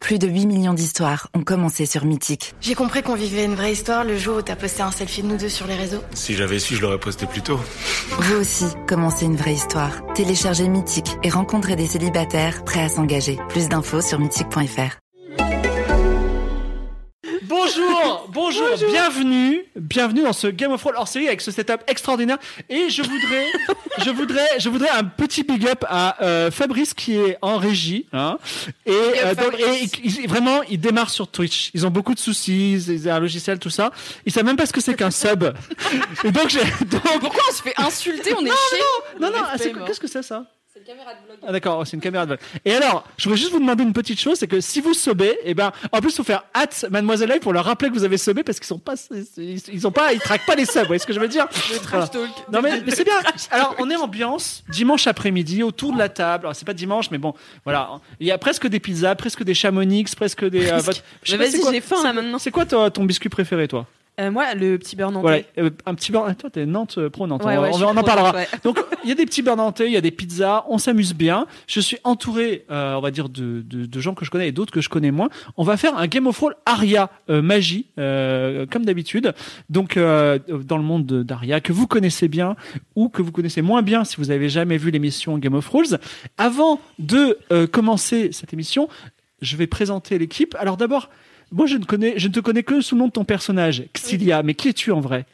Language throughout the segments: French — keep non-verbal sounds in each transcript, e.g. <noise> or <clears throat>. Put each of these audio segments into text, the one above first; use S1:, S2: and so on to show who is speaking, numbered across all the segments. S1: Plus de 8 millions d'histoires ont commencé sur Mythique.
S2: J'ai compris qu'on vivait une vraie histoire le jour où t'as posté un selfie de nous deux sur les réseaux.
S3: Si j'avais su, je l'aurais posté plus tôt.
S1: Vous aussi, commencez une vraie histoire. Téléchargez Mythique et rencontrez des célibataires prêts à s'engager. Plus d'infos sur mythique.fr.
S4: Bonjour, bonjour, bienvenue, bienvenue dans ce Game of Thrones hors série avec ce setup extraordinaire. Et je voudrais, je voudrais, je voudrais un petit big up à euh, Fabrice qui est en régie. hein. et, euh, donc- et il- il- vraiment, ils démarrent sur Twitch. Ils ont beaucoup de soucis, ils ont un logiciel, tout ça. Ils savent même pas ce que c'est qu'un sub. Et donc, j'ai, donc,
S5: Pourquoi on <laughs> se fait insulter On est
S4: Non,
S5: chez
S4: non, non,
S5: Bref,
S4: c'est-
S5: PMO.
S4: qu'est-ce que c'est ça
S5: C'est une caméra de blog.
S4: ah, d'accord, c'est une caméra de vol. Et alors, je voudrais juste vous demander une petite chose, c'est que si vous sauvez, eh ben, en plus, faut faire hâte, mademoiselle Live, pour leur rappeler que vous avez sauvé parce qu'ils sont pas, ils, ils ont pas, ils traquent pas les subs, vous voyez ce que je veux dire?
S5: Le trash talk.
S4: Non mais, mais c'est bien. Alors on est ambiance dimanche après-midi autour de la table. Alors c'est pas dimanche mais bon voilà. Il y a presque des pizzas, presque des chamonix, presque des. euh, votre- je sais
S5: Mais
S4: pas, c'est
S5: vas-y,
S4: quoi-
S5: j'ai faim là maintenant.
S4: C'est quoi toi, ton biscuit préféré toi
S5: Euh, moi, le petit beurre
S4: Voilà,
S5: nantais.
S4: euh, un petit beurre. ah, Toi t'es Nantes euh, pro Nantes.
S5: Ouais,
S4: on,
S5: ouais,
S4: on-
S5: je suis
S4: on en
S5: pro-Nantes,
S4: parlera.
S5: ouais.
S4: Donc il y a des petits beurre nantais, il y a des pizzas, on s'amuse bien. Je suis entouré, euh, on va dire, de, de- de gens que je connais et d'autres que je connais moins. On va faire un Game of Thrones Aria euh, magie, euh, comme d'habitude. Donc euh, dans le monde de- d'Aria que vous connaissez bien ou que vous connaissez moins bien si vous avez jamais vu l'émission Game of Thrones. Avant de euh, commencer cette émission, je vais présenter l'équipe. Alors d'abord. Moi, je ne, connais, je ne te connais que sous le nom de ton personnage, Xilia. Mais qui es-tu en vrai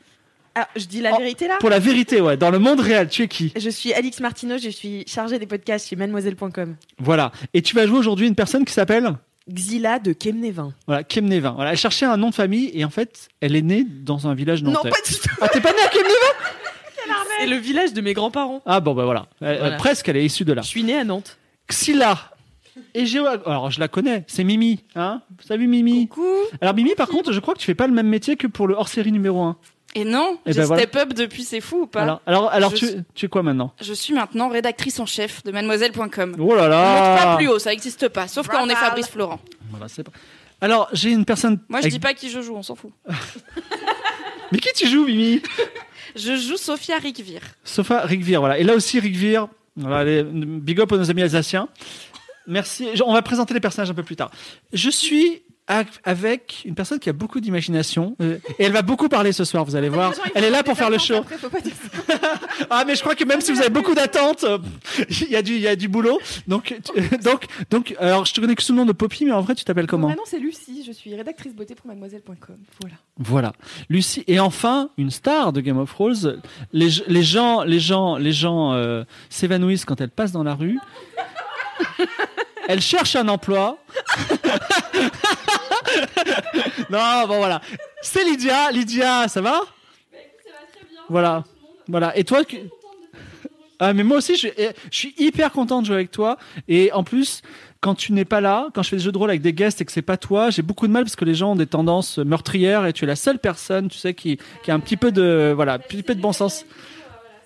S6: Ah, je dis la
S4: Oh,
S6: vérité là
S4: Pour la vérité, ouais. Dans le monde réel, tu es qui
S6: Je suis Alix Martineau, je suis chargée des podcasts chez mademoiselle.com.
S4: Voilà. Et tu vas jouer aujourd'hui une personne qui s'appelle
S6: Xila de Kemnevin.
S4: voilà, Kim Nevin. Voilà, elle cherchait un nom de famille et en fait, elle est née dans un village
S6: Non,
S4: nantais.
S6: pas du tout
S4: Ah, t'es pas née à Kim Nevin
S6: C'est le village de mes grands-parents.
S4: Ah bon, bah voilà. Euh,
S6: Voilà.
S4: euh, presque, elle est issue de là.
S6: Je suis née à Nantes.
S4: Xila. Et Géo... Alors, je la connais, c'est Mimi. Hein Salut Mimi. Alors, Mimi, par contre, je crois que tu fais pas le même métier que pour le hors-série numéro 1.
S5: Et non,
S4: Eh
S5: j'ai
S4: ben voilà.
S5: step up depuis, c'est fou ou pas
S4: Alors, alors, alors
S5: Je
S4: tu,
S5: suis-
S4: tu es quoi maintenant
S5: Je suis maintenant rédactrice en chef de mademoiselle.com.
S4: Oh là
S5: On monte pas
S4: là
S5: plus haut, ça n'existe pas, sauf quand on est Fabrice Florent.
S4: Voilà, c'est pas- Alors, j'ai une personne.
S5: Moi, je
S4: avec-
S5: dis pas qui je joue, on s'en fout.
S4: Mais qui tu joues, Mimi
S5: Je joue Sophia Riquevire.
S4: Sofa Rigvir, voilà. Et là aussi, Rigvir, voilà, les- big up à nos amis alsaciens. Merci. Je- On va présenter les personnages un peu plus tard. Je suis ac- avec une personne qui a beaucoup d'imagination euh, et elle va beaucoup parler ce soir, vous allez voir. Elle est là pour faire le show. <laughs> Ah, mais je crois que même si vous avez beaucoup d'attentes, euh, <laughs> il y, a du- il y a du boulot. Donc, tu- <laughs> donc, donc, alors je te connais que sous le nom de Poppy, mais en vrai, tu t'appelles comment
S7: Maintenant, c'est Lucie, je suis rédactrice beauté pour mademoiselle.com. Voilà.
S4: Voilà. Lucie. Et enfin, une star de Game of Thrones. Les, les gens, les gens, les gens euh, s'évanouissent quand elle passe dans la rue. Elle cherche un emploi. <laughs> non, bon voilà. C'est Lydia. Lydia, ça va Voilà. Voilà. Et toi que- ah, mais moi aussi, je, eh, je suis hyper content de jouer avec toi. Et en plus, quand tu n'es pas là, quand je fais des jeux de rôle avec des guests et que c'est pas toi, j'ai beaucoup de mal parce que les gens ont des tendances meurtrières et tu es la seule personne, tu sais, qui, qui a un petit peu de, voilà, un petit peu de bon sens.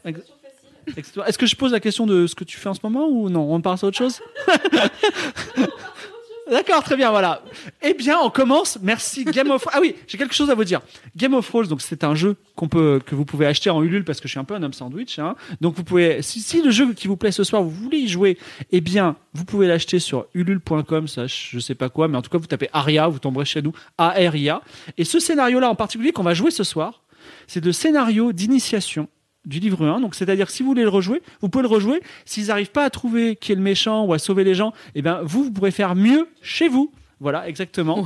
S4: Est-ce que je pose la question de ce que tu fais en ce moment ou non On passe à autre chose D'accord, très bien, voilà. Eh bien, on commence. Merci Game of Ah oui, j'ai quelque chose à vous dire. Game of Thrones, donc c'est un jeu qu'on peut, que vous pouvez acheter en Ulule parce que je suis un peu un homme sandwich. hein. Donc vous pouvez, si, si le jeu qui vous plaît ce soir, vous voulez y jouer, eh bien, vous pouvez l'acheter sur ulule.com, ça, je sais pas quoi, mais en tout cas, vous tapez Aria, vous tomberez chez nous, A-R-I-A. Et ce scénario-là en particulier qu'on va jouer ce soir, c'est le scénario d'initiation du livre 1. Donc, c'est-à-dire, que si vous voulez le rejouer, vous pouvez le rejouer. S'ils n'arrivent pas à trouver qui est le méchant ou à sauver les gens, eh bien, vous, vous pourrez faire mieux chez vous. Voilà, exactement.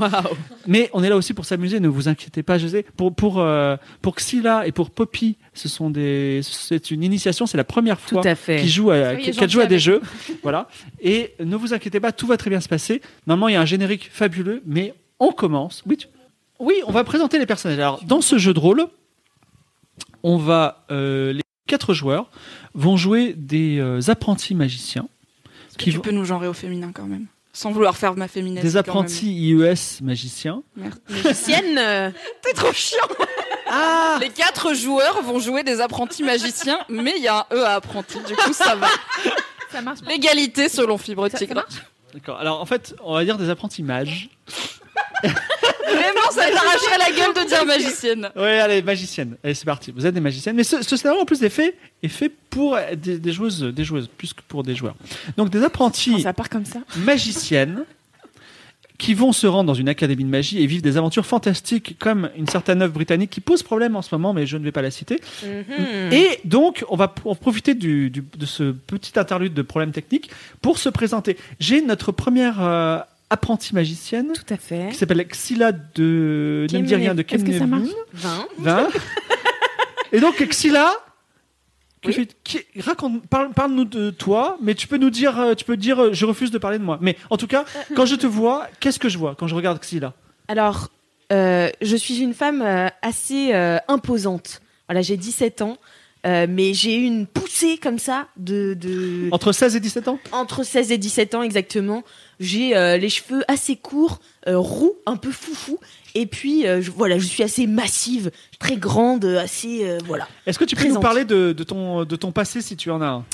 S4: Mais on est là aussi pour s'amuser, ne vous inquiétez pas, je sais. Pour, pour, euh, pour Xila et pour Poppy, ce sont des, c'est une initiation, c'est la première fois
S6: à fait.
S4: qui joue à,
S5: Soyez
S4: qui-
S5: gentils
S4: qu'elle joue à des
S5: avec
S4: jeux. <laughs> voilà. Et ne vous inquiétez pas, tout va très bien se passer. Normalement, il y a un générique fabuleux, mais on commence. Oui, tu- oui on va présenter les personnages. Alors, dans ce jeu de rôle, on va. euh, les quatre joueurs vont jouer des euh, apprentis magiciens. qui
S5: tu
S4: vont-
S5: peux nous genrer au féminin quand même. Sans vouloir faire ma féminine.
S4: des apprentis IES magiciens.
S6: <laughs>
S7: Sienne, euh,
S5: T'es trop chiant
S4: Ah
S5: Les quatre joueurs vont jouer des apprentis magiciens, mais il y a un E à apprenti, du coup ça va.
S8: Ça marche.
S5: L'égalité selon Fibre Tigre.
S4: D'accord. Alors en fait, on va dire des apprentis mages.
S5: Vraiment, ça t'arracherait la gueule de dire magicienne.
S4: Oui, allez, magiciennes. Allez, c'est parti. Vous êtes des magiciennes. Mais ce, ce scénario en plus est fait, est fait pour euh, des, des joueuses, des joueuses, plus que pour des joueurs. Donc des apprentis
S8: Ça part comme ça.
S4: magiciennes qui vont se rendre dans une académie de magie et vivre des aventures fantastiques comme une certaine œuvre britannique qui pose problème en ce moment, mais je ne vais pas la citer.
S8: Mm.
S5: Mhm.
S4: Et donc, on va p- en profiter du- du- de ce petit interlude de problèmes techniques pour se présenter. J'ai notre première euh, apprentie magicienne
S7: tout à fait.
S4: qui s'appelle Xila de... Ne me dis rien de
S8: Est-ce que ça
S4: Kemnevin.
S8: marche
S7: 20.
S4: Vingt. Et donc, Xila, que tu- qui- raconte, parle, parle-nous de toi, mais tu peux nous dire, euh, tu peux dire, euh, je refuse de parler de moi. Mais en tout cas, quand je te vois, qu'est-ce que je vois quand je regarde Xila
S7: Alors, euh, je suis une femme euh, assez euh, imposante. Voilà, j'ai 17 ans, euh, mais j'ai eu une poussée comme ça de, de-
S4: Entre 16 et 17 ans
S7: entre 16 et 17 ans exactement. J'ai euh, les cheveux assez courts, euh, roux, un peu foufou, et puis euh, je, voilà, je suis assez massive, très grande, euh, assez euh, voilà.
S4: Est-ce que tu peux
S7: Présente.
S4: nous parler de, de ton, de ton passé si tu en as un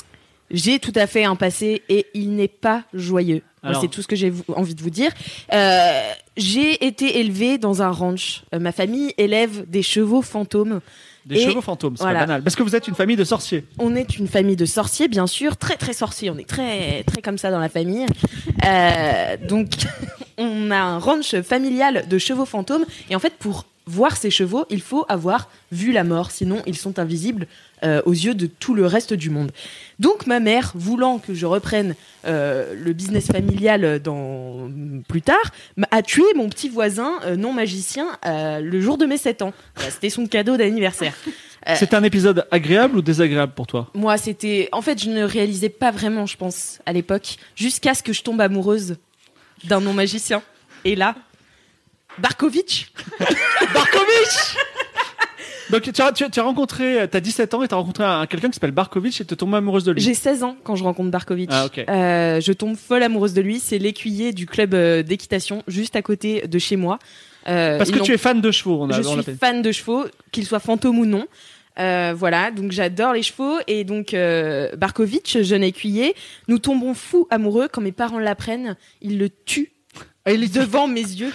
S7: J'ai tout à fait un passé et il n'est pas joyeux. Moi,
S4: Alors.
S7: C'est tout ce que j'ai vou- envie de vous dire. Euh, j'ai été élevée dans un ranch. Euh, ma famille élève des chevaux fantômes.
S4: Des
S7: Et
S4: chevaux fantômes, c'est
S7: voilà.
S4: pas banal. Parce que vous êtes une famille de sorciers.
S7: On est une famille de sorciers, bien sûr, très très sorciers. On est très très comme ça dans la famille. Euh, donc, <laughs> on a un ranch familial de chevaux fantômes. Et en fait, pour voir ces chevaux, il faut avoir vu la mort. Sinon, ils sont invisibles euh, aux yeux de tout le reste du monde. Donc, ma mère, voulant que je reprenne euh, le business familial dans plus tard, m'a- a tué mon petit voisin euh, non magicien euh, le jour de mes 7 ans. Voilà, C'était son cadeau d'anniversaire. Euh.
S4: C'est un épisode agréable ou désagréable pour
S7: <laughs>
S4: toi
S7: Moi, c'était. En fait, je ne réalisais pas vraiment, je pense, à l'époque, jusqu'à ce que je tombe amoureuse d'un non-magicien. Et là, Barkovitch
S4: Barkovitch <laughs> Donc tu as, tu as- tu as rencontré, tu as 17 ans et tu as rencontré un- quelqu'un qui s'appelle Barkovitch et tu tombes amoureuse de lui.
S7: J'ai 16 ans quand je rencontre Barkovitch.
S4: Ah, ok.
S7: Euh, je tombe folle amoureuse de lui. C'est l'écuyer du club euh, d'équitation juste à côté de chez moi. Euh,
S4: Parce
S7: ils
S4: que
S7: l'ont-
S4: tu es fan de chevaux, on a,
S7: je
S4: on
S7: suis
S4: l'appelle.
S7: fan de chevaux, qu'ils soient fantômes ou non. Euh, voilà, donc j'adore les chevaux et donc euh, Barkovitch, jeune écuyer, nous tombons fous amoureux quand mes parents l'apprennent, ils le tuent
S4: Ah, il est
S7: devant
S4: <laughs>
S7: mes yeux.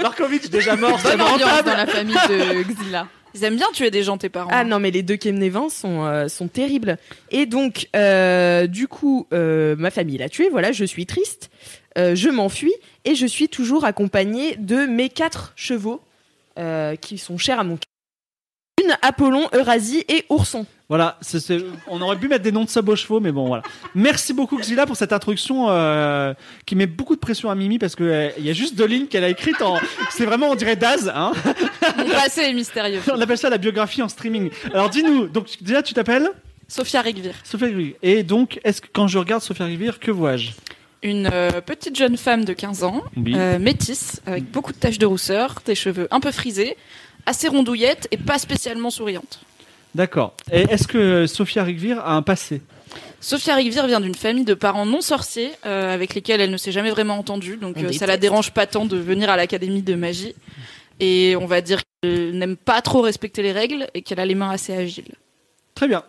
S4: Barkovitch déjà mort, c'est
S8: Bonne ambiance
S4: rentable.
S8: dans la famille de
S7: <laughs>
S8: Xila.
S5: Ils aiment bien tuer des gens, tes parents.
S7: Ah non, mais les deux Kemnevins sont, euh, sont terribles. Et donc, euh, du coup, euh, ma famille l'a tué, voilà, je suis triste, euh, je m'enfuis, et je suis toujours accompagnée de mes quatre chevaux, euh, qui sont chers à mon cœur. Une, Apollon, Eurasie et Ourson.
S4: Voilà, c'est- c'est- on aurait pu mettre des noms de sabots chevaux, mais bon, voilà. Merci beaucoup, Xila, pour cette introduction euh, qui met beaucoup de pression à Mimi parce qu'il y a juste deux lignes qu'elle a écrites. En... C'est vraiment, on dirait Daz. Hein <laughs>
S5: Mon passé est mystérieux.
S4: on appelle ça la biographie en streaming. Alors dis-nous, donc déjà, tu t'appelles
S5: Sophia Rigvir,
S4: Sophia Rivière. Et donc, est-ce que quand je regarde Sophia Rivière, que vois-je
S5: une euh, petite jeune femme de 15 ans,
S4: Oui.
S5: euh, métisse, avec beaucoup de taches de rousseur, des cheveux un peu frisés, assez rondouillette et pas spécialement souriante.
S4: D'accord. Et est-ce que Sophia Rivière a un passé
S5: Sophia Rigvir vient d'une famille de parents non sorciers euh, avec lesquels elle ne s'est jamais vraiment entendue, donc
S7: On
S5: euh, ça
S7: déteste.
S5: la dérange pas tant de venir à l'académie de magie. Et on va dire qu'elle n'aime pas trop respecter les règles et qu'elle a les mains assez agiles.
S4: Très bien.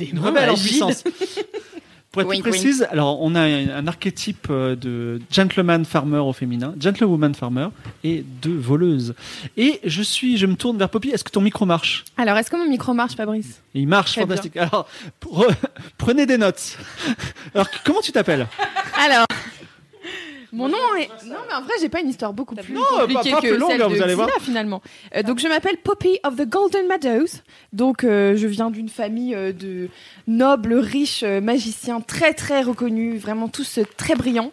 S7: Les
S4: Une rebelle en <laughs> puissance. Pour être plus
S5: Wink,
S4: précise, alors on a un, un archétype euh, de gentleman farmer au féminin, gentlewoman farmer et de voleuse. Et je suis, je me tourne vers Poppy. Est-ce que ton micro marche
S8: Alors, est-ce que mon micro marche, Fabrice
S4: Et Il marche,
S8: Très
S4: fantastique. Alors pre- <laughs> prenez des notes. Alors comment tu t'appelles
S8: Alors. Mon nom est. Non, mais en vrai, j'ai pas une histoire beaucoup plus
S4: pas-
S8: compliquée
S4: pas
S8: que
S4: plus longue,
S8: celle
S4: hein,
S8: de
S4: vous allez
S8: Xena,
S4: voir.
S8: finalement. Euh, donc, je m'appelle Poppy of the Golden Meadows. Donc, euh, je viens d'une famille euh, de nobles, riches, euh, magiciens très, très reconnus, vraiment tous euh, très brillants.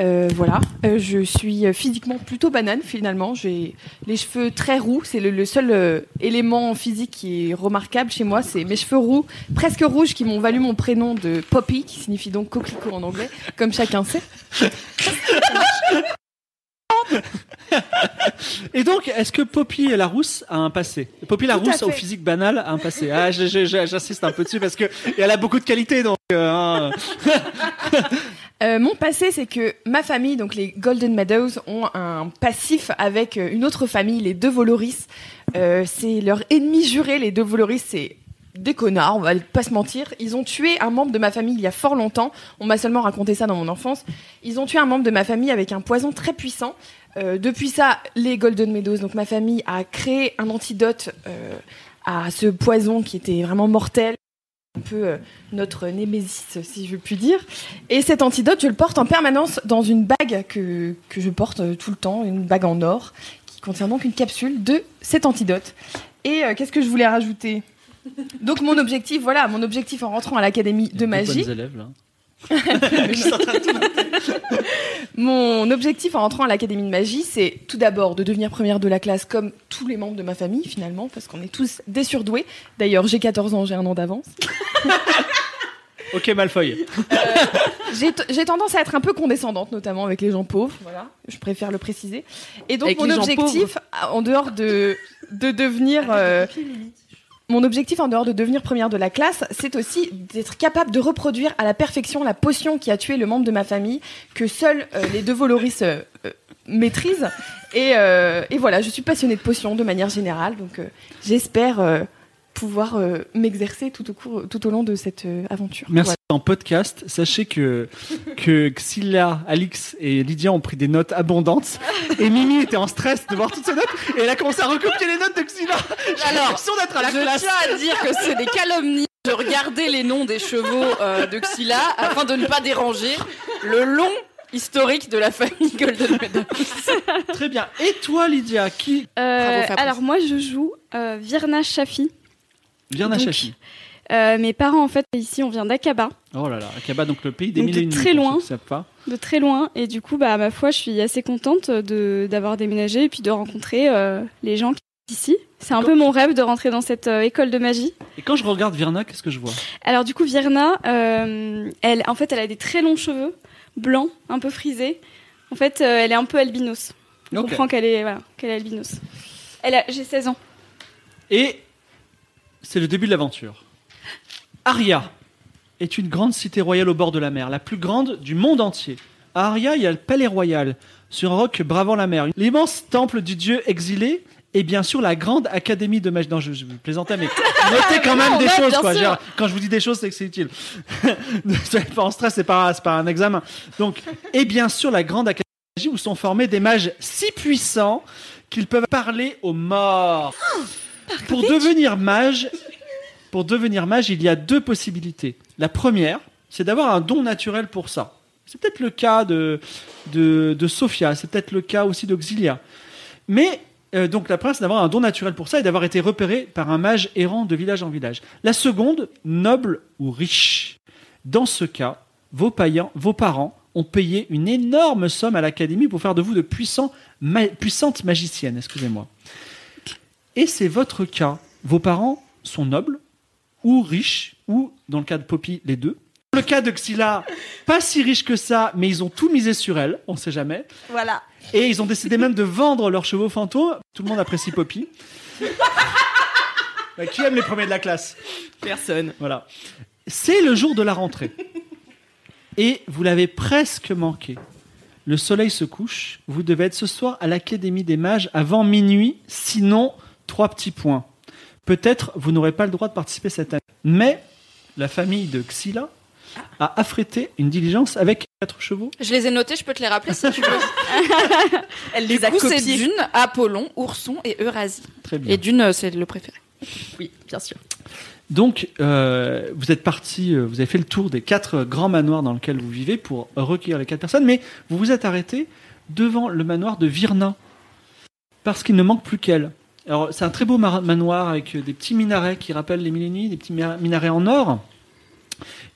S8: Euh, voilà, Euh, je suis euh, physiquement plutôt banane finalement. J'ai les cheveux très roux, c'est le, le seul euh, élément physique qui est remarquable chez moi. C'est mes cheveux roux, presque rouges, qui m'ont valu mon prénom de Poppy, qui signifie donc coquelicot en anglais, comme chacun sait.
S4: Et donc, est-ce que Poppy la rousse a un passé Poppy la
S8: Tout à
S4: rousse au
S8: fait.
S4: physique banal a un passé. Ah, je- je- je- j'insiste un peu dessus parce que et elle a beaucoup de qualités, donc. euh, hein.
S7: Euh, mon passé, c'est que ma famille, donc les Golden Meadows, ont un passif avec euh, une autre famille, les deux Voloris. Euh, c'est leur ennemi juré, les deux Voloris, c'est des connards, on va pas se mentir. Ils ont tué un membre de ma famille il y a fort longtemps. On m'a seulement raconté ça dans mon enfance. Ils ont tué un membre de ma famille avec un poison très puissant. Euh, depuis ça, les Golden Meadows, donc ma famille, a créé un antidote euh, à ce poison qui était vraiment mortel. Un peu euh, notre némésis, si je puis dire. Et cet antidote, je le porte en permanence dans une bague que, que je porte euh, tout le temps, une bague en or, qui contient donc une capsule de cet antidote. Et euh, qu'est-ce que je voulais rajouter Donc mon objectif, voilà, mon objectif en rentrant à l'Académie de magie,
S4: élèves, là.
S7: Mon objectif en rentrant à l'Académie de magie, c'est tout d'abord de devenir première de la classe comme tous les membres de ma famille finalement, parce qu'on est tous des surdoués. D'ailleurs, j'ai 14 ans, j'ai un an d'avance.
S4: Ok, Malfoy.
S7: J'ai t- j'ai tendance à être un peu condescendante, notamment avec les gens pauvres. Voilà, je préfère le préciser. Et donc
S6: Avec
S7: mon
S6: les gens
S7: objectif, en dehors de de devenir euh, mon objectif en dehors de devenir première de la classe, c'est aussi d'être capable de reproduire à la perfection la potion qui a tué le membre de ma famille que seuls euh, les deux Voloris euh, euh, maîtrisent. Et, euh, et voilà, je suis passionnée de potions de manière générale, donc euh, j'espère euh, pouvoir euh, m'exercer tout au cours, tout au long de cette euh, aventure.
S4: Merci en podcast. Sachez que, que Xilla, Alix et Lydia ont pris des notes abondantes. Et Mimi était en stress de voir toutes ces notes. Et elle a commencé à recopier les notes de Xilla. J'ai
S5: Alors,
S4: l'impression d'être à la
S5: Je
S4: classe.
S5: tiens à dire que c'est des calomnies. Je regardais les noms des chevaux euh, de Xyla afin de ne pas déranger le long historique de la famille Golden Meadow.
S4: Très bien. Et toi, Lydia, qui
S9: Euh,
S5: Fabrice.
S9: alors moi je joue euh, Virna Shafi.
S4: vient
S9: Donc,
S4: d'Achachi
S9: Euh, mes parents en fait ici on vient d'Akaba,
S4: Oh là là, Akaba, donc le pays des
S9: Donc,
S4: mille et
S9: de
S4: une nuits,
S9: très
S4: pour
S9: loin.
S4: ceux qui savent pas.
S9: de très loin et du coup bah ma foi je suis assez contente de d'avoir déménagé et puis de rencontrer euh, les gens qui sont ici. C'est un peu mon rêve de rentrer dans cette euh, école de magie.
S4: Et quand je regarde Virna, qu'est-ce que je vois
S9: Alors du coup Virna, euh, elle en fait elle a des très longs cheveux blancs, un peu frisés. En fait euh, elle est un peu albinos. On
S4: Ok.
S9: comprend qu'elle est voilà, qu'elle est albinos. Elle a, j'ai 16 ans.
S4: Et c'est le début de l'aventure. Aria est une grande cité royale au bord de la mer, la plus grande du monde entier. À Aria, il y a le palais royal, sur un roc bravant la mer, l'immense temple du dieu exilé, et bien sûr la grande académie de magie. Non, je, je plaisantais,
S5: <laughs>
S4: mais notez quand même
S5: Non,
S4: des
S5: ouais,
S4: choses,
S5: bien
S4: quoi.
S5: sûr.
S4: Genre, quand je vous dis des choses, c'est que c'est utile. <laughs> ne soyez pas en stress, c'est pas, c'est pas un examen. Donc, et bien sûr la grande académie de magie où sont formés des mages si puissants qu'ils peuvent parler aux morts.
S5: Oh,
S4: Pour devenir mage, pour devenir mage, il y a deux possibilités. La première, c'est d'avoir un don naturel pour ça. C'est peut-être le cas de, de, de Sophia, c'est peut-être le cas aussi d'Auxilia. Mais euh, donc la première, c'est d'avoir un don naturel pour ça et d'avoir été repéré par un mage errant de village en village. La seconde, noble ou riche. Dans ce cas, vos, païens- vos parents ont payé une énorme somme à l'académie pour faire de vous de puissants ma- puissantes magiciennes. Excusez-moi. Et c'est votre cas. Vos parents sont nobles ou riches, ou dans le cas de Poppy, les deux. Dans le cas de Xyla, pas si riches que ça, mais ils ont tout misé sur elle, on sait jamais.
S5: Voilà.
S4: Et ils ont décidé même de vendre leurs chevaux fantômes. Tout le monde apprécie Poppy. Bah, qui aime les premiers de la classe
S6: Personne.
S4: Voilà. C'est le jour de la rentrée. Et vous l'avez presque manqué. Le soleil se couche. Vous devez être ce soir à l'Académie des Mages avant minuit. Sinon, trois petits points. Peut-être vous n'aurez pas le droit de participer cette année. Mais la famille de Xyla a affrété une diligence avec quatre chevaux.
S5: Je les ai notés, je peux te les rappeler si tu veux.
S6: Elle
S5: Du
S7: Ah,
S6: les a
S5: coup, c'est
S6: copiés.
S5: Dune, Apollon, Ourson et Eurasie.
S4: Très bien.
S5: Et Dune, euh, c'est le préféré.
S6: Oui, bien sûr.
S4: Donc, euh, vous êtes parti, euh, vous avez fait le tour des quatre euh, grands manoirs dans lesquels vous vivez pour recueillir les quatre personnes, mais vous vous êtes arrêté devant le manoir de Virna, parce qu'il ne manque plus qu'elle. Alors, c'est un très beau mar- manoir avec euh, des petits minarets qui rappellent les mille et une nuits, des petits mi- minarets en or,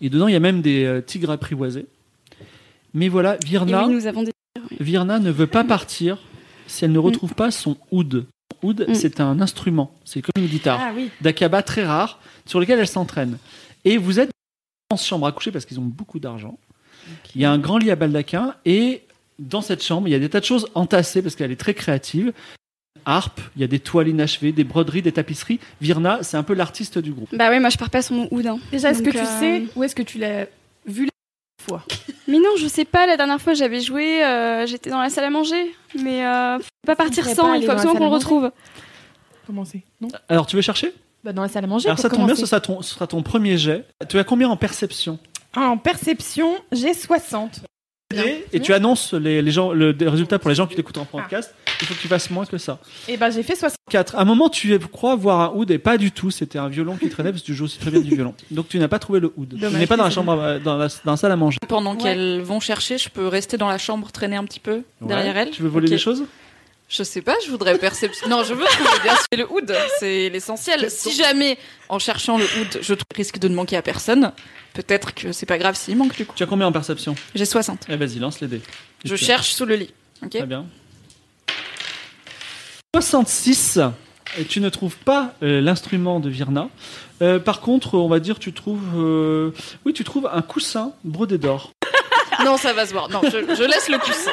S4: et dedans, il y a même des euh, tigres apprivoisés. Mais voilà,
S9: Et
S4: Virna...
S9: oui, nous avons des
S4: Virna ne veut pas partir si elle ne retrouve pas son oud. Son Oud,
S9: Mm.
S4: c'est un instrument, c'est comme une guitare
S6: Ah oui.
S4: d'Akaba très rare sur lequel elle s'entraîne. Et vous êtes dans cette chambre à coucher parce qu'ils ont beaucoup d'argent. Il y a un grand lit à baldaquin et dans cette chambre, il y a des tas de choses entassées parce qu'elle est très créative. Harpe, il y a des toiles inachevées, des broderies, des tapisseries. Virna, c'est un peu l'artiste du groupe.
S9: Bah ouais, moi je pars pas sur mon oud. hein.
S7: Déjà, est-ce que
S9: Donc,
S7: tu
S9: euh,
S7: sais où est-ce que tu l'as vu fois.
S9: Mais non, je sais pas, la dernière fois j'avais joué, euh, j'étais dans la salle à manger. Mais euh, faut pas partir
S7: pourrait
S9: sans,
S7: pas
S9: il
S7: aller
S9: faut
S7: dans la
S9: absolument qu'on
S7: salle à
S9: le
S7: manger
S9: retrouve.
S7: Comment c'est Non
S9: Euh,
S4: Alors, tu veux chercher
S7: bah, Dans la salle à manger.
S4: Alors,
S7: pour
S4: ça tombe bien,
S7: commencer.
S4: ce sera, ton, ce sera ton premier jet. Tu as combien en perception
S7: Ah, En perception, j'ai 60.
S4: et, et tu annonces les, les gens, le, les résultats pour les gens qui l'écoutent en
S5: Ah.
S4: podcast. Il faut que tu fasses moins que ça.
S7: Et ben j'ai fait 60.
S4: 4. À un moment, tu crois voir un oud et pas du tout. C'était un violon qui traînait parce que tu joues aussi très bien du violon. Donc tu n'as pas trouvé le oud. Tu
S5: Dommage,
S4: n'es pas dans la
S5: c'est
S4: chambre, à- dans la, dans la salle à manger.
S5: Pendant qu'elles vont chercher, je peux rester dans la chambre, traîner un petit peu derrière
S4: Ouais.
S5: elles.
S4: Tu veux voler
S5: Ok.
S4: des choses
S5: Je sais pas, je voudrais perception. non, je veux trouver bien sûr le hood, c'est l'essentiel. Si jamais, en cherchant le hood, je trouve- risque de ne manquer à personne, peut-être que c'est pas grave s'il manque du coup.
S4: Tu as combien en perception
S5: J'ai 60.
S4: Eh vas-y, lance les dés.
S5: Je
S4: Tu-
S5: cherche sous le lit. Ok.
S4: Très bien. 66. Et tu ne trouves pas euh, l'instrument de Virna. Euh, par contre, on va dire, tu trouves. euh, Oui, tu trouves un coussin brodé d'or.
S5: Non, ça va se voir. Non, je, je laisse le coussin.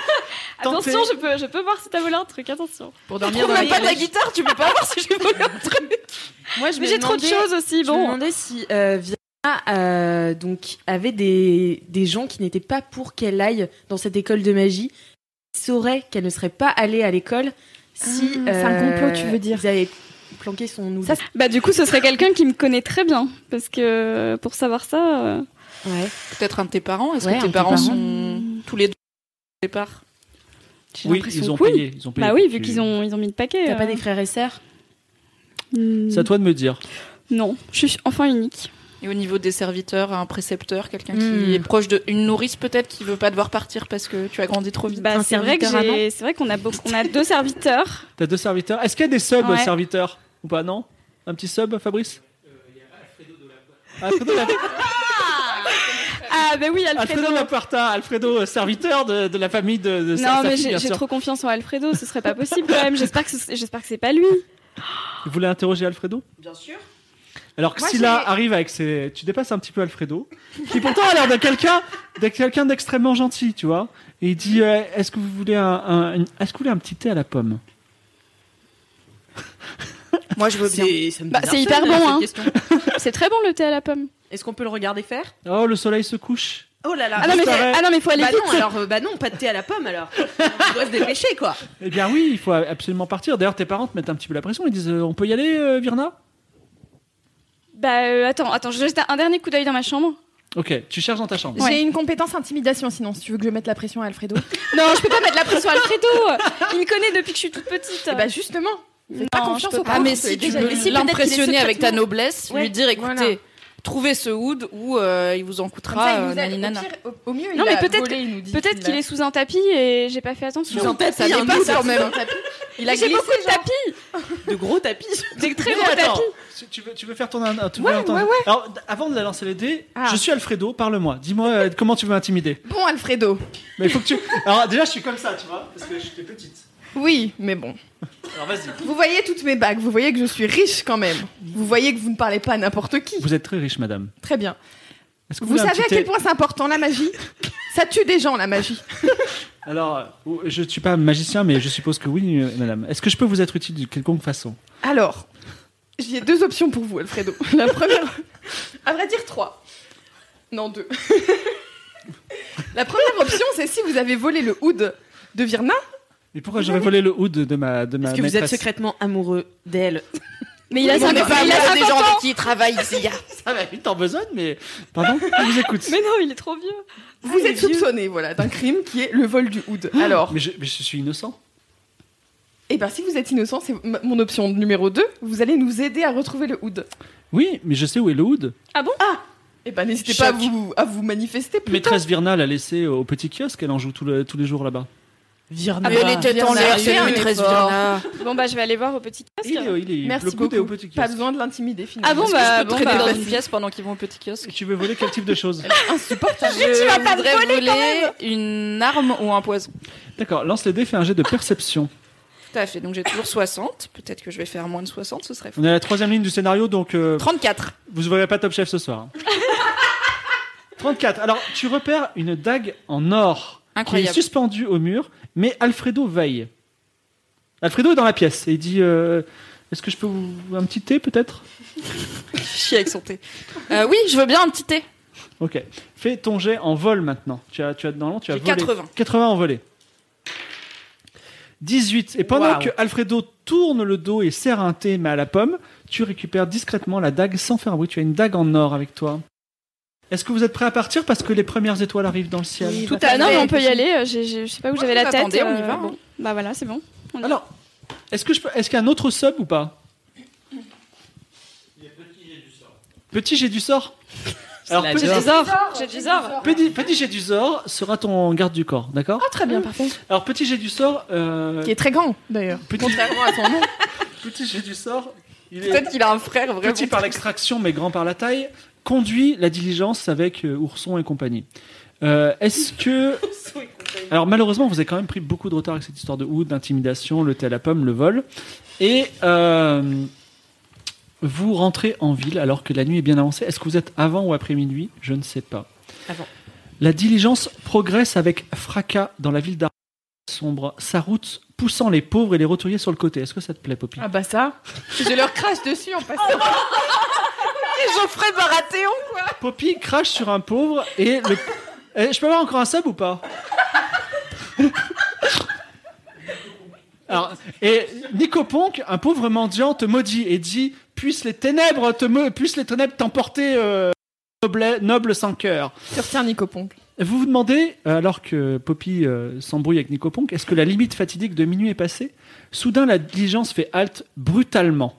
S9: Attention, je peux, je peux voir si t'as volé un truc, attention.
S5: Pour
S9: dormir
S5: dormir
S9: dans les
S5: même pas de la
S9: collèges.
S5: guitare, tu peux pas voir si j'ai volé un truc.
S6: Moi, je
S9: Mais
S6: me
S9: j'ai trop de
S6: demandais-
S9: choses aussi,
S6: Je
S9: bon.
S6: me demandais si euh, Viana euh, donc avait des, des gens qui n'étaient pas pour qu'elle aille dans cette école de magie, qui sauraient qu'elle ne serait pas allée à l'école si euh,
S7: Ah, c'est un complot, tu veux dire.
S6: Ils avaient planqué son oubli.
S9: Bah du coup, ce serait quelqu'un qui me connaît très bien, parce que euh, pour savoir ça, euh,
S6: Ouais.
S5: <laughs> Peut-être un de tes parents. Est-ce
S6: Ouais,
S5: que
S6: un
S5: tes
S6: de
S5: parents,
S6: tes
S5: sont tous les deux au départ
S9: j'ai
S4: Oui,
S9: l'impression
S4: ils ont
S9: que oui.
S4: payé. Ils ont payé.
S9: Bah oui,
S4: Tu-
S9: vu qu'ils ont, ils ont mis le paquet.
S6: T'as
S9: euh,
S6: pas des frères et sœurs
S9: hmm,
S4: C'est à toi de me dire.
S9: Non, je suis enfant unique.
S5: Et au niveau des serviteurs, un précepteur, quelqu'un
S6: Hmm.
S5: qui est proche de une nourrice peut-être qui veut pas devoir partir parce que tu as grandi trop vite.
S9: Bah,
S6: Un
S9: c'est vrai que
S6: serviteur à
S9: j'ai- c'est vrai qu'on a beaucoup, on a deux serviteurs.
S4: T'as deux serviteurs. Est-ce qu'il y a des subs
S9: Ouais.
S4: serviteurs ou pas Non Un petit sub, Fabrice
S6: Euh,
S9: <laughs>
S4: Alfredo de la...
S9: Ah bah oui, Alfredo.
S4: Alfredo Laporta, Alfredo euh, serviteur de, de la famille de, de sa,
S9: non
S4: sa
S9: mais
S4: fille, bien
S9: j'ai j'ai
S4: sûr.
S9: trop confiance en Alfredo, ce serait pas possible quand même. J'espère que ce- j'espère que c'est pas lui.
S4: Vous voulez interroger Alfredo
S6: Bien sûr.
S4: Alors que
S6: Moi,
S4: Scylla
S6: j'ai-
S4: arrive avec ses... Tu dépasses un petit peu Alfredo, qui pourtant a l'air de quelqu'un de quelqu'un d'extrêmement gentil, tu vois. Et il dit, euh, est-ce que vous voulez un, un- une- est-ce que vous voulez un petit thé à la pomme
S5: Moi, je veux
S6: C'est
S9: Bah, c'est hyper bon hein. C'est très bon le thé à la pomme.
S6: Est-ce qu'on peut le regarder faire
S4: Oh, le soleil se couche.
S6: Oh là là.
S9: Ah non mais,
S4: ça
S9: c'est-
S4: va.
S9: ah, non, mais faut aller
S6: bah
S9: vite.
S6: non, alors euh, bah non, pas de thé à la pomme alors. On doit se dépêcher quoi.
S4: Eh bien oui, il faut absolument partir. D'ailleurs, tes parents te mettent un petit peu la pression. Ils disent, euh, on peut y aller, euh, Virna
S9: Bah euh, attends, attends, je jette un dernier coup d'œil dans ma chambre.
S4: Ok, tu cherches dans ta chambre.
S9: Ouais.
S7: J'ai une compétence intimidation sinon, si tu veux que je mette la pression à Alfredo.
S9: <laughs> Non, je peux pas mettre la pression à Alfredo. Il me connaît depuis que je suis toute petite.
S7: bah justement, fais pas
S9: Non,
S7: confiance
S9: je peux
S7: au
S9: pas.
S5: Ah, mais
S7: parents,
S5: si tu
S7: déjà-
S5: veux
S7: Mais si, peut-être qu'il est
S5: l'impressionner avec ta
S7: secrètement-
S5: noblesse,
S7: Ouais,
S5: lui dire écoutez,
S7: voilà.
S5: trouvez ce hood ou euh, il vous
S7: Comme
S5: en
S7: ça,
S5: coûtera
S7: il nous
S5: euh,
S7: aide.
S5: naninana.
S7: Au, pire, au- au mieux,
S9: Ah, Non,
S7: il
S9: mais
S7: a
S9: peut-être-
S7: volé, il nous dit bah.
S9: Peut-être qu'il
S7: l'a-
S9: est sous un tapis et j'ai pas fait attention.
S5: Sous un tapis,
S9: ça
S5: un
S9: dépasse
S5: tapis,
S9: quand
S5: sous un
S9: même.
S5: Il a
S9: J'ai
S5: glissé,
S9: beaucoup de
S5: genre.
S9: tapis,
S6: De gros tapis.
S9: <laughs> des très
S6: Mais
S9: gros
S6: attends.
S9: tapis.
S4: Tu- Tu veux, tu veux faire ton. un- un- tu veux
S7: Ouais,
S4: faire ton-
S7: ouais, ouais.
S4: Alors, d- avant de la lancer les dés,
S7: Ah.
S4: je suis Alfredo, parle-moi. Dis-moi euh, comment tu veux m'intimider.
S7: Bon, Alfredo.
S4: Mais il faut que
S7: <laughs>
S4: tu. Alors, déjà, je suis comme ça, tu vois, parce que j'étais petite.
S7: Oui, mais bon.
S4: Alors, vas-y.
S7: Vous voyez toutes mes bagues, vous voyez que je suis riche quand même. Vous voyez que vous ne parlez pas à n'importe qui.
S4: Vous êtes très riche, madame.
S7: Très bien.
S4: Est-ce que
S7: Vous
S4: voulez un
S7: savez à
S4: petit
S7: quel
S4: thé
S7: point c'est important la magie Ça tue des gens la magie.
S4: Alors, euh, ou- je ne suis pas magicien, mais je suppose que oui, euh, madame. Est-ce que je peux vous être utile de quelconque façon
S7: Alors, j'ai deux options pour vous, Alfredo. <laughs> La première, à vrai dire trois. Non, deux. <laughs> La première option, c'est si vous avez volé le hood de Virna.
S4: Mais pourquoi j'aurais volé le hood de ma de ma
S6: Est-ce que vous êtes
S4: maîtresse
S6: secrètement amoureux d'elle
S9: Mais il a
S5: On n'est
S9: 50
S5: pas
S9: il a
S5: amoureux des
S9: 50
S5: gens
S9: ans.
S5: avec qui il travaille ici. gars.
S4: Ça va vite en besogne, mais pardon, <laughs> je vous écoute.
S9: Mais non, il est trop vieux.
S7: Vous êtes soupçonné, voilà, d'un crime qui est le vol du hood.
S9: Ah.
S7: Alors,
S4: Mais je, mais je suis innocent.
S7: eh ben, si vous êtes innocent, c'est m- mon option numéro 2. Vous allez nous aider à retrouver le hood.
S4: Oui, mais je sais où est le hood.
S7: Eh ben, n'hésitez pas à
S4: Choc.
S7: vous, à vous manifester plus tard.
S4: Maîtresse Virna l'a laissé au petit kiosque. Elle en joue tout le- tous les jours là-bas.
S6: Virna.
S7: Ah,
S5: Elle était en
S7: Virna,
S5: l'air,
S7: fais un
S5: c'est maîtresse
S7: effort.
S5: Virna.
S9: Bon bah je vais aller voir au petit casque.
S4: Il est, il est-
S7: Merci
S4: le coude
S7: beaucoup.
S4: est au petit
S7: Pas
S4: kiosque.
S7: besoin de l'intimider finalement.
S9: Ah bon,
S7: Est-ce que
S9: bah,
S7: je peux
S9: bon,
S7: traîner
S9: bah,
S7: dans
S5: dans
S7: une
S5: une pièce pendant qu'ils vont au petit kiosque.
S4: Tu veux voler quel type de
S7: <laughs>
S4: choses
S5: Je voudrais voler une arme ou un poison.
S4: D'accord, lance les dés, fais un jet de perception.
S5: Tout à fait. Donc j'ai toujours 60. Peut-être que je vais faire moins de 60, ce serait fou.
S4: On est à la troisième ligne du scénario, donc euh,
S5: 34.
S4: vous ne verrez pas Top Chef ce
S7: <laughs>
S4: soir. hein. 34. Alors, tu repères une dague en or
S5: Incroyable.
S4: qui est suspendue au mur, mais Alfredo veille. Alfredo est dans la pièce et il dit euh, Est-ce que je peux vous. un petit thé peut-être
S5: Chier avec son thé. Euh, oui, je veux bien un petit thé.
S4: Ok. Fais ton jet en vol maintenant. Tu as, tu as dans tu as
S5: J'ai
S4: volé.
S5: 80.
S4: 80 en volée. 18. Et pendant
S5: Waouh.
S4: que Alfredo tourne le dos et serre un thé mais à la pomme, tu récupères discrètement la dague sans faire un bruit. Tu as une dague en or avec toi. Est-ce que vous êtes prêts à partir parce que les premières étoiles arrivent dans le ciel
S9: Tout à Non, mais on peut y aller. euh, j'ai- j'ai- Je sais pas où
S5: Moi,
S9: j'avais
S5: je
S9: la tête.
S5: t'attendais, on y
S9: euh,
S5: va, hein.
S9: bon. Bah voilà, c'est bon. On y va.
S4: Alors, est-ce que je peux- est-ce qu'il y a un autre sub ou pas Petit jet du sort. Alors,
S5: la
S4: petit,
S5: joie.
S9: J'ai du zor.
S4: petit- petit jet du sort sera ton garde du corps, d'accord
S7: Ah, très bien, parfait.
S4: Alors, petit jet du sort. euh,
S7: Qui est très grand, d'ailleurs.
S4: petit,
S7: Contrairement à son nom.
S4: <laughs> petit jet du sort. Il est
S5: Peut-être qu'il a un frère vraiment.
S4: petit par l'extraction, mais grand par la taille. Conduit la diligence avec euh, Ourson et compagnie. Euh, Est-ce que. Alors, malheureusement, vous avez quand même pris beaucoup de retard avec cette histoire de hood, d'intimidation, le thé à la pomme, le vol. Et euh, vous rentrez en ville alors que la nuit est bien avancée. Est-ce que vous êtes avant ou après minuit Je ne sais pas.
S6: Avant.
S4: La diligence progresse avec fracas dans la ville d'Arles sombre, sa route poussant les pauvres et les roturiers sur le côté. Est-ce que ça te plaît, Poppy
S7: Ah bah ça. Je leur crache dessus en passant.
S5: Geoffrey Baratheon
S4: Poppy crache sur un pauvre et le. Eh, je peux avoir encore un sub ou pas Alors, et Nico Ponk, un pauvre mendiant, te maudit et dit Puissent les ténèbres te me- puissent les ténèbres t'emporter, euh, noble, noble sans cœur.
S7: Surtiens Nicopon.
S4: Vous vous demandez, euh, alors que Poppy euh, s'embrouille avec Nico Ponk, est-ce que la limite fatidique de minuit est passée Soudain, la diligence fait halte brutalement.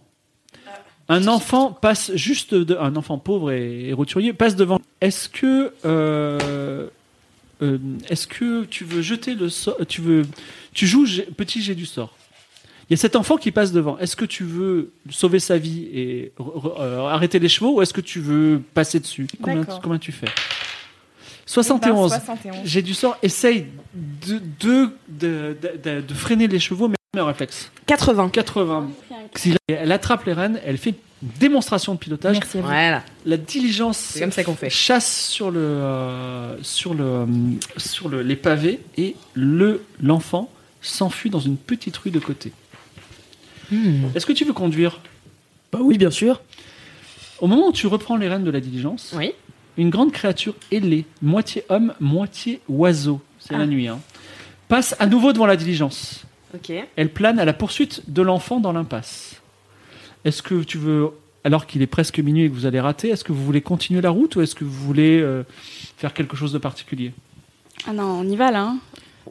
S4: Un enfant passe juste de, un enfant pauvre et, et roturier passe devant. Est-ce que euh, euh, est-ce que tu veux jeter le sort Tu veux tu joues G- petit jet du sort. Il y a cet enfant qui passe devant. Est-ce que tu veux sauver sa vie et re- re- euh, arrêter les chevaux ou est-ce que tu veux passer dessus combien,
S7: D'accord.
S4: combien tu fais 71. J'ai du sort. Essaye de, de, de, de- de freiner les chevaux, mais un réflexe.
S6: 80.
S4: 80. Si la- Elle attrape les rênes, elle fait une démonstration de pilotage.
S7: Merci à vous.
S6: Voilà.
S4: La diligence
S6: C'est comme ça qu'on fait.
S4: chasse sur le euh, sur le euh, sur le- les pavés et le l'enfant s'enfuit dans une petite rue de côté. Est-ce que tu veux conduire
S6: Bah oui, bien sûr.
S4: Au moment où tu reprends les rênes de la diligence,
S6: Oui.
S4: une grande créature ailée, moitié homme, moitié oiseau, c'est la nuit, hein, passe à nouveau devant la diligence.
S6: Ok.
S4: Elle plane à la poursuite de l'enfant dans l'impasse. Est-ce que tu veux, alors qu'il est presque minuit et que vous allez rater, est-ce que vous voulez continuer la route ou est-ce que vous voulez euh, faire quelque chose de particulier
S9: Ah non, on y va là. hein.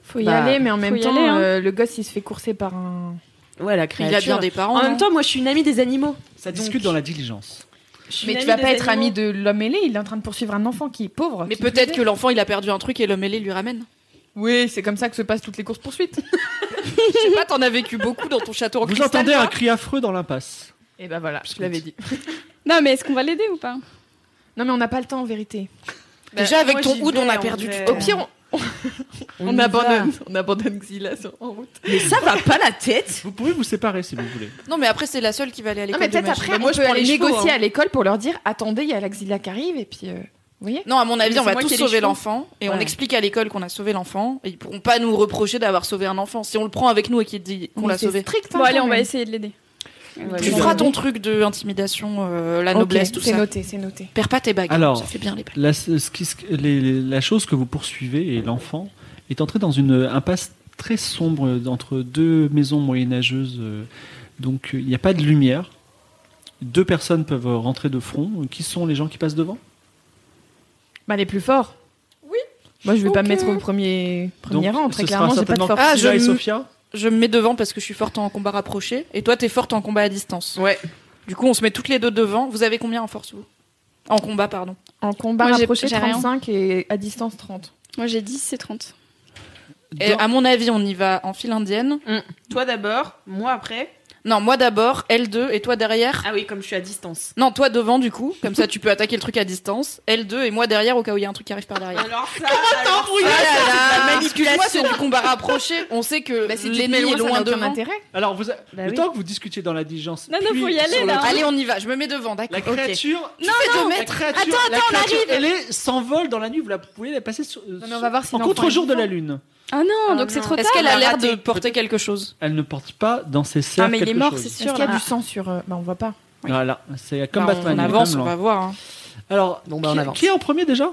S7: Faut y
S6: Bah,
S7: aller, mais en même
S9: y
S7: temps,
S9: aller, hein.
S7: euh, le gosse il se fait courser par un.
S6: Ouais, la
S5: Il a
S6: créature.
S5: bien des parents. hein.
S6: En même
S7: hein.
S5: non
S6: temps, moi, je suis une amie des animaux.
S4: Ça
S6: Donc-
S4: discute dans la diligence.
S6: Je suis
S7: Mais
S6: une
S7: tu
S6: amie
S7: vas
S6: des
S7: pas être
S6: animaux.
S7: ami de l'homme ailé, il est en train de poursuivre un enfant qui est pauvre.
S5: Mais
S7: qui
S5: peut-être
S7: plus
S5: que l'enfant il a perdu un truc et l'homme ailé lui ramène.
S7: Oui, c'est comme ça que se passent toutes les courses <laughs> poursuites.
S5: Je sais pas, t'en as vécu beaucoup dans ton château en
S4: Vous
S5: cristal.
S4: entendez
S5: toi
S4: un cri affreux dans l'impasse.
S7: Et bah voilà, je l'avais <laughs> dit.
S9: Non, mais est-ce qu'on va l'aider ou pas
S7: Non, mais on n'a pas le temps en vérité.
S5: Déjà avec
S7: moi,
S5: ton
S7: j'y
S5: hood
S7: vais,
S5: on a
S7: en
S5: perdu du
S7: vrai.
S5: temps.
S7: Au pire, <laughs>
S6: y
S7: on, on
S6: va.
S7: abandonne, on abandonne Xylas en route.
S6: Mais ça va pas la tête
S4: Vous pouvez vous séparer si vous voulez.
S5: Non mais après c'est la seule qui va aller à
S7: Non,
S5: l'école.
S7: mais
S5: de
S7: peut-être
S5: magie.
S7: après,
S5: Bah,
S7: moi,
S5: moi
S7: on
S5: je
S7: peut
S5: prends
S7: aller
S5: les chevaux,
S7: négocier
S5: hein.
S7: à l'école pour leur dire attendez, il y a la Xyla qui arrive, et puis. euh, vous voyez
S5: Non, à mon avis,
S7: Mais
S5: on va
S7: c'est moi
S5: tous
S7: qui ai les
S5: sauver
S7: chevaux.
S5: l'enfant et on
S7: Ouais.
S5: explique à l'école qu'on a sauvé l'enfant et ils pourront pas nous reprocher d'avoir sauvé un enfant si on le prend avec nous et qu'il dit qu'on
S7: Mais
S5: l'a
S7: c'est
S5: sauvé.
S7: strict. hein,
S9: Bon, allez,
S7: quand
S9: on va
S7: même.
S9: essayer de l'aider.
S5: Tu
S7: Ouais.
S5: feras ton truc de intimidation, euh, la
S7: Ok,
S5: noblesse, tout
S7: C'est
S5: ça.
S7: noté, c'est noté.
S5: Perds pas tes bagues.
S4: Alors.
S5: ça fait bien les bagues.
S4: La, ce qui- ce- les- les- la chose que vous poursuivez et l'enfant est entré dans une impasse très sombre entre deux maisons moyenâgeuses. euh, Donc euh, il n'y a pas de lumière. Deux personnes peuvent euh, rentrer de front. Qui sont les gens qui passent devant
S7: Bah, les plus forts.
S5: Oui.
S7: Moi, je vais pas me
S5: Ok.
S7: mettre au premier, premier
S4: Donc,
S7: rang,
S4: ce
S7: très
S4: sera
S7: clairement, j'ai pas de
S4: certainement
S7: force.
S5: Ah, je
S4: Priscilla et
S5: me-
S4: Sophia
S5: Je me mets devant parce que je suis forte en combat rapproché et toi t'es forte en combat à distance.
S6: Ouais.
S5: Du coup, on se met toutes les deux devant. Vous avez combien en force vous En combat, pardon.
S7: En combat
S9: Moi, j'ai-
S7: rapproché,
S9: j'ai rien.
S7: 35 et à distance, 30.
S9: Moi j'ai 10, c'est 30.
S5: Et
S4: Dans-
S5: à mon avis, on y va en file indienne.
S6: Toi d'abord, moi après.
S5: Non, moi d'abord, L2 et toi derrière.
S6: Ah oui, comme je suis à distance.
S5: Non, toi devant du coup, comme ça tu peux attaquer le truc à distance. L2 et moi derrière au cas où il y a un truc qui arrive par derrière.
S6: Alors ça,
S5: Ah là là.
S6: la
S5: Excuse-moi,
S6: manipulation.
S5: c'est du combat rapproché. On sait que
S9: Bah,
S5: l'ennemi est loin
S7: de
S5: devant.
S7: l'intérêt.
S4: Alors, vous a-
S6: Bah
S4: le
S6: oui.
S4: temps que vous discutiez dans la diligence,
S9: Non, non,
S4: puis
S9: faut y aller,
S4: sur le
S9: là.
S4: truc,
S5: Allez, on y va. Je me mets devant,
S4: la
S5: d'accord. ok.
S4: créature,
S5: Tu fais deux
S4: la
S5: mètres.
S4: créature, la créature, elle est s'envole dans la nuit. Vous la pouvez la passer sur,
S7: mais on va voir si
S4: en
S7: l'enfant
S4: contre-jour
S7: est
S4: de la
S7: vivant.
S4: lune.
S9: Ah non,
S7: Ah
S9: donc c'est
S7: non.
S9: trop tard.
S5: Est-ce qu'elle a l'air
S9: raté.
S5: de porter quelque chose
S4: Elle ne porte pas dans ses serres
S9: Ah, mais il est
S4: quelque
S9: mort,
S4: chose.
S9: c'est
S7: Est-ce
S9: sûr.
S7: qu'il y a
S9: là.
S7: du sang sur. euh, Bah, on voit pas.
S4: Voilà, c'est comme
S5: Bah,
S4: Batman. il
S5: On
S4: est
S5: avance,
S4: comme
S5: on
S4: lent.
S5: va voir. hein.
S4: Alors,
S6: Bon, bah, on
S4: qui,
S6: avance.
S4: qui est en premier déjà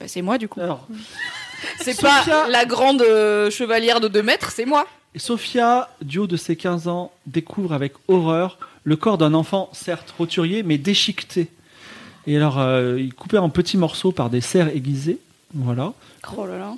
S5: Bah, c'est moi du coup. C'est
S4: Sophia-
S5: pas la grande euh, chevalière de 2 mètres, c'est moi.
S4: Et Sophia, du haut de ses 15 ans, découvre avec horreur le corps d'un enfant, certes roturier, mais déchiqueté. Et alors, euh, il coupait en petits morceaux par des serres aiguisées. Voilà.
S9: Oh là là.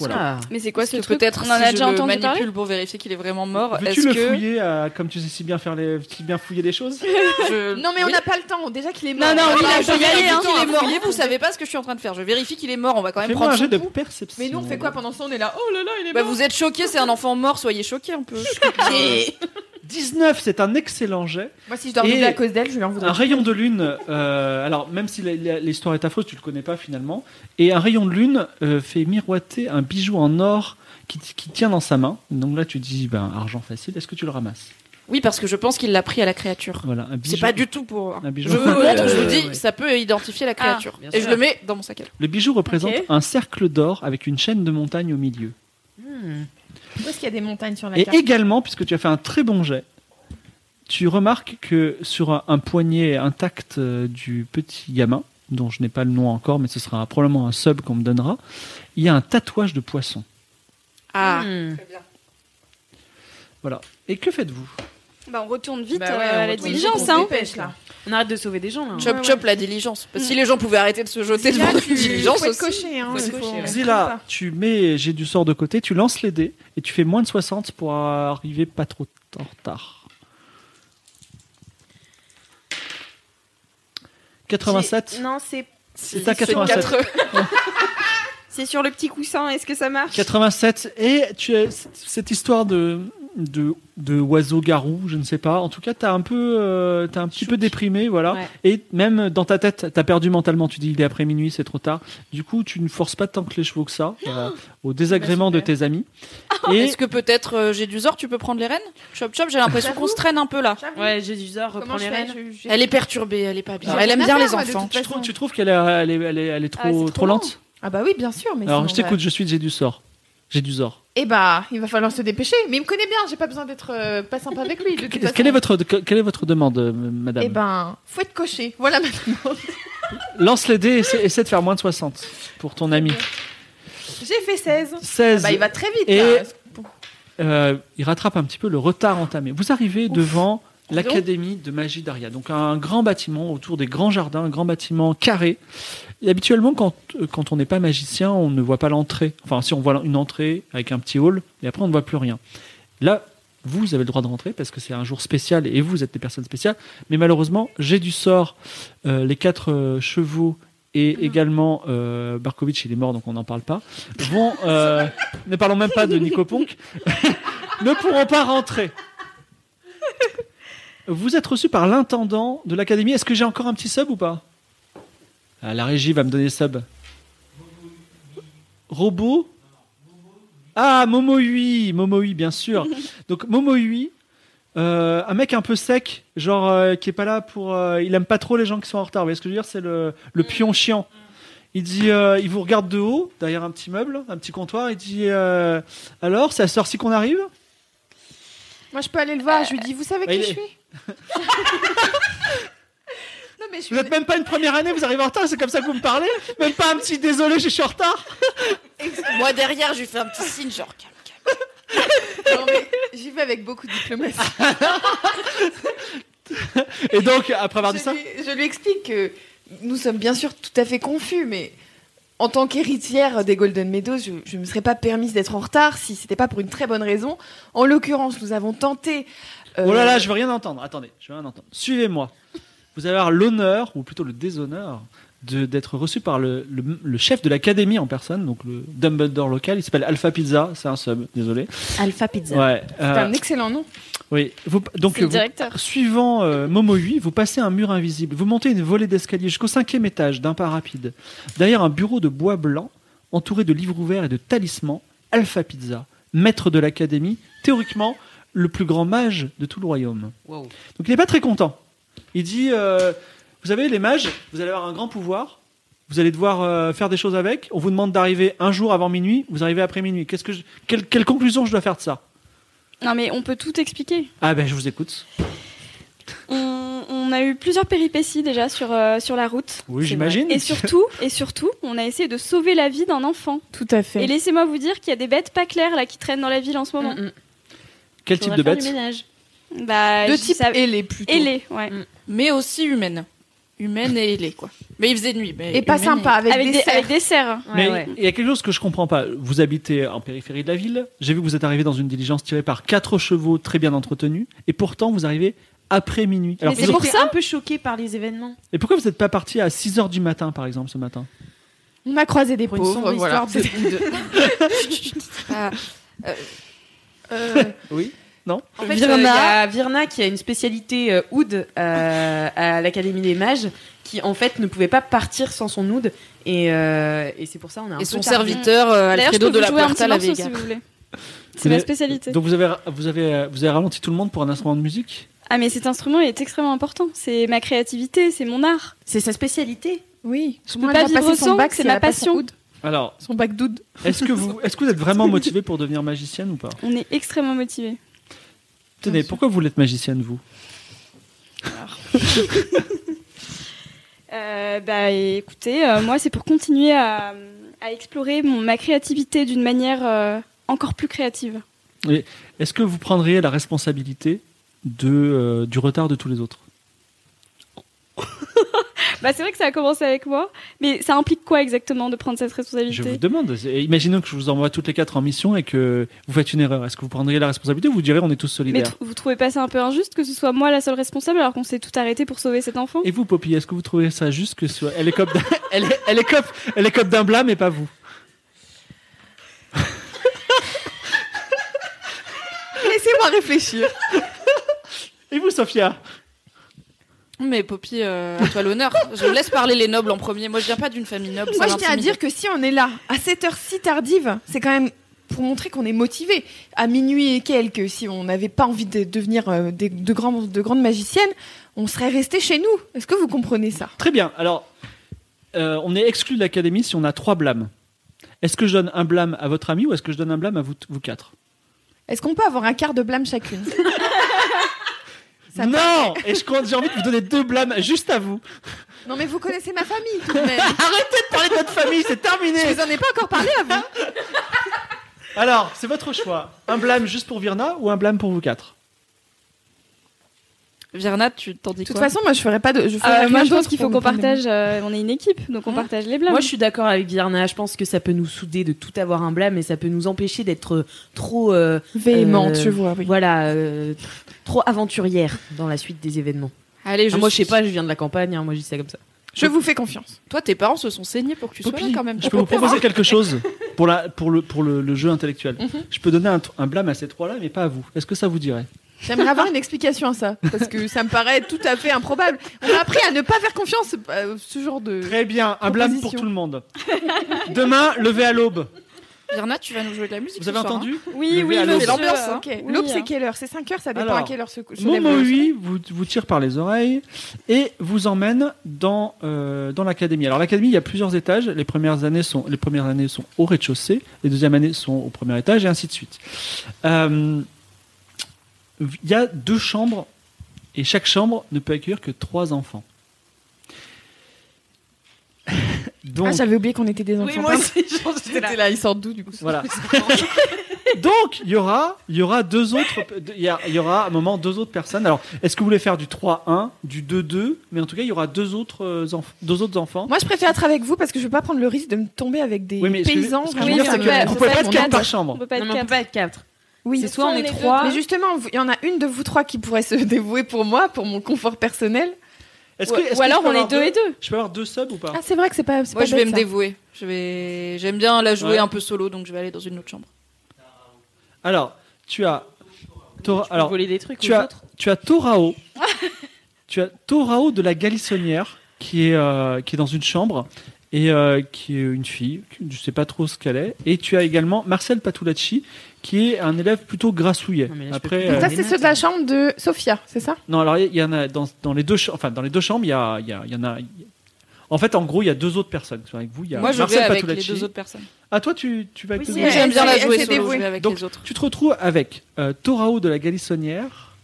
S4: Voilà.
S9: Mais c'est quoi
S5: Ah. Parce
S9: ce
S5: que
S9: truc
S5: Peut-être
S9: On en a
S5: si
S9: déjà
S5: je le
S9: entendu
S5: manipule
S9: parler
S5: pour vérifier qu'il est vraiment mort.
S4: Veux-tu
S5: Est-ce
S4: le
S5: que
S4: fouiller, euh, comme tu sais si bien, faire les, si bien fouiller les choses
S5: je-
S7: Non, mais on
S5: Oui.
S7: n'a pas le temps. Déjà qu'il est mort.
S5: Non, non, oui, là, je
S7: vais
S5: vérifie
S7: aller,
S5: qu'il est mort.
S7: fouiller,
S5: Vous savez pas ce que je suis en train de faire. Je vérifie qu'il est mort. On va quand même
S4: Fais-moi
S5: prendre
S4: un jet
S5: son
S4: de
S5: pouls.
S4: perception.
S7: Mais nous, on fait quoi pendant ce temps On est là. Oh là là, il est
S5: Bah,
S7: mort.
S5: vous êtes choqués, c'est un enfant mort. Soyez choqués un peu.
S10: Ah.
S9: Bah
S4: 19, c'est un excellent jet.
S7: Moi, si je dormais
S4: Et-
S7: à cause d'elle, je lui en voudrais.
S4: Un rayon de lune, euh, alors même si la- la- l'histoire est affreuse, tu le connais pas finalement, et un rayon de lune euh, fait miroiter un bijou en or qui, qui tient dans sa main. Donc là, tu dis, ben, argent facile, est-ce que tu le ramasses
S5: <laughs> Oui, parce que je pense qu'il l'a pris à la créature.
S4: Voilà, un bijou.
S5: C'est pas du tout pour.
S4: Un bijou.
S5: Je vous le
S4: <laughs>
S5: montre, je vous
S4: Ouais.
S5: dis, ça peut identifier la créature.
S6: bien
S5: Et
S6: sûr.
S5: je le mets dans mon sac à dos.
S4: Le bijou représente
S9: Ok.
S4: un cercle d'or avec une chaîne de montagne au milieu.
S7: Où est-ce qu'il y a des montagnes sur la
S4: Et
S7: carte
S4: également, puisque tu as fait un très bon jet, tu remarques que sur un, un poignet intact euh, du petit gamin, dont je n'ai pas le nom encore, mais ce sera probablement un sub qu'on me donnera, il y a un tatouage de poisson.
S5: Ah.
S4: Voilà. Et que faites-vous
S9: Bah, on retourne vite
S6: Bah ouais,
S9: euh,
S6: on
S9: à la
S6: retourne vite,
S9: diligence.
S6: on
S9: Hein.
S7: Dépêche, là.
S6: On arrête de sauver des gens là.
S5: Chop
S7: Ouais,
S5: chop la diligence. Parce que si les gens pouvaient arrêter de se jeter devant la diligence
S7: faut être
S5: aussi.
S7: coché, hein,
S5: Faut être
S7: il faut-
S6: Eh
S5: coché,
S6: ben,
S5: ouais.
S4: Zilla,
S6: hein.
S4: tu mets j'ai du sort de côté, tu lances les dés et tu fais moins de 60 pour arriver pas trop en retard. 87
S6: Non, c'est
S4: C'est à 87.
S6: c'est sur le petit coussin. Est-ce que ça marche
S4: 87 et tu as c- cette histoire de de, de oiseau garou, je ne sais pas. En tout cas, t'as un peu euh, t'as un petit peu déprimé, voilà.
S6: Ouais.
S4: Et même dans ta tête, t'as perdu mentalement. Tu dis il est après minuit, c'est trop tard. Du coup, tu ne forces pas tant que les chevaux que ça, euh, au désagrément de tes amis. Et
S5: Ah, Est-ce que peut-être euh, j'ai du zor, tu peux prendre les rênes Chop chop, j'ai l'impression qu'on se traîne un peu là.
S6: Ouais, Jésus-Zor reprend
S7: Comment
S6: les
S7: je
S6: rênes.
S7: fais Je- je-
S5: Elle est perturbée, elle est pas bien.
S7: J'ai
S5: Elle aime
S7: rien
S5: bien
S7: à
S5: les
S7: faire, moi, de
S5: enfants.
S7: toute façon.
S4: tu trouves qu'elle est, elle est, elle est- elle est trop,
S9: Ah, c'est
S4: trop,
S9: trop
S4: lente
S7: Ah bah oui, bien sûr. Mais
S4: Alors
S7: sinon,
S4: je t'écoute, je suis j'ai du sort. J'ai du sort.
S7: Eh bah, il va falloir se dépêcher. Mais il me connaît bien, j'ai pas besoin d'être euh, pas sympa avec lui. de toute façon.
S4: Quelle est votre, quelle est votre demande, euh, madame
S7: Eh ben, faut être coché. Voilà maintenant.
S4: Lance les dés et essaie, essaie de faire moins de 60 pour ton ami.
S7: J'ai fait 16.
S4: 16.
S7: Bah, il va très vite.
S4: Et-
S7: là. Bon.
S4: Euh, il rattrape un petit peu le retard entamé. Vous arrivez devant l'Académie de magie d'Aria, donc un grand bâtiment autour des grands jardins, un grand bâtiment carré. Et habituellement, quand, euh, quand on n'est pas magicien, on ne voit pas l'entrée. Enfin, si on voit une entrée avec un petit hall, et après on ne voit plus rien. Là, vous avez le droit de rentrer parce que c'est un jour spécial et vous êtes des personnes spéciales. Mais malheureusement, j'ai du sort euh, les quatre euh, chevaux et également euh, Barkovitch, il est mort donc on n'en parle pas. Vont, euh, ne parlons même pas de Nico Ponk ne pourront pas rentrer. Vous êtes reçu par l'intendant de l'académie. Est-ce que j'ai encore un petit sub ou pas Ah, La régie va me donner sub. Robot Ah, Momohui Momohui, bien sûr. Donc, Momohui, euh, un mec un peu sec, genre euh, qui est pas là pour. euh, il aime pas trop les gens qui sont en retard. Vous voyez ce que je veux dire C'est le, le pion chiant. Il dit, euh, il vous regarde de haut, derrière un petit meuble, un petit comptoir. Il dit, euh, alors, c'est à ce ci qu'on arrive
S7: Moi, je peux aller le voir. Je lui dis, vous savez
S4: bah,
S7: qui
S4: il
S7: je
S4: est-
S7: suis <laughs> Non, mais je
S4: Vous
S7: suis
S4: n'êtes même pas une première année, vous arrivez en retard, c'est comme ça que vous me parlez Même pas un petit désolé, je suis en retard
S5: Moi derrière, je lui fais un petit signe genre calme, calme.
S7: Non, mais j'y vais avec beaucoup de diplomatie.
S4: Et donc, après avoir dit
S7: je,
S4: ça,
S7: lui, je lui explique que nous sommes bien sûr tout à fait confus, mais en tant qu'héritière des Golden Meadows, je, je ne me serais pas permise d'être en retard si c'était pas pour une très bonne raison. En l'occurrence, nous avons tenté. euh,
S4: oh là là, je veux rien entendre, attendez, je veux rien entendre. Suivez-moi. Vous allez avoir l'honneur, ou plutôt le déshonneur, de- d'être reçu par le, le- le chef de l'académie en personne, donc le Dumbledore local, il s'appelle Alpha Pizza, c'est un sub, désolé.
S6: Alpha Pizza.
S4: Ouais,
S7: C'est
S4: euh,
S7: un excellent nom.
S4: oui. Vous- donc,
S9: C'est le
S4: vous-
S9: directeur.
S4: Suivant euh, Momo 8, vous passez un mur invisible. Vous montez une volée d'escalier jusqu'au cinquième étage d'un pas rapide. Derrière un bureau de bois blanc, entouré de livres ouverts et de talismans, Alpha Pizza, maître de l'académie, théoriquement le plus grand mage de tout le royaume. Donc il n'est pas très content. Il dit euh, Vous savez, les mages, vous allez avoir un grand pouvoir. Vous allez devoir euh, faire des choses avec. On vous demande d'arriver un jour avant minuit. Vous arrivez après minuit. Qu'est-ce que je- quelle- quelle conclusion je dois faire de ça
S9: Non, mais on peut tout expliquer.
S4: Ah ben, je vous écoute.
S9: On, on a eu plusieurs péripéties déjà sur, euh, sur la route.
S4: Oui, j'imagine.
S9: Et surtout, et surtout, on a essayé de sauver la vie d'un enfant.
S7: Tout à fait.
S9: Et laissez-moi vous dire qu'il y a des bêtes pas claires là qui traînent dans la ville en ce
S6: Mm,
S9: moment.
S4: Quel type de bête
S9: Bah,
S5: De
S9: je-
S5: type
S9: ça-
S5: ailé plutôt.
S9: ailée, ouais.
S6: Mm.
S5: Mais aussi humaine. Humaine et ailée, quoi. Mais il faisait nuit. mais
S7: Et pas
S5: humaine
S7: sympa, avec,
S9: Avec
S7: des
S9: des,
S7: cerfs.
S9: avec des cerfs.
S4: Mais il y a quelque chose que je comprends pas. Vous habitez en périphérie de la ville. J'ai vu que vous êtes arrivé dans une diligence tirée par quatre chevaux très bien entretenus, et pourtant vous arrivez après minuit. Alors,
S6: Mais
S4: vous-
S6: c'est pour ça un peu choqué par les événements.
S4: Et pourquoi vous n'êtes pas parti à 6 heures du matin, par exemple, ce matin
S7: On a croisé des
S5: Pour une
S7: pauvres,
S5: sombre
S7: histoire <laughs>
S5: histoire
S7: de-
S5: Ah, euh,
S9: Euh,
S4: Oui. Non
S6: En fait,
S5: Virna.
S6: euh, il y a Virna qui a une spécialité euh, oud euh, à l'Académie des Mages qui en fait ne pouvait pas partir sans son oud et, euh, et c'est pour ça on a un
S5: et
S6: peu
S5: son
S6: tardé.
S5: serviteur
S9: D'ailleurs,
S5: euh,
S9: je
S5: Alfredo
S9: peux
S5: de
S9: vous
S5: la
S9: jouer un
S5: Puerta
S9: petit
S5: la
S9: morceau
S5: Vega.
S9: si vous voulez.
S4: C'est
S9: C'est ma spécialité.
S4: Donc vous avez, vous, avez, vous avez ralenti tout le monde pour un instrument de musique
S9: Ah mais cet instrument il est extrêmement important. C'est ma créativité, c'est mon art.
S6: C'est sa spécialité.
S7: Oui. Je
S9: peux pas vivre sans, c'est ma passion.
S4: Alors,
S7: Son bac d'oud.
S4: est-ce que, vous, est-ce que vous êtes vraiment motivé pour devenir magicienne ou pas
S9: On est extrêmement motivés.
S4: Tenez, pourquoi vous voulez être magicienne, vous
S9: Euh, bah écoutez, euh, moi c'est pour continuer à, à explorer mon- ma créativité d'une manière euh, encore plus créative.
S4: Est-ce que vous prendriez la responsabilité de, euh, du retard de tous les autres
S9: Bah c'est vrai que ça a commencé avec moi, mais ça implique quoi exactement de prendre cette
S4: Je
S9: responsabilité
S4: vous demande, c'est- imaginons que je vous envoie toutes les quatre en mission et que vous faites une erreur. Est-ce que vous prendriez la responsabilité ou vous direz on est tous
S9: Mais
S4: solidaires
S9: tr- vous trouvez pas ça un peu injuste que ce soit moi la seule responsable alors qu'on s'est tout arrêté pour sauver cet enfant
S4: Et vous, Poppy, est-ce que vous trouvez ça juste que ce soit... Elle écope d'un, <laughs> elle, est- elle écope- elle écope d'un blâme et pas vous
S7: Laissez-moi réfléchir.
S4: Et vous, Sophia
S5: Mais Poppy, euh, à toi l'honneur. Je laisse parler les nobles en premier. Moi, je viens pas d'une famille noble. ça
S7: Moi, je tiens à
S5: m'intimide.
S7: dire que si on est là à cette heure si tardive, c'est quand même pour montrer qu'on est motivé. À minuit et quelques, si on n'avait pas envie de devenir euh, des- de, grands, de grandes magiciennes, on serait resté chez nous. Est-ce que vous comprenez ça
S4: Très bien. Alors, euh, on est exclu de l'académie si on a trois blâmes. Est-ce que je donne un blâme à votre ami ou est-ce que je donne un blâme à vous, vous quatre
S7: Est-ce qu'on peut avoir un quart de blâme chacune Ça me-
S4: Non Et je compte, j'ai envie de vous donner deux blâmes juste à vous.
S7: Non, mais vous connaissez ma famille tout <laughs> de même.
S4: Arrêtez de parler de votre famille, c'est terminé
S7: Je vous en ai pas encore parlé avant.
S4: Alors, c'est votre choix. Un blâme juste pour Virna ou un blâme pour vous quatre
S5: Virna, tu t'en dis
S7: De toute
S5: quoi
S7: façon, moi, je ferais pas de. Je ferais
S9: Euh,
S7: rien,
S9: moi je
S7: je
S9: pense qu'il faut
S7: pour
S9: qu'on
S7: prendre des-
S9: partage, euh, on est une équipe, donc on
S5: Hein
S6: Mmh.
S9: partage les blâmes.
S6: Moi, je suis d'accord avec Virna. Je pense que ça peut nous souder de tout avoir un blâme et ça peut nous empêcher d'être euh, trop, euh,
S7: Véhémente,
S6: Euh,
S7: je vois. Oui.
S6: voilà, euh, trop aventurière dans la suite des événements.
S5: Allez, je.
S6: Ah, moi, je sais pas, je viens de la campagne, hein, moi, je dis ça comme ça.
S7: Je vous fais confiance.
S5: Toi, tes parents se sont saignés pour que tu sois là
S4: Poppy,
S5: quand même.
S4: Je peux vous proposer quelque
S5: <laughs>
S4: chose pour, la, pour, le, pour le, le jeu intellectuel.
S5: Mhm.
S4: Je peux donner un, tr- un blâme à ces trois-là, mais pas à vous. Est-ce que ça vous dirait
S7: J'aimerais avoir une explication à ça, parce que ça me paraît tout à fait improbable. On a appris à ne pas faire confiance à ce genre de.
S4: Très bien, un blâme pour
S7: Proposition.
S4: tout le monde. Demain, levé à l'aube.
S5: Virna, tu vas nous jouer de la musique.
S4: Vous avez
S5: ce soir, hein.
S4: entendu
S9: Oui,
S4: Levé
S9: oui,
S4: à
S9: le
S4: l'aube.
S9: jeu,
S4: C'est
S7: L'ambiance,
S9: hein.
S7: ok.
S9: Oui,
S7: L'aube,
S9: hein.
S7: c'est quelle heure C'est 5 heures, ça dépend
S4: Alors,
S7: à quelle heure se couche.
S4: Momohui vous, vous tire par les oreilles et vous emmène dans, euh, dans l'académie. Alors l'académie, il y a plusieurs étages. Les premières années sont, les premières années sont au rez-de-chaussée, les deuxièmes années sont au premier étage et ainsi de suite. Euh, il y a deux chambres et chaque chambre ne peut accueillir que trois enfants. <laughs> Donc,
S7: Ah, j'avais oublié qu'on était des
S5: hein.
S7: enfants.
S5: <laughs>
S6: aussi, j'étais
S7: là.
S6: ils sortent d'où du coup
S4: Voilà. <laughs> Donc, il y aura, il y aura deux autres, il y, a- il y aura à un moment deux autres personnes. Alors, est-ce que vous voulez faire du 3-1, du 2-2 Mais en tout cas, il y aura deux autres, euh, enf- deux autres enfants.
S7: Moi, je préfère être avec vous parce que je veux pas prendre le risque de me tomber avec des
S4: Oui, mais ce que-
S7: paysans.
S4: ce que je veux
S7: vraiment,
S4: dire, c'est
S7: ça
S4: que
S7: me-
S4: vous
S7: ça
S4: pouvez
S7: me
S4: pas être
S7: m'embête.
S4: quatre par chambre.
S9: On peut pas
S6: Non,
S9: être
S6: mais on peut
S9: quatre.
S6: pas être quatre.
S7: Oui.
S6: C'est soit on est
S9: deux,
S6: trois.
S7: Mais justement, vous- il y en a une de vous trois qui pourrait se <laughs> dévouer pour moi, pour mon confort personnel.
S4: Est-ce
S9: Ou-
S4: que- est-ce
S9: ou
S4: que je
S9: alors
S4: peux
S9: on est
S4: avoir
S9: deux et deux.
S4: Je peux avoir deux subs ou pas
S7: Ah, c'est vrai que c'est pas.
S5: Moi, je vais me dévouer. Je vais. J'aime bien la jouer
S4: Ouais.
S5: un peu solo, donc je vais aller dans une autre chambre.
S4: Alors, tu as, Tora-
S6: Alors,
S4: alors,
S6: voler des trucs
S4: tu
S6: aux
S4: as,
S6: autres.
S4: tu as Torao, tu as Torao de la Galissonnière qui est euh, qui est dans une chambre. Et euh, qui est une fille, je sais pas trop ce qu'elle est. Et tu as également Marcel Patulacci, qui est un élève plutôt grassouillet.
S6: Non, mais là, je peux
S4: Après,
S6: plus.
S4: euh,
S7: Ça, c'est ceux de la chambre de Sophia, c'est ça
S4: Non, alors il y en a dans, dans les deux, cha- enfin dans les deux chambres, il y a, il y a- il y en a. En fait, en gros, il y a deux autres personnes qui sont avec vous. Il y a
S5: Moi, je
S4: Marcel
S5: vais avec les
S4: Patulacci.
S5: deux autres personnes.
S4: Ah, toi, tu, tu vas avec les
S7: Oui,
S4: deux
S7: c'est elle.
S5: J'aime bien la
S7: elle
S5: jouer
S7: s'est
S5: solo. Je
S7: dévouée.
S5: vais avec
S4: Donc,
S5: les autres.
S4: Tu te retrouves avec euh, Torao de la Galissonnière,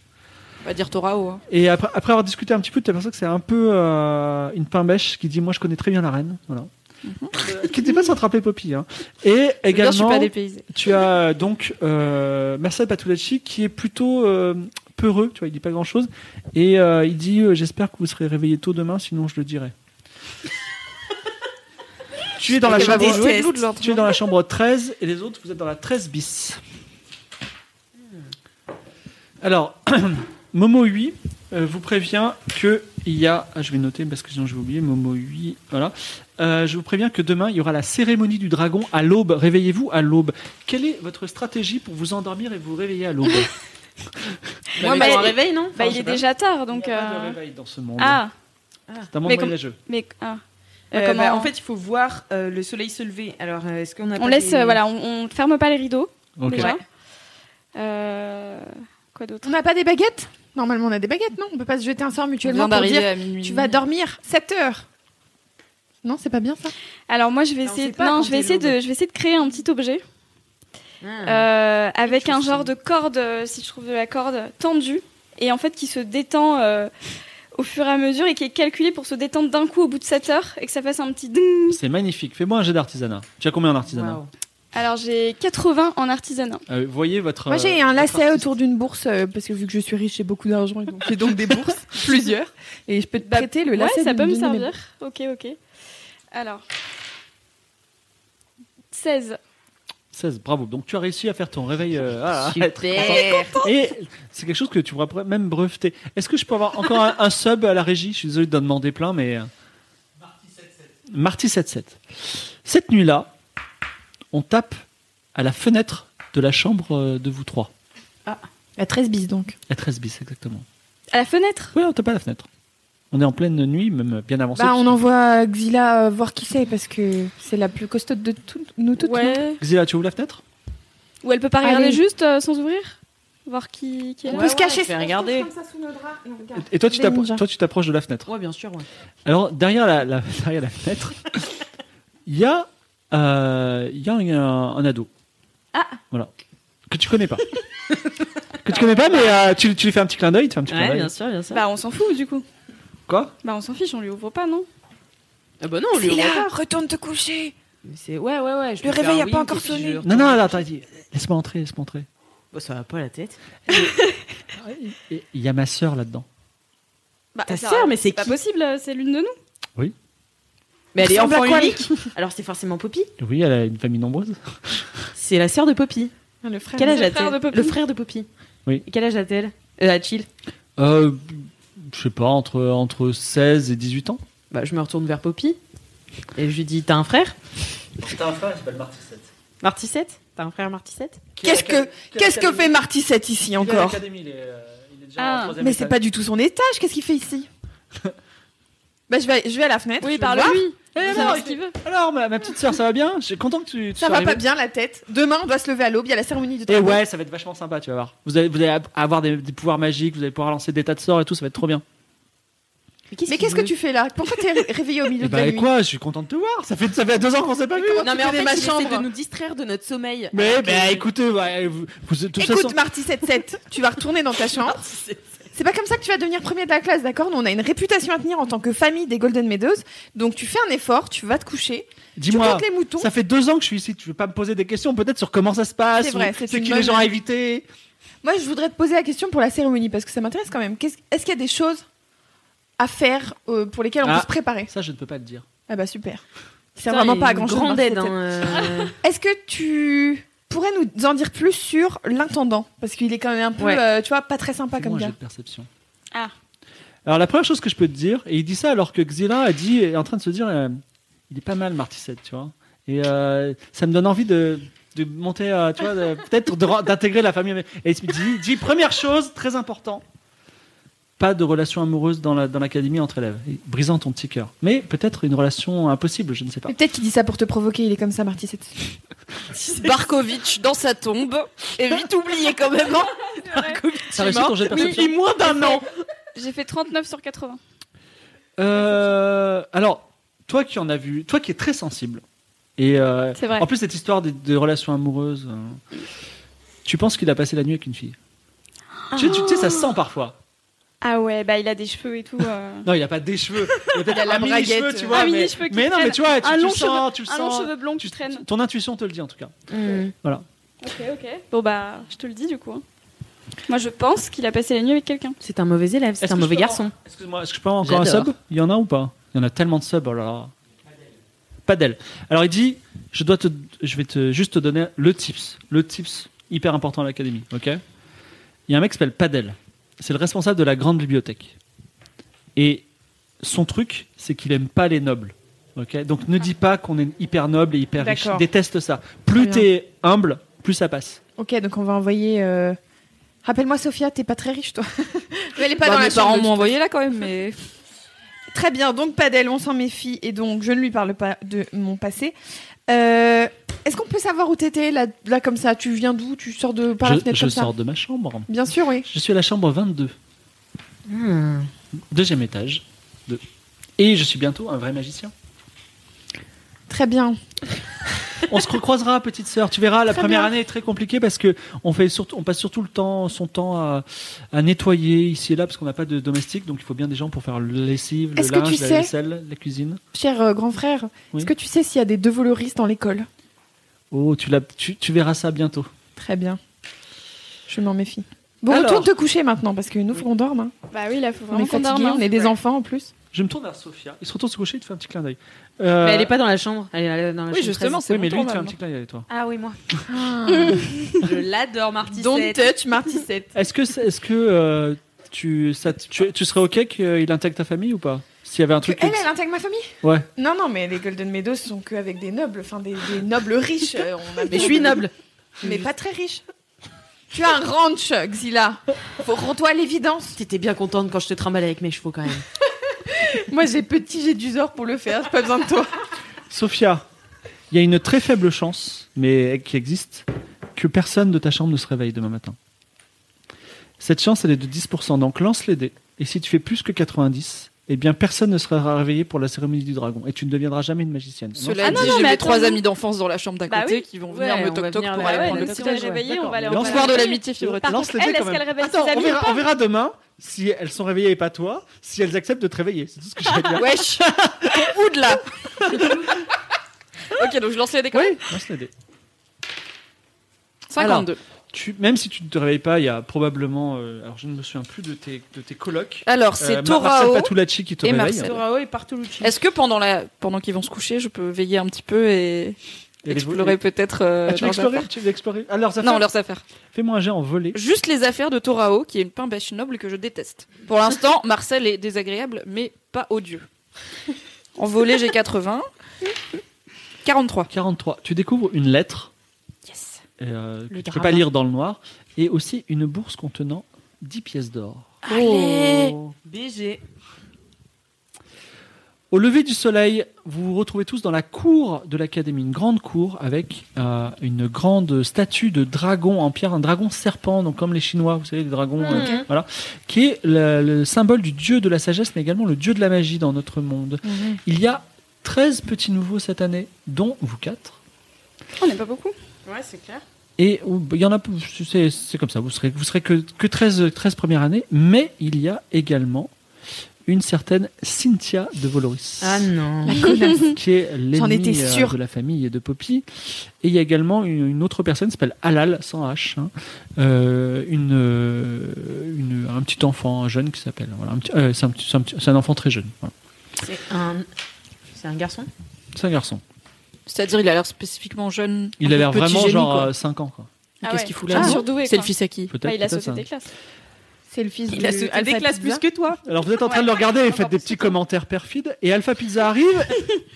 S5: On va dire Torao. hein.
S4: Et après, après avoir discuté un petit peu, tu l'impression que c'est un peu euh, une pain-bêche qui dit Moi, je connais très bien la reine. Voilà.
S7: Mhm.
S4: Euh, qui n'était pas sans te rappeler Poppy. hein. Et
S5: Je veux dire, je suis
S4: également,
S5: pas dépaysée.
S4: tu as donc euh, Marcel Patulacci qui est plutôt euh, peureux, tu vois, il dit pas grand chose. Et euh, il dit euh, J'espère que vous serez réveillés tôt demain, sinon je le dirai. tu es dans la
S5: Elle va
S4: chambre.
S5: vous jouer de l'autre, genre.
S4: Tu es dans la chambre 13 et les autres, vous êtes dans la 13 bis. Alors, <clears throat> Momo 8 euh, vous prévient que il y a. ah, je vais noter parce que sinon je vais oublier. Momo 8, voilà. Euh, je vous préviens que demain, il y aura la cérémonie du dragon à l'aube. Réveillez-vous à l'aube. Quelle est votre stratégie pour vous endormir et vous réveiller à l'aube
S6: Moi, bah,
S9: mais-
S6: il réveille, non
S9: Bah,
S4: je
S9: il
S4: sais
S9: est
S4: pas.
S9: déjà tard, donc.
S4: Il y a pas de
S9: euh,
S4: réveil dans ce monde.
S9: Ah,
S4: C'est un monde
S9: mais comme-
S4: voyageux.
S9: mais. ah.
S6: Euh,
S9: Comment-
S6: bah, en fait, il faut voir euh, le soleil se lever. Alors, euh, est-ce qu'on a
S9: On
S6: pas
S9: laisse,
S6: des-
S9: euh, voilà, on, on ferme pas les rideaux.
S4: Ok.
S9: déjà. Euh, quoi d'autre
S7: On n'a pas des baguettes Normalement, on a des baguettes, non On peut pas se jeter un sort
S5: Tu
S7: mutuellement
S5: viens
S7: pour
S5: d'arriver
S7: dire
S5: à minuit.
S7: tu vas dormir 7 heures. Non, c'est pas bien ça.
S9: Alors moi, je vais
S6: Non, on
S9: essayer.
S6: sait pas
S9: non,
S6: quand
S9: je vais
S6: est
S9: essayer
S6: l'aube.
S9: de, je vais essayer de créer un petit objet
S6: Ah.
S9: euh, avec
S6: quelque
S9: un
S6: chose
S9: genre de corde, euh, si je trouve de la corde tendue, et en fait qui se détend euh, au fur et à mesure et qui est calculé pour se détendre d'un coup au bout de 7 heures et que ça fasse un petit ding.
S4: C'est magnifique. Fais-moi un jet d'artisanat. Tu as combien en artisanat
S6: Waouh.
S9: Alors j'ai 80 en artisanat.
S4: Euh, Voyez votre.
S7: Moi, j'ai
S4: euh,
S7: un
S4: votre
S7: lacet
S4: artiste.
S7: autour d'une bourse euh, parce que vu que je suis riche, j'ai beaucoup d'argent et donc j'ai
S9: <laughs>
S7: donc des bourses, plusieurs. Et je peux te
S9: Bah,
S7: prêter le
S9: ouais,
S7: lacet.
S9: ça
S7: de
S9: peut me
S7: d'une de mes
S9: servir. Ok, ok. Alors. 16.
S4: 16, bravo. Donc tu as réussi à faire ton réveil. euh, à- à être
S6: Super.
S4: Et c'est quelque chose que tu pourras même breveter. Est-ce que je peux avoir encore un, un sub à la régie Je suis désolé d'en demander plein, mais. euh, Marty 77. Cette nuit-là, on tape à la fenêtre de la chambre euh, de vous trois.
S7: La 13 bis donc.
S4: La 13 bis, exactement.
S9: À la fenêtre
S4: Oui, on tape à la fenêtre. On est en pleine nuit, même bien avancé.
S7: Bah, on
S4: puisque-
S7: envoie Xila euh, voir qui c'est parce que c'est la plus costaud de tout- nous toutes. non
S9: Ouais.
S4: Xila, tu ouvres la fenêtre
S9: Ou elle peut pas
S7: Allez.
S9: regarder juste euh, sans ouvrir Voir qui, qui est
S7: On
S9: là
S7: peut se cacher.
S6: je vais regarder.
S4: Et toi, tu
S7: Des
S4: t'appro-
S7: ninjas.
S4: toi, tu t'approches de la fenêtre.
S6: Ouais, bien sûr. ouais.
S4: Alors, derrière la, la- <laughs> derrière la fenêtre, il y a, euh, il y a un, un- un ado. Ah Voilà. Que tu connais pas. <laughs> que tu connais pas, mais euh, tu, tu lui fais un petit clin d'œil. Tu fais un petit clin
S6: Ouais,
S4: d'œil.
S6: bien sûr, bien sûr.
S9: Bah on s'en fout du coup.
S4: Quoi
S9: Bah on s'en fiche, on lui ouvre pas, non
S6: Ah bah non, on lui
S2: C'est
S6: ouvre
S2: là,
S6: pas.
S2: retourne te coucher.
S6: Mais c'est- Ouais, ouais, ouais. je
S2: Le
S6: lui fais
S2: réveil
S6: un
S2: a pas
S6: wink
S2: encore
S6: et puis
S2: sonné.
S6: je lui retourne.
S4: Non, non, attends, attends. dis- Laisse-moi entrer, laisse-moi entrer.
S6: Bah, ça va pas la tête.
S4: Et Il y a ma sœur là-dedans.
S9: Bah,
S6: Ta
S9: ça-
S6: sœur, mais c'est
S9: pas
S6: qui
S9: possible, euh, c'est l'une de nous.
S6: Mais elle est
S7: Ressemble à
S6: enfant
S7: quoi, <laughs>
S6: unique. Alors c'est forcément Poppy.
S4: Oui, elle a une famille nombreuse.
S6: C'est la sœur de Poppy.
S7: Ah, Le frère.
S6: Quel âge
S9: Le frère de
S6: a-t-elle
S9: Poppy.
S6: Le frère de Poppy.
S4: Oui.
S6: Quel âge a-t-elle euh, a-t-il
S4: Euh, je sais pas, entre, entre 16 et 18 ans.
S6: Bah, je me retourne vers Poppy et je lui dis T'as un frère
S4: T'as un frère, il s'appelle Marty 7.
S6: Martissette T'as un frère Martissette
S7: Qu'est-ce que qu'est-ce que fait Marty 7 ici encore
S4: Il est, déjà
S9: Ah, en troisième
S7: Mais c'est pas du tout son étage. Qu'est-ce qu'il fait ici Bah, je vais je vais à la fenêtre. je
S9: Oui,
S7: vais
S9: parle
S7: voir.
S9: lui.
S4: Eh,
S9: Il
S4: non,
S9: savoir ce qu'il veut.
S4: Alors, ma, ma petite sœur, ça va bien Je suis content que tu, tu
S7: Ça
S4: sois
S7: va
S4: arrivée.
S7: pas bien la tête. Demain, on doit se lever à l'aube. Il y a la cérémonie
S6: Eh
S7: du
S4: Et
S7: dragon.
S4: ouais, ça va être vachement sympa, tu vas voir. Vous allez, vous allez ab- avoir des, des pouvoirs magiques, vous allez pouvoir lancer des tas de sorts et tout, ça va être trop bien.
S7: Mais qu'est-ce que tu fais là Pourquoi t'es ré- réveillé au milieu
S6: Eh
S4: Et
S7: de la
S4: bah, et
S7: nuit
S4: quoi, je suis content de te voir. Ça fait, ça fait deux ans qu'on s'est pas vu.
S6: ben, Non, mais en
S7: fais
S6: fait,
S7: ma
S6: il essaie
S7: chambre
S6: de nous distraire de notre sommeil.
S4: Mais
S6: Alors
S4: bah,
S6: que-
S4: écoutez, ouais, vous, vous- de toute façon-
S7: Écoute, Marty 77, tu vas
S4: <laughs>
S7: retourner dans ta chambre. C'est pas comme ça que tu vas devenir premier de la classe, d'accord Nous, on a une réputation à tenir en tant que famille des Golden Meadows. Donc, tu fais un effort, tu vas te coucher, tu
S4: dis-moi,
S7: comptes les moutons.
S4: ça fait deux ans que je suis ici. Tu veux pas me poser des questions peut-être sur comment ça se passe
S7: C'est vrai,
S4: ou
S7: c'est
S4: c'est
S7: une
S4: qui
S7: bonne-
S4: les gens à éviter
S7: Moi, je voudrais te poser la question pour la cérémonie parce que ça m'intéresse quand même. Qu'est-ce- Est-ce qu'il y a des choses à faire euh, pour lesquelles on
S4: Ah.
S7: peut se préparer
S4: Ça, je ne peux pas le dire.
S7: Ah bah super. C'est
S6: Putain,
S7: vraiment
S6: il
S7: pas
S6: y a
S7: à
S6: une
S7: grand chose,
S6: grande
S7: Marty
S6: aide.
S7: 77.
S6: hein, euh.
S7: Est-ce que tu pourrais nous en dire plus sur l'intendant Parce qu'il est quand même un peu,
S6: Ouais.
S7: euh, tu vois, pas très sympa
S4: Fais-moi
S7: comme
S4: un jet
S7: gars.
S4: de perception.
S9: Ah.
S4: Alors la première chose que je peux te dire, et il dit ça alors que Xila a dit, est en train de se dire, euh, il est pas mal Martisette, tu vois. Et euh, ça me donne envie de, de monter, euh, tu vois,
S6: <laughs>
S4: de- peut-être de- d'intégrer la famille. Et il me dit, dit, première chose, très important, pas de relation amoureuse dans la- dans l'académie entre élèves, et brisant ton petit cœur. Mais peut-être une relation impossible, je ne sais pas.
S7: Mais peut-être qu'il dit ça pour te provoquer, il est comme ça, Marty 7.
S2: <laughs>
S6: euh.
S5: Barkovitch dans sa tombe. Et vite oublié quand
S2: <laughs>
S5: même. hein.
S4: Ça réussit ton jet de perception
S6: moins d'un an.
S9: J'ai fait 39 sur 80.
S4: Euh, alors, toi qui en as vu, toi qui es très sensible, et euh,
S9: C'est vrai.
S4: en plus cette histoire des, des relations amoureuses, euh, tu penses qu'il a passé la nuit avec une fille. Tu, sais, tu sais, ça se sent parfois.
S9: Ah ouais, bah il a des cheveux et tout. euh.
S4: Non, il a pas des cheveux. Il a peut-être
S9: Il a la
S4: un mini
S9: braguette,
S4: cheveu, tu vois.
S9: Un
S4: mais,
S9: mini-cheveu qui
S4: mais non,
S9: traîne.
S4: mais tu vois, tu,
S9: Un
S4: tu
S9: long
S4: le sens,
S9: cheveu-
S4: tu le
S9: un long
S4: sens.
S9: cheveu blond qui
S4: tu-
S9: traîne.
S4: Ton intuition te le dit en tout cas. Voilà.
S9: Ok, ok. Bon bah, je te le dis du coup. hein. Moi, je pense qu'il a passé la nuit avec quelqu'un.
S6: C'est un mauvais élève, c'est
S4: Est-ce
S6: un
S4: que je
S6: mauvais
S4: peux
S6: garçon.
S4: Excuse-moi, est-ce que je peux avoir encore un
S6: J'adore.
S4: sub Il y en a ou pas Il y en a tellement de subs, oh là là. Pas d'elle. Alors il dit, je dois te, je vais te juste te donner le tips, le tips hyper important à l'académie, ok Il y a un mec qui s'appelle Padel. C'est le responsable de la grande bibliothèque. Et son truc, c'est qu'il aime pas les nobles. ok Donc ne dis pas qu'on est hyper noble et hyper riche.
S7: D'accord.
S4: Il déteste ça. Plus
S7: Très
S4: t'es humble, plus ça passe.
S7: Ok, donc on va envoyer. euh, Rappelle-moi, Sophia, t'es pas très riche, toi. Mais elle est pas
S5: Bah,
S7: dans la
S5: mes
S7: chambre,
S5: parents
S7: de
S5: m'ont
S7: toute
S5: envoyé là quand même, mais
S7: Très bien, donc pas d'elle, on s'en méfie et donc je ne lui parle pas de mon passé. Euh, Est-ce qu'on peut savoir où t'étais là, là comme ça Tu viens d'où Tu sors de par la
S4: Je,
S7: fenêtre
S4: je
S7: comme
S4: sors
S7: ça
S4: de ma chambre.
S7: Bien sûr, oui.
S4: Je suis à la chambre 22.
S7: Hmm.
S4: Deuxième étage. Deux. Et je suis bientôt un vrai magicien.
S7: Très bien.
S4: On se recroisera, petite sœur. Tu verras, la
S7: Très
S4: première
S7: bien.
S4: année est très compliquée parce que on fait surtout, on passe surtout le temps, son temps à, à nettoyer ici et là parce qu'on n'a pas de domestique, donc il faut bien des gens pour faire le lessive, le
S7: Est-ce que
S4: linge,
S7: tu
S4: la
S7: sais
S4: vaisselle, la cuisine.
S7: Cher euh, grand frère,
S4: Oui.
S7: est-ce que tu sais s'il y a des deux voloristes dans l'école
S4: Oh, tu, l'as- tu, tu verras ça bientôt.
S7: Très bien. Je m'en méfie. Bon,
S4: Alors.
S7: retourne te coucher maintenant parce que nous, faut qu'on dorme. hein.
S9: Bah oui, là, faut
S7: On est
S9: vraiment qu'on dorme.
S7: fatigués,
S9: hein.
S7: on est des enfants en plus.
S4: Je me tourne vers Sophia. Il se retourne se coucher, il te fait un petit clin d'œil. Euh,
S6: Mais elle est pas dans la chambre. Elle est dans la
S5: oui
S6: chambre
S5: justement, c'est
S4: Oui, mais lui,
S5: mon
S4: il
S5: tour,
S4: te fait un
S5: maintenant.
S4: petit clin d'œil avec toi.
S6: Ah oui, moi. je l'adore, Marty.
S2: Don't touch Marty
S4: Est-ce que, est-ce que euh, tu, ça, tu, tu serais OK qu'il intègre ta famille ou pas S'il y avait un
S7: Que
S4: truc.
S7: elle, elle intègre ma famille
S4: Ouais.
S7: Non, non, mais les Golden Meadows sont qu'avec des nobles, enfin des,
S6: <laughs>
S7: des nobles riches. euh, on a
S6: Mais je suis noble.
S7: Mais pas très riche. Tu as un ranch, Xila. Faut rends-toi à l'évidence.
S6: T'étais bien contente quand je te trimballais avec mes chevaux quand même.
S7: <laughs> Moi, j'ai petit, j'ai du zor pour le faire. J'ai pas besoin de toi.
S4: Sophia, il y a une très faible chance, mais qui existe, que personne de ta chambre ne se réveille demain matin. Cette chance, elle est de 10%, donc lance les dés. Et si tu fais plus que 90, eh bien personne ne sera réveillé pour la cérémonie du dragon. Et tu ne deviendras jamais une magicienne. Non,
S5: cela
S9: Ah non,
S5: dit,
S9: non,
S5: j'ai
S9: mais
S5: mes
S9: attends,
S5: trois
S9: nous-
S5: amis d'enfance dans la chambre d'à
S9: Bah
S5: côté
S9: oui.
S5: qui vont
S6: <laughs> Ouais,
S5: venir
S6: on
S5: me
S6: va
S5: toc toc
S6: venir
S5: pour
S6: vers-
S5: aller
S6: ouais,
S5: prendre le
S6: donc
S9: si
S5: petit
S9: on est
S6: petit-déj, ouais.
S9: réveillé, on
S4: D'accord.
S9: va aller
S4: Mais
S9: on va
S4: lance-
S5: Voir de
S9: réveiller.
S5: l'amitié fibre
S9: Par
S4: Lance
S9: contre,
S4: les dés
S9: elle, est-ce
S4: quand même.
S9: qu'elle réveille
S4: Attends,
S9: ses
S4: on
S9: amis ou
S4: verra,
S9: pas
S4: on verra demain si elles sont réveillées et pas toi, si elles acceptent de te réveiller. C'est tout ce que j'ai à
S5: <laughs>
S4: dire.
S6: <laughs>
S5: Wesh Ton Oud là <laughs> Ok, donc je lance les dés quand même.
S4: Oui, lance les dés.
S5: 52.
S4: Tu, même si tu ne te réveilles pas, il y a probablement. euh, alors je ne me souviens plus de tes, de tes colocs.
S5: Alors,
S4: Euh,
S5: c'est
S4: Mar- Marcel
S5: Torao.
S4: Patulacci qui te
S5: et
S4: réveille.
S5: Marcel.
S6: Torao et Partolucci.
S5: Est-ce que pendant, la... pendant qu'ils vont se coucher, je peux veiller un petit peu et,
S4: Et les-
S5: explorer peut-être euh,
S4: Ah, tu veux
S5: leurs
S4: explorer
S5: affaires
S4: Tu veux explorer Alors, ça
S5: Non, leurs affaires.
S4: Fais-moi un jet en volée.
S5: Juste les affaires de Torao, qui est une pain bêche noble que je déteste. Pour l'instant, Marcel est désagréable, mais pas odieux. En volée, j'ai 80. 43.
S4: 43. Tu découvres une lettre
S5: Yes.
S4: euh, que
S6: Le
S4: tu peux
S6: drama.
S4: pas lire dans le noir et aussi une bourse contenant 10 pièces d'or. Oh.
S6: BG.
S4: Au lever du soleil, vous vous retrouvez tous dans la cour de l'académie, une grande cour avec euh, une grande statue de dragon en pierre, un dragon serpent, donc comme les Chinois, vous savez, les dragons, euh, voilà, qui est le, le symbole du dieu de la sagesse, mais également le dieu de la magie dans notre monde. Il y a 13 petits nouveaux cette année, dont vous quatre.
S9: On n'est pas beaucoup.
S6: Ouais, c'est clair.
S4: Et ou- bah, il y en a, c'est c'est comme ça, vous serez, vous serez que, que 13, 13 premières années, mais il y a également une certaine Cynthia de Voloris,
S6: Ah non.
S7: <laughs>
S4: <coughs> qui est l'ennemie
S7: étais
S4: euh,
S7: sûre.
S4: de la famille et de Poppy. Et il y a également une, une autre personne qui s'appelle Alal, sans H, hein, euh, une, euh, une- un petit enfant, un jeune qui s'appelle, voilà, un petit- euh, c'est un, petit- c'est un petit- c'est un enfant très jeune, voilà.
S6: C'est un. C'est un garçon
S4: c'est un garçon.
S5: C'est-à-dire, il a l'air spécifiquement jeune.
S4: Il a l'air
S5: petit
S4: vraiment
S5: génie,
S4: genre
S5: quoi.
S4: euh, 5 ans, quoi.
S9: Ah
S5: Qu'est-ce
S9: ouais.
S5: qu'il fout
S9: C'est un
S5: là
S9: surdoué.
S5: C'est le
S9: quoi.
S5: fils à qui
S4: Peut-être.
S9: Bah, il a
S4: peut-être
S9: sauté
S4: ça.
S9: des classes.
S7: C'est le fils
S6: Il a sauté des classes plus que toi.
S4: Alors vous êtes en train de le regarder et faites des petits commentaires perfides. Et Alpha Pizza arrive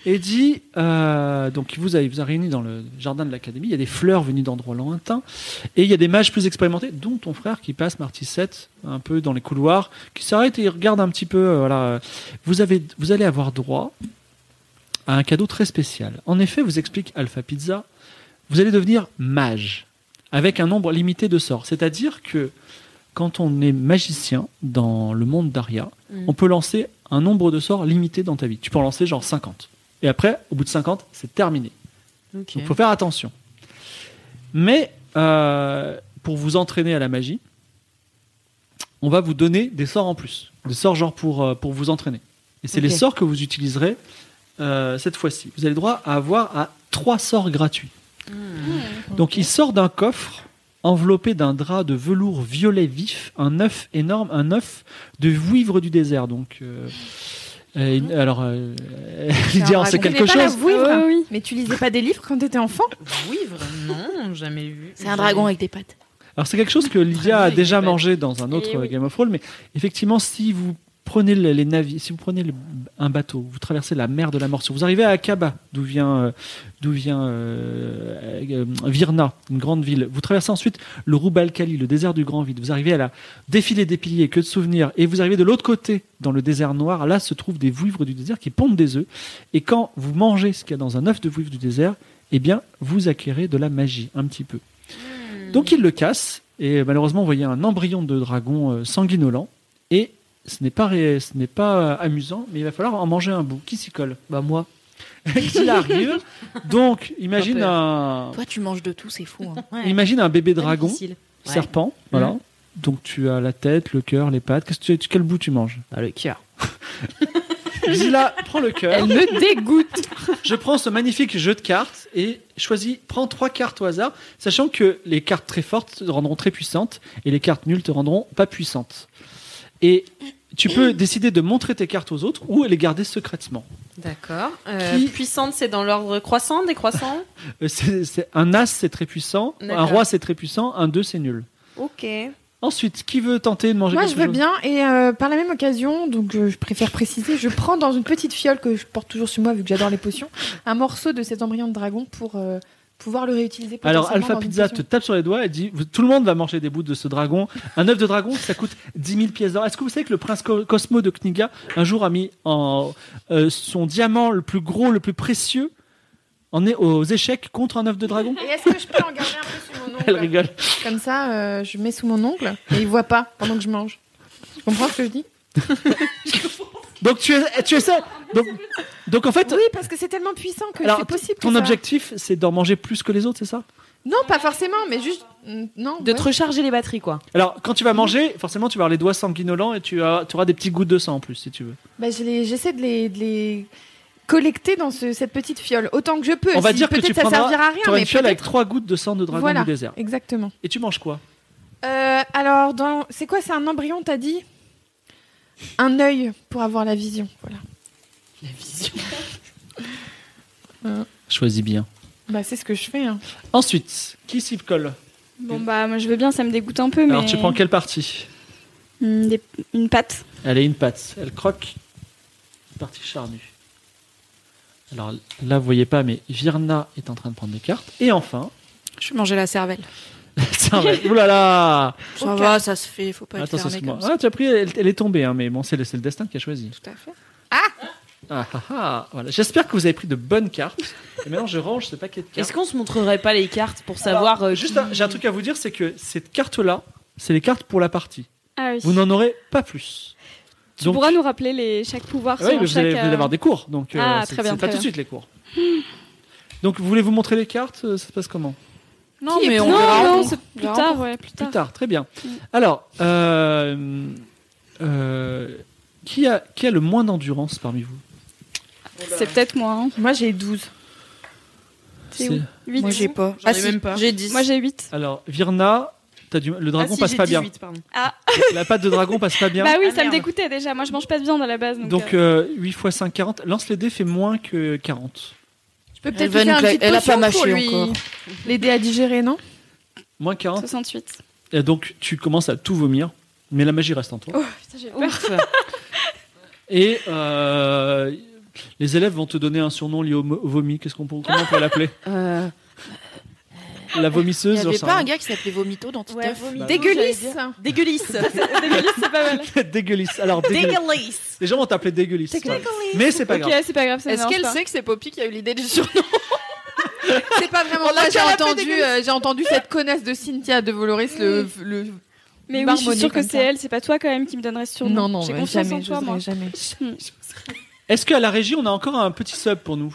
S4: et dit euh, donc il vous a, il vous a réunis dans le jardin de l'académie. Il y a des fleurs venues d'endroits lointains et il y a des mages plus expérimentés, dont ton frère qui passe Marty 7 un peu dans les couloirs, qui s'arrête et regarde un petit peu. euh, voilà, euh, vous avez, vous allez avoir droit à un cadeau très spécial. En effet, vous explique Alpha Pizza, vous allez devenir mage avec un nombre limité de sorts. C'est-à-dire que quand on est magicien dans le monde d'Aria,
S6: Mm.
S4: on peut lancer un nombre de sorts limité dans ta vie. Tu peux en lancer genre 50. Et après, au bout de 50, c'est terminé.
S6: Ok.
S4: Donc il faut faire attention. Mais euh, pour vous entraîner à la magie, on va vous donner des sorts en plus. Des sorts genre pour, euh, pour vous entraîner. Et c'est
S10: Ok.
S4: les sorts que vous utiliserez euh, cette fois-ci. Vous avez le droit à avoir à trois sorts gratuits.
S6: Hmm,
S4: Donc il sort d'un coffre enveloppé d'un drap de velours violet vif, un œuf énorme, un œuf de vouivre du désert. Donc, euh,
S7: Ah.
S4: euh, une- alors, euh, <laughs> Lydia, c'est quelque
S7: Connais pas la
S4: chose.
S7: vouivre
S9: Ah oui.
S7: Mais tu lisais pas des livres quand t'étais enfant
S6: Vouivre Non, jamais vu.
S5: C'est un dragon avec des pattes.
S4: Alors c'est quelque chose que Lydia a déjà mangé dans un autre
S5: Eh oui.
S4: Game of Thrones, mais effectivement, si vous prenez le- les navis, si vous prenez le- un bateau, vous traversez la mer de la Morsure, vous arrivez à Akaba, d'où vient, euh, d'où vient euh, euh, Virna, une grande ville. Vous traversez ensuite le Roubalkali, le désert du Grand Vide. Vous arrivez à la défilée des piliers, que de souvenirs, et vous arrivez de l'autre côté, dans le désert noir. Là se trouvent des vouivres du désert qui pondent des œufs, et quand vous mangez ce qu'il y a dans un œuf de vouivre du désert, eh bien, vous acquérez de la magie, un petit peu.
S10: Hmm.
S4: Donc il le casse, et malheureusement, vous voyez un embryon de dragon euh, sanguinolent, et ce n'est pas, ré- ce n'est pas euh, amusant, mais il va falloir en manger un bout. Qui s'y colle
S10: Bah moi.
S4: <laughs> Qui arrive Donc, imagine
S10: Pas peur.
S4: un,
S5: Toi, tu manges de tout, c'est fou. <laughs> hein.
S4: imagine un bébé dragon,
S10: difficile. Ouais.
S4: serpent, voilà.
S10: Mhm.
S4: Donc tu as la tête, le cœur, les pattes. Qu'est-ce que tu- quel bout tu manges
S10: Ah, le
S4: <laughs>
S10: cœur.
S4: Xila, prends le cœur.
S6: Elle me dégoûte.
S4: <laughs> Je prends ce magnifique jeu de cartes et choisis, prends trois cartes au hasard, sachant que les cartes très fortes te rendront très puissantes et les cartes nulles te rendront pas puissantes. Et tu peux décider de montrer tes cartes aux autres ou les garder secrètement.
S10: D'accord.
S5: Euh,
S4: Qui-
S10: Puissante, c'est dans l'ordre croissant,
S9: <laughs>
S10: décroissant
S4: Euh, c'est- c'est- un as, c'est très puissant, un
S10: D'accord.
S4: roi, c'est très puissant, un 2, c'est nul.
S10: Ok.
S4: Ensuite, qui veut tenter de manger
S7: Moi, je
S4: quelque
S7: veux
S4: chose
S7: bien. Et euh, par la même occasion, donc euh, je préfère préciser, je prends dans une petite fiole que je porte toujours sur moi vu que j'adore les potions, un morceau de cet embryon de dragon pour euh, pouvoir le réutiliser.
S4: Alors,
S7: potentiellement
S4: Alpha
S7: dans une
S4: Pizza te
S7: potion.
S4: tape sur les doigts et dit vous- Tout le monde va manger des bouts de ce dragon. Un œuf de dragon, ça coûte 10 000 pièces d'or. Est-ce que vous savez que le prince Co- Cosmo de Kniga, un jour, a mis en, euh, son diamant le plus gros, le plus précieux, en, é- aux échecs contre un œuf de dragon
S7: Et est-ce que je peux en garder un peu sous mon ongle
S4: <laughs> Elle rigole.
S7: Comme ça, euh, je mets sous mon ongle et il voit pas pendant que je mange. Tu comprends ce que je dis
S4: Donc, tu es, tu es ça donc, donc, en fait,
S7: Oui, parce que c'est tellement puissant que
S4: Alors,
S7: c'est possible. que
S4: ton
S7: ça-
S4: objectif, c'est d'en manger plus que les autres, c'est ça
S7: Non, pas forcément, mais juste. mm, Non.
S6: De
S7: ouais.
S6: te recharger les batteries, quoi.
S4: Alors, quand tu vas manger, forcément, tu vas avoir les doigts sanguinolents et tu, as- tu auras des petites gouttes de sang en plus, si tu veux.
S7: Bah, je les- J'essaie de les, de les collecter dans ce- cette petite fiole autant que je peux.
S4: On va
S7: Si
S4: dire que
S7: peut-être
S4: tu
S7: ça
S4: prendras
S7: servira à rien,
S4: tu auras
S7: mais
S4: une fiole avec
S7: peut-être-
S4: trois gouttes de sang de dragon
S7: voilà,
S4: du désert.
S7: Exactement.
S4: Et tu manges quoi
S7: Euh, alors, dans... c'est quoi C'est un embryon, t'as dit Un œil pour avoir la vision. Voilà.
S10: La
S4: <laughs>
S10: vision.
S4: Ah, Choisis bien.
S7: Bah, c'est ce que je fais. hein.
S4: Ensuite, qui s'y colle
S9: Bon, bah, moi, je veux bien, ça me dégoûte un peu, mais.
S4: Alors tu prends quelle partie
S9: Hmm, des- Une patte.
S4: Elle est une patte, elle croque. Une partie charnue. Alors là, vous voyez pas, mais Virna est en train de prendre des cartes. Et enfin, <laughs>
S5: Je vais manger la cervelle.
S4: ça va.
S5: <laughs>
S4: Ouh là là
S5: Ça va, ça se fait, faut pas être
S4: Attends,
S5: fermé
S4: excuse-moi.
S5: comme ça.
S4: Ah, tu as pris, elle, elle est tombée, hein, mais bon, c'est le, c'est le destin qui a choisi.
S5: Tout à fait.
S4: Ah, ah, ah, voilà. J'espère que vous avez pris de bonnes cartes. Et maintenant, je range ce paquet de cartes.
S10: Est-ce qu'on se montrerait pas les cartes pour
S4: Alors,
S10: savoir euh,
S4: juste,
S10: qui-
S4: un- j'ai un truc à vous dire, c'est que cette carte-là, c'est les cartes pour la partie.
S9: Ah oui.
S4: Vous n'en aurez pas plus.
S9: Tu
S4: Donc-
S9: pourras nous rappeler les... chaque pouvoir
S4: Ah Oui,
S9: selon
S4: mais vous,
S9: chaque.
S4: allez, vous allez
S9: euh,
S4: avoir des cours, donc euh,
S9: Ah,
S4: c'est
S9: très bien,
S4: c'est pas
S9: très
S4: tout de
S9: bien.
S4: suite les cours. Donc, vous voulez vous montrer les cartes euh, Ça se passe comment
S5: Non,
S9: Qui est-
S5: mais on
S9: non,
S5: verra
S9: non,
S5: encore.
S9: c'est
S5: On
S9: plus
S5: verra
S9: tard,
S5: encore.
S9: ouais, plus
S4: Plus
S9: tard. Mm.
S4: tard, très bien. Alors, euh, euh, qui, a, qui a le moins d'endurance parmi vous
S5: Oh
S9: C'est peut-être moi. hein.
S7: Moi, j'ai 12.
S9: C'est
S4: C'est-
S9: où Huit.
S5: Moi, j'ai pas.
S10: J'en ai
S7: Ah,
S5: si,
S10: même pas.
S5: J'ai 10.
S9: Moi, j'ai 8.
S4: Alors, Virna, t'as du... le
S10: Ah,
S4: dragon
S10: si,
S4: passe
S10: j'ai
S4: pas
S10: 18, pardon.
S4: bien. La patte de dragon passe pas
S9: <laughs>
S4: bien.
S9: Bah oui,
S10: Ah,
S9: ça me
S10: merde.
S9: dégoûtait déjà. Moi, je mange pas de viande à la base. Donc,
S4: donc,
S9: euh,
S4: euh, 8 x 5, 40. Lance les dés fait moins que 40.
S7: Je peux
S5: Elle
S7: peut-être
S5: va
S7: lui
S5: nous
S7: faire une
S5: cla-
S7: petite
S5: Elle a
S7: potion
S5: pas
S7: pour
S5: mâché
S7: lui
S5: encore.
S7: l'aider à digérer, non
S4: Moins 40.
S9: 68.
S4: Et donc, tu commences à tout vomir, mais la magie reste en
S9: Oh,
S4: toi.
S9: Putain, j'ai peur.
S10: Ouf.
S4: Et euh, les élèves vont te donner un surnom lié au mo- au vomi. Qu'est-ce qu'on peut, comment on peut l'appeler
S10: Euh,
S4: La
S5: Il
S4: vomisseuse
S5: y
S4: j'en
S5: avait
S4: sais
S5: pas
S4: rien.
S5: un gars qui s'appelait Vomito dans
S10: ouais,
S5: Titeuf
S9: Bah,
S10: vomi.
S9: <laughs>
S7: Dégueulisse
S10: Dégueulisse.
S9: Dégueulasse, c'est pas mal.
S4: <laughs> Dégueulisse. Alors, dégueulisse.
S10: Dégueulisse.
S4: Les gens vont t'appeler dégueulisse. Ouais. Mais c'est pas
S9: Ok,
S4: grave.
S9: c'est pas grave, ça
S5: Est-ce
S9: me
S5: qu'elle
S9: dérange
S5: sait que c'est Poppy qui a eu l'idée du <laughs> surnom
S7: C'est pas vraiment moi, j'ai entendu, euh, j'ai entendu cette connasse de Cynthia de Voloris le. le...
S9: pas. Mais oui, je
S7: marmonner
S9: suis sûre que
S7: comme
S9: c'est
S7: ça.
S9: elle, c'est pas toi quand même qui me donnerait ce surnom.
S7: Non, non,
S9: j'ai
S7: mais
S9: confiance
S7: jamais,
S9: en toi,
S7: j'oserais
S9: moi.
S7: <laughs> jamais.
S4: Est-ce qu'à la régie, on a encore un petit sub pour nous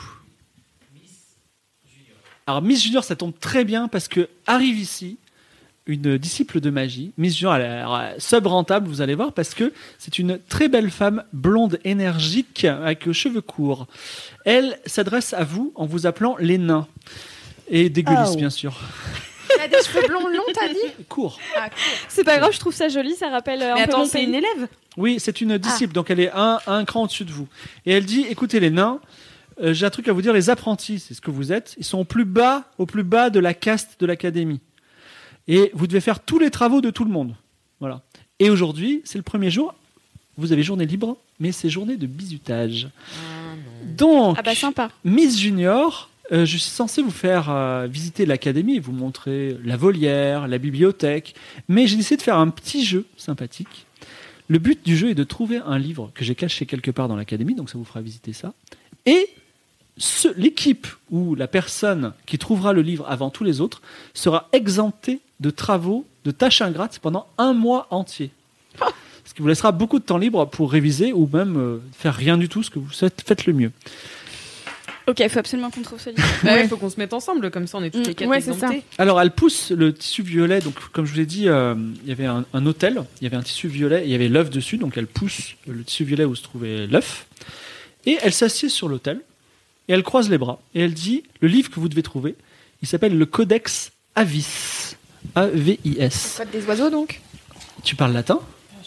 S4: Alors, Miss Junior, ça tombe très bien parce que arrive ici une disciple de magie. Miss Jean, elle est sub-rentable, vous allez voir, parce que c'est une très belle femme, blonde, énergique, avec euh, cheveux courts. Elle s'adresse à vous en vous appelant les nains. Et dégueulisse,
S7: Oh.
S4: bien sûr.
S7: Elle a des cheveux blonds longs, t'as dit
S4: Court.
S9: C'est pas grave, je trouve ça joli, ça rappelle euh, un peu mon pays.
S10: élève
S4: Oui, c'est
S9: Ah.
S4: une disciple, donc elle est un, un cran au-dessus de vous. Et elle dit, écoutez les nains, euh, j'ai un truc à vous dire, les apprentis, c'est ce que vous êtes, ils sont au plus bas, au plus bas de la caste de l'académie. Et vous devez faire tous les travaux de tout le monde. Voilà. Et aujourd'hui, c'est le premier jour, vous avez journée libre, mais c'est journée de bizutage. Donc,
S9: Ah bah sympa.
S4: Miss Junior, euh, je suis censé vous faire euh, visiter l'académie et vous montrer la volière, la bibliothèque, mais j'ai décidé de faire un petit jeu sympathique. Le but du jeu est de trouver un livre que j'ai caché quelque part dans l'académie, donc ça vous fera visiter ça. Et ce- l'équipe ou la personne qui trouvera le livre avant tous les autres sera exemptée de travaux, de tâches ingrates pendant un mois entier. Ce qui vous laissera beaucoup de temps libre pour réviser ou même euh, faire rien du tout, ce que vous faites, faites le mieux.
S9: Ok, il faut absolument qu'on trouve ce livre.
S10: Il faut qu'on se mette ensemble, comme ça on est tous
S7: Mm,
S10: les quatre
S9: ouais, c'est ça.
S10: exemptés.
S4: Alors, elle pousse le tissu violet. Donc, comme je vous l'ai dit, euh, il y avait un, un hôtel, il y avait un tissu violet, et il y avait l'œuf dessus. Donc, elle pousse le tissu violet où se trouvait l'œuf. Et elle s'assied sur l'hôtel, et elle croise les bras, et elle dit Le livre que vous devez trouver, il s'appelle le Codex Avis. A-V-I-S.
S7: Code des oiseaux, donc
S4: Tu parles latin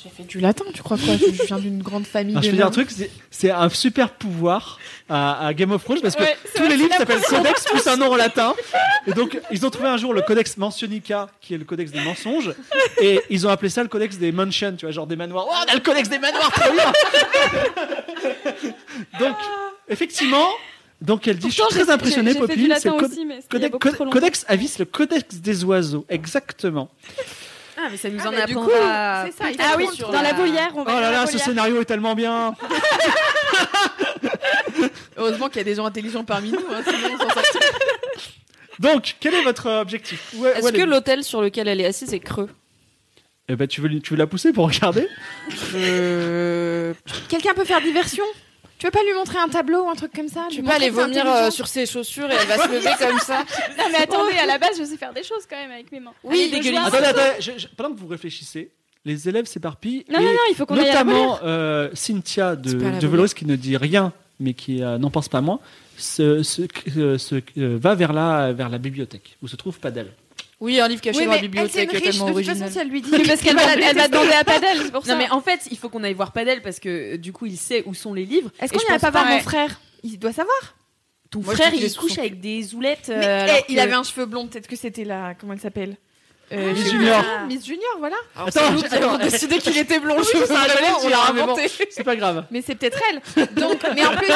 S7: J'ai fait du latin, tu crois <laughs> quoi Je viens d'une grande famille.
S4: Alors,
S7: de
S4: Ah, Je peux dire un
S7: nains.
S4: truc c'est- c'est un super pouvoir à, à Game of Thrones parce que
S7: Ouais, c'est
S4: tous les
S7: vrai,
S4: livres
S7: j'ai
S4: s'appellent
S7: l'impression.
S4: Codex plus un nom en latin. Et donc, ils ont trouvé un jour le Codex Mentionnica, qui est le Codex des mensonges, et ils ont appelé ça le Codex des Mansions, tu vois, genre des manoirs. Oh, on a le Codex des manoirs, trop bien Donc, effectivement. Donc elle dit,
S9: Pourtant,
S4: je suis
S9: j'ai-
S4: très impressionné,
S9: j'ai- j'ai fait
S4: Poppy.
S9: du latin
S4: c'est le code-
S9: aussi, mais c'était il y a
S4: codex,
S9: beaucoup trop
S4: code-
S9: longtemps.
S4: codex Avis, le codex des oiseaux, exactement.
S10: Ah, mais ça nous
S9: Ah,
S10: en
S9: mais du
S10: apprendra.
S7: euh,
S9: coup, c'est ça, il faut
S10: Ah oui,
S9: prendre
S10: sur
S9: dans la volière, on
S4: Oh
S9: va
S4: là
S9: dans la
S4: là, ce
S9: volière.
S4: scénario est tellement bien.
S10: Heureusement qu'il y a des gens intelligents parmi nous. hein, sinon on s'en sortirait.
S4: Donc, quel est votre objectif Où est- où
S11: Est-ce
S4: elle
S11: que
S4: est-
S11: l'hôtel sur lequel elle est assise est creux
S4: Eh ben, tu veux, tu veux la pousser pour regarder
S7: Quelqu'un peut faire diversion Tu veux pas lui montrer un tableau ou un truc comme ça
S11: Tu peux aller vomir euh, sur ses chaussures et elle va se lever comme
S5: <laughs>
S11: ça.
S9: Non mais attendez, à la base, je sais faire des choses quand même avec mes mains.
S11: Oui,
S9: Avec le
S5: Ah,
S11: dégueulasse.
S9: joueur.
S4: Attendez, attendez, je- je- pendant que vous réfléchissez, les élèves s'éparpillent.
S9: Non,
S4: et
S9: non, non, il faut qu'on aille à la
S4: Notamment
S9: volière.
S4: euh, Cynthia de,
S9: C'est pas à la
S4: de
S9: volière.
S4: Veloz qui ne dit rien, mais qui euh, n'en pense pas moins, se, se- euh, se- euh, va vers la, vers la bibliothèque, où se trouve Padel.
S11: Oui, un livre caché
S7: Oui,
S11: dans la
S7: mais elle, c'est
S11: bibliothèque
S7: une riche,
S11: tellement
S7: de toute
S11: original.
S7: façon, si elle lui dit-
S11: Mais
S7: Parce qu'elle va- elle va demander à Padel,
S9: c'est pour
S10: Non, mais en fait, il faut qu'on aille voir Padel parce que euh, du coup, il sait où sont les livres.
S7: Est-ce
S10: Et
S7: qu'on
S10: je
S7: irait
S10: pense
S7: pas voir
S10: Ouais.
S7: mon frère Il doit savoir.
S10: Ton
S7: Moi, je
S10: frère,
S7: dis qu'il
S10: il
S7: se
S10: couche
S7: trouve-
S10: avec des houlettes.
S7: Mais,
S10: euh,
S7: eh,
S10: alors
S7: il
S10: que-
S7: avait un cheveu blond, peut-être que c'était la. Comment elle s'appelle Euh,
S4: Miss
S7: je-
S4: Junior.
S7: Ah, Miss Junior, voilà.
S4: Attends,
S10: Ah,
S4: j'ai- attends, Oui, je me rappelais, tu
S10: hein,
S4: l'as inventé. C'est pas grave.
S7: Mais c'est peut-être elle. Donc, mais en plus,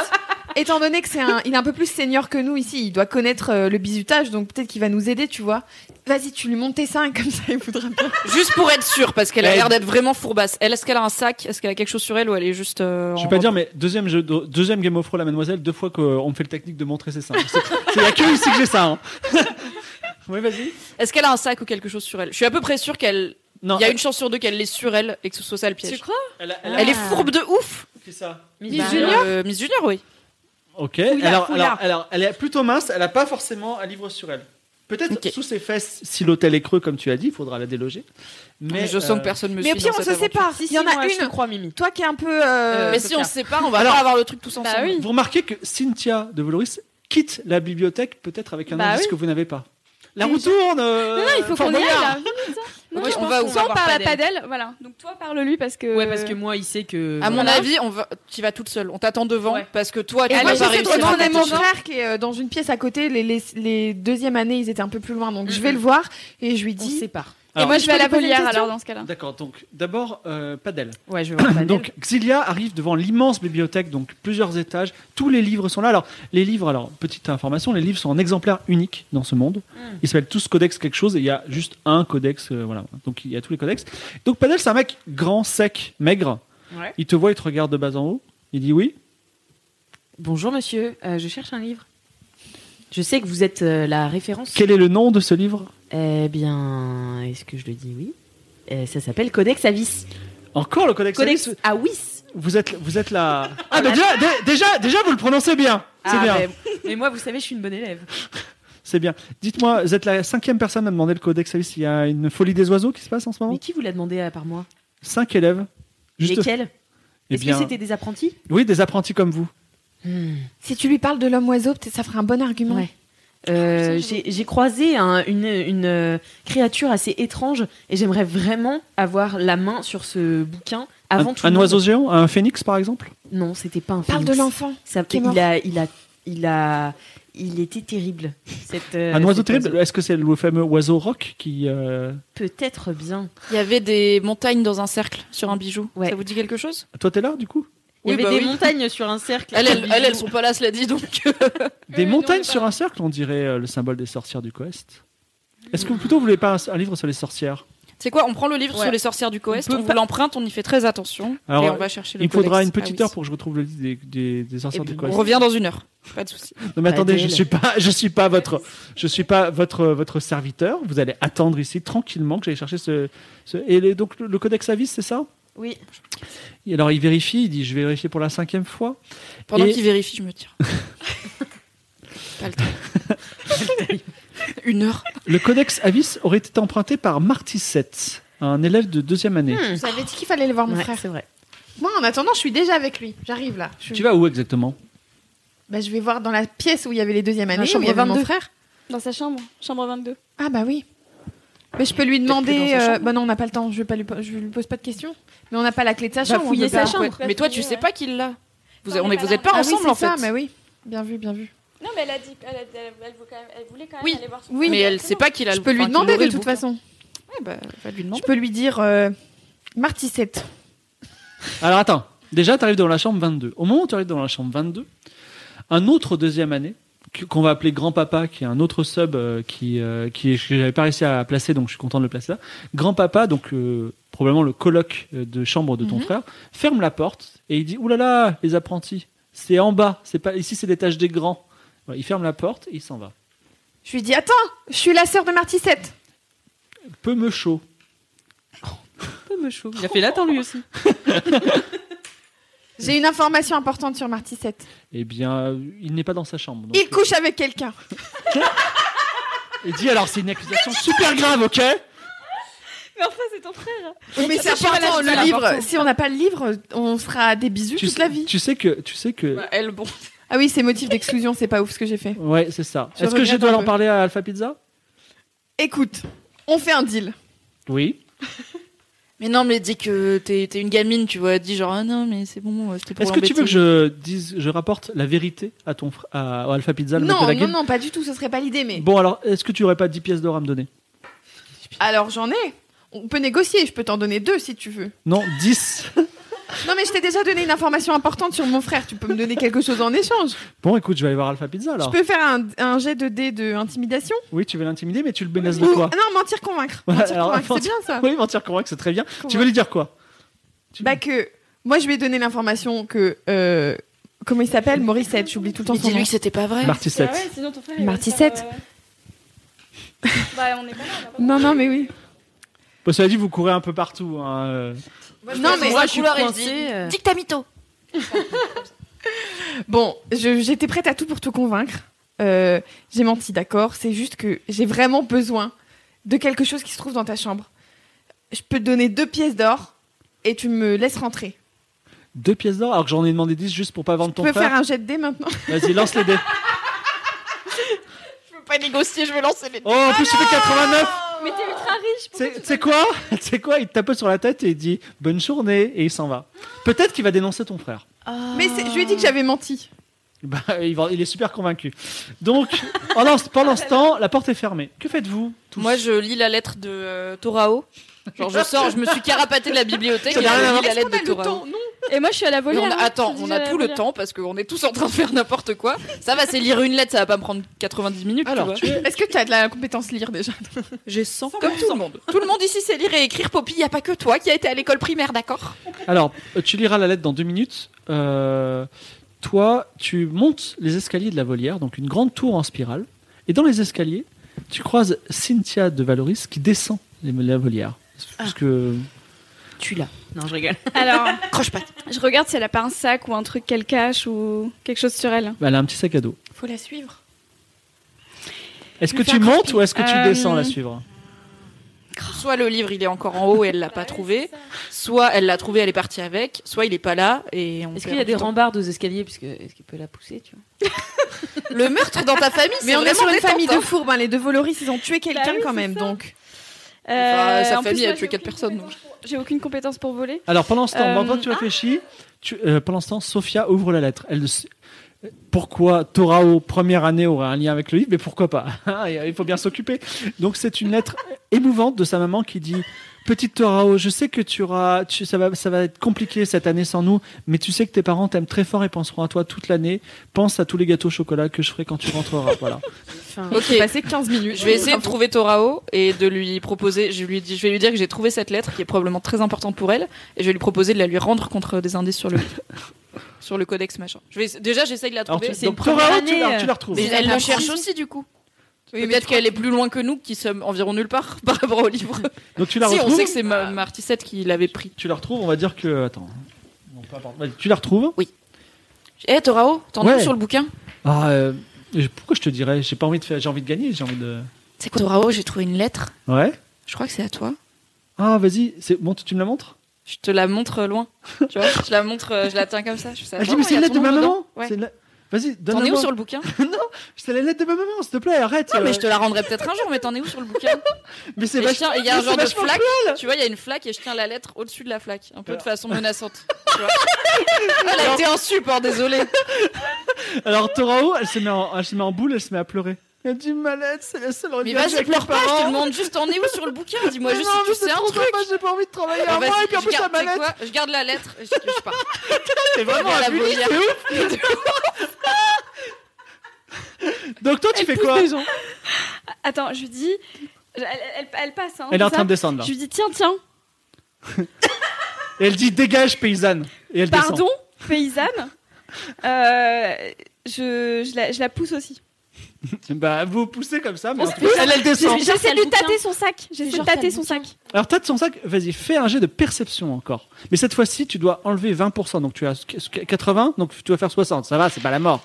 S7: étant donné que c'est un, il est un peu plus senior que nous ici, il doit connaître euh, le bizutage, donc peut-être qu'il va nous aider, tu vois. Vas-y, tu lui montes tes seins, <laughs> comme ça il voudra bien.
S11: Juste pour être sûre, parce qu'elle a
S4: Ouais.
S11: l'air d'être vraiment fourbasse. Elle, est-ce qu'elle a un sac Est-ce qu'elle a quelque chose sur elle ou elle est juste. euh,
S4: Je
S11: en
S4: vais pas
S11: robe
S4: dire, mais deuxième, jeu, de- deuxième Game of Thrones, la mademoiselle, deux fois qu'on me fait le technique de montrer ses seins. C'est- C'est la que ici que j'ai ça. hein. Oui, vas-y.
S11: Est-ce qu'elle a un sac ou quelque chose sur elle Je suis à peu près sûre qu'elle.
S4: Non.
S11: Il y a une chance sur deux qu'elle l'ait sur elle et que ce soit ça le piège.
S10: Tu crois
S4: Elle, a-
S11: elle,
S4: elle a-
S11: est fourbe de ouf
S4: Qui ça
S10: Miss
S7: Bah, Ah.
S10: Junior
S11: euh, Miss Junior, oui.
S4: Ok.
S11: Foulard,
S4: alors,
S11: foulard.
S4: alors, alors, elle est plutôt mince. Elle n'a pas forcément un livre sur elle. Peut-être sous ses fesses, si l'hôtel est creux, comme tu as dit, il faudra la déloger. Mais, euh,
S11: Mais je sens que personne me
S7: Mais au pire, on se sépare.
S10: Si,
S7: il y en
S10: si, moi,
S7: a
S10: je te
S7: une.
S10: crois, Mimi.
S7: Toi qui est un peu. euh, Bah
S11: Mais si on se sépare, on va
S4: Alors-
S11: pas avoir le truc tous ensemble.
S4: Vous remarquez que Cynthia de Voloris quitte la bibliothèque, peut-être avec un
S9: Bah
S4: indice
S9: oui.
S4: que vous n'avez pas. La roue tourne euh,
S9: Non, non, il faut
S4: Fort
S9: qu'on y aille
S4: Boyard.
S9: là. Vite, hein. Non,
S11: Moi,
S9: je
S11: on
S9: pense
S11: va-
S9: qu'on
S11: on
S9: soit
S11: va
S9: on
S11: voir
S9: parle à
S11: Padel.
S9: Padel, voilà. Donc toi parle-lui parce que
S10: Ouais, parce que Ah, moi, il sait que.
S11: Euh, À mon
S10: Voilà.
S11: avis, on va... tu vas toute seule. On t'attend devant parce que toi, tu
S7: Et
S11: vas
S7: moi,
S11: pas
S7: j'essaie de
S11: réussir. à
S7: retrouver mon
S11: t'attacher.
S7: frère qui est euh, dans une pièce à côté. Les, les, les deuxièmes années, ils étaient un peu plus loin, donc je vais le voir et je lui dis.
S10: sépare.
S9: Et moi, je vais à la
S7: peux lui poser une
S9: volière
S7: question
S9: alors dans ce cas-là.
S4: D'accord, donc d'abord, euh, Padel.
S10: Ouais, je vais voir Padel.
S4: Donc Xilia arrive devant l'immense bibliothèque, donc plusieurs étages. Tous les livres sont là. Alors les livres, alors petite information, les livres sont en exemplaire unique dans ce monde.
S10: Hmm.
S4: Ils s'appellent tous codex quelque chose et il y a juste un codex, euh, voilà. Donc il y a tous les codex. Donc Padel, c'est un mec grand, sec, maigre.
S10: Ouais.
S4: Il te voit, il te regarde de bas en haut. Il dit oui.
S10: Bonjour monsieur, Euh, je cherche un livre. Je sais que vous êtes euh, la référence.
S4: Quel est le nom de ce livre
S10: Eh bien, est-ce que je le dis oui Euh, Ça s'appelle Codex Avis.
S4: Encore le codex.
S10: Codex
S4: Alice
S10: Avis.
S4: Vous êtes, vous êtes Ah, là. Ah bah déjà, dé- déjà, déjà, vous le prononcez bien. C'est
S10: Ah,
S4: bien.
S10: Mais, mais moi, vous savez, je suis une bonne élève.
S4: C'est bien. Dites-moi, vous êtes la cinquième personne à demander le codex Alice. Il y a une folie des oiseaux qui se passe en ce moment
S10: Mais qui vous l'a demandé à part moi
S4: Cinq élèves.
S10: Lesquels
S4: Eh
S10: Est-ce
S4: bien-
S10: que c'était des apprentis
S4: Oui, des apprentis comme vous.
S7: Si tu lui parles de l'homme oiseau, peut-être ça fera un bon argument.
S5: Ah,
S10: Euh, j'ai j'ai croisé un- une, une, euh, créature assez étrange et j'aimerais vraiment avoir la main sur ce bouquin avant
S4: un,
S10: tout.
S4: un
S10: le monde.
S4: oiseau géant, un phénix par exemple
S10: Non, c'était pas un.
S7: Parle
S10: phénix.
S7: de l'enfant
S10: Ça-
S7: qui est mort.
S10: Il a, il a, il a, il était terrible. Cette, euh,
S4: Un oiseau
S10: cet
S4: terrible Est-ce que c'est le fameux oiseau rock qui. euh,
S10: Peut-être bien.
S5: Il y avait des montagnes dans un cercle sur un bijou. Ça vous dit quelque chose
S4: Toi, t'es là du coup
S10: Il y avait
S5: bah
S10: des
S5: oui.
S10: montagnes sur un cercle.
S5: Elles, elles,
S10: Bijou.
S5: elles, elles sont pas là, cela dit donc. euh,
S4: Des montagnes sur un cercle, on dirait euh, le symbole des sorcières du Coest. Est-ce que vous plutôt vous voulez pas un, un livre sur les sorcières
S5: <laughs> C'est quoi On prend le livre
S11: Ouais.
S5: sur les sorcières du Coest,
S11: On
S5: on,
S11: peut
S5: vous
S11: pas-
S5: l'emprunte, on y fait très attention et on va chercher le
S4: Il faudra
S5: codex.
S4: une
S5: Ah
S4: petite
S5: oui.
S4: heure pour que je retrouve le livre des, des- des
S10: Eh
S4: sorcières du Coest.
S5: On revient dans une heure, pas de souci.
S4: Non mais attendez, je
S5: Adèle.
S4: suis pas, je suis pas votre, je suis pas votre votre serviteur. Vous allez attendre ici tranquillement que j'aille chercher ce, ce- et les- donc le, le codex avis, c'est ça
S10: Oui.
S4: Et alors il vérifie, il dit je vais vérifier pour la cinquième fois.
S5: Pendant
S4: Et-
S5: qu'il vérifie, je me tire. pas le temps. une heure.
S4: Le codex avis aurait été emprunté par Martisset, un élève de deuxième année.
S7: Vous avez dit qu'il fallait aller voir mon
S4: Ouais,
S7: frère.
S10: C'est vrai.
S7: Moi, en attendant, je suis déjà avec lui. J'arrive là. Je...
S4: Tu vas où exactement
S7: Bah, je vais voir dans la pièce où il y avait les deuxièmes années, où
S9: chambre
S7: il y avait mon
S9: 22.
S7: frère.
S9: Dans sa chambre, chambre 22.
S7: Ah bah oui. Mais je peux lui
S9: Peut-être que dans
S7: demander.
S9: sa
S7: euh,
S9: chambre.
S7: bah non, on n'a pas le temps. Je vais pas lui, po- je lui pose pas de questions. Mais on n'a pas la clé de sa
S5: Va
S7: chambre. on
S5: fouiller
S7: peut
S5: Bah, sa
S7: pas-
S5: chambre.
S7: Ouais.
S5: Mais toi, tu sais pas qu'il l'a. Vous-
S9: Non,
S5: on
S9: mais
S5: est- vous
S9: voilà.
S5: n'êtes pas
S7: Ah oui,
S5: ensemble
S7: c'est
S5: en
S7: ça,
S5: fait.
S7: mais oui. Bien vu, bien vu.
S9: Non, mais elle a dit, elle, a- elle- elle veut quand même- elle voulait quand même
S5: Oui.
S9: aller voir son
S5: Oui, mais elle sait pas qu'il a. hein,
S7: Je peux lui demander de toute façon.
S5: Ouais, bah, va lui
S7: Je
S5: demander.
S7: peux lui dire euh, Martissette.
S4: Alors attends, déjà tu arrives dans la chambre 22. Au moment où tu arrives dans la chambre 22, un autre deuxième année que- qu'on va appeler grand-papa, qui est un autre sub euh, qui, euh, qui est- que j'avais pas réussi à placer, donc je suis content de le placer là. Grand-papa, donc euh, probablement le coloc euh, de chambre de ton
S12: Mhm.
S4: frère, ferme la porte et il dit Ouh là là, les apprentis, c'est en bas, c'est pas ici, c'est l'étage des grands. Voilà, il ferme la porte et il s'en va.
S7: Je lui dis Attends, je suis la sœur de Martissette.
S4: Peu me chaud.
S10: Peu me chaud. Il a fait l'attend lui aussi.
S7: J'ai une information importante sur Martissette.
S4: Eh bien, euh, il n'est pas dans sa chambre. donc- euh,
S7: Il couche avec quelqu'un.
S4: Il dit alors c'est une accusation super grave, ok
S9: Mais enfin, c'est ton frère.
S7: mais c'est important le livre. Si on n'a pas le livre, on sera des bisous
S4: tu,
S7: toute
S4: sais-
S7: la vie.
S4: tu sais que tu sais que
S5: Bah, Elle, bon.
S7: Ah oui, c'est motif d'exclusion, c'est pas ouf ce que j'ai fait.
S4: Ouais, c'est ça.
S7: Je
S4: Est-ce que je
S7: regrette
S4: dois
S7: un
S4: leur
S7: peu.
S4: parler à Alpha Pizza
S7: Écoute, on fait un deal.
S4: Oui.
S5: Mais non, mais dis que t'es t'es une gamine, tu vois. Dis genre, ah non, mais c'est bon, euh, c'était pour
S4: Est-ce que tu veux que
S5: l'embêter.
S4: je dise, je rapporte la vérité à ton fr- à, à Alpha Pizza, le mec de
S7: Non,
S4: la
S7: non,
S4: guilde
S7: non, pas du tout, ce serait pas l'idée, mais.
S4: Bon alors, est-ce que tu aurais pas 10 pièces d'or à me donner
S7: Alors j'en ai. On peut négocier, je peux t'en donner deux si tu veux.
S4: Non,
S7: <laughs>
S4: 10.
S7: Non, mais je t'ai déjà donné une information importante sur mon frère, tu peux me donner quelque chose en échange.
S4: bon, écoute, je vais aller voir Alpha Pizza
S7: Je
S4: alors.
S7: peux faire un, un jet de dés de intimidation
S4: Oui, tu veux l'intimider, mais tu le bénesses de
S7: Ou-
S4: quoi
S7: Ah Non, mentir, convaincre.
S4: Voilà,
S7: Mentir,
S4: alors,
S7: convaincre, c'est
S4: mentir-
S7: bien ça.
S4: Oui, mentir convaincre, c'est très bien. Tu veux lui dire quoi
S7: Bah que moi je lui ai donné l'information que euh, comment il s'appelle Morissette, j'oublie tout le temps
S5: Mais
S7: son
S5: dis-lui
S7: nom.
S5: que c'était pas vrai.
S4: Martissette.
S9: Ah ouais, sinon ton frère. il va
S7: Martissette.
S9: faire, euh, Bah, on est pas là. on a pas-
S7: Non non mais oui.
S4: Bon, cela dit, vous courez un peu partout. hein, euh.
S7: non mais
S11: moi, je suis coincée, euh.
S7: Dis que t'as mytho. <laughs> bon, je- j'étais prête à tout pour te convaincre. Euh, j'ai menti, d'accord. C'est juste que j'ai vraiment besoin de quelque chose qui se trouve dans ta chambre. Je peux te donner deux pièces d'or et tu me laisses rentrer.
S4: Deux pièces d'or, alors que j'en ai demandé 10 juste pour pas vendre
S7: Tu
S4: ton
S7: peux
S4: frère.
S7: faire un jet de dés maintenant.
S4: Vas-y, lance les dés.
S7: je peux pas négocier, je vais lancer les
S4: Oh, en plus, tu fais 89
S9: Mais t'es ultra riche.
S4: C'est c'est quoi <laughs> C'est quoi Il te tape sur la tête et il dit bonne journée et il s'en va. Peut-être qu'il va dénoncer ton frère. <laughs>
S7: Mais c'est- je lui ai dit que j'avais menti.
S4: Bah, il, va- il est super convaincu.
S9: <laughs>
S4: Donc, pendant, ce- pendant ce temps, la porte est fermée. Que faites-vous tous
S5: Moi, je lis la lettre de euh, Torao. Genre, je sors, je me suis carapatée de la bibliothèque
S4: Ça
S5: et
S4: n'a rien à
S5: je
S4: voir.
S5: lis la lettre
S7: Est-ce
S5: de
S7: qu'on a le
S5: Torao.
S9: Et moi, je suis à la
S5: Mais
S9: volée.
S5: on a-
S9: hein,
S5: attends,
S9: je suis
S5: on
S9: déjà à
S5: a
S9: la
S5: tout le
S9: volée.
S5: temps parce qu'on est tous en train de faire n'importe quoi. Ça va, c'est lire une lettre, ça va pas me prendre 90 minutes. tu vois.
S7: Est-ce que tu as de la compétence lire déjà
S5: J'ai 100 comme tout le monde. Tout le monde ici sait lire et écrire, Poppy. Y a pas que toi qui a été à l'école primaire, d'accord
S4: Alors, euh, tu liras la lettre dans deux minutes. Euh, toi, tu montes les escaliers de la volière, donc une grande tour en spirale. Et dans les escaliers, tu croises Cynthia de Valoris qui descend les- la volière. Parce
S9: Ah.
S4: que
S10: Tu l'as. Non, je rigole.
S7: <laughs>
S9: Alors,
S5: croche pas.
S9: Je regarde si elle a pas un sac ou un truc qu'elle cache ou quelque chose sur elle.
S4: bah, elle a un petit sac à dos.
S7: Faut la suivre.
S4: Est-ce que tu montes ou est-ce que tu descends la suivre
S5: Soit le livre il est encore en haut et elle l'a pas trouvé, soit elle l'a trouvé, elle est partie avec, soit il est pas là et on.
S10: Est-ce
S5: perd
S10: qu'il y a
S5: du
S10: des
S5: temps.
S10: rambardes aux escaliers Parce que- Est-ce qu'il peut la pousser tu vois
S5: Le meurtre dans ta famille,
S7: Mais
S5: c'est
S7: on est
S5: vraiment
S7: sur une
S5: détente,
S7: famille
S5: hein.
S7: de fourbes, hein. les deux Voloris, ils ont
S5: Bah
S7: tué quelqu'un quand même, donc.
S5: Enfin, sa
S9: Euh, en plus,
S5: famille
S9: moi,
S5: a tué quatre personnes. donc.
S9: J'ai aucune compétence pour voler.
S4: Alors pendant ce temps,
S9: Euh,
S4: pendant que tu réfléchis, tu- euh, pendant ce temps, Sophia ouvre la lettre. Elle ne sait- pourquoi Torao, première année, aurait un lien avec le livre, mais pourquoi pas <laughs> Ah, Il faut bien s'occuper. Donc c'est une lettre émouvante de sa maman qui dit Petite Torao, je sais que tu auras, tu- ça, va, ça va être compliqué cette année sans nous, mais tu sais que tes parents t'aiment très fort et penseront à toi toute l'année. Pense à tous les gâteaux au chocolat que je ferai quand tu rentreras. Voilà.
S5: Ok.
S7: J'ai passé 15 minutes.
S5: Je vais essayer de trouver Torao et de lui proposer. Je, lui dis, je vais lui dire que j'ai trouvé cette lettre qui est probablement très importante pour elle et je vais lui proposer de la lui rendre contre des indices <laughs> sur le sur le codex machin. Je vais, déjà, j'essaye de la
S4: Alors,
S5: trouver.
S4: tu- C'est donc, une première Torao, tu année, la- euh, tu la retrouves.
S5: Mais
S4: Mais
S5: elle le
S4: la
S5: cherche
S4: trouve.
S5: aussi du coup. Peut-être qu'elle est plus loin que nous, qui sommes environ nulle part <laughs> par rapport au livre.
S4: Donc tu la
S5: si, on
S4: retrouves
S5: sait que c'est ma, Marticette qui l'avait pris.
S4: Tu la retrouves, on va dire que. Attends. Bon, peu importe. Vas-y, Tu la retrouves
S5: Oui. Eh Torao, t'en
S4: Ouais.
S5: as sur le bouquin
S4: Ah, euh, je- pourquoi je te dirais J'ai pas envie de faire. J'ai envie de gagner. J'ai envie de.
S5: C'est quoi Torao J'ai trouvé une lettre.
S4: Ouais.
S5: Je crois que c'est à toi.
S4: Ah, vas-y. C'est bon. Tu tu me la montres
S5: Je te la montre loin. Tu vois Je la montre, euh, je la tiens comme ça. Je fais ça.
S4: Ah, je dis,
S5: Vraiment,
S4: mais c'est
S5: il y a
S4: une lettre de
S5: ton
S4: ma
S5: nom
S4: maman.
S5: dedans Ouais.
S4: C'est une lettre- Vas-y, donne-la.
S5: T'en es où
S4: moi.
S5: sur le bouquin
S4: Non, c'est la lettre de ma maman. S'il te plaît, arrête.
S5: Non, Ah, mais
S4: euh.
S5: je te la rendrai peut-être un jour, mais t'en es où sur
S4: <laughs>
S5: le bouquin
S4: Mais c'est
S5: Et je
S4: vach-
S5: tiens- et Il y a un
S4: mais
S5: genre
S4: c'est
S5: de
S4: vachement
S5: flaque.
S4: cruel.
S5: Tu vois, il y a une flaque et je tiens la lettre au-dessus de la flaque, un peu de
S4: Alors-
S5: façon menaçante.
S4: <laughs>
S5: tu vois. Elle a été un support, désolé.
S4: Alors, Torao, elle se met en, elle se met en boule, elle se met à pleurer. Elle dit malade, c'est la seule
S5: Mais
S4: religion
S5: vas-y,
S4: avec
S5: pleure
S4: mes
S5: pas, je te
S4: parents.
S5: demande juste t'en es où sur le bouquin Dis-moi
S4: Mais
S5: juste
S4: non, mais
S5: si tu
S4: c'est
S5: sais un
S4: trop
S5: truc.
S4: dommage, j'ai pas envie de travailler
S5: Bon,
S4: à moi
S5: vas-y,
S4: et puis en
S5: je
S4: plus,
S5: garde-
S4: la
S5: tu sais
S4: mallette.
S5: quoi Je garde la lettre et je, je pars.
S4: C'est vraiment
S5: Je vais
S4: un bully,
S5: la
S4: c'est
S5: voler.
S4: ouf. Donc toi, tu fais quoi
S9: Attends, je lui dis. Elle, elle- elle passe. hein,
S4: Elle est en
S9: c'est
S4: train
S9: ça
S4: de descendre, là.
S9: Je lui dis tiens, tiens,
S4: Et elle dit dégage, paysanne. Et elle descend.
S9: pardon, paysanne. Euh, je, je, la, je la pousse aussi.
S4: Bah, vous poussez comme ça, mais
S9: On
S4: en
S9: se
S4: tout cas,
S9: pousse.
S4: <laughs> elle, elle descend.
S9: J'essaie de lui tâter son sac. J'essaie de
S11: genre,
S9: tâter
S11: t'as le
S9: son sac.
S4: Alors, t'as de son sac, vas-y, fais un jet de perception encore. Mais cette fois-ci, tu dois enlever 20%. Donc, tu as 80, donc tu dois faire 60. Ça va, c'est pas la mort.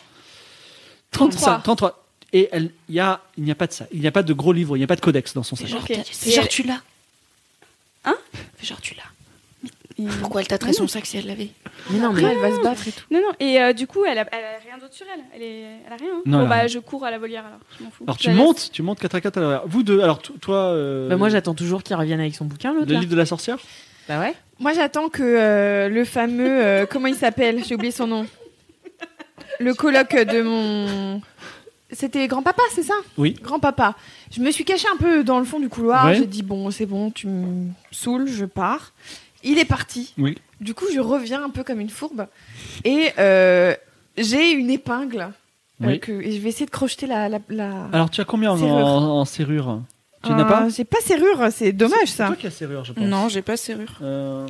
S4: 35, 33. Et elle, il y a, il n'y a pas de ça. Il n'y a pas de gros livre, il n'y a pas de codex dans son sac.
S9: Ok.
S5: Fais
S9: Et
S5: genre
S9: elle-
S5: tu l'as.
S9: Hein Mmh.
S5: Fais genre tu l'as. Pourquoi elle tâterait
S9: Mais
S5: son
S9: non.
S5: sac si elle l'avait
S10: Mais non,
S9: mais-
S7: elle va se battre et tout.
S9: Non, non, et euh, du coup, elle a, elle a rien d'autre sur elle. Elle, est- elle a rien. hein. bon,
S4: Non, elle a
S9: bah,
S4: rien.
S9: je cours à la volière alors. Je m'en fous.
S4: Alors,
S9: Je
S4: tu
S9: la
S4: montes, tu montes 4 à 4 à l'heure. Vous deux, alors, to- toi. euh,
S10: Bah, Moi j'attends toujours qu'il revienne avec son bouquin l'autre.
S4: Le
S10: là.
S4: livre de la sorcière
S10: Bah ouais.
S7: Moi, j'attends que euh, le fameux. euh, comment il s'appelle J'ai oublié son nom. Le colloque de mon. C'était grand-papa, c'est ça
S4: Oui.
S7: Grand-papa. Je me suis cachée un peu dans le fond du couloir.
S4: Ouais.
S7: J'ai dit bon, c'est bon, tu me saoules, je pars. Il est parti.
S4: Oui.
S7: Du coup, je reviens un peu comme une fourbe. Et euh, j'ai une épingle. euh,
S4: Oui.
S7: que- et je vais essayer de crocheter la. la, la-
S4: Alors, tu as combien en,
S7: Serrure.
S4: en- en serrure Tu n'as
S7: Euh,
S4: pas
S7: J'ai pas serrure, c'est dommage ça.
S4: Toi qui as serrure, je pense.
S5: Non, j'ai pas serrure.
S4: Euh,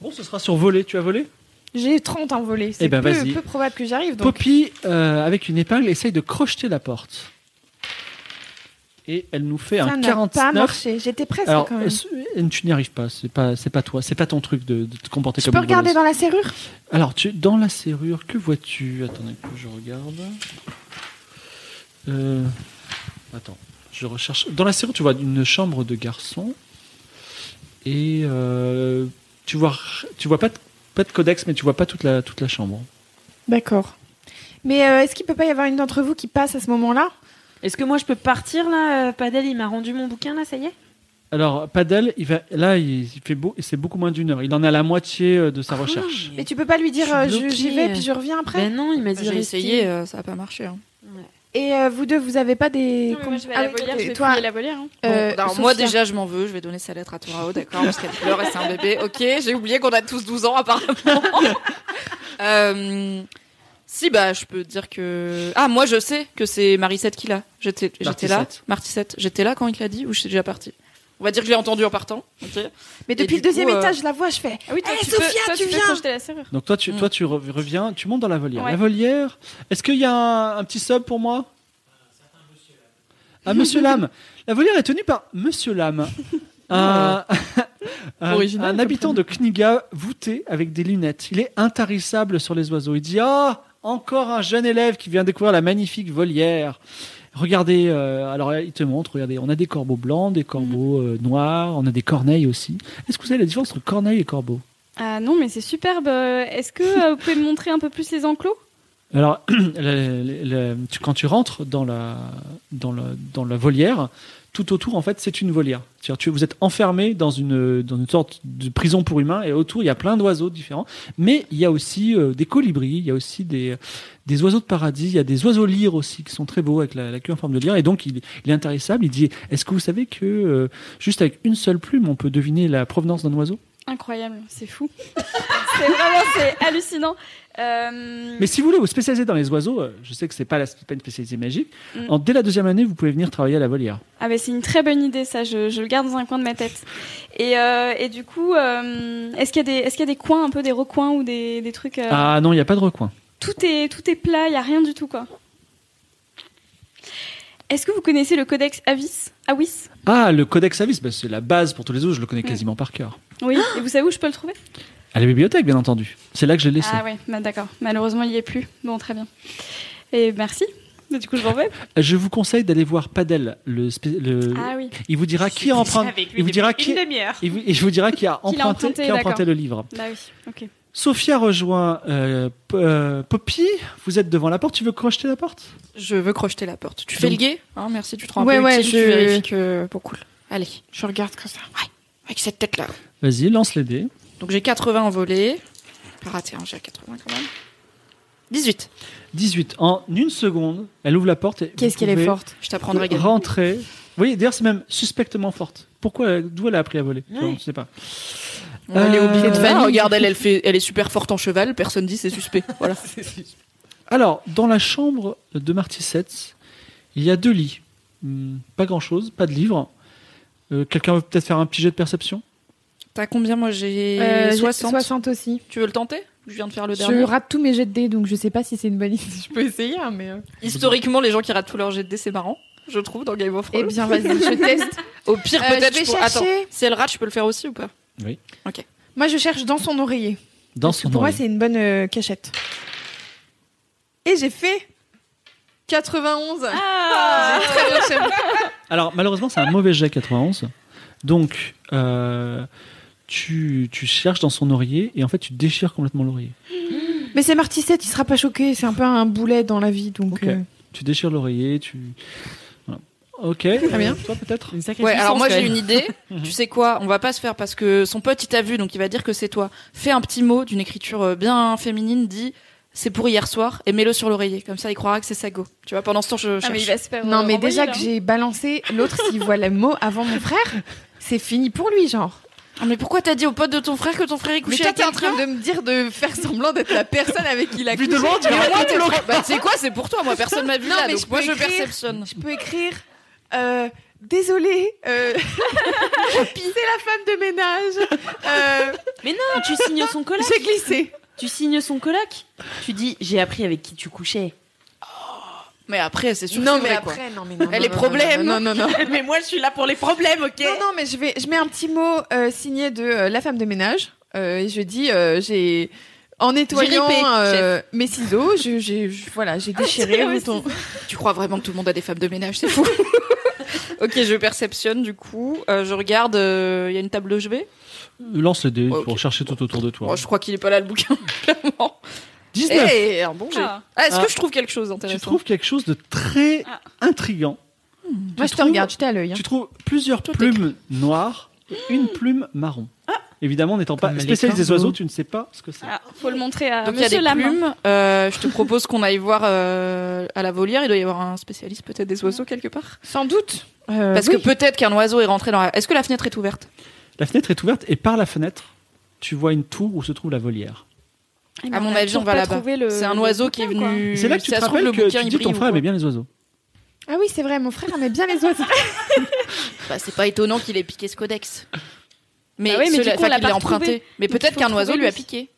S4: Bon, ce sera sur volé. Tu as volé
S7: J'ai 30 en volée. C'est
S4: Eh ben,
S7: peu,
S4: vas-y.
S7: peu probable que j'arrive. Donc...
S4: Poppy, euh, avec une épingle, essaye de crocheter la porte. Et elle nous fait
S7: Ça
S4: un
S7: n'a
S4: 49.
S7: pas marché. J'étais presque
S4: Alors,
S7: quand même.
S4: est-ce- euh, tu n'y arrives pas. C'est pas, c'est pas toi. C'est pas ton truc de, de te comporter
S7: Je
S4: comme
S7: peux
S4: une
S7: regarder
S4: voleuse.
S7: dans la serrure
S4: Alors, tu, dans la serrure, que vois-tu Attendez que je regarde. Euh, attends, je recherche. Dans la serrure, tu vois une chambre de garçon. Et euh, tu vois, tu vois pas de, pas de codex, mais tu vois pas toute la, toute la chambre.
S7: D'accord. Mais euh, est-ce qu'il peut pas y avoir une d'entre vous qui passe à ce moment-là
S10: Est-ce que moi je peux partir là euh, Padel il m'a rendu mon bouquin là, ça y est
S4: Alors, Padel, il va, là, il, il fait beau et c'est beaucoup moins d'une heure. Il en a la moitié euh, de sa recherche.
S7: Et tu peux pas lui dire euh,
S10: Je
S7: je-
S10: suis bloquée,
S7: j'y vais
S10: euh.
S7: puis je reviens après
S10: Ben non, il m'a dit
S5: J'ai
S10: rester.
S5: essayé, euh, ça a pas marché. hein.
S7: Et euh, vous deux, vous avez pas des.
S9: Non, mais moi, je vais
S7: Ah
S9: à la
S7: oui,
S9: volière,
S7: et
S9: je vais
S7: toi,
S9: fouiller la volière. hein.
S5: Bon,
S7: euh,
S5: alors, moi
S7: Sophia.
S5: déjà je m'en veux, je vais donner sa lettre à Torao, d'accord, parce qu'elle pleure et c'est un bébé. Ok, j'ai oublié qu'on a tous 12 ans
S7: <laughs>
S5: apparemment. Euh, si bah je peux dire que ah moi je sais que c'est Marisette qui l'a. J'étais j'étais là,
S4: Marticette.
S5: Marticette, j'étais là quand il te l'a dit ou j'étais déjà partie. On va dire que je l'ai entendu en partant. ok.
S7: Mais
S5: Et
S7: depuis le
S5: du
S7: deuxième
S5: coup, euh,
S7: étage, je la vois, je fais.
S9: Ah oui, toi,
S7: Eh,
S9: tu
S7: Sophia,
S9: peux, toi,
S7: tu
S9: peux
S7: viens
S9: crocheter la serrure.
S4: Donc toi, tu,
S5: Mm.
S4: toi, tu re- reviens, tu montes dans la volière.
S9: Ouais.
S4: La volière, est-ce qu'il y a un, un petit sub pour moi Ah, Monsieur Lame. La volière est tenue par Monsieur <laughs> Lame. Un, <laughs> un-
S7: Original,
S4: un
S7: comme
S4: habitant de Kniga voûté avec des lunettes. Il est intarissable sur les oiseaux. Il dit Ah, encore un jeune élève qui vient découvrir la magnifique volière. Regardez, euh, alors il te montre, regardez, on a des corbeaux blancs, des corbeaux euh, noirs, on a des corneilles aussi. Est-ce que vous savez la différence entre corneilles et corbeaux
S9: Ah non, mais c'est superbe. Euh, Est-ce que euh, vous pouvez me montrer un peu plus les enclos
S4: Alors, <clears throat> le- le- le- tu- quand tu rentres dans la, dans, la, dans la volière, tout autour, en fait, c'est une volière. C'est-à-dire, tu- vous êtes enfermé dans une, dans une sorte de prison pour humains, et autour, il y a plein d'oiseaux différents. Mais il y a aussi euh, des colibris, il y a aussi des, des oiseaux de paradis, il y a des oiseaux lyres aussi, qui sont très beaux, avec la, la queue en forme de lyre. Et donc, il, il est intéressable. Il dit Est-ce que vous savez que euh, juste avec une seule plume, on peut deviner la provenance d'un oiseau
S9: Incroyable, c'est fou. c'est vraiment, c'est hallucinant. Euh,
S4: Mm. Mais si vous voulez vous spécialiser dans les oiseaux, euh, je sais que c'est pas la c'est pas une spécialité magique.
S9: Mm.
S4: En, dès la deuxième année, vous pouvez venir travailler à la volière.
S9: Ah bah, c'est une très bonne idée ça, je, je le garde dans un coin de ma tête. Et, euh, et du coup, euh, est-ce qu'il y, a des- est-ce qu'il y a des coins, un peu des recoins ou des, des trucs... euh,
S4: Ah non, il n'y a pas de recoin.
S9: Tout est, tout est plat, il n'y a rien du tout quoi. Est-ce que vous connaissez le codex Avis Awis
S4: Ah, le codex avis, bah, c'est la base pour tous les autres. Je le
S9: Mm.
S4: connais quasiment par cœur.
S9: Oui, et vous savez où je peux le trouver
S4: À la bibliothèque, bien entendu. C'est là que je l'ai laissé.
S9: Ah ouais, bah, d'accord. Malheureusement, il n'y est plus. Bon, très bien. Et merci. Et Du coup, je m'en vais.
S4: Je vous conseille d'aller voir Padel. Le, spé- le-
S9: Ah oui.
S4: Il vous dira qui emprunte.
S9: avec lui
S4: Il vous dira
S9: depuis
S4: qui.
S9: une demi-heure.
S4: Il vous, il vous
S9: <laughs>
S4: dira qui a
S9: Qui
S4: emprunté,
S9: l'a emprunté,
S4: qui a
S9: d'accord.
S4: emprunté le livre.
S9: Bah oui, ok.
S4: Sophia rejoint euh, P- euh, Poppy. Vous êtes devant la porte. Tu veux crocheter la porte
S5: Je veux crocheter la porte. Tu fais le guet hein, Merci, tu te rends
S11: Ouais,
S5: un peu
S11: ouais,
S5: utile,
S11: je-
S5: tu vérifies que... Bon, cool. Allez,
S11: je regarde comme ça.
S5: Ouais, avec cette tête-là.
S4: Vas-y, lance les dés.
S5: Donc j'ai 80 en volée. Pas raté, hein, j'ai 80 quand même.
S4: 18. 18. En une seconde, elle ouvre la porte. et
S5: Qu'est-ce
S4: vous
S5: qu'elle est
S4: pouvez
S5: forte Je t'apprendrai, Gaël.
S4: Rentrer. Oui, d'ailleurs, c'est même suspectement forte. Pourquoi D'où elle a appris à voler Je
S5: Ouais.
S4: ne sais pas.
S5: Elle est au billet
S4: Euh,
S5: de fer. Ah, Regarde, elle, elle, fait, elle est super forte en cheval. Personne dit c'est suspect. Voilà.
S4: Alors, dans la chambre de Martissette, il y a deux lits. Hmm, pas grand-chose, pas de livre. Euh, Quelqu'un veut peut-être faire un petit jet de perception
S5: T'as combien Moi j'ai
S7: Euh, j'ai
S5: 60.
S7: 60 aussi.
S5: Tu veux le tenter Je viens de faire le dernier.
S7: Je rate tous mes jets de dés, donc je sais pas si c'est une bonne idée. <laughs> Je peux essayer, hein, mais. euh.
S5: Historiquement, les gens qui ratent tous leurs jets de dés, c'est marrant. Je trouve dans Game of Thrones.
S7: Eh bien, vas-y, je teste.
S5: Au pire,
S7: Euh,
S5: peut-être.
S7: je vais
S5: je peux-
S7: chercher.
S5: Attends, si elle rate, je peux le faire aussi ou pas
S4: Oui.
S5: Ok.
S7: Moi, je cherche dans son oreiller.
S4: Dans
S7: Parce que
S4: son
S7: Pour moi,
S4: oreiller.
S7: c'est une bonne euh, cachette. Et j'ai fait 91. J'ai Ah, très <laughs> bien cherché.
S4: Alors, malheureusement, c'est un mauvais jet 91. Donc, euh, tu, tu cherches dans son oreiller et en fait, tu déchires complètement l'oreiller.
S7: Mais c'est Martissette, il sera pas choqué. C'est un peu un boulet dans la vie, donc.
S4: Ok.
S7: euh,
S4: Tu déchires l'oreiller, tu. voilà. Ok. Euh,
S7: Très bien.
S4: Toi, peut-être
S5: Ouais, alors moi j'ai
S7: <laughs>
S5: une idée.
S7: Mhm.
S5: tu sais quoi On va pas se faire parce que son pote il t'a vu donc il va dire que c'est toi. Fais un petit mot d'une écriture euh, bien féminine, dis c'est pour hier soir et mets-le sur l'oreiller. Comme ça il croira que c'est Sago. Tu vois, pendant ce temps je cherche.
S7: non, Ah, mais déjà que j'ai balancé l'autre, s'il voit le mot avant mon frère, c'est fini pour lui, genre.
S5: Ah, mais pourquoi t'as dit au pote de ton frère que ton frère est couché
S7: Mais toi,
S5: avec
S7: t'es en
S5: quelqu'un
S7: train de me dire de faire semblant d'être la personne avec qui il a
S5: Vu
S7: couché.
S5: de loin, tu
S7: <laughs> Mais
S5: vois,
S7: moi,
S5: t'es
S7: t'es
S5: bloqué.
S7: trop-
S5: Bah, tu sais quoi, c'est pour toi, moi, personne m'a vu
S7: Non,
S5: là,
S7: mais
S5: donc moi,
S7: peux
S5: je
S7: écrire-
S5: perceptionne.
S7: Je peux écrire. Euh, Désolée, <laughs> euh, c'est la femme de ménage. euh,
S10: Mais non, tu signes son colac.
S7: J'ai glissé.
S10: Tu signes son colac. Tu dis, j'ai appris avec qui tu couchais.
S5: Mais après, c'est sûr que
S7: Non,
S5: c'est
S7: mais
S5: vrai,
S7: après,
S5: quoi.
S7: non, mais non.
S5: Elle
S7: non,
S5: est
S7: non,
S5: problème.
S7: Non, non, non.
S5: <laughs>
S7: non.
S10: mais moi, je suis là pour les problèmes, ok
S7: Non, non, mais je, vais, je mets un petit mot euh, signé de euh, la femme de ménage. euh, et je dis, euh, j'ai. En nettoyant
S5: ripé,
S7: euh, mes ciseaux, je, j'ai- je- voilà, j'ai déchiré le ton.
S5: Tu crois vraiment que tout le monde a des femmes de ménage, c'est fou. <laughs> ok, je perceptionne du coup. Euh, je regarde, euh, il y a une table de chevet.
S4: Lance les dés pour chercher tout autour de toi.
S5: Bon, Oh, je crois qu'il est pas là le bouquin, <laughs> clairement.
S4: 19.
S5: Eh, un bon jet.
S4: Ah.
S5: Ah, Est-ce
S4: Ah.
S5: que je trouve quelque chose d'intéressant
S4: Tu trouves quelque chose de très
S5: Ah.
S4: intriguant.
S5: Hmm.
S7: Moi, je te regarde, je t'ai à l'œil. hein.
S4: Tu trouves plusieurs plumes noires et
S5: Hmm.
S4: une plume marron.
S5: Ah.
S4: Évidemment, n'étant pas
S10: Comme les
S4: spécialiste des
S10: corbeaux.
S4: oiseaux, tu ne sais pas ce que c'est.
S9: faut le montrer à
S5: Donc il y a
S9: Monsieur
S5: des
S9: Lama.
S5: plumes. Euh, je te propose qu'on aille voir euh, à la volière. Il doit y avoir un spécialiste peut-être des oiseaux quelque part.
S7: Sans doute. Euh,
S5: Parce
S4: oui.
S5: que peut-être qu'un oiseau est rentré dans la... Est-ce que la fenêtre est ouverte
S4: La fenêtre est ouverte et par la fenêtre, tu vois une tour où se trouve la volière.
S7: Ah,
S5: À mon avis, on va là-bas. C'est un oiseau qui est venu.
S4: Et C'est là que tu
S5: Ça
S4: te
S5: se trouve,
S4: rappelles
S5: le
S4: que
S5: bouquin,
S4: tu
S5: il
S4: dis que ton
S5: brille ou
S4: frère
S5: quoi
S4: aimait bien les
S5: <laughs>
S4: oiseaux.
S7: Ah oui, c'est vrai, mon frère aimait bien les oiseaux.
S5: Bah, c'est pas étonnant qu'il ait piqué ce codex. Mais,
S10: Bah oui, mais
S5: cela-
S10: du coup,
S5: enfin,
S10: on l'a
S5: qu'il l'ait
S10: pas
S5: emprunté.
S10: retrouvé.
S5: Mais
S10: Donc,
S5: peut-être
S10: il faut
S5: qu'un oiseau
S10: trouver
S5: lui a
S10: le-
S5: piqué.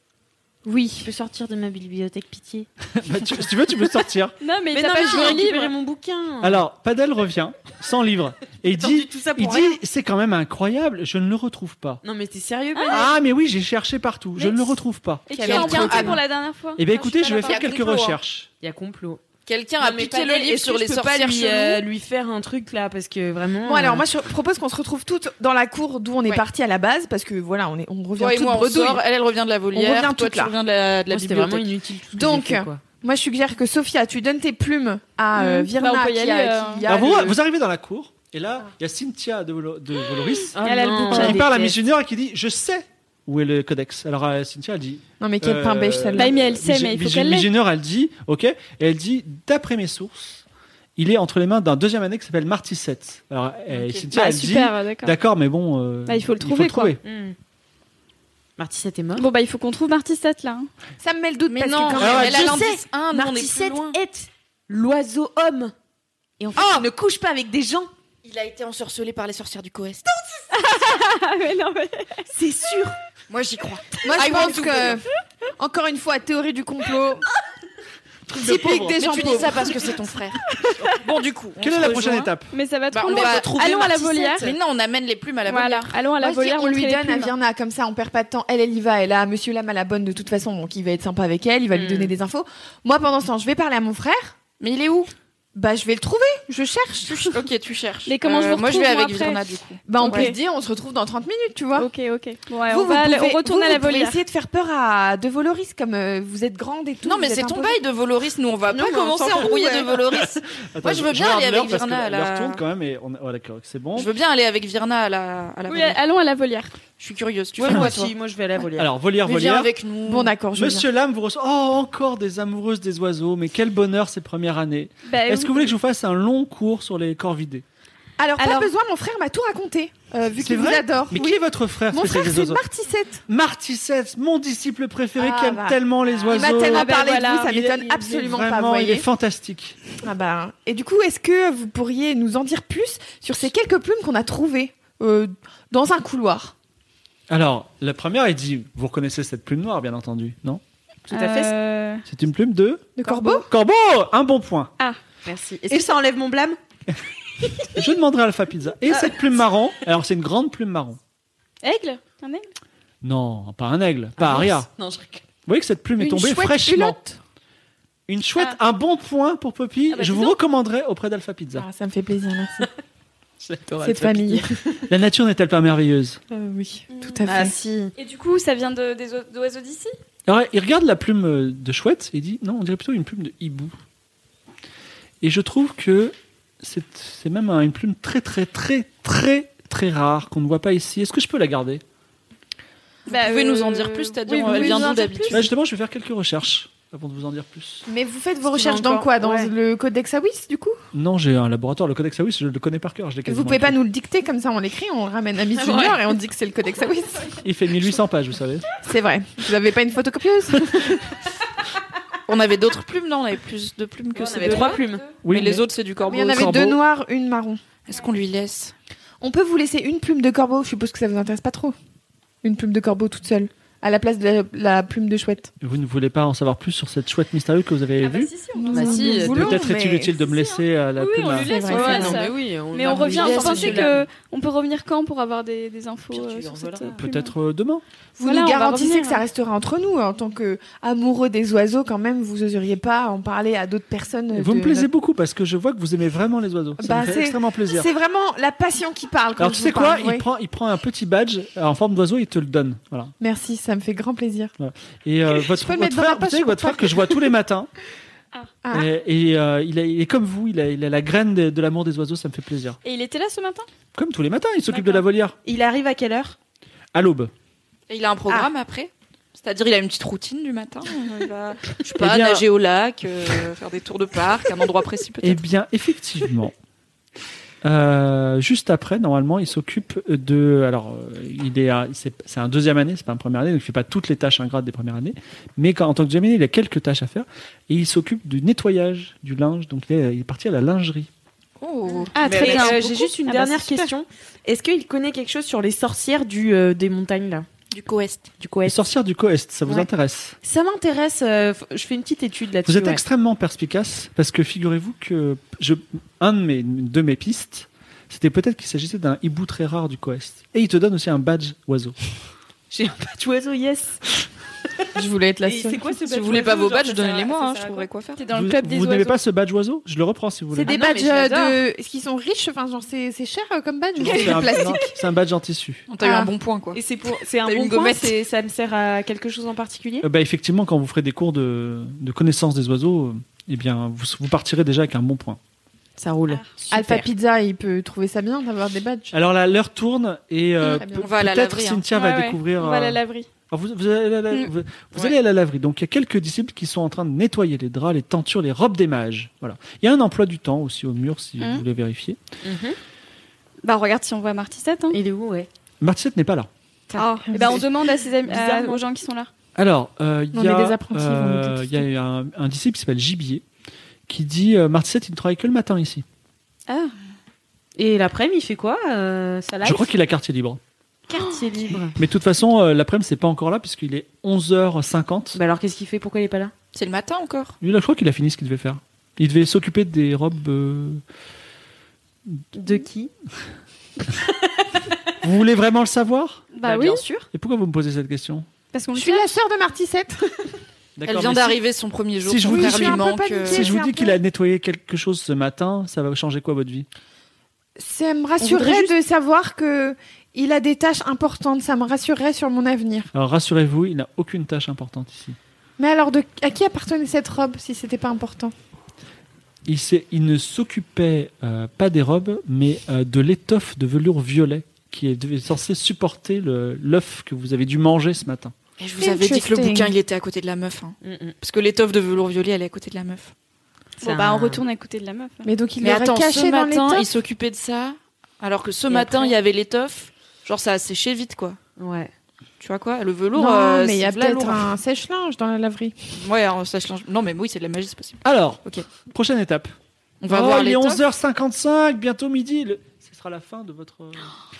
S10: Oui. Je peux sortir de ma bibliothèque, pitié.
S4: Bah, tu- si tu veux, tu peux sortir.
S9: Non, mais,
S10: Mais
S9: t'as
S10: non,
S9: pas
S10: je
S9: joué
S10: veux
S9: au livre.
S10: récupérer mon bouquin.
S4: Alors, Padel revient, sans livre, et il dit,
S10: ça pour
S4: il
S10: rien.
S4: dit c'est quand même incroyable, je ne le retrouve pas.
S10: Non, mais t'es sérieux, Ben
S4: Ah, mais oui, j'ai cherché partout, je ne le retrouve pas.
S9: Et qui a emprunté pour la dernière fois
S4: Eh bien,
S9: Enfin,
S4: écoutez,
S9: suis
S4: je
S9: pas
S4: vais
S9: là-bas.
S4: faire quelques recherches.
S10: Il y a complot.
S5: Quelqu'un a piqué le livre sur les sorcières
S10: lui,
S5: cheloues.
S10: lui faire un truc là parce que vraiment.
S7: Bon, alors
S10: euh,
S7: moi je propose qu'on se retrouve toutes dans la cour d'où on est parti à la base parce que voilà, on, est, on revient
S5: Toi et
S7: toutes
S5: moi, on
S7: bredouilles.
S5: sort, elle, elle revient de la volière,
S7: On revient
S5: toi,
S7: toutes
S5: tu
S7: là.
S5: reviens de la- de la Moi, c'était bibliothèque. vraiment inutile, tout ce que j'ai
S7: Donc,
S5: fait, quoi.
S7: moi je suggère que Sophia, tu donnes tes plumes à euh,
S4: Mhm.
S7: Virna
S4: Bah, on peut y
S7: qui, a-
S4: aller,
S7: qui a
S4: Alors, vous,
S7: le- Ah.
S4: vous arrivez dans la cour, et là, il y a Cynthia de, Volo- de Voloris
S7: Elle a le bouquin.
S4: qui
S7: Des
S4: parle à
S7: pièces.
S4: Miss Junior et qui dit Je sais où est le codex. Alors, euh, Cynthia, elle dit euh,
S7: Non, mais quel pain beige, celle-là. Bah, mais elle sait,
S4: Miss-
S7: mais il faut
S4: Miss-
S7: qu'elle
S4: Miss
S7: l'ait.
S4: Junior, elle dit Ok, et elle dit D'après mes sources, il est entre les mains d'un deuxième année qui s'appelle Martissette. Alors, euh,
S7: Ah,
S4: Cynthia,
S9: Bah,
S4: elle
S9: super,
S4: dit
S9: d'accord.
S4: D'accord, mais bon. euh,
S9: Bah, il faut le trouver, quoi.
S10: Martissette est mort.
S9: Bon, bah, il faut qu'on trouve Martissette, là.
S7: Ça me met le doute,
S9: mais
S7: parce
S9: non,
S7: que quand
S10: Alors,
S7: même,
S10: elle
S7: elle a
S10: dit,
S7: l'indice
S10: je
S7: un, Ah, nous, on est plus
S10: Martissette
S7: loin. Oh
S10: est l'oiseau homme. Et en fait, il ne couche pas avec des gens.
S5: Il a été ensorcelé par les sorcières du Coest.
S10: C'est sûr.
S5: Moi, j'y crois.
S7: Moi
S5: I
S7: je
S5: want
S7: pense
S5: to
S7: que
S5: believe.
S7: encore une fois théorie du complot.
S4: de
S7: Typique
S4: pauvre.
S7: des
S4: Mais
S7: gens
S4: tu dis
S7: pauvres.
S4: ça parce que c'est ton
S7: <laughs>
S5: frère. Bon, du coup. on
S4: Quelle
S5: se
S4: est la
S5: rejoint.
S4: prochaine étape
S9: Mais ça va
S5: Bah,
S9: trop
S5: on
S9: loin.
S5: va trouver
S9: Allons à la
S5: Martissette.
S9: volière.
S5: Mais non, on amène les plumes à la
S9: Voilà.
S5: volière.
S9: Allons à la
S7: Moi, je dis,
S9: volière.
S7: on lui
S9: montrer les
S7: donne à
S9: plumes.
S7: Virna, comme ça on perd pas de temps. Elle, elle y va, elle a Monsieur Lama la bonne de toute façon, donc il va être sympa avec elle, il va lui donner des infos. Moi pendant ce temps, je vais parler à mon frère.
S5: Mais il est où
S7: Bah je vais le trouver, je cherche.
S5: Ok, tu cherches.
S9: Mais comment je vous
S5: Moi, je
S9: retrouve,
S5: vais
S9: moi,
S5: avec
S9: après
S5: Virna, du coup.
S7: Bah on
S9: Ok.
S7: peut se dire, on se retrouve dans 30 minutes, tu vois.
S9: Ok, ok. Bon, ouais,
S7: Vous,
S9: on,
S7: vous
S9: va aller- on
S7: pouvez-
S9: retourne
S7: vous,
S9: à la
S7: vous pouvez
S9: volière.
S7: essayer de faire peur à De Voloris, comme euh, vous êtes grande et tout.
S5: Non, mais
S7: vous
S5: c'est
S7: êtes
S5: ton
S7: un peu-
S5: bail de Voloris. Nous, on va pas
S7: Non, mais on
S5: commencer à
S7: s'en fout,
S5: embrouiller
S7: ouais.
S5: de Voloris.
S4: Attends,
S5: Moi, je veux
S4: je
S5: bien
S4: regarde
S5: aller
S4: l'heure
S5: avec
S4: parce que
S5: Virna à
S4: l'heure
S5: la.
S4: tourne quand même, et on... oh, d'accord, c'est bon.
S5: Je veux bien aller avec Virna à la. à la
S9: Oui,
S5: volière.
S9: allons à la volière.
S5: Je suis curieuse. Tu
S10: Ouais,
S5: fais
S10: moi
S5: quoi,
S10: aussi,
S5: toi
S10: moi je vais à la volière.
S4: Alors, volière,
S5: Mais
S4: volière.
S5: Viens avec nous.
S7: Bon d'accord, je
S4: Monsieur Lame vous reçoit. Oh, encore des amoureuses des oiseaux, mais quel bonheur ces premières années.
S5: Eh
S9: Bah,
S4: Est-ce
S9: oui.
S4: que vous voulez que je vous fasse un long cours sur les corvidés
S7: viens. Alors,
S9: Alors-
S7: pas besoin, mon frère m'a tout raconté, euh, vu
S4: C'est
S7: qu'il vous
S4: vrai
S7: adore.
S4: Mais
S7: Oui.
S4: qui est votre frère
S7: Mon frère,
S4: spécialiste
S7: c'est
S4: des oiseaux
S7: Martissette.
S4: Martissette, mon disciple préféré
S7: Ah,
S4: qui aime
S7: bah.
S4: tellement les
S7: Il
S4: oiseaux.
S7: m'a tellement
S9: Ah, bah,
S7: parlé de
S9: voilà.
S7: vous, ça
S9: Il est-
S7: m'étonne
S9: il est
S7: absolument
S4: Vraiment,
S7: pas, vous
S4: il est
S7: voyez.
S4: fantastique.
S7: Ah bah. Et du coup, est-ce que vous pourriez nous en dire plus sur ces quelques plumes qu'on a trouvées euh, dans un couloir
S4: Alors, la première, il dit, vous reconnaissez cette plume noire, bien entendu, non
S10: Tout à fait.
S9: Euh,
S4: C'est une plume de
S7: de corbeau
S4: corbeau. Un bon point.
S10: Merci. Est-ce que ça enlève mon blâme
S4: Je demanderai à Alpha Pizza. Et cette plume marron Alors, c'est une grande plume marron.
S9: Aigle Un aigle
S4: Non, pas un aigle, pas
S5: Ah,
S4: Aria.
S10: Non, je rigole.
S4: Vous voyez que cette plume est
S7: Une
S4: tombée
S7: chouette
S4: fraîchement.
S7: culotte.
S4: Une chouette, un bon point pour Poppy.
S9: Ah bah,
S4: je
S9: dis
S4: vous
S9: donc.
S4: recommanderais auprès d'Alpha Pizza.
S7: Ah, Ça me fait plaisir, merci. Cette famille.
S4: La nature n'est-elle pas merveilleuse
S7: <laughs> Euh, oui, tout à fait.
S10: Ah si.
S9: Et du coup, ça vient de, des o- d'oiseaux d'ici
S4: Alors, il regarde la plume euh, de chouette et il dit Non, on dirait plutôt une plume de hibou. Et je trouve que c'est c'est même un- une plume très, très, très, très, très rare qu'on ne voit pas ici. Est-ce que je peux la garder
S5: Vous pouvez nous en dire plus, c'est-à-dire,
S9: Bah, euh, oui, vous
S5: elle
S9: pouvez
S5: vient
S9: nous en
S5: d'où
S9: dire
S5: d'habitude
S9: plus
S4: Là, Bah, justement, je vais faire quelques recherches avant de vous en dire plus.
S7: Mais vous faites vos
S10: Est-ce
S7: recherches
S10: qu'il va
S7: dans quoi Dans
S10: encore Ouais.
S7: le codex Awis, du coup
S4: Non, j'ai un laboratoire, le Codex Awis, je le connais par cœur. Je l'ai
S7: Vous
S4: quasiment
S7: pouvez pas
S4: écrit.
S7: nous le dicter comme ça, on l'écrit, on le
S9: <laughs>
S7: ramène à Miss Junior et on dit que c'est le codex Awis.
S4: Il fait 1800 pages, vous savez.
S7: C'est vrai. Vous avez pas
S4: <laughs>
S7: une photocopieuse
S5: On avait d'autres plumes, non On avait plus de plumes que
S10: On
S5: ces
S10: avait
S5: deux.
S10: trois plumes.
S4: Oui,
S5: mais les autres, c'est du corbeau.
S7: Il y en avait
S4: corbeau.
S7: deux noires, une marron.
S5: Est-ce qu'on lui laisse
S7: On peut vous laisser une plume de corbeau, je suppose que ça vous intéresse pas trop. Une plume de corbeau toute seule, à la place de la, la plume de chouette.
S4: Vous ne voulez pas en savoir plus sur cette chouette mystérieuse que vous
S7: Ah
S4: avez vue
S7: Nous,
S10: Bah si,
S7: nous
S10: euh,
S7: voulons,
S4: Peut-être est-il
S7: mais- hein.
S4: utile de me laisser à la
S9: Oui, oui,
S4: plume.
S9: on
S4: à-
S9: lui
S7: C'est
S9: laisse.
S7: vrai,
S9: on
S7: c'est
S9: laisse.
S7: vrai.
S10: Non, mais oui, on
S9: Mais
S10: va
S9: on
S10: lui
S9: revient.
S10: laisser
S9: Vous pensez
S10: cela.
S9: que on peut revenir quand pour avoir des, des infos
S10: Pire, tu
S9: euh,
S10: lui
S9: sur
S10: envoies
S9: cette
S10: là.
S9: euh, plume
S4: Peut-être euh, demain.
S7: Vous
S9: Voilà,
S7: nous
S9: on va
S7: garantissez
S9: revenir,
S7: que ça
S9: hein.
S7: restera entre nous. En tant que amoureux des oiseaux, quand même, vous oseriez pas en parler à d'autres personnes.
S4: Vous
S7: Euh, de
S4: me plaisez
S7: notre-
S4: beaucoup parce que je vois que vous aimez vraiment les oiseaux. Ça
S7: Bah,
S4: me fait
S7: c'est-
S4: extrêmement plaisir.
S7: C'est vraiment la passion qui parle. Quand
S4: Alors tu
S7: je
S4: sais
S7: vous
S4: quoi
S7: parle,
S4: il
S7: oui.
S4: prend, il prend un petit badge euh, en forme d'oiseau, il te le donne. Voilà.
S7: Merci, ça me fait grand plaisir.
S4: Et euh, votre,
S7: peux le
S4: votre
S7: mettre dans
S4: frère,
S7: ma poche,
S4: vous savez,
S7: je
S4: votre
S7: comprends
S4: frère que je vois tous les matins.
S7: Ah.
S4: Et, et, euh, il, a- il est comme vous, il a, il a la graine de, de l'amour des oiseaux, ça me fait plaisir.
S9: Et il était là ce matin
S4: Comme tous les matins, il s'occupe de la volière
S10: Il arrive à quelle heure
S4: à l'aube.
S5: Et il a un programme après c'est-à-dire, il a une petite routine du matin. euh, Il va, je sais
S4: Eh
S5: pas,
S4: bien-
S5: nager au lac, euh, faire des tours de parc, un endroit précis
S4: Eh
S5: peut-être.
S4: bien,
S10: <laughs>
S4: effectivement. euh, juste après, normalement, il s'occupe de. Alors, euh, il est, à- c'est c'est un deuxième année, c'est pas un première année, donc il fait pas toutes les tâches ingrates des premières années. Mais quand, en tant que deuxième année, il a quelques tâches à faire et il s'occupe du nettoyage du linge. Donc, il est, il est parti à la lingerie.
S5: Oh.
S9: Ah
S10: Mais,
S9: très bien.
S10: euh, J'ai juste une
S9: Ah, bah,
S10: dernière
S9: c'est super.
S10: question. Est-ce qu'il connaît quelque chose sur les sorcières du, euh, des montagnes là
S5: Du Coest.
S10: Du
S4: Les
S10: Coest
S4: sorcières du Coest, ça vous
S10: Ouais.
S4: intéresse
S10: Ça m'intéresse. euh, f- je fais une petite étude là-dessus.
S4: Vous êtes
S10: ouais.
S4: extrêmement perspicace parce que figurez-vous que je, un de mes, de mes pistes, c'était peut-être qu'il s'agissait d'un hibou très rare du Coest. Et il te donne aussi un badge oiseau.
S10: J'ai un patch oiseau, yes.
S5: Je voulais être la
S13: Et
S5: seule.
S13: c'est quoi ce
S5: si
S13: badge
S5: vous voulez pas
S13: oiseau,
S5: vos
S13: genre,
S5: badges,
S13: ça
S5: donnez-les
S13: sert-
S5: moi,
S13: ça
S5: hein,
S13: sert
S5: je
S13: à
S5: trouverais quoi faire. T'es
S4: Vous- Vous n'avez pas ce badge oiseau Je le reprends si vous voulez.
S10: Ah
S7: C'est des
S5: non, mais
S7: badges
S5: je
S7: euh,
S5: l'adore.
S7: de. Est-ce qu'ils sont riches Enfin, genre, c'est c'est cher euh, comme badge ou
S4: Non,
S7: c'est
S4: c'est
S7: de
S4: un- non,
S7: plastique
S4: c'est un badge en tissu.
S5: T'as eu
S7: Ah.
S5: un bon point, quoi.
S10: <laughs> Et c'est pour, c'est un
S5: T'as eu
S10: bon
S5: une
S10: point.
S5: gommette.
S10: c'est- Ça me sert à quelque chose en particulier
S4: Euh, bah, effectivement, quand vous ferez des cours de, de connaissance des oiseaux, euh, eh bien, vous, vous partirez déjà avec un bon point.
S10: Ça roule.
S7: Alpha Pizza, il peut trouver ça bien d'avoir des badges.
S4: Alors là, l'heure tourne et euh,
S7: Très bien.
S4: pe-
S7: On va à la
S4: peut-être
S7: laverie, hein.
S4: Cynthia va
S14: Ouais, ouais,
S4: découvrir.
S14: On va à la
S4: euh,
S14: laverie.
S4: Alors, vous, vous allez, à la,
S14: Mm.
S4: vous- vous allez à la laverie. Donc, il y a quelques disciples qui sont en train de nettoyer les draps, les tentures, les robes des mages. Voilà. Il y a un emploi du temps aussi au mur, si
S14: Mm.
S4: vous voulez vérifier.
S14: Bah regarde si on voit Martissette. Hein.
S10: Il est où, ouais
S4: Martissette n'est pas là.
S14: Ah, eh ben, on demande à ses amis, à-
S10: Bizarrement.
S14: aux gens qui sont là.
S4: Alors, euh, il
S14: Non,
S4: y a,
S14: mais des apprentis vont
S4: euh,
S14: nous
S4: il y a un, un disciple qui s'appelle Gibier qui dit euh, Martissette, il ne travaille que le matin ici.
S14: Ah.
S10: Et l'après-midi, il fait quoi euh, Ça live
S4: Je crois qu'il a quartier libre.
S10: quartier libre.
S4: Mais de toute façon, euh, l'après-midi, c'est pas encore là puisqu'il est 11h50.
S10: Bah alors qu'est-ce qu'il fait Pourquoi il est pas là
S5: C'est le matin encore.
S4: Lui, là, je crois qu'il a fini ce qu'il devait faire. Il devait s'occuper des robes. euh,
S7: Mm.
S10: De qui
S4: Vous voulez vraiment le savoir
S14: Bah oui,
S5: Bien sûr.
S4: Et pourquoi vous me posez cette question
S14: parce qu'on
S7: Je
S14: le
S7: suis la sœur de Martissette.
S5: Elle
S4: D'accord,
S5: vient
S4: mais si-
S5: d'arriver son premier jour.
S4: si je
S5: son
S4: vous
S5: père
S4: dis-
S5: lui
S4: Je suis un
S7: peu
S5: manque,
S7: paniquée.
S5: euh,
S4: Si je vous
S7: c'est un
S4: dis
S7: peu-
S4: qu'il a nettoyé quelque chose ce matin, ça va changer quoi votre vie
S7: <laughs> Ça me rassurerait de savoir que il a des tâches importantes. Ça me rassurerait sur mon avenir.
S4: Alors rassurez-vous, il n'a aucune tâche importante ici.
S7: Mais alors, de... à qui appartenait cette robe si c'était pas important
S4: Il, s'est- il ne s'occupait euh, pas des robes, mais euh, de l'étoffe de velours violet qui est devait- censée supporter le- l'œuf que vous avez dû manger ce matin.
S5: Et je vous avais dit que le
S7: Interesting.
S5: bouquin, il était à côté de la meuf. hein.
S10: Mm, mm.
S5: Parce que l'étoffe de velours violet, elle est à côté de la meuf.
S14: Bon,
S10: C'est
S14: bah, on
S10: un-
S14: retourne à côté de la meuf. hein.
S7: Mais donc il
S5: Mais
S7: l'aurait
S5: attends,
S7: caché
S5: ce
S7: dans
S5: matin, il
S7: l'étoffe.
S5: s'occupait de ça. Alors que ce
S10: Et
S5: matin,
S10: après
S5: il y avait l'étoffe. Genre, ça a séché vite, quoi.
S10: Ouais.
S5: Tu vois quoi Le velours,
S7: Non,
S5: euh,
S7: mais il y a
S5: c'est de la
S7: peut-être
S5: lourde.
S7: un sèche-linge dans la laverie.
S5: Ouais, alors, ça change. Non, mais oui, c'est de la magie, c'est possible.
S4: Alors,
S5: Ok.
S4: prochaine étape.
S5: On va
S4: Oh,
S5: voir
S4: il est
S5: l'étoffe.
S4: 11h55, bientôt midi. Le- Ce sera la fin de votre...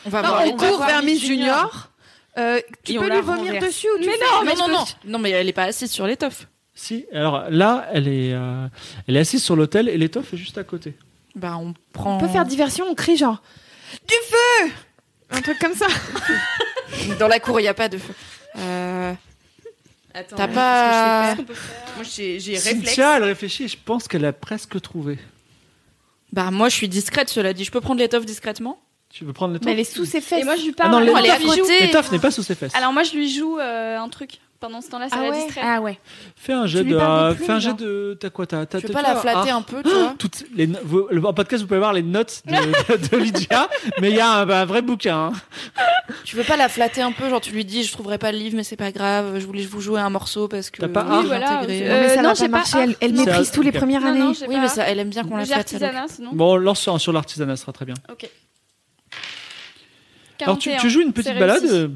S5: On va
S7: Non,
S5: voir
S7: on
S5: l'étoffe.
S7: court vers Miss Junior. Euh, tu
S10: Et on
S7: peux
S10: la
S7: lui vomir
S10: renverse.
S7: dessus ou tu
S5: Mais
S7: fais-
S5: non, non,
S7: tu
S5: non,
S7: peux-
S5: non. Non, mais elle est pas assise sur l'étoffe.
S4: Si, alors là, elle est, euh, elle est assise sur l'hôtel et l'étoffe est juste à côté.
S5: Bah, on prend.
S7: On peut faire diversion, on crie genre du feu, un truc comme ça.
S5: Dans la cour, il n'y a pas de feu. Euh,
S10: Attends,
S5: T'as pas.
S10: Moi j'ai
S4: Cynthia, elle réfléchit et je pense qu'elle a presque trouvé.
S5: Bah, moi, je suis discrète, cela dit. Je peux prendre l'étoffe discrètement
S4: Tu veux prendre l'étoffe
S7: Mais elle est sous ses
S14: Et
S7: fesses.
S14: moi je lui
S4: Ah
S14: parle.
S4: non,
S14: moi,
S5: elle est à
S14: je lui joue.
S5: côté.
S4: L'étoffe n'est pas sous ses fesses.
S14: Alors moi je lui joue euh, un truc. Pendant ce temps-là, ça
S7: Ah
S14: la
S7: ouais.
S14: distrait.
S10: Ah ouais.
S4: Fais un jet
S7: lui
S4: de.
S7: parles
S4: euh,
S7: des plumes,
S4: Fais un jet
S7: genre.
S4: de. T'as quoi T'as. t'as-
S5: Je peux
S4: t'as-
S5: pas la
S4: ah,
S5: flatter un peu, tu vois <gasps>
S4: Toutes les no- vous- le- en podcast, vous pouvez voir les notes de, de Lydia, mais il y a un, un vrai bouquin. hein.
S5: Tu veux pas la flatter un peu Genre, tu lui dis, je trouverai pas le livre, mais c'est pas grave. Je voulais vous jouer un morceau parce que.
S4: T'as pas
S5: Oui,
S4: art
S5: voilà,
S14: intégré.
S5: c'est-
S14: Euh,
S7: mais ça
S14: non,
S7: n'a
S14: j'ai
S7: pas
S14: pas
S7: marché. Elle, elle
S4: C'est
S7: méprise
S4: un-
S7: tous les
S4: ok.
S7: premières
S14: Non,
S7: années.
S14: non, j'ai
S5: Oui,
S14: pas.
S5: mais ça, elle aime bien qu'on la
S14: J'ai
S5: flatte. celle-là.
S14: artisanat, sinon.
S4: Bon, lance sur, sur l'artisanat, ce sera très bien.
S14: Ok.
S4: Alors, tu,
S14: 41,
S4: tu joues une
S14: c'est
S4: petite
S14: réussi.
S4: balade. euh,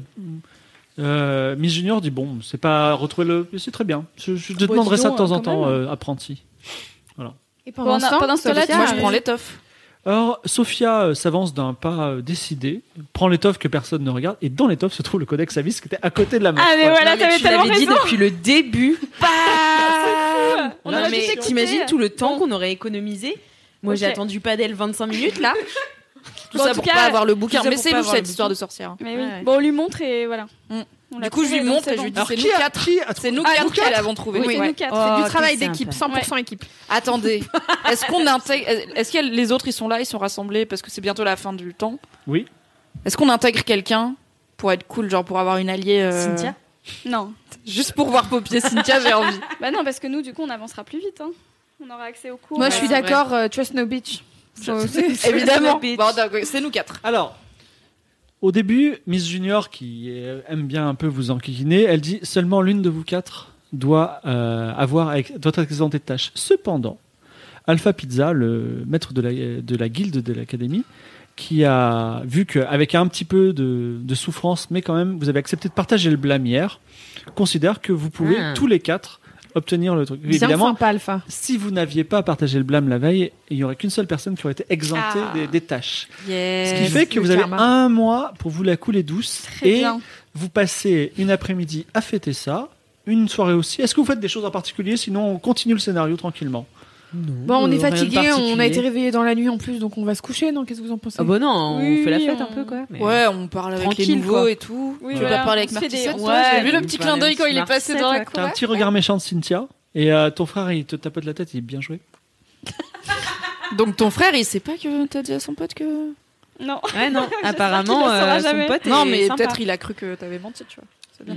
S4: euh, Miss Junior dit Bon, c'est pas retrouver le. mais C'est très bien. Je, je te
S10: Bon,
S4: demanderai
S10: dis
S4: ça de
S10: donc,
S4: temps
S10: euh,
S4: en
S10: quand
S4: temps,
S10: même.
S4: euh, apprenti.
S7: Et
S14: Pendant- pendant ce temps-là,
S7: Sophia,
S5: Moi, je prends
S14: <laughs>
S7: euh,
S5: l'étoffe.
S4: Alors, Sophia euh, s'avance d'un pas euh, décidé, prend l'étoffe que personne ne regarde, et dans l'étoffe se trouve le codex Avis qui était à côté de la main.
S14: Ah mais voilà,
S10: mais
S14: t'avais
S10: tu
S14: tellement
S10: l'avais dit
S14: raison.
S10: depuis le début. Bah
S14: On
S10: Non,
S14: aurait dû
S10: mais
S14: t'écouter.
S10: t'imagines tout le temps qu'on aurait économisé Moi j'ai
S14: Ok.
S10: attendu pas d'elle 25 minutes là.
S5: Tout
S14: Bon, en
S5: ça
S14: tout
S5: pour
S14: cas,
S5: pas avoir le
S10: tout
S5: bouquin.
S10: ça
S5: Mais
S10: pour
S5: c'est
S10: pas
S5: louche,
S10: avoir le
S5: cette histoire de sorcière.
S14: Mais oui.
S10: Ouais.
S14: Bon, on lui montre et voilà.
S5: Mm.
S14: On l'a
S5: Du coup, je
S14: trouvé,
S5: lui
S14: donc
S5: montre
S14: c'est
S5: et je lui
S14: bon.
S5: dis, c'est nous
S4: qui a-
S5: quatre.
S4: qui a-
S5: C'est nous
S14: Ah, nous
S5: quatre
S14: quatre
S5: qu'elle avons trouvé.
S14: Oui, c'est
S5: Ouais.
S14: nous quatre.
S10: Oh,
S7: C'est du
S10: t'es
S7: travail
S10: sympa.
S7: d'équipe, 100% équipe.
S5: Attendez, est-ce qu'on intègre Est-ce que les autres ils sont là, ils sont rassemblés parce que c'est bientôt la fin du temps
S4: Oui.
S5: Est-ce qu'on intègre quelqu'un pour être cool, genre pour avoir une alliée euh,
S10: Cynthia
S14: Non.
S5: Juste pour voir Popier Cynthia, j'ai envie.
S14: Bah non, parce que nous, du coup, on avancera plus vite. hein. On aura accès aux cours.
S7: Moi,
S14: euh,
S7: je suis
S5: vrai.
S7: d'accord, euh, Trust No Bitch. Faut-
S5: Évidemment.
S10: Bitch.
S5: Bon, d'accord, c'est nous quatre.
S4: Alors, au début, Miss Junior, qui euh, aime bien un peu vous enquiquiner, elle dit seulement l'une de vous quatre doit euh, avoir ex- doit être exemptée de tâches. Cependant, Alpha Pizza, le maître de la, de la guilde de l'académie, qui a vu qu'avec un petit peu de, de souffrance, mais quand même, vous avez accepté de partager le blâme hier, considère que vous pouvez
S10: Ah.
S4: tous les quatre obtenir le truc.
S7: Bien
S4: Évidemment,
S7: sympa, Alpha.
S4: si vous n'aviez pas partagé le blâme la veille, il n'y aurait qu'une seule personne qui aurait été exemptée
S5: Ah.
S4: des- des tâches. Ce qui
S5: Yes.
S4: fait que
S7: le
S4: vous avez
S7: karma.
S4: un mois pour vous la couler douce
S14: Très
S4: et
S14: bien.
S4: vous passez une après-midi à fêter ça, une soirée aussi. Est-ce que vous faites des choses en particulier Sinon, on continue le scénario tranquillement.
S10: Mmh.
S2: Bon, on est fatigué, on a été réveillé dans la nuit en plus, donc on va se coucher. Non, qu'est-ce que vous en pensez
S10: Ah bah non, on
S2: Oui,
S10: fait la fête
S2: on-
S10: un peu quoi. mais-
S5: Ouais, on parle avec les
S10: Tranquille,
S5: nouveaux
S10: quoi.
S5: et tout.
S10: Oui,
S5: tu vas
S10: voilà,
S5: pas parler
S10: on
S5: avec
S10: se fait des-
S5: Martissette, toi
S10: Ouais,
S5: J'ai vu le
S10: on
S5: petit
S10: se fait
S5: clin
S10: des
S5: d'œil quand il est
S10: petits
S5: passé
S10: Marcel,
S5: dans la
S10: ouais.
S5: cour.
S4: T'as un petit regard méchant de Cynthia et euh, ton frère il te tape de la tête, il est bien joué.
S5: Donc ton frère, il sait pas que t'as dit à son pote que.
S9: Non.
S10: Ouais, non, apparemment, euh, son pote est
S5: Non, mais
S10: sympa.
S5: peut-être il a cru que t'avais menti, tu vois. C'est bien.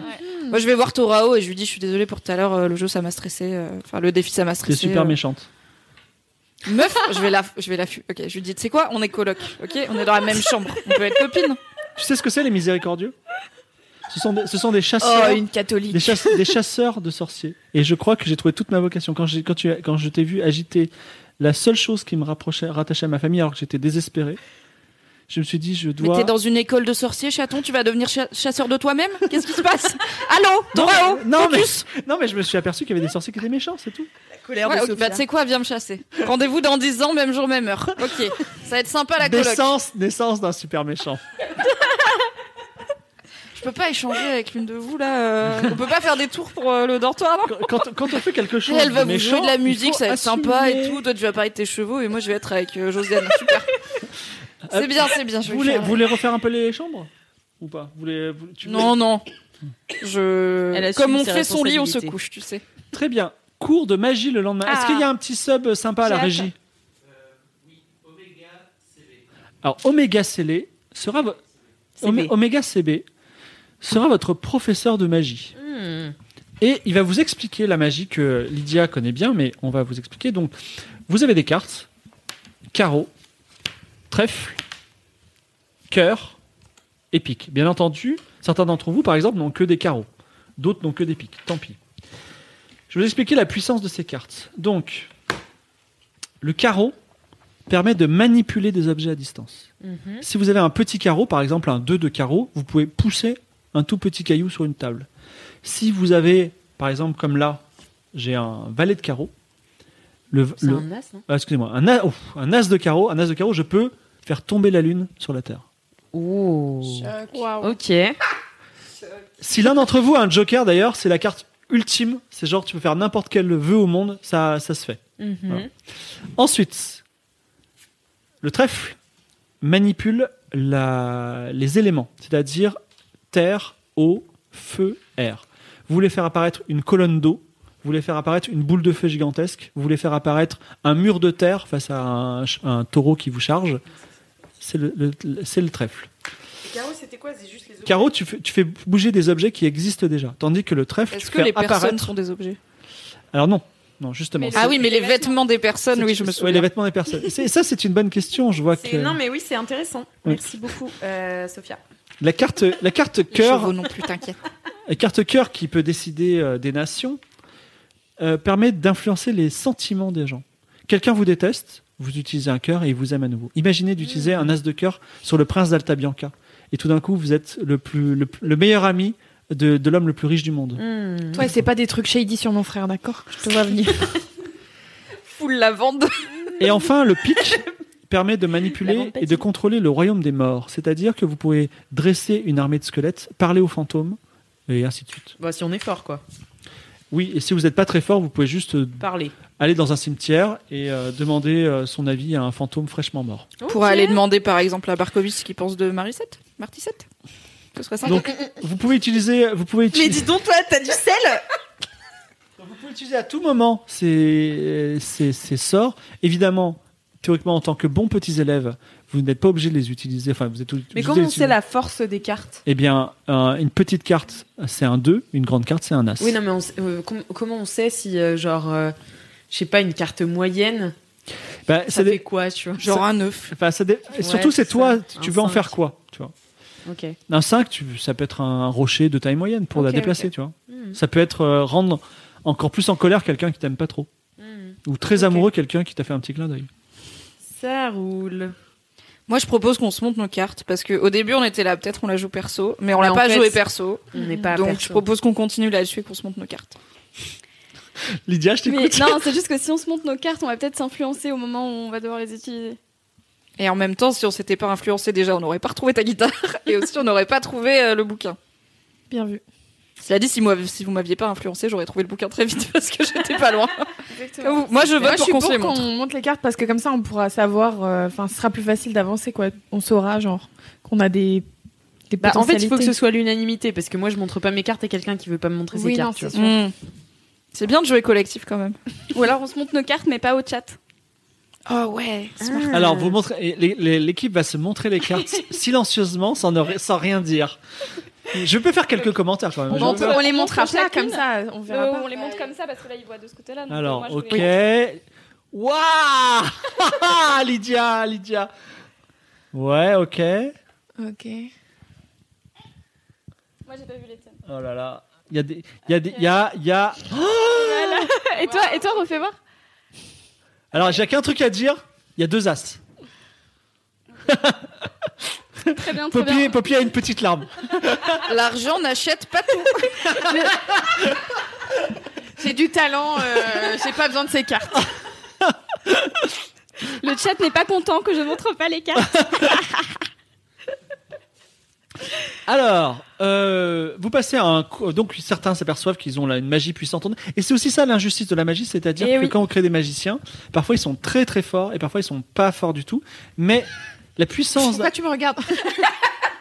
S5: Moi, je vais voir Torao et je lui dis Je suis désolée pour tout à l'heure, euh, le jeu ça m'a stressé. euh, Enfin, le défi ça m'a
S4: T'es
S5: stressé.
S4: super
S5: euh.
S4: méchante.
S5: Meuf, je vais la, je vais la fu- Ok, je lui dis Tu sais quoi On est coloc, ok On est dans la même chambre. On peut être
S4: <laughs>
S5: copines.
S4: Tu sais ce que c'est les miséricordieux ce sont, des, ce sont des chasseurs.
S5: Oh, une catholique.
S4: Des, chasse- des chasseurs de sorciers. Et je crois que j'ai trouvé toute ma vocation. Quand, j'ai- quand, tu, as- quand je t'ai vu agiter la seule chose qui me rapprochait, rattachait à ma famille alors que j'étais désespéré, je me suis dit, je
S5: Mais
S4: dois.
S5: t'es dans une école de sorciers, chaton, tu vas devenir cha- chasseur de toi-même Qu'est-ce qui se passe Allô Torao
S4: non, mais, non, mais je me suis aperçu qu'il y avait des sorciers qui étaient méchants, c'est tout.
S5: Ouais, ok, bah, tu sais quoi, viens me chasser. Rendez-vous dans 10 ans, même jour, même heure. Ok, ça va être sympa la coloc.
S4: Naissance, naissance d'un super méchant.
S5: Je peux pas échanger avec l'une de vous là. euh, On peut pas faire des tours pour euh, le dortoir. non
S4: Quand, quand on fait quelque chose.
S5: Elle va
S4: de
S5: vous
S4: méchant,
S5: jouer de la
S4: il
S5: musique,
S4: faut
S5: ça va être sympa
S4: assumer.
S5: et tout. Toi, tu vas parler de tes chevaux et moi, je vais être avec euh, Josiane.
S4: <laughs>
S5: Super. C'est bien, c'est bien. Je vais
S4: Vous voulez,
S5: faire-
S4: vous voulez refaire un peu les chambres Ou pas vous voulez, vous- tu veux-
S5: Non, non.
S10: Elle
S5: Je...
S10: assume
S5: Comme on
S10: ses
S5: fait son lit, on se
S10: responsabilités.
S5: couche, tu sais.
S4: Très bien. Cours de magie le lendemain. Est-ce
S5: Ah.
S4: qu'il y a un petit sub euh, sympa à la
S5: J'ai
S4: régie Euh, Alors, Omega Célé sera, vo- Omé- Omega CB sera votre professeur de magie.
S5: Hmm.
S4: Et il va vous expliquer la magie que Lydia connaît bien, mais on va vous expliquer. Donc, vous avez des cartes carreau, trèfle, cœur et pique. Bien entendu, certains d'entre vous, par exemple, n'ont que des carreaux. D'autres n'ont que des piques. Tant pis. Je vais vous expliquer la puissance de ces cartes. Donc, le carreau permet de manipuler des objets à distance.
S10: Mhm.
S4: Si vous avez un petit carreau, par exemple un 2 de carreau, vous pouvez pousser un tout petit caillou sur une table. Si vous avez, par exemple, comme là, j'ai un valet de carreau, le,
S10: C'est
S4: le-
S10: un as, non
S4: ah, excusez-moi, un, a- ouf, un as de carreau, un as de carreau, je peux faire tomber la lune sur la terre.
S2: Oh,
S10: Ok.
S4: Si l'un d'entre vous a un joker d'ailleurs, c'est la carte ultime, c'est genre tu peux faire n'importe quel vœu au monde, ça, ça se fait.
S10: Mhm.
S4: Voilà. Ensuite, le trèfle manipule la- les éléments, c'est-à-dire terre, eau, feu, air. Vous voulez faire apparaître une colonne d'eau, vous voulez faire apparaître une boule de feu gigantesque, vous voulez faire apparaître un mur de terre face à un, ch- un taureau qui vous charge. C'est le- le- le- c'est le trèfle.
S6: Caro, c'était quoi C'est juste les objets.
S4: Carreau, tu fais, tu fais bouger des objets qui existent déjà, tandis que le trèfle,
S5: Est-ce
S4: tu
S5: que
S4: fais
S5: les personnes
S4: apparaître.
S5: sont des objets
S4: Alors non, non justement.
S5: Ah
S4: c'est-
S5: oui, mais les vêtements des personnes, oui, je me
S4: Ouais,
S5: souviens.
S4: les vêtements des personnes. C'est- Ça, c'est une bonne question. Je vois
S6: C'est-
S4: que
S6: Non, mais oui, c'est intéressant.
S4: Oui.
S6: Merci beaucoup, euh, Sophia.
S4: la carte, la carte
S5: Les
S4: cœur,
S5: chevaux non
S4: <laughs>
S5: plus, t'inquiète.
S4: la carte cœur qui peut décider euh, des nations euh, permet d'influencer les sentiments des gens. Quelqu'un vous déteste, vous utilisez un cœur et il vous aime à nouveau. Imaginez
S6: Mm.
S4: d'utiliser un as de cœur sur le prince d'Alta Bianca et tout d'un coup vous êtes le plus, le, le meilleur ami de, de l'homme le plus riche du monde.
S10: Mmh.
S2: Toi, c'est pas des trucs shady sur mon frère, d'accord Je te vois venir.
S5: Foule la vente.
S4: Et enfin, le
S10: <laughs>
S4: pic permet de manipuler et de contrôler le royaume des morts. C'est-à-dire que vous pouvez dresser une armée de squelettes, parler aux fantômes, et ainsi de suite.
S10: <laughs> Bah, si on est fort, quoi.
S4: Oui, et si vous n'êtes pas très fort, vous pouvez juste euh,
S10: Parler.
S4: aller dans un cimetière et euh, demander euh, son avis à un fantôme fraîchement mort.
S5: Pour aller demander par exemple à Barkovitch ce qu'il pense de Marisette Martissette Ce serait sympa.
S4: Donc, vous pouvez utiliser, vous pouvez
S6: Mais
S4: utiliser,
S6: dis donc, toi, t'as du sel
S4: vous pouvez utiliser à tout moment ces, ces, ces sorts. Évidemment, théoriquement, en tant que bons petits élèves, vous n'êtes pas obligé de les utiliser. Enfin, vous êtes
S10: Mais
S4: obligés de
S10: comment
S4: les
S10: on sait
S4: utiliser.
S10: la force des cartes
S4: Eh bien, un- une petite carte, c'est un 2, une grande carte, c'est un as.
S10: Oui, non, mais on sait- euh, com- comment on sait si, euh, genre, euh, je sais pas, une carte moyenne,
S4: Bah,
S10: ça
S4: ça
S10: fait
S4: dé-
S10: quoi, tu vois
S5: Genre un œuf.
S4: enfin, ça dé-
S10: Ouais,
S4: Surtout, c'est
S10: c'est
S4: toi,
S10: ça.
S4: tu
S10: Un
S4: veux en
S10: cinq.
S4: faire quoi tu vois
S10: Ok.
S4: Un 5, tu... ça peut être un rocher de taille moyenne pour la
S10: Ok,
S4: déplacer,
S10: ok.
S4: tu vois.
S10: Mhm.
S4: Ça peut être euh, rendre encore plus en colère quelqu'un qui t'aime pas trop.
S10: Mmh.
S4: Ou très
S10: Ok.
S4: amoureux quelqu'un qui t'a fait un petit clin d'œil. <laughs>
S10: Ça roule.
S5: Moi je propose qu'on se monte nos cartes parce qu'au début on était là, peut-être on la joue perso, mais on l'a
S10: en
S5: pas
S10: fait,
S5: joué perso.
S10: on n'est pas
S5: Donc
S10: perso.
S5: je propose qu'on continue là-dessus et qu'on se monte nos cartes.
S4: Lydia, je
S9: Mais
S4: t'écoute.
S9: non, c'est juste que si on se monte nos cartes, on va peut-être s'influencer au moment où on va devoir les utiliser.
S5: Et en même temps, si on s'était pas <laughs> influencé déjà, on n'aurait pas retrouvé ta guitare et aussi on n'aurait pas trouvé euh, le bouquin.
S2: Bien vu.
S5: Cela dit, si, moi, si vous m'aviez pas influencé, j'aurais trouvé le bouquin très vite <laughs> parce que j'étais pas loin. Exactement. Moi, je veux
S2: moi, je suis
S5: qu'on se
S2: pour
S5: les montre.
S2: qu'on monte les cartes parce que comme ça, on pourra savoir. euh, Enfin, ce sera plus facile d'avancer, quoi. On saura, genre, qu'on a des. des
S10: Bah, en fait, il faut que
S2: potentialités.
S10: ce soit l'unanimité parce que moi, je montre pas mes cartes à quelqu'un qui veut pas me montrer
S2: Oui,
S10: ses
S2: non,
S10: cartes. tu
S2: c'est
S10: vois.
S5: Mm. C'est bien de jouer collectif quand même.
S9: Ou alors on se montre nos cartes, mais pas au chat.
S5: Oh ouais.
S4: <laughs> Alors, vous montrez, et les- les- l'équipe va se montrer
S10: <laughs>
S4: les cartes silencieusement, sans, ne ri- sans rien dire. Je peux faire quelques commentaires quand même. Je-
S2: montre- on les montrera pas,
S9: chacune.
S2: comme ça, on verra
S9: Euh,
S2: pas.
S9: On les montre comme ça parce que là, ils voient de ce <laughs> côté-là. donc,
S5: euh,
S4: Alors,
S9: moi, je
S4: ok.
S9: voulais-
S4: <laughs> Waouh Lydia, Lydia. Ouais, ok.
S2: <laughs> Ok.
S9: Moi, j'ai pas vu les tiennes.
S4: Oh là là. Il y a des. Il y a des. Il y a. il y a-
S9: Voilà. Et toi, et toi, refais voir.
S4: Alors, j'ai qu'un truc à dire. Il y a deux as.
S9: Très bien, très
S4: Poppy,
S9: bien.
S4: Poppy a une petite larme.
S5: L'argent n'achète pas tout.
S2: J'ai du talent, euh, <laughs> j'ai pas besoin de ces cartes.
S9: Le chat n'est pas content que je montre pas les cartes.
S4: Alors, euh, vous passez à un. co- Donc, certains s'aperçoivent qu'ils ont là une magie puissante. en eux. Et c'est aussi ça l'injustice de la magie, c'est-à-dire
S9: Eh
S4: que
S9: oui.
S4: quand on crée des magiciens, parfois ils sont très très forts et parfois ils sont pas forts du tout. Mais la puissance.
S9: <laughs>
S2: Pourquoi tu me regardes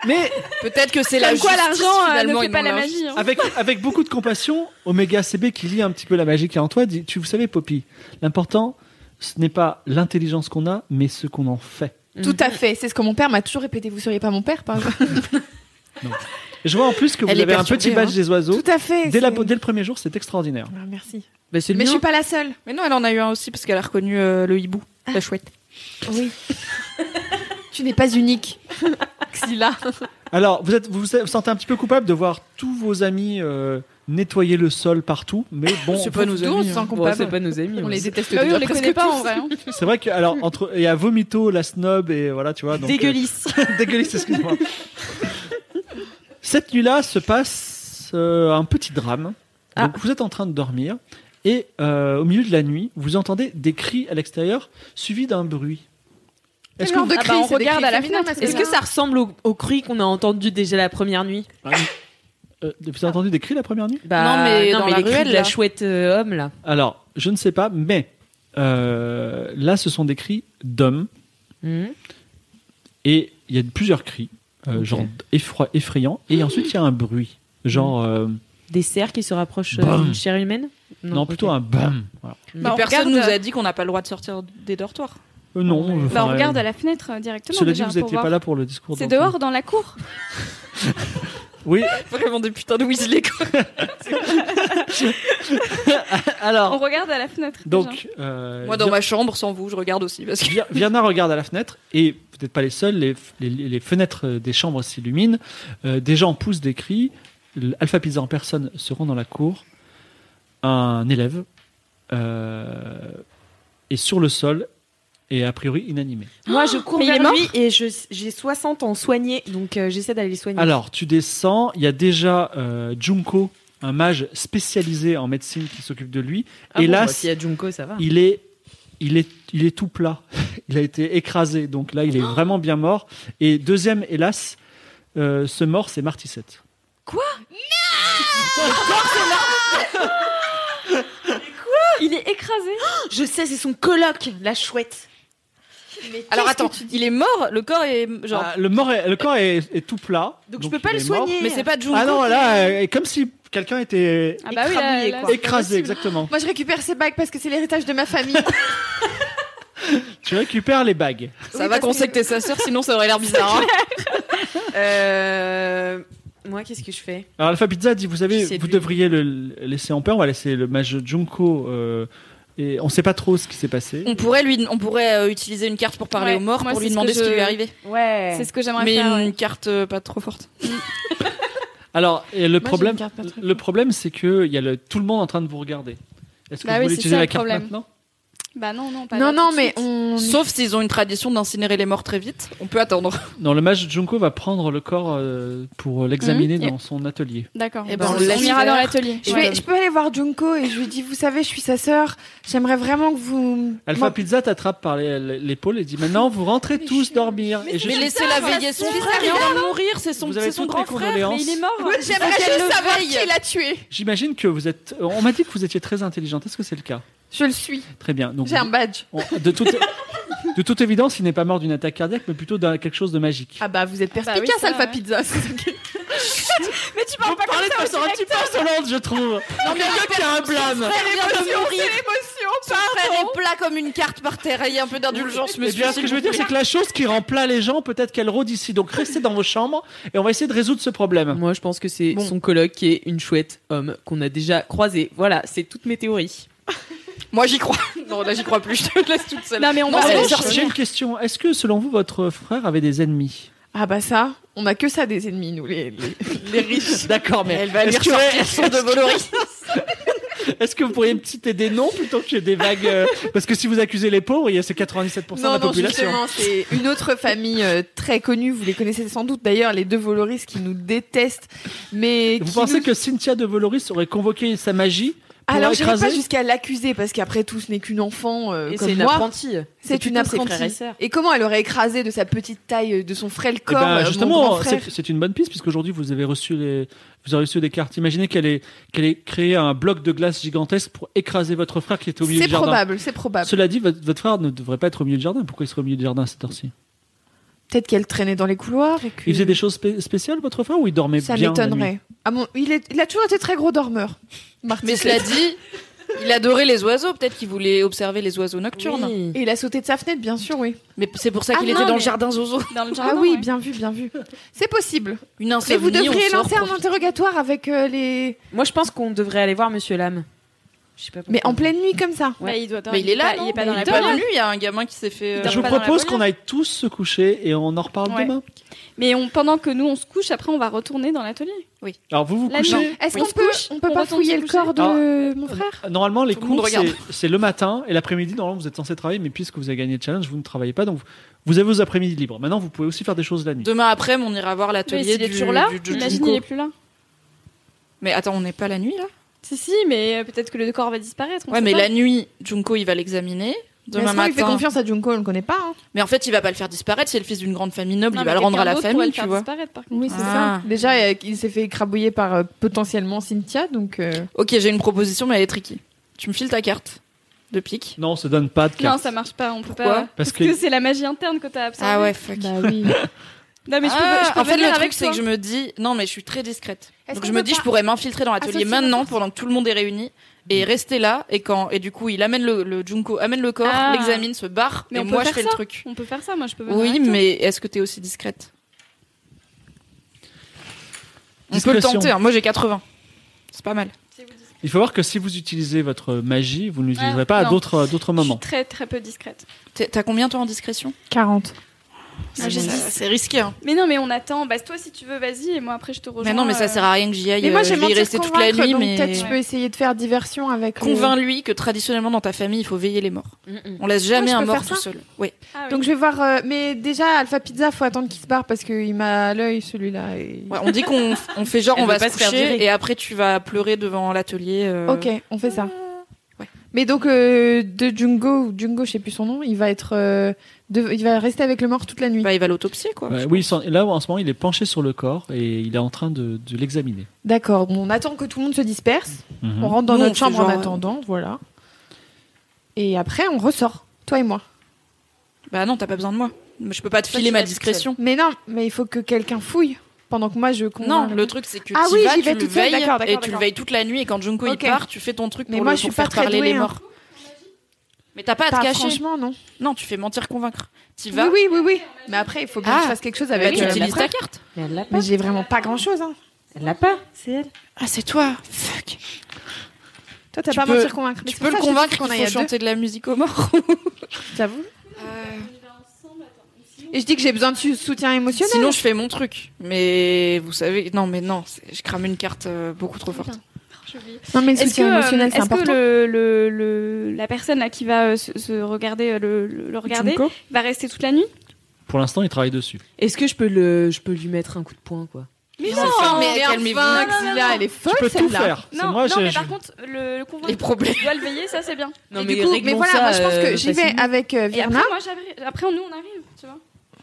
S4: Mais
S5: Peut-être que c'est la
S9: Comme quoi,
S5: justice,
S9: l'argent euh, ne
S5: finalement, et
S9: fait
S5: non
S9: pas la
S5: l'injustice.
S9: magie. hein.
S4: avec, avec beaucoup de compassion, Omega CB qui lit un petit peu la magie qui est en toi dit Tu vous savez, Poppy, l'important, ce n'est pas l'intelligence qu'on a, mais ce qu'on en fait.
S2: Tout à fait, c'est ce que mon père m'a toujours répété. Vous seriez pas mon père, par exemple
S4: Je vois en plus que vous
S5: Elle est
S4: avez un
S5: perturbée,
S4: petit badge des oiseaux.
S2: hein. Tout à fait.
S4: Dès, la-
S2: c'est-
S4: dès le premier jour, c'est extraordinaire.
S2: Ah, merci.
S10: Bah, c'est le
S2: Mais je
S10: mien.
S2: suis pas la seule.
S5: Mais non, elle en a eu un aussi parce qu'elle a reconnu euh, le hibou, la chouette.
S2: Oui. <laughs> tu n'es pas unique.
S5: <laughs>
S2: Xila.
S4: Alors, vous, êtes, vous vous sentez un petit peu coupable de voir tous vos amis euh, nettoyer le sol partout,
S2: <laughs>
S4: mais bon,
S5: C'est pas nos
S2: Nous, on
S5: amis.
S2: se sent
S5: hein.
S10: Bon,
S2: coupable.
S10: c'est pas nos amis.
S2: on
S10: ouais.
S2: les déteste
S7: Ah
S9: Bah oui,
S2: déjà
S9: on les
S2: presque
S9: connaît pas
S2: tous.
S9: en vrai. <laughs> hein.
S4: c'est vrai que alors entre et à Vomito, la snob et voilà, tu vois, donc, euh, <laughs>
S10: Dégueulisse.
S4: dégueulasse, excuse-moi. Cette nuit-là se passe euh, un petit drame.
S10: Ah.
S4: Donc vous êtes en train de dormir et euh, au milieu de la nuit, vous entendez des cris à l'extérieur suivis d'un bruit. Est-ce que
S2: genre
S4: vous-
S2: de
S9: Ah
S2: cri,
S9: bah, on
S2: c'est des
S9: regarde
S2: cris
S9: à la
S2: féminins,
S9: fenêtre.
S2: masculins.
S10: Est-ce que ça ressemble au, au cri qu'on a entendu déjà la première nuit
S4: Euh, vous avez entendu des cris la première nuit
S10: Bah,
S5: mais dans la
S10: les cris
S5: ruelle,
S10: de la
S5: là.
S10: chouette euh, homme là.
S4: Alors, je ne sais pas, mais euh, là, ce sont des cris d'hommes
S9: Hmm.
S4: et il y a plusieurs cris, euh,
S10: Ok.
S4: genre effroi- effrayants, et ensuite il y a un bruit,
S9: Hmm.
S4: genre euh,
S10: Des cerfs qui se rapprochent euh,
S4: Bam.
S10: d'une chair humaine
S4: non,
S10: ok.
S4: plutôt un bam. Voilà.
S5: Mais
S9: Bah, on
S5: personne
S9: regarde,
S5: nous a dit qu'on n'a pas le droit de sortir <laughs> des dortoirs.
S4: Euh, non,
S9: Bah,
S4: enfin,
S9: on regarde
S4: euh,
S9: à la fenêtre euh, directement.
S4: Cela dit,
S9: déjà,
S4: vous
S9: pour
S4: n'étiez
S9: voir.
S4: pas là pour le discours.
S9: C'est
S4: d'Antoine.
S9: dehors dans la cour.
S4: Oui.
S5: Vraiment des putains de Weasley. quoi.
S9: On
S4: Alors,
S9: regarde à la fenêtre. déjà.
S4: donc, euh,
S5: Moi, dans
S4: Vi-
S5: ma chambre, sans vous, je regarde aussi parce que
S4: Vi- Viana regarde à la fenêtre et vous n'êtes pas les seuls. Les, les- les fenêtres euh, des chambres s'illuminent. euh, des gens poussent des cris. Alpha Pizza en personne se rend dans la cour. Un élève euh, est sur le sol et a priori inanimé.
S10: Moi, je cours
S9: Mais il est
S10: vers
S9: mort
S10: lui et je- j'ai 60 ans soigné, donc euh, j'essaie d'aller les soigner.
S4: Alors, tu descends, il y a déjà euh, Junko, un mage spécialisé en médecine qui s'occupe de lui.
S10: Ah bon,
S4: hélas,
S10: bah, s'il y a Junko, ça va.
S4: Ah. il est, il est, il est tout plat. <laughs> Il a été écrasé, donc là, il
S10: Oh.
S4: est vraiment bien mort. Et deuxième, hélas, euh, ce mort, c'est Martissette.
S9: Il est écrasé.
S10: Je sais, c'est son coloc, la chouette.
S5: Alors attends, il est mort, le corps est genre.
S4: Ah, le, mort est- le corps est, est tout plat.
S10: Donc, je peux pas
S4: il
S10: le
S4: est mort.
S10: soigner.
S5: mais c'est pas Junko.
S4: Ah non, là, euh, comme si quelqu'un était
S9: Ah bah oui,
S10: Écrabouillé,
S9: là,
S10: quoi.
S9: là, c'est pas
S4: écrasé,
S9: possible.
S4: exactement.
S2: Moi, je récupère ces bagues parce que c'est l'héritage de ma
S7: <laughs>
S2: famille.
S4: Tu récupères les bagues.
S5: Ça va qu'on sait que t'es sa sœur, sinon ça aurait l'air
S9: <laughs>
S5: bizarre. hein.
S10: Euh, Moi, qu'est-ce que je fais
S4: Alors Alpha Pizza dit, vous
S10: Qui
S4: savez,
S10: séduit.
S4: vous devriez le le laisser en paix, on va laisser le mage Junko, euh, et on sait pas trop ce qui s'est passé.
S5: On pourrait lui, on pourrait euh, utiliser une carte pour parler
S9: Ouais,
S5: au mort,
S9: moi,
S5: pour lui
S9: c'est ce
S5: demander
S9: que
S5: ce qui
S9: je-
S5: lui est arrivé.
S10: Ouais.
S9: C'est ce que j'aimerais
S5: Mais
S9: faire.
S5: une
S9: ouais.
S5: carte euh, pas trop forte.
S4: Alors, et le
S2: j'ai
S4: problème,
S2: une carte pas très
S4: le problème c'est que il y a le- tout le monde en train de vous regarder. Est-ce que
S9: Bah
S4: vous
S9: oui,
S4: voulez
S9: c'est
S4: utiliser
S9: ça,
S4: la
S9: le
S4: carte
S9: problème.
S4: maintenant
S9: Bah non, non, pas
S2: Non,
S9: là
S2: non,
S9: tout de
S2: mais
S9: suite.
S2: on.
S5: Sauf s'ils ont une tradition d'incinérer les morts très vite, on peut attendre.
S4: Non, le mage Junko va prendre le corps euh, pour l'examiner
S5: Mhm.
S4: dans son atelier.
S9: D'accord.
S5: Eh
S9: Et
S5: ben, on
S9: on,
S5: le laisse
S9: ira
S5: faire.
S9: dans l'atelier.
S2: Je,
S9: Ouais.
S2: vais- je peux aller voir Junko et je lui dis, vous savez, je suis sa sœur. J'aimerais vraiment que vous.
S4: Alpha Pizza t'attrape par les- l'épaule et dit Maintenant, vous rentrez tous dormir. et je
S5: Mais
S4: suis-
S5: laissez-la veiller son frère, il vient de mourir, c'est son,
S4: Vous avez
S5: c'est son
S4: toutes
S5: grand
S4: mes
S5: frère.
S4: condoléances.
S5: mais il est mort.
S7: hein.
S11: Moi, J'aimerais
S5: Faut qu'elle
S11: juste
S5: le
S11: savoir
S5: veille.
S11: qui l'a tué.
S4: J'imagine que vous êtes. On m'a dit que vous étiez très intelligente. Est-ce que c'est le cas
S11: Je le suis.
S4: Très bien. Donc,
S11: J'ai un badge.
S4: on- de, toute... de toute évidence, il n'est pas mort d'une attaque cardiaque, mais plutôt d'un quelque chose de magique.
S11: Ah bah vous êtes perspicace,
S9: oui, ça,
S11: Alpha
S9: ouais.
S11: Pizza.
S5: <laughs>
S9: Mais tu parles pas comme
S4: Parlez de
S9: ça au
S4: façon un petit peu
S9: directeur.
S4: insolente, je trouve. Non, mais il y a un blâme.
S11: Elle vient de mourir. Son frère
S5: pardon.
S11: est plat comme une carte par terre. Ayez un peu d'indulgence,
S4: Eh
S11: monsieur.
S4: bien, ce que je veux dire, c'est que la chose qui rend plat les gens, peut-être qu'elle rôde ici. Donc, restez dans vos chambres et on va essayer de résoudre ce problème.
S10: Moi, je pense que c'est
S5: Bon.
S10: son coloc qui est une chouette homme qu'on a déjà croisé. Voilà, c'est toutes mes théories.
S5: Moi j'y crois. <laughs> Non, là j'y crois plus, je te laisse toute seule.
S9: Non, mais on
S5: Non,
S9: va
S5: c'est
S9: aller
S5: les
S9: chercher.
S5: sorcières.
S4: J'ai une question. Est-ce que, selon vous, votre frère avait des ennemis
S7: Ah bah ça, on a que ça des ennemis, nous, les, les, les riches.
S4: D'accord, mais
S7: Elle va
S4: est-ce
S7: lui
S4: que-
S7: ressortir
S4: est-ce
S7: son
S5: <laughs>
S7: de Voloris.
S4: que- Est-ce que vous pourriez me citer des noms plutôt que des vagues euh, Parce que si vous accusez les pauvres, il y a ces 97% de
S7: Non,
S4: la
S7: non,
S4: population.
S7: justement, c'est une autre famille euh, très connue. Vous les connaissez sans doute d'ailleurs, les deux Voloris qui nous détestent. Mais
S4: vous
S7: qui
S4: pensez
S7: nous-
S4: que Cynthia de Voloris aurait convoqué sa magie pour
S7: Alors, j'irai
S4: écraser
S7: pas jusqu'à l'accuser parce qu'après tout, ce n'est qu'une enfant euh,
S10: Et
S7: comme
S10: c'est une
S7: moi.
S10: apprentie.
S7: C'est une
S10: plutôt ses frères et
S7: apprentie.
S10: sœurs.
S7: Et comment elle aurait écrasé de sa petite taille, euh, de son frêle
S4: Eh ben,
S7: corps, euh, mon grand
S4: justement,
S7: frère
S4: c'est c'est une bonne piste puisqu'aujourd'hui vous avez reçu les, vous avez reçu des cartes. Imaginez qu'elle ait, qu'elle ait créé un bloc de glace gigantesque pour écraser votre frère qui était au milieu
S7: C'est
S4: du jardin.
S7: probable, c'est probable.
S4: Cela dit, votre, votre frère ne devrait pas être au milieu du jardin. Pourquoi il serait au milieu du jardin à cette heure-ci
S7: Peut-être qu'elle traînait dans les couloirs et que
S4: Il faisait des choses spé- spéciales, votre frère, ou il dormait
S7: ça
S4: bien la nuit
S7: m'étonnerait. Ah bon, il, est- il a toujours été très gros dormeur. Marty.
S5: Mais cela dit, il adorait les oiseaux, peut-être qu'il voulait observer les oiseaux nocturnes.
S10: Oui.
S7: Et il a sauté de sa fenêtre, bien sûr, oui.
S5: Mais c'est pour ça
S9: Ah
S5: qu'il
S9: non,
S5: était dans
S9: mais-
S5: le jardin zozo.
S9: Dans le
S7: ah
S9: jardin,
S7: oui,
S9: ouais.
S7: bien vu, bien vu. C'est possible.
S5: Une
S7: Mais vous
S5: insomnie,
S7: devriez
S5: on sort
S7: lancer un
S5: pour-
S7: interrogatoire avec euh, les.
S10: Moi, je pense qu'on devrait aller voir Monsieur Lame. Je sais pas pourquoi.
S7: Mais en pleine nuit comme ça.
S9: Bah, il doit dans-
S5: Mais il est là,
S9: pas-
S5: non
S9: Il est pas dans
S5: Il
S9: la
S5: est pas dans
S9: bonne.
S5: lui, il y a un gamin qui s'est fait... euh,
S9: Dans-
S4: Je vous
S9: pas la
S4: propose
S9: volière.
S4: qu'on aille tous se coucher et on en reparle
S9: Ouais.
S4: demain.
S9: Mais on, pendant que nous on se couche, après on va retourner dans l'atelier.
S4: Alors vous vous
S9: Là,
S4: couchez.
S9: non.
S7: Est-ce
S9: On
S7: qu'on
S9: se
S7: peut,
S9: couche,
S7: on peut
S9: on
S7: pas
S9: retourne
S7: fouiller
S9: se
S7: le
S9: coucher.
S7: corps
S4: Ah.
S7: de mon frère
S4: Normalement, les
S5: Tout le monde
S4: cours,
S5: regarde.
S4: c'est- c'est le matin et l'après-midi. Normalement, vous êtes censé travailler, mais puisque vous avez gagné le challenge, vous ne travaillez pas. Donc, vous- vous avez vos après-midi libres. Maintenant, vous pouvez aussi faire des choses la nuit.
S5: Demain après, on ira voir
S9: Mais
S5: l'atelier
S9: s'il
S5: du,
S9: est toujours là,
S5: du- du- du
S9: imagine
S5: Junko.
S9: il est plus là.
S5: Mais attends, on n'est pas la nuit là
S9: Si, si, mais euh, peut-être que le corps va disparaître. on
S5: Ouais,
S9: sait
S5: mais
S9: pas.
S5: la nuit, Junko il va
S7: Mais
S5: l'examiner. Demain
S7: sinon, il fait
S5: matin.
S7: confiance à Junko, on le connaît pas. hein.
S5: Mais en fait, il va pas le faire disparaître. C'est le fils d'une grande famille noble,
S9: Non,
S5: il va
S9: mais
S5: le rendre à la
S9: quelqu'un d'autre pourrait
S5: famille,
S9: le
S5: tu
S9: faire
S5: vois.
S9: disparaître, par contre.
S7: Oui, c'est
S5: Ah.
S7: ça. Déjà, euh, il s'est fait écrabouiller par euh, potentiellement Cynthia, donc. euh,
S5: Ok, j'ai une proposition, mais elle est tricky. Tu me files ta carte de pique.
S4: Non, on se donne pas de
S9: Non,
S4: carte.
S9: ça marche pas, on peut
S5: Pourquoi
S9: pas.
S5: Parce
S9: Parce
S4: que-
S9: que c'est la magie interne que t'as absorbée.
S5: Ah fuck.
S7: Bah oui.
S9: <laughs> Non, mais je peux,
S5: Ah,
S9: je peux
S5: en fait,
S9: venir
S5: le
S9: avec
S5: truc, c'est
S9: toi.
S5: que je me dis, non, mais je suis très discrète.
S7: Est-ce
S5: Donc
S7: qu'on
S5: je me
S7: peut
S5: dis, je
S7: pas
S5: pourrais m'infiltrer
S9: Ah,
S5: dans l'atelier
S7: associer
S5: maintenant,
S7: les
S5: pendant que tout le monde est réuni,
S9: Mm.
S5: et rester là. Et quand, et du coup, il amène le, le Junko, amène le corps,
S9: Ah.
S5: l'examine, se barre,
S9: Mais
S5: et
S9: on peut
S5: moi, je
S9: faire
S5: fais le
S9: ça.
S5: truc.
S9: On peut faire ça, moi je peux venir
S5: Oui,
S9: avec toi.
S5: mais est-ce que t'es aussi discrète On peut le
S4: Discrétion.
S5: tenter. hein. Moi, j'ai 80. C'est pas mal.
S4: Il faut voir que si vous utilisez votre magie, vous ne l'utiliserez
S9: Ah,
S4: pas à
S9: non.
S4: d'autres d'autres
S9: Je suis
S4: moments.
S9: très très peu discrète.
S5: T'es- T'as combien toi en discrétion
S7: 40.
S9: Ah, j'ai
S5: Ça-
S9: dix.
S5: C'est risqué. Hein.
S9: Mais non, mais on attend. Bah toi si tu veux, vas-y et moi après je te rejoins.
S5: Mais non, mais ça
S9: euh,
S5: sert à rien que j'y aille.
S7: Mais moi,
S5: euh, je
S7: j'aime
S5: vais y rester toute la nuit, mais
S7: Peut-être je peux essayer de faire diversion avec.
S9: euh,
S7: le-
S5: convainc-lui que traditionnellement dans ta famille, il faut veiller les morts.
S10: Mm-mm.
S5: On laisse jamais
S7: Ouais, je
S5: un
S7: peux
S5: mort
S7: faire
S5: tout
S7: ça.
S5: seul. Oui.
S9: Ah, oui.
S7: Donc je vais voir. euh, mais déjà, Alpha Pizza, faut attendre qu'il se barre parce qu'il m'a à l'œil celui-là. et-
S5: Ouais, on dit qu'on on fait genre
S10: Elle
S5: on va
S10: veut pas
S5: se
S10: se faire
S5: coucher
S10: virer.
S5: et après tu vas pleurer devant l'atelier. euh,
S7: Ok, on fait ça.
S5: ouais.
S7: Mais donc euh, de Jungo, ou Jungo, je sais plus son nom, il va être, euh, de- il va rester avec le mort toute la nuit.
S5: Bah, il va l'autopsier quoi.
S4: Ouais, oui, il s'en- là en ce moment, il est penché sur le corps et il est en train de, de l'examiner.
S7: D'accord. Bon, on attend que tout le monde se disperse.
S4: Mhm.
S7: On rentre dans
S5: Nous, on
S7: notre
S5: fait
S7: chambre en
S5: genre, euh,
S7: attendant, voilà. Et après, on ressort, toi et moi.
S5: Bah non, t'as pas besoin de moi. Je peux pas te
S10: Toi,
S5: filer
S10: tu
S5: ma
S10: vas toute
S5: discrétion.
S7: Mais non, mais il faut que quelqu'un fouille pendant que moi je
S5: Non,
S7: convainc
S5: le truc c'est que
S7: Ah
S5: t'y
S7: oui,
S5: vas,
S7: j'y
S5: tu
S7: vais
S5: le
S7: toute seule,
S5: veilles
S7: d'accord,
S5: et
S7: d'accord,
S5: tu le
S7: d'accord.
S5: veilles toute la nuit et quand Junko
S7: Ok.
S5: il part, tu fais ton truc
S7: Mais
S5: pour,
S7: moi,
S5: le,
S7: je
S5: pour
S7: suis
S5: faire
S7: pas très
S5: parler les
S7: douée, hein.
S5: morts. Mais t'as pas à te
S7: Pas
S5: cacher.
S7: Ah, franchement, non.
S5: Non, tu fais mentir convaincre. T'y
S7: Oui,
S5: vas.
S7: oui, oui, oui. Mais après, il faut que
S5: Ah.
S7: je fasse quelque chose
S5: bah,
S7: avec
S5: tu
S7: euh, ma
S5: utilises
S7: frère.
S5: ta carte.
S10: Mais elle l'a pas.
S7: Mais j'ai vraiment pas grand chose. Hein.
S10: Elle l'a pas. C'est elle.
S5: Ah, c'est toi. Fuck.
S7: Toi, t'as
S5: Tu
S7: pas
S5: peux-
S7: mentir convaincre. Mais
S5: Tu
S7: c'est pour
S5: peux le
S7: ça que je
S5: convaincre
S7: dis qu'on
S5: qu'on
S7: aille
S5: aille
S7: à
S5: chanter de la musique aux morts.
S7: deux, J'avoue.
S9: Euh,
S7: Et je dis que j'ai besoin de su- soutien émotionnel.
S5: Sinon, je fais mon truc. Mais vous savez, non, mais non, c'est- je crame une carte euh, beaucoup trop forte.
S7: Non, mais le soutien
S9: euh,
S7: émotionnel, c'est
S9: est-ce que
S7: important.
S9: le- le- le- la personne là, qui va euh, se, se regarder, euh, le, le- le regarder,
S10: Junko
S9: va rester toute la nuit
S4: Pour l'instant, il travaille dessus.
S10: Est-ce que je peux, le, Euh, je peux lui mettre un coup de poing, quoi
S9: Mais
S5: non,
S9: enfin,
S5: mais
S9: mais
S5: calmez-vous.
S9: enfin,
S5: Non, non,
S9: Xyla,
S5: non.
S9: elle est
S5: Tu
S9: folle,
S5: peux tout
S9: celle-là.
S5: faire. C'est
S9: Non,
S5: moi,
S9: non,
S5: je-
S9: mais
S5: je-
S9: par contre, le, le convoi,
S5: Les problèmes.
S9: doit le veiller, ça c'est bien.
S10: Non,
S9: Et
S10: mais
S9: du coup,
S10: réglons
S7: mais voilà,
S10: ça,
S7: moi je pense
S10: euh,
S7: que j'y vais
S10: facilement.
S7: avec euh,
S9: et après,
S7: Virna.
S9: moi, j'arrive- après, nous on arrive, tu vois.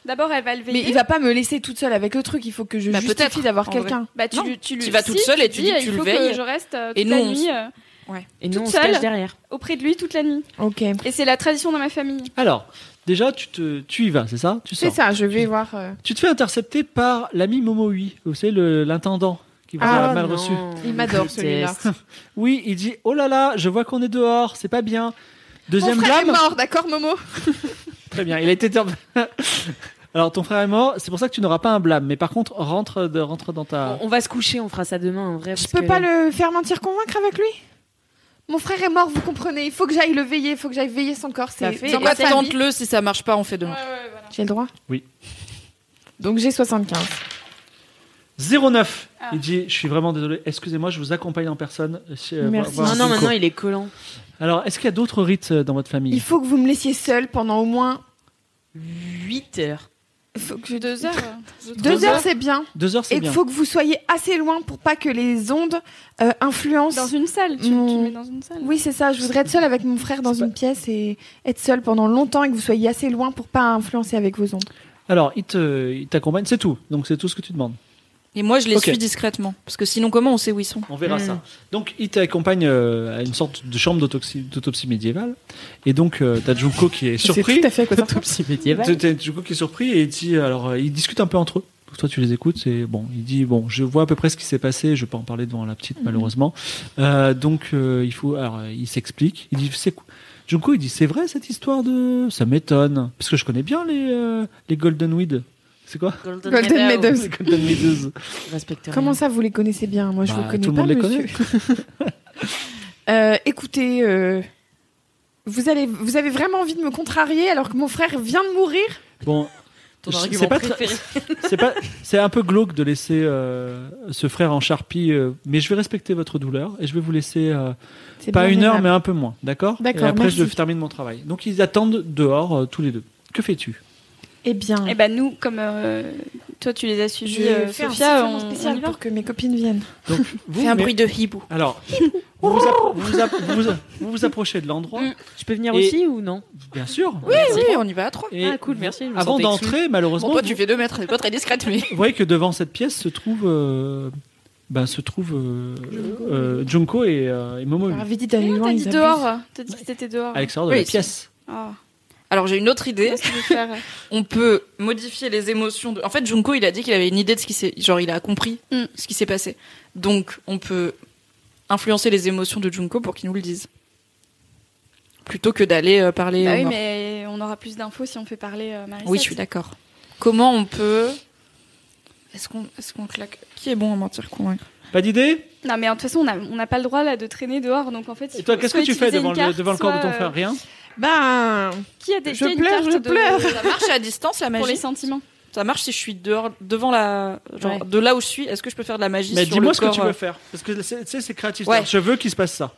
S9: D'abord, elle va le veiller.
S7: mais il va pas me laisser toute seule avec le truc, il faut que je
S9: Bah,
S7: justifie
S9: peut-être,
S7: d'avoir
S9: en vrai.
S7: quelqu'un.
S9: Bah, tu
S7: Non.
S9: lui- tu lui-
S5: Tu vas toute
S9: si,
S5: seule et tu dis
S9: euh,
S5: tu
S9: il
S5: le
S9: faut
S5: veilles.
S9: que je reste euh, toute
S5: Et nous,
S9: la
S5: on se-
S9: nuit. euh,
S10: Et
S9: toute
S10: nous, on se
S9: seule,
S10: cache derrière.
S9: Auprès de lui toute la nuit.
S7: Ok.
S9: Et c'est la tradition dans ma famille.
S4: Alors, déjà, tu, te, tu y vas, c'est ça Tu
S7: C'est
S4: sors.
S7: ça, je vais voir. euh,
S4: Tu te fais intercepter par l'ami Momoi, vous savez, le- l'intendant qui vous
S7: Ah,
S4: a mal reçu.
S7: Il m'adore celui-là.
S4: <laughs> Oui, il dit Oh là là, je vois qu'on est dehors, c'est pas bien. Deuxième
S7: Mon frère
S4: blâme.
S7: est mort, d'accord, Momo
S4: Très bien, il a été. <laughs> Alors, ton frère est mort, c'est pour ça que tu n'auras pas un blâme, mais par contre, rentre, de, rentre dans ta.
S10: On, on va se coucher, on fera ça demain, en vrai.
S7: Je peux pas le faire mentir convaincre avec lui Mon frère est mort, vous comprenez. Il faut que j'aille le veiller, il faut que j'aille veiller son corps. C'est
S5: fait.
S7: c'est en mode famille.
S5: Tente-le, si ça marche pas, on fait demain.
S7: J'ai le droit
S4: Oui.
S7: Donc j'ai 75.
S4: 09
S7: Ah.
S4: Il dit Je suis vraiment désolé, excusez-moi, je vous accompagne en personne. chez- euh,
S7: Merci.
S4: voir- voir
S10: Non, non,
S4: Junko.
S10: maintenant, il est collant.
S4: Alors, est-ce qu'il y a d'autres rites euh, dans votre famille
S7: Il faut que vous me laissiez seule pendant au moins
S10: 8 heures.
S7: faut que je-
S15: Deux heures. euh,
S7: deux
S15: trois
S7: heures, c'est bien.
S4: Deux heures, c'est
S7: Et il
S4: bien.
S7: faut que vous soyez assez loin pour pas que les ondes euh, influencent.
S9: Dans une salle, tu, tu
S7: Mon-
S9: le mets dans une salle.
S7: Oui, c'est ça. Je voudrais être seule avec mon frère dans une pièce et être seule pendant longtemps et que vous soyez assez loin pour pas influencer avec vos ondes.
S4: Alors, il te- il t'accompagne, c'est tout. Donc, c'est tout ce que tu demandes.
S5: Et moi, je les
S4: Ok.
S5: suis discrètement. Parce que sinon, comment on sait où ils sont
S4: On verra
S7: Hmm.
S4: ça. Donc, il t'accompagne euh, à une sorte de chambre d'autopsie d'autopsie médiévale. Et donc, euh, t'as Junko qui est surpris.
S7: fait à quoi
S10: Autopsie médiévale.
S4: T'as- t'as Junko qui est surpris et il dit alors, euh, ils discutent un peu entre eux. Donc, toi, tu les écoutes. Et bon, il dit bon, je vois à peu près ce qui s'est passé. Je peux en parler devant la
S7: Hmm.
S4: petite, malheureusement. Euh, donc, euh, il faut. Alors, euh, il s'explique. Il dit c'est quoi Junko, il dit c'est vrai cette histoire de. Ça m'étonne. Parce que je connais bien les, euh, les Golden Weed. C'est quoi
S10: Golden,
S7: Golden Meadows.
S4: <laughs> Les Golden Meadows.
S10: Respecte
S7: Comment ça, vous les connaissez bien Moi, je
S4: Bah,
S7: vous connais
S4: tout le
S7: pas,
S4: monde les
S7: monsieur. <laughs> Euh, écoutez, euh, vous, allez, vous avez vraiment envie de me contrarier alors que mon frère vient de mourir
S4: Bon,
S16: Ton
S4: Je-
S16: argument
S4: c'est pas très-
S16: préféré.
S4: c'est pas, c'est un peu glauque de laisser euh, ce frère en charpie, euh, mais je vais respecter votre douleur et je vais vous laisser euh,
S10: Eh
S7: C'est
S4: pas
S7: bien
S4: une heure,
S7: aimable.
S4: mais un peu moins, d'accord
S7: D'accord,
S4: Et après, je
S7: merci.
S4: termine mon travail. Donc ils attendent dehors euh, tous les deux. Que fais-tu
S7: Eh bien,
S9: Et bah nous, comme euh, toi tu les as
S7: je
S9: suivis, euh,
S7: vais faire
S9: Sophia,
S7: un
S9: on, on
S7: spécial
S9: y va.
S7: pour que mes copines viennent.
S4: Donc, vous,
S5: Fais un
S4: mais-
S5: bruit de hibou.
S4: Alors, vous vous, appro- vous vous app- vous vous- vous vous approchez de l'endroit,
S5: Mm.
S10: Je peux venir
S4: Et-
S10: aussi ou non
S4: bien sûr.
S5: Oui, on y va à trois.
S4: Et
S10: Ah, cool, merci, je me
S4: Avant
S10: sentais
S4: d'entrer, malheureusement,
S5: Bon, toi,
S4: vous-
S5: tu fais deux mètres, c'est pas très discrète, mais.
S4: vous voyez que devant cette pièce se trouve, euh, ben, se trouve euh, euh, Junko et, euh, et Momo.
S7: Alors, vite
S9: Mais
S7: d'aller
S9: non,
S7: loin,
S9: T'as
S7: ils
S9: dit
S7: abusent.
S9: dehors. T'as dit que t'étais dehors.
S4: À l'extérieur de
S5: Oui,
S4: la
S5: c'est-
S4: pièce.
S9: Ah.
S5: Alors, j'ai une autre idée.
S9: Qu'est-ce que tu veux faire
S5: <laughs> On peut modifier les émotions. De... En fait, Junko, il a dit qu'il avait une idée de ce qui s'est. Genre, il a compris
S9: Mm.
S5: ce qui s'est passé. Donc, on peut influencer les émotions de Junko pour qu'il nous le dise. Plutôt que d'aller euh, parler.
S9: Bah
S5: aux
S9: oui,
S5: morts.
S9: mais on aura plus d'infos si on fait parler euh, Marissa.
S5: Oui, je suis d'accord. Comment on peut. Est-ce qu'on est qu'on claque. Qui est bon à mentir convaincre
S4: Pas d'idée
S9: Non, mais de toute façon, on a- on n'a pas le droit là de traîner dehors, donc en fait. il
S4: Et toi,
S9: faut
S4: qu'est-ce
S9: soit
S4: que tu fais
S9: utiliser
S4: devant,
S9: une
S4: le,
S9: carte,
S4: devant le corps de
S9: soit,
S4: ton frère
S9: euh,
S4: Rien
S7: Ben,
S9: Qui a des
S7: Je
S9: qui a une
S7: pleure,
S9: carte
S7: je
S9: de-
S7: pleure.
S5: Ça marche à distance, la magie
S9: pour les sentiments.
S5: Ça marche si je suis dehors, devant la. Genre,
S10: Ouais.
S5: de là où je suis, est-ce que je peux faire de la magie
S4: Mais
S5: sur
S4: dis-moi
S5: le
S4: ce que
S5: corps,
S4: tu veux
S5: euh,
S4: faire. Parce que c'est- tu sais, c'est créatif.
S5: Ouais.
S4: Je veux qu'il se passe ça.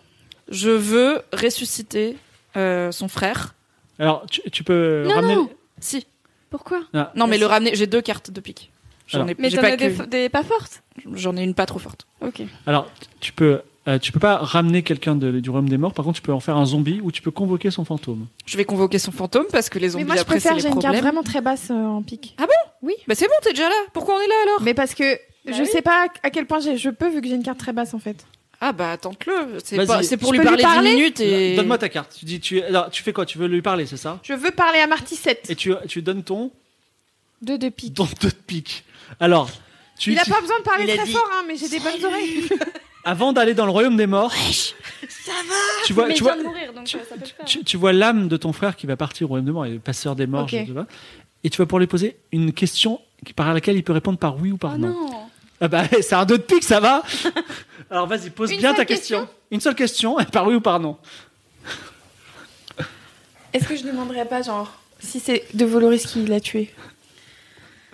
S5: Je veux ressusciter euh, son frère.
S4: Alors, tu, tu peux
S9: Non,
S4: ramener.
S9: non.
S5: Si.
S9: Pourquoi
S4: Ah,
S5: Non, mais
S4: est-ce-
S5: le ramener. J'ai deux cartes de pique. J'en
S4: Alors.
S5: ai,
S9: Mais
S5: j'ai
S9: t'en
S5: pas
S9: as
S5: que-
S9: des, des pas fortes.
S5: j'en ai une pas trop forte.
S9: Ok.
S4: Alors, tu- tu peux. euh, tu peux pas ramener quelqu'un de- du royaume des morts, par contre tu peux en faire un zombie ou tu peux convoquer son fantôme.
S5: Je vais convoquer son fantôme parce que les
S7: mais
S5: zombies
S7: moi, je
S5: après, c'est
S7: préfère,
S5: les
S7: j'ai une carte
S5: problèmes.
S7: vraiment très basse euh, en pique.
S5: Bah c'est bon, t'es déjà là. Pourquoi on est là alors
S7: Mais parce que
S9: Bah
S7: je
S9: oui.
S7: sais pas à quel point j'ai- je peux vu que j'ai une carte très basse en fait.
S5: Ah bah tente-le. C'est,
S4: Vas-y.
S5: pas- c'est pour
S7: Je
S5: lui
S7: peux lui
S5: parler, dix
S7: parler
S5: minutes et.
S4: Donne-moi ta carte. Tu dis, tu, alors, tu fais quoi Tu veux lui parler, c'est ça
S7: Je veux parler à Martissette
S4: Et tu, tu donnes ton
S7: de deux piques.
S4: don <laughs> de pique. Alors, tu,
S7: Il a
S4: tu-
S7: pas besoin de parler
S10: Il a
S7: très
S10: dit-
S7: fort, hein, mais j'ai des bonnes oreilles.
S4: avant d'aller dans le royaume des morts, tu vois,
S9: mais
S4: tu
S9: il
S4: vois,
S9: vient de mourir, donc
S4: tu-
S9: euh, ça peut le faire.
S4: tu, tu vois l'âme de ton frère qui va partir au royaume des morts, il est passeur des morts,
S7: Ok.
S4: je sais pas. Et tu vas pour lui poser une question qui- par laquelle il peut répondre par oui ou par
S9: Oh
S4: non.
S9: non.
S7: <laughs>
S4: Ah bah, <laughs> c'est un 2 de pique, ça va Alors vas-y, pose
S7: Une
S4: bien ta
S7: seule
S4: question. Une seule question, <laughs> par oui ou par non.
S7: Est-ce que je demanderais pas, genre, si c'est de Voloris qui l'a tué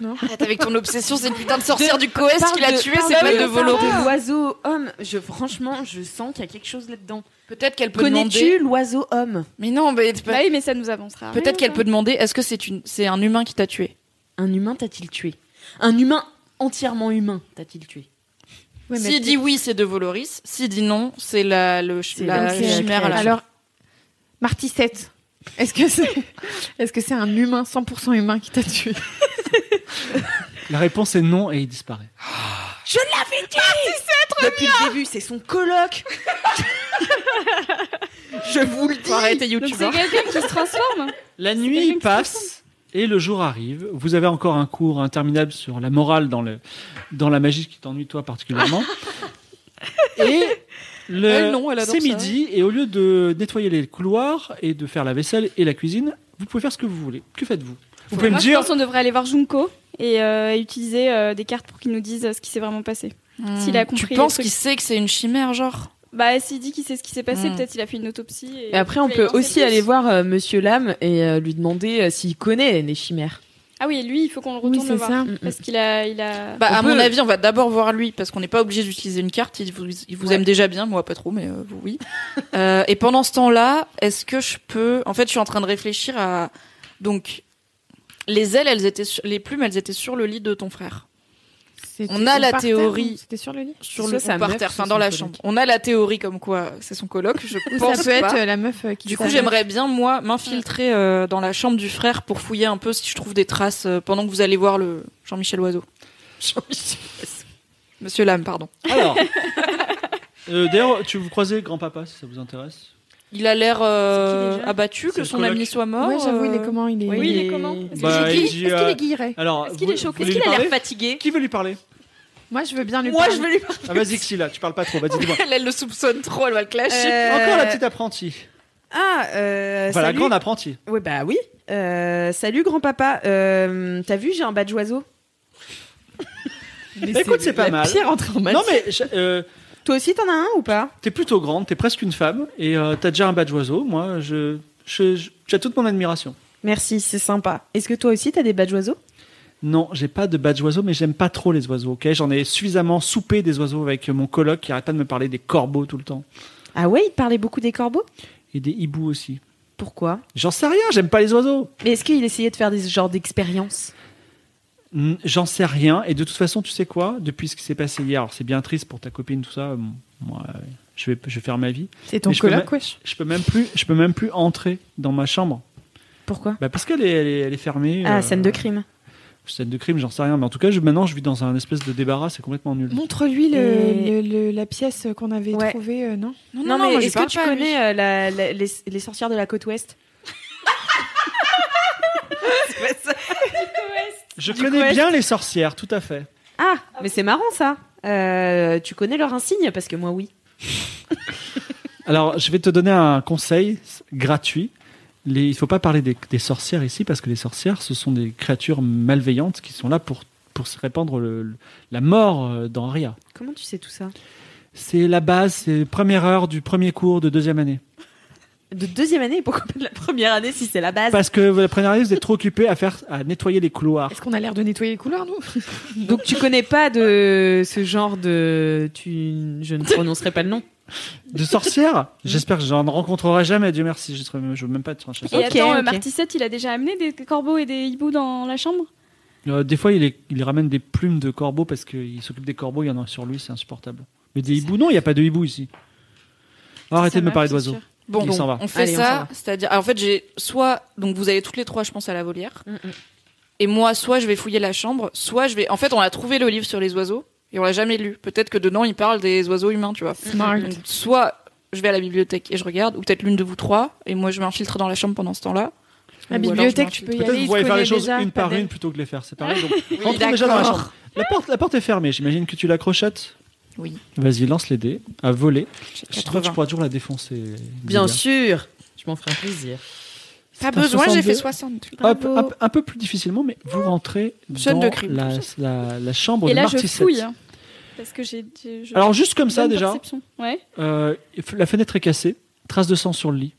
S5: Non. Arrête avec ton obsession, c'est le putain de sorcière du Coes qui l'a tué, c'est pas de volo.
S10: Ah.
S7: de l'oiseau homme. Je, franchement, je sens qu'il y a quelque chose là-dedans.
S5: Peut-être qu'elle peut,
S7: Connais-tu
S5: demander.
S7: l'oiseau homme
S5: Mais non, mais.
S17: Bah oui, mais ça nous avancera.
S5: Peut-être qu'elle peut demander est-ce que c'est une... c'est un humain qui t'a tué
S7: Un humain t'a-t-il tué Un humain entièrement humain t'a-t-il tué
S5: S'il dit oui, c'est de Voloris. S'il dit non, c'est la, le,
S17: bah,
S5: ch-
S7: C'est
S5: la
S7: la créature.
S5: chimère à la
S18: Alors, Marty 7, est-ce que
S7: <laughs>
S18: c'est est -ce c'est un humain, 100% humain qui t'a tué
S4: La réponse est non et il disparaît.
S7: Je l'avais dit Depuis le début, c'est son coloc Je vous le dis
S5: Faut arrêter
S17: Donc
S5: YouTube. hein.
S17: c'est quelqu'un qui se transforme.
S4: La nuit passe et le jour arrive. Vous avez encore un cours interminable sur la morale dans, le, dans la magie qui t'ennuie
S17: <laughs>
S4: toi particulièrement. et le-
S5: Elle, non, elle adore
S4: c'est
S5: ça.
S4: midi et au lieu de nettoyer les couloirs et de faire la vaisselle et la cuisine, vous pouvez faire ce que vous voulez. Que faites-vous Vous pouvez me
S17: Moi,
S4: dire
S17: je pense qu'on devrait aller voir Junko et euh, et utiliser euh, des cartes pour qu'il nous dise euh, ce qui s'est vraiment passé. S'il a
S7: Hmm.
S17: compris
S5: Tu
S17: les
S5: penses
S17: trucs.
S5: qu'il sait que c'est une chimère, genre
S17: Bah, s'il dit qu'il sait ce qui s'est passé,
S5: Hmm.
S17: peut-être il a fait une autopsie. Et,
S7: Et après, on
S17: il
S7: peut
S17: en sait
S7: aussi
S17: plus.
S7: aller voir euh, Monsieur Lame et euh, lui demander euh, s'il connaît les chimères.
S17: Ah oui, lui, il faut qu'on le
S18: Oui,
S17: retourne
S18: c'est
S17: le voir.
S18: ça.
S17: Parce qu'il a, il a.
S5: Bah,
S7: On
S5: à
S7: peut-
S5: mon avis, on va d'abord voir lui parce qu'on n'est pas obligé d'utiliser une carte. Il vous, il vous aime déjà bien, moi pas trop, mais euh, vous oui. Euh, et pendant ce temps-là, est-ce que je peux En fait, je suis en train de réfléchir à donc les ailes, elles étaient sur- les plumes, elles étaient sur le lit de ton frère,
S18: C'était
S5: On a la
S18: par terre,
S5: théorie.
S18: non C'était sur le lit
S5: sur
S7: Ça,
S5: le
S7: c'est
S5: ou
S7: un
S5: par
S7: mec
S5: terre,
S7: ou
S5: enfin
S7: c'est
S5: dans
S7: son
S5: la
S7: coloc
S5: chambre. On a la théorie comme quoi c'est son coloc.
S7: <laughs>
S5: Je
S18: Ou
S5: pense
S18: ça peut
S5: pas.
S18: être euh, la meuf euh, qui
S5: Du coup,
S18: s'appelle-
S5: j'aimerais bien, moi, m'infiltrer euh, dans la chambre du frère pour fouiller un peu si je trouve des traces euh, pendant que vous allez voir le Jean-Michel Oiseau. Jean-Michel Oiseau. Monsieur Lame, pardon.
S17: <laughs>
S4: Alors, euh, d'ailleurs, tu vous croisez grand-papa si ça vous intéresse.
S5: Il a l'air euh,
S7: C'est qui déjà
S5: abattu
S4: C'est
S5: que
S4: le
S5: son
S4: coloc.
S5: ami soit mort.
S18: Ouais, j'avoue, il est
S5: euh,
S18: comment Il est.
S17: Oui, il est comment
S4: Est-ce
S17: Est-ce qu'il
S4: Bah,
S17: est gay
S4: il dit,
S17: Est-ce qu'il
S4: euh,
S17: est guilleret
S4: Alors,
S17: Est-ce qu'il est
S4: vous-
S17: choqué
S4: vous
S17: Est-ce
S4: voulez
S17: qu'il
S4: lui
S17: a l'air
S4: parler <laughs>
S17: fatigué
S4: Qui veut lui parler
S18: Moi, je veux bien lui
S7: Moi,
S18: parler.
S7: je vais lui parler.
S4: Ah, vas-y, Xila, tu parles pas trop, vas-y, dis-moi.
S5: Elle, elle le soupçonne trop, elle va le clasher.
S17: Euh,
S4: Encore la petite apprentie.
S7: Ah, euh,
S4: Enfin, Bah, la
S7: salut.
S4: grande apprentie.
S7: Ouais, bah oui. Euh, salut, grand-papa. Euh, T'as vu, j'ai un badge oiseau
S18: Mais
S4: Écoute, c'est pas
S18: la
S4: mal.
S18: Pire entrée en
S4: Non,
S18: matière.
S4: mais je- euh,
S7: Toi aussi, t'en as un ou pas
S4: t'es plutôt grande, t'es presque une femme, et euh, t'as déjà un badge oiseau. Moi, je, je- je- tu as toute mon admiration.
S7: Merci, c'est sympa. Est-ce que toi aussi, t'as des badges oiseaux
S4: Non, j'ai pas de badge oiseau, mais j'aime pas trop les oiseaux, ok J'en ai suffisamment soupé des oiseaux avec mon coloc qui arrête pas de me parler des corbeaux tout le temps.
S7: Ah ouais, il te parlait beaucoup des corbeaux
S4: Et des hiboux aussi.
S7: Pourquoi
S4: J'en sais rien, j'aime pas les oiseaux.
S7: Mais est-ce qu'il essayait de faire des genres d'expériences
S4: Mm, J'en sais rien. Et de toute façon, tu sais quoi Depuis ce qui s'est passé hier, alors c'est bien triste pour ta copine, tout ça. bon, moi, euh, je vais, je vais faire ma vie.
S18: C'est ton
S4: mais je peux
S18: coloc, wesh.
S4: Je peux même plus, je peux même plus entrer dans ma chambre.
S7: Pourquoi
S4: Bah parce qu'elle est, elle est, elle est fermée.
S7: Ah,
S4: euh,
S7: scène de crime.
S4: Scène de crime, j'en sais rien. Mais en tout cas, je, maintenant, je vis dans un espèce de débarras, c'est complètement nul.
S18: Montre-lui le-
S7: Et-
S18: le- le- la pièce qu'on avait
S7: Ouais.
S18: trouvée, euh, non
S7: Non, mais
S5: moi, je
S7: est-ce
S5: parle
S7: que tu
S5: pas à lui.
S7: connais euh, la- la- les, les sorcières de la côte ouest
S4: Je
S7: Du
S4: connais
S7: quest.
S4: bien les sorcières, tout à fait.
S7: Ah, mais c'est marrant ça. Euh, tu connais leur insigne Parce que moi, oui.
S4: Alors, je vais te donner un conseil s- gratuit. Les- il ne faut pas parler des, des sorcières ici parce que les sorcières, ce sont des créatures malveillantes qui sont là pour, pour se répandre le- le- la mort euh, dans Ria.
S7: Comment tu sais tout ça
S4: C'est la base, c'est première heure du premier cours de deuxième année.
S7: De deuxième année, <laughs> pourquoi pas de la première année si c'est la base
S4: Parce que la première année, vous êtes trop occupé à, faire, à nettoyer les couloirs.
S18: Est-ce qu'on a l'air de nettoyer les couloirs, nous
S7: <laughs> Donc tu connais pas de ce genre de... Tu... Je ne prononcerai pas le nom.
S4: De
S7: <laughs>
S4: sorcières J'espère que j'en rencontrerai jamais, Dieu merci. Je ne veux même pas être un chasseur.
S17: Et
S7: Ok,
S17: attends, euh,
S7: ok.
S17: Martissette, il a déjà amené des corbeaux et des hiboux dans la chambre
S4: Euh, des fois, il, est- il ramène des plumes de corbeaux parce qu'il s'occupe des corbeaux, il y en a sur lui, c'est insupportable. Mais des hiboux, non, il n'y a pas de hibou ici. Arrêtez
S17: Ça
S4: de me
S17: meuf,
S4: parler
S17: c'est
S4: d'oiseaux.
S17: sûr.
S5: Bon,
S4: Il s'en va.
S5: on fait
S7: Allez, on s'en
S5: ça,
S7: va.
S5: c'est-à-dire, alors, en fait, j'ai soit donc vous allez toutes les trois, je pense, à la volière, et moi, soit je vais fouiller la chambre, soit je vais. En fait, on a trouvé le livre sur les oiseaux et on l'a jamais lu. Peut-être que dedans, il parle des oiseaux humains, tu vois.
S18: Smart.
S5: Donc, soit je vais à la bibliothèque et je regarde, ou peut-être l'une de vous trois, et moi, je m'infiltre dans la chambre pendant ce temps-là.
S18: La
S5: Ou alors,
S18: bibliothèque,
S5: je
S18: tu peux
S5: m'infiltre.
S18: y
S4: Peut-être que
S18: aller.
S4: vous
S18: il te
S4: pouvez faire
S18: connaît
S4: les choses
S18: déjà,
S4: une par
S18: Padel.
S4: une plutôt que les faire
S5: <laughs>
S4: séparer. Donc,
S5: Oui,
S4: rentrons déjà dans la
S5: d'accord.
S4: chambre. La porte, la porte est fermée, j'imagine que tu la crochettes
S5: Oui.
S4: Vas-y, lance les dés, à voler.
S5: J'ai
S4: Je trouve que tu
S5: 80.
S4: pourras toujours la défoncer.
S7: Bien
S4: Lilia.
S7: sûr Je m'en ferai un plaisir.
S5: Pas
S4: Putain,
S5: besoin, j'ai fait
S4: 62.
S5: 60.
S4: Hop,
S7: Bravo.
S4: hop, un peu plus difficilement, mais vous rentrez
S5: Scène
S4: dans
S5: de crime,
S4: la,
S5: tout
S4: la- la chambre
S17: Et
S4: de
S17: là, je
S4: Martissette.
S17: fouille. hein, Parce que j'ai. j'ai- je-
S4: Alors, juste comme ça,
S17: bonne
S4: déjà,
S17: perception. Ouais.
S4: Euh, la fenêtre est cassée, trace de sang sur le lit.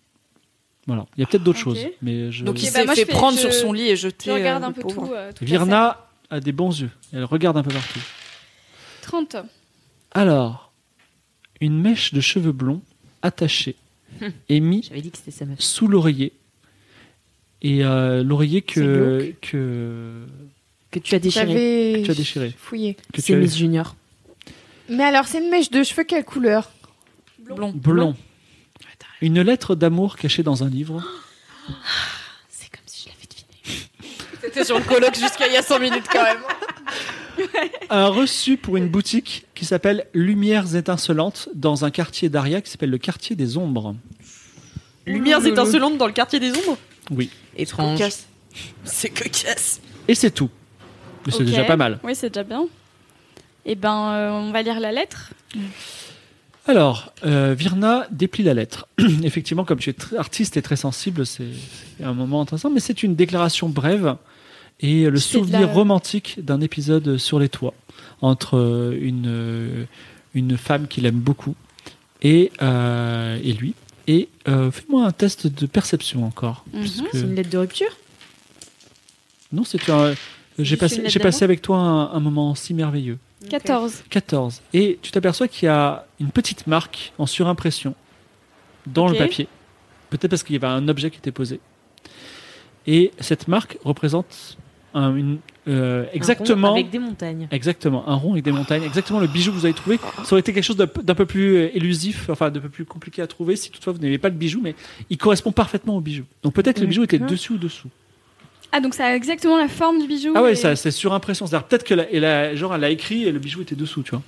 S4: Voilà, il y a peut-être d'autres
S17: Ok.
S4: choses, mais je.
S5: Donc, il
S17: bah,
S5: s'est
S17: moi, je
S5: fait
S17: fais-
S5: prendre
S17: je-
S5: sur son lit et
S17: Je
S5: jeter.
S17: regarde
S5: euh,
S17: un
S5: le
S17: peu
S5: pauvre.
S17: tout. euh, toute la
S4: Virna a des bons yeux. Elle regarde un peu partout.
S7: 30.
S4: Alors, une mèche de cheveux blonds attachée
S19: Hum.
S4: est mise
S19: J'avais dit que c'était sa meuf.
S4: sous l'oreiller. Et euh, l'oreiller
S19: C'est
S4: que, que,
S19: Que tu as déchiré.
S4: que
S20: J'avais
S4: tu as déchiré.
S20: fouillé.
S4: Que tu
S19: C'est
S4: as-
S19: Miss Junior.
S20: Mais alors, c'est une mèche de cheveux quelle couleur
S5: Blond.
S4: Blond. Une lettre d'amour cachée dans un livre.
S19: C'est comme si je l'avais deviné.
S5: C'était sur le colloque jusqu'à il y a 100 minutes quand même.
S4: un reçu pour une boutique qui s'appelle Lumières étincelantes dans un quartier d'Aria qui s'appelle le quartier des ombres.
S19: Lumières étincelantes dans le quartier des ombres
S4: Oui.
S19: Étrange.
S5: Cocasse.
S19: C'est cocasse.
S4: Et c'est tout. Mais c'est
S7: Ok.
S4: déjà pas mal.
S7: Oui, c'est déjà bien. Eh ben, euh, on va lire la lettre.
S4: Alors, euh, Virna déplie la lettre. <clears throat> Effectivement, comme tu es très artiste et très sensible, c'est c'est un moment intéressant, mais c'est une déclaration brève et le
S7: C'est de
S4: souvenir
S7: la-
S4: romantique d'un épisode sur les toits entre euh, une, euh, une femme qu'il aime beaucoup et, euh, et lui. Et euh, fais-moi un test de perception encore.
S7: Mhm.
S4: puisque-
S19: C'est une lettre de rupture
S4: Non, c'est un. J'ai
S19: Juste
S4: passé,
S19: une lettre
S4: j'ai passé
S19: d'amour
S4: avec toi un, un moment si merveilleux.
S7: 14.
S4: 14. Et tu t'aperçois qu'il y a une petite marque en surimpression dans
S7: Ok.
S4: le papier. Peut-être parce qu'il y avait un objet qui était posé. Et cette marque représente un- une,
S19: Un
S4: euh,
S19: rond
S4: exactement,
S19: Avec des montagnes.
S4: exactement un rond avec des montagnes, exactement le bijou que vous avez trouvé.
S7: Oh.
S4: Ça aurait été quelque chose d'un peu d'un peu plus euh, élusif, enfin d'un peu plus compliqué à trouver si toutefois vous n'avez pas le bijou, mais il correspond parfaitement au bijou. Donc peut-être le bijou était
S20: D'accord.
S4: dessus ou dessous.
S7: Ah, donc ça a exactement la forme du bijou.
S4: Ah ouais,
S7: et...
S4: ça, c'est surimpression. C'est-à-dire peut-être que la, et la- genre elle a écrit et le bijou était dessous, tu vois.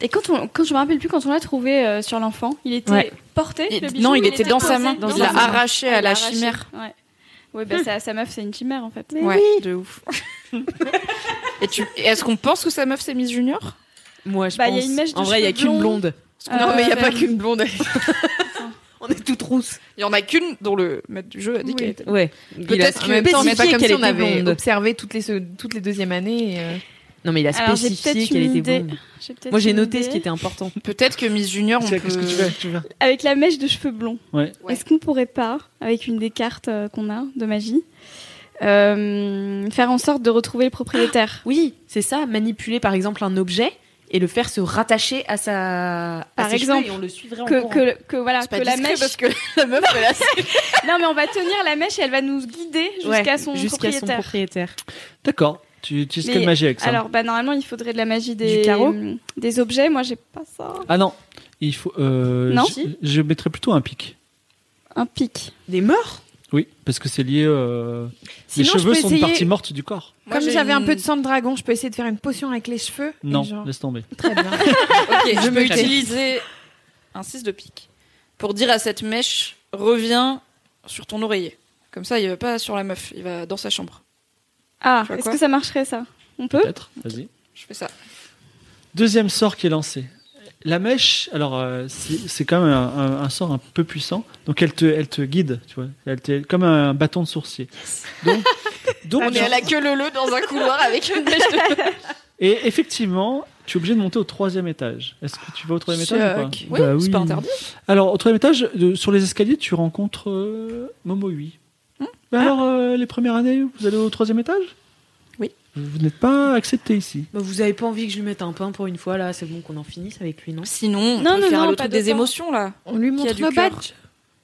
S7: Et quand, on, quand je me rappelle plus, quand on l'a trouvé euh, sur l'enfant, il était
S19: Ouais.
S7: porté.
S5: Il-
S7: le bijou,
S5: non, il,
S7: ou
S5: était dans sa
S7: posé
S5: main.
S7: dans
S5: il
S7: sa
S5: l'a
S7: main
S5: arraché
S7: Ah,
S5: à
S7: il l'a
S5: la
S7: arraché.
S5: chimère. Hmm.
S7: Ouais, ouais bah, sa, sa meuf, c'est une chimère en fait.
S5: ouais, de ouf. <laughs> Et tu, et est-ce qu'on pense que sa meuf c'est Miss Junior
S19: Moi, je
S7: Bah, il y a
S19: pense.
S7: une mèche de
S19: en vrai, il y a
S7: cheveux
S19: qu'une
S7: blonds.
S19: blonde.
S17: Ah,
S7: Euh,
S5: Non, mais il n'y a pas
S17: <laughs>
S5: qu'une blonde.
S19: On est toutes rousses.
S5: Il y en a qu'une dont le maître du jeu a dit
S20: Oui.
S5: qu'elle était.
S19: Ouais.
S20: Peut-être
S19: que
S20: qu'en même temps, mais pas comme si on avait
S19: blonde.
S20: observé toutes les, se- toutes les deuxièmes années. et, euh,
S19: Non, mais il a
S7: Alors, j'ai
S19: spécifié
S7: peut-être
S19: qu'elle
S7: une
S19: était
S7: idée.
S19: blonde.
S7: J'ai peut-être
S19: Moi, j'ai
S7: une
S19: noté
S7: idée.
S19: ce qui était important.
S5: Peut-être que Miss Junior, on peut.
S4: Qu'est-ce que tu veux, tu veux
S7: Avec la mèche de cheveux blonds.
S4: Ouais.
S5: Ouais.
S7: Est-ce qu'on pourrait pas, avec une des cartes euh, qu'on a de magie, euh, faire en sorte de retrouver le propriétaire
S19: <gasps> Oui, c'est ça, manipuler par exemple un objet et le faire se rattacher à sa. à
S7: Par
S19: ses
S7: exemple,
S19: cheveux et on le suivrait en
S7: que,
S19: courant.
S7: que, que voilà
S5: C'est pas
S7: que la
S5: discret
S7: mèche
S5: parce que la meuf elle
S7: <laughs>
S5: a
S7: non mais on va tenir la mèche et elle va nous guider
S19: Ouais,
S7: jusqu'à son
S19: jusqu'à son
S7: propriétaire
S19: propriétaire.
S4: D'accord. Tu utilises
S7: Mais
S4: quelle magie avec ça
S7: alors bah normalement il faudrait de la magie des
S19: Du carreau
S7: des objets moi j'ai pas ça
S4: Ah non. Il faut. euh,
S7: Non.
S4: Je, je mettrais plutôt un pic.
S7: un pic
S19: Des morts
S4: Oui, parce que c'est lié. euh, les
S20: Sinon, je
S4: cheveux
S20: peux
S4: sont une
S20: essayer-
S4: partie morte du corps.
S5: Moi,
S20: Comme
S5: j'ai
S20: j'avais un
S5: une-
S20: peu de sang de dragon, je peux essayer de faire une potion avec les cheveux. et
S4: Non,
S20: genre-
S4: laisse tomber.
S19: <laughs>
S20: Très bien.
S19: Bah,
S5: Ok, je peux
S19: me calme.
S5: utiliser un 6 de pique pour dire à cette mèche reviens sur ton oreiller. Comme ça, il va pas sur la meuf, il va dans sa chambre.
S7: ah
S5: Je vois
S7: est-ce
S5: quoi
S7: que ça marcherait ça on peut
S4: Peut-être. Vas-y.
S5: Je fais ça.
S4: Deuxième sort qui est lancé. La mèche, alors euh, c'est c'est quand même un, un- un sort un peu puissant, donc elle te, elle te guide, tu vois, elle te, comme un bâton de sourcier. Donc, donc
S5: mais elle a que le le dans un couloir avec une mèche de
S4: Et effectivement, tu es obligé de monter au troisième étage. Est-ce que tu vas au troisième étage ou pas Bah
S5: Oui, c'est pas interdit.
S4: Alors, au troisième étage, de- sur les escaliers, tu rencontres euh, Momo 8. alors, euh, les premières années, vous allez au troisième étage
S5: Oui.
S4: Vous n'êtes pas accepté ici.
S19: Bah, vous avez pas envie que je lui mette un pain pour une fois là, c'est bon qu'on en finisse avec lui, non
S5: Sinon, on
S7: Non,
S5: peut
S7: non,
S5: faire
S7: non,
S5: le
S7: pas
S5: truc
S7: de
S5: des
S7: temps.
S5: émotions là.
S20: On lui
S5: Qui a
S20: montre
S5: du
S20: nos
S5: cœur.
S20: badges.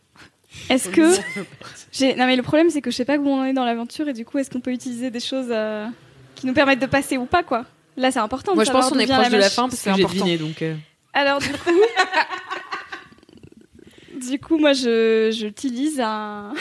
S7: <laughs> est-ce que <laughs> j'ai non mais le problème c'est que je sais pas où on en est dans l'aventure et du coup est-ce qu'on peut utiliser des choses euh, qui nous permettent de passer ou pas quoi là c'est important de
S19: Moi, je
S7: savoir
S19: pense qu'on
S7: d'où
S19: est
S7: vient
S19: proche de la
S7: mèche.
S19: fin parce
S5: c'est
S19: que j'ai
S5: important.
S19: deviné donc. euh,
S7: Alors du coup, <laughs> du coup, moi, je j'utilise un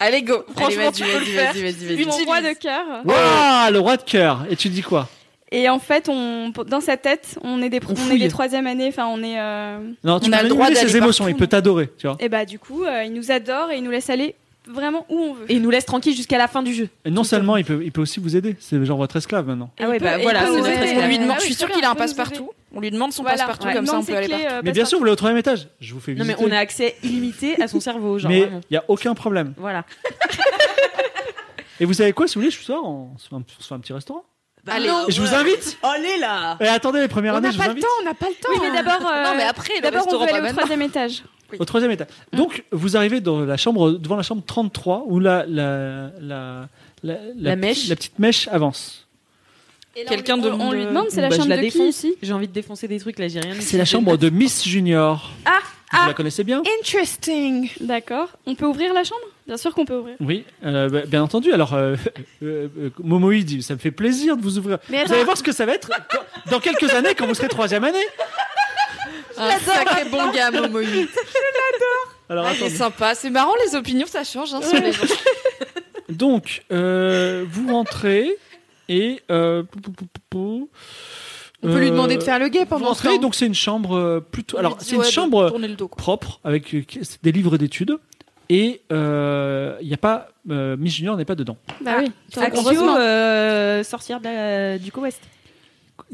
S5: Allez go.
S7: Franchement,
S5: Allez,
S7: tu
S5: vas-y,
S7: peux
S5: vas-y,
S7: le
S5: vas-y, vas-y,
S7: mon
S5: vas-y.
S7: roi de cœur.
S4: Waouh, Ah, le roi de cœur Et tu dis quoi
S7: Et en fait, on dans sa tête, on est des
S4: On
S7: on, est
S4: fouille.
S7: des troisième année. Enfin, on est. euh,
S4: Non, tu
S5: On a
S4: peux
S5: le droit
S4: manipuler
S5: d'aller
S4: ses émotions,
S5: partout,
S4: il peut t'adorer, tu vois.
S7: Et bah du coup, euh, il nous adore et il nous laisse aller vraiment où on veut.
S19: Et il nous laisse tranquille jusqu'à la fin du jeu.
S4: Et non seulement, il peut, il peut aussi vous aider, c'est genre votre esclave maintenant.
S19: Ah ouais,
S7: peut-
S19: bah
S7: et il
S19: voilà,
S7: peut
S19: c'est
S7: nous
S19: notre
S7: aider.
S19: esclave.
S5: On lui
S7: Ah
S5: demande,
S7: oui,
S5: je suis
S7: très
S5: sûre
S7: bien,
S5: qu'il a un
S7: peut nous aider.
S5: passe-partout. On lui demande son
S7: Voilà.
S5: passe-partout
S7: Ouais.
S5: comme ça
S7: Non,
S5: on
S7: ses
S5: peut aller
S7: clés,
S5: partout.
S7: euh,
S4: Mais bien
S7: passe-partout.
S4: sûr, vous allez au troisième étage. Je vous fais
S19: Non mais
S4: visiter.
S19: on a accès illimité à son cerveau, genre
S4: Mais
S19: vraiment.
S4: il n'y a aucun problème.
S19: Voilà.
S4: Et vous savez quoi, si vous voulez, je vous sors, on se fait un, on se fait un petit restaurant.
S7: Bah
S5: Allez.
S7: Oh,
S4: Et je vous invite
S19: Allez là
S4: Et attendez, les premières
S20: On
S4: années,
S20: n'a
S4: je vous
S20: pas le
S4: invite
S20: temps, on n'a pas le temps.
S7: Oui, mais d'abord. euh,
S5: Non, mais après, le
S7: D'abord, on
S5: restaurant,
S7: veut
S5: pas
S7: aller au
S5: maintenant.
S7: troisième étage.
S4: au troisième étage.
S7: Hein.
S4: Donc, vous arrivez dans la chambre, devant la chambre 33, où la, la, la, la,
S19: La mèche.
S4: petite mèche avance.
S5: Quelqu'un de
S21: On lui demande, c'est la chambre de qui ici
S22: J'ai envie de défoncer des trucs là, j'ai rien.
S4: C'est la chambre de Miss Junior.
S7: Ah,
S4: Vous
S7: ah.
S4: la connaissez bien
S7: Interesting.
S21: D'accord. On peut ouvrir la chambre Bien sûr qu'on peut ouvrir.
S4: Oui, euh, bah, bien entendu. Alors, euh, <laughs> euh, euh, Momoï dit, ça me fait plaisir de vous ouvrir.
S7: Mais
S4: vous allez voir ce que ça va être quand- dans quelques années quand vous serez troisième année.
S5: Un sacré bon gars, Momoï.
S4: Alors,
S5: Il est
S4: attendez.
S5: sympa. C'est marrant, les opinions, ça change. hein, sur les gens.
S4: Donc, euh, vous rentrez et... euh, pou, pou, pou, pou, pou.
S7: On peut
S4: Euh,
S7: lui demander de faire le guet
S4: Vous
S7: pendant ce
S4: rentrez,
S7: temps.
S4: donc c'est une chambre euh, plutôt... Alors,
S5: Il dit,
S4: c'est une
S5: ouais, de
S4: chambre... euh,
S5: Tourner le dos, quoi.
S4: propre avec euh, des livres d'études et euh, il n'y a pas euh, Miss Junior n'est pas dedans.
S5: Ah.
S21: Bah oui.
S22: Axio, euh, sorcière de la- du co-ouest.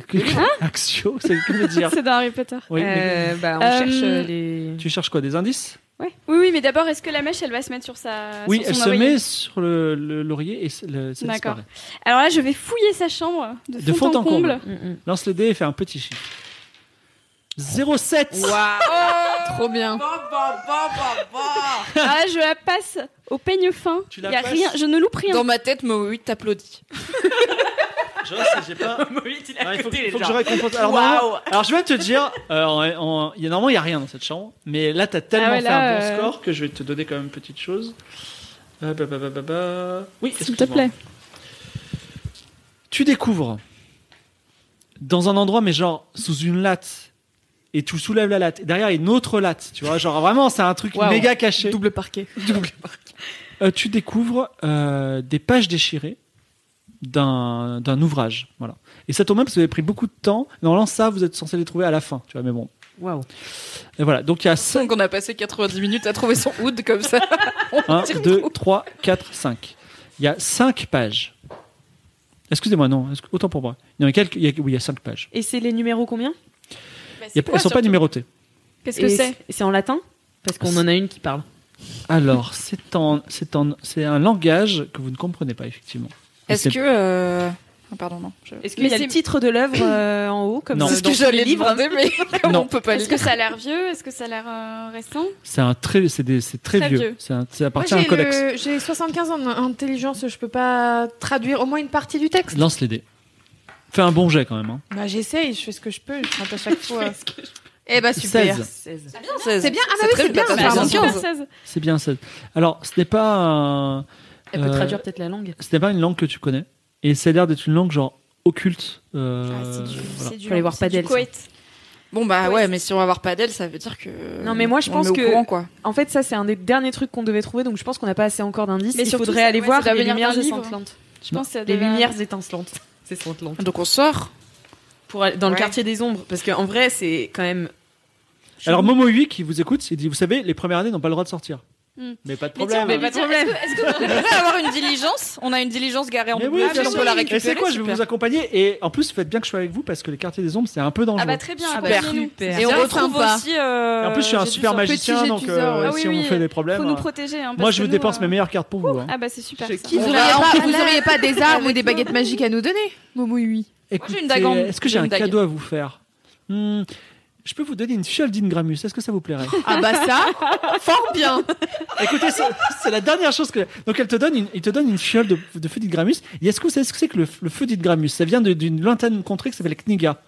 S4: <laughs> Axio, ça veut dire.
S21: Hein C'est dans Harry Potter.
S4: Oui, mais
S22: Euh, bah, on
S21: Euh,
S22: cherche euh, les.
S4: tu cherches quoi des indices
S21: Ouais. Oui, oui, mais d'abord, est-ce que la mèche, elle va se mettre sur sa.
S4: Oui,
S21: euh, sur son
S4: elle se
S21: oreiller
S4: met sur le, le laurier et c- le, ça
S21: D'accord.
S4: disparaît.
S21: Alors là, je vais fouiller sa chambre de,
S4: De
S21: fond, en comble.
S4: Lance le dé et fais un petit chiffre. 07
S5: Trop bien.
S7: Bah,
S21: Ah, je la passe au peigne fin.
S4: Tu la
S21: Y a
S4: passes
S21: rien, je ne loupe rien.
S5: Dans ma tête, Momoï t'applaudit.
S4: Genre, si j'ai
S21: <laughs>
S4: pas. Ah, il faut, faut que je récompense. Alors, normalement- alors, je vais te dire, euh, en- en- il y a- normalement il n'y a rien dans cette chambre, mais là t'as tellement
S21: Ah ouais,
S4: fait
S21: là,
S4: un bon
S21: euh,
S4: score que je vais te donner quand même une petite chose. Euh, ba, ba, ba, ba, ba. bah. Oui,
S21: S'il te
S4: excuse-moi.
S21: plaît.
S4: Tu découvres dans un endroit, mais genre sous une latte, et tu soulèves la latte. Et derrière il y a une autre latte, tu vois, genre vraiment c'est un truc
S7: Waouh.
S4: méga caché.
S7: Double parquet.
S4: <laughs> Euh, tu découvres euh, des pages déchirées d'un d'un ouvrage. Voilà. Et ça tombe bien parce que vous avez pris beaucoup de temps. Normalement, ça, vous êtes censé les trouver à la fin. Tu vois, mais bon.
S22: Waouh.
S4: Et voilà. Donc, il y a 5,
S5: <laughs> Donc, on a passé 90 minutes à trouver son hood
S4: <laughs>
S5: comme ça.
S4: 1,
S5: tire
S4: 2, 3, 4, 5. Il y a 5 pages. Excusez-moi, non. est-ce que- Autant pour moi. Il y en a quelques. il y a- oui, il y a 5 pages.
S22: Et c'est les numéros combien
S7: Bah,
S4: Il y a- elles ne sont pas numérotées.
S21: Qu'est-ce que
S22: Et
S21: c'est
S22: C'est en latin Parce qu'on en a une qui parle.
S4: Alors, c'est en, c'est en, c'est un langage que vous ne comprenez pas, effectivement. Et
S5: Est-ce
S4: c'est-
S5: que. euh, ah, Pardon, non. je-
S22: Est-ce qu'il y
S21: Mais
S22: a le
S21: c'est-
S22: titre de l'œuvre euh, en haut comme
S4: Non.
S22: euh,
S5: C'est ce
S22: dans
S5: que
S22: tous les
S5: j'allais
S22: livres
S5: demander, mais <laughs> comme
S4: Non.
S5: on peut pas
S21: Est-ce que
S5: lire.
S21: ça a l'air vieux Est-ce que ça a l'air euh, récent
S4: C'est un très, c'est des- c'est très,
S21: Très
S4: vieux.
S21: vieux.
S4: C'est un- ça
S7: Moi,
S4: appartient à un
S7: j'ai
S4: codex.
S7: le- j'ai 75 ans d'intelligence, je peux pas traduire au moins une partie du texte.
S4: Lance les dés. Fais un bon jet quand même. hein.
S7: Bah, j'essaye, je fais ce que je peux, je rate à chaque fois. Eh bah, super.
S4: 16.
S7: C'est bien, ah bah oui,
S5: très
S7: c'est bien,
S5: bien,
S7: bah,
S5: pardon.
S21: Bah,
S7: attention.
S21: super, 16.
S4: C'est bien ça. Alors, ce n'est pas un-
S22: Elle peut
S4: euh,
S22: traduire peut-être la langue.
S4: ce n'est pas une langue que tu connais. Et ça a l'air d'être une langue genre occulte. euh,
S21: Ah, c'est du,
S4: voilà.
S21: c'est du,
S22: Faut aller voir
S21: c'est du
S22: Padel, ça.
S21: Koweït.
S5: Bon, bah
S21: Ouais,
S5: ouais,
S21: c'est-
S5: mais si on va voir pas d'elle, ça veut dire que.
S22: Non, mais moi, je
S5: on
S22: pense
S5: est au
S22: que-
S5: courant, quoi.
S22: En fait, ça, c'est un des derniers trucs qu'on devait trouver, donc je pense qu'on n'a pas assez encore d'indices.
S21: Mais
S22: Il
S21: surtout,
S22: faudrait
S21: ça-
S22: aller
S21: ouais,
S22: voir
S21: ça doit
S22: les
S21: venir d'un
S22: lumières
S21: livre.
S22: étincelantes.
S21: Je pense que ça
S22: Les
S21: devait-
S22: lumières étincelantes. <laughs> C'est étincelantes.
S5: Donc, on sort.
S22: Pour aller dans le
S5: Ouais.
S22: quartier des ombres, parce qu'en vrai, c'est quand même.
S4: Alors, Momo 8 qui vous écoute, il dit Vous savez, les premières années n'ont pas le droit de sortir.
S21: Hmm.
S4: Mais pas de
S21: Mais
S4: problème.
S21: tiens,
S22: pas de
S21: tiens,
S22: problème.
S21: Est-ce que,
S5: On
S4: <laughs>
S5: pourrait avoir une diligence. On a une diligence garée en
S4: Mais
S5: double,
S4: oui, bien
S5: on
S4: sûr.
S5: peut la
S4: Et
S5: récupérer.
S4: c'est quoi Je vais
S5: super.
S4: vous accompagner. Et en plus, faites bien que je sois avec vous parce que les quartiers des ombres, c'est un peu dangereux.
S21: Ah bah très bien,
S22: Super.
S21: accompagnez-nous.
S22: Super.
S5: Et on
S7: Bien
S5: retrouve
S7: sympa.
S5: aussi. euh,
S4: Et en plus, je suis un
S5: j'ai du
S4: super
S5: sort.
S4: magicien,
S7: Petit
S4: donc
S7: jet du
S4: euh,
S7: sort, ouais.
S4: si
S21: Ah oui,
S4: on
S21: oui,
S4: fait des problèmes.
S21: Faut nous
S4: euh,
S21: protéger. hein,
S4: moi,
S21: parce
S4: je
S21: que
S4: vous
S21: nous,
S4: dépense
S21: euh,
S4: mes meilleures cartes pour vous. hein.
S21: Ah bah c'est super.
S4: Je
S21: ça.
S4: kiffe.
S7: Vous
S5: On
S7: auriez
S5: verra
S7: pas,
S5: après.
S7: vous auriez
S22: <laughs>
S7: pas des armes ou des baguettes magiques à nous donner Momouï.
S5: j'ai une
S4: Écoutez,
S5: dague en-
S4: Est-ce que j'ai
S5: j'ai une
S4: un
S5: dague.
S4: cadeau à vous faire Hmm, Je peux vous donner une fiole d'Ingramus. Est-ce que ça vous plairait
S7: Ah bah
S22: <laughs>
S7: ça, fort bien.
S4: Écoutez, c'est c'est la dernière chose que. Donc, elle te donne une, il te donne une fiole de, de feu d'Idgramus. Et est-ce que vous savez ce que c'est que le, le feu d'Idgramus Ça vient de- d'une lointaine contrée qui s'appelle Kniga.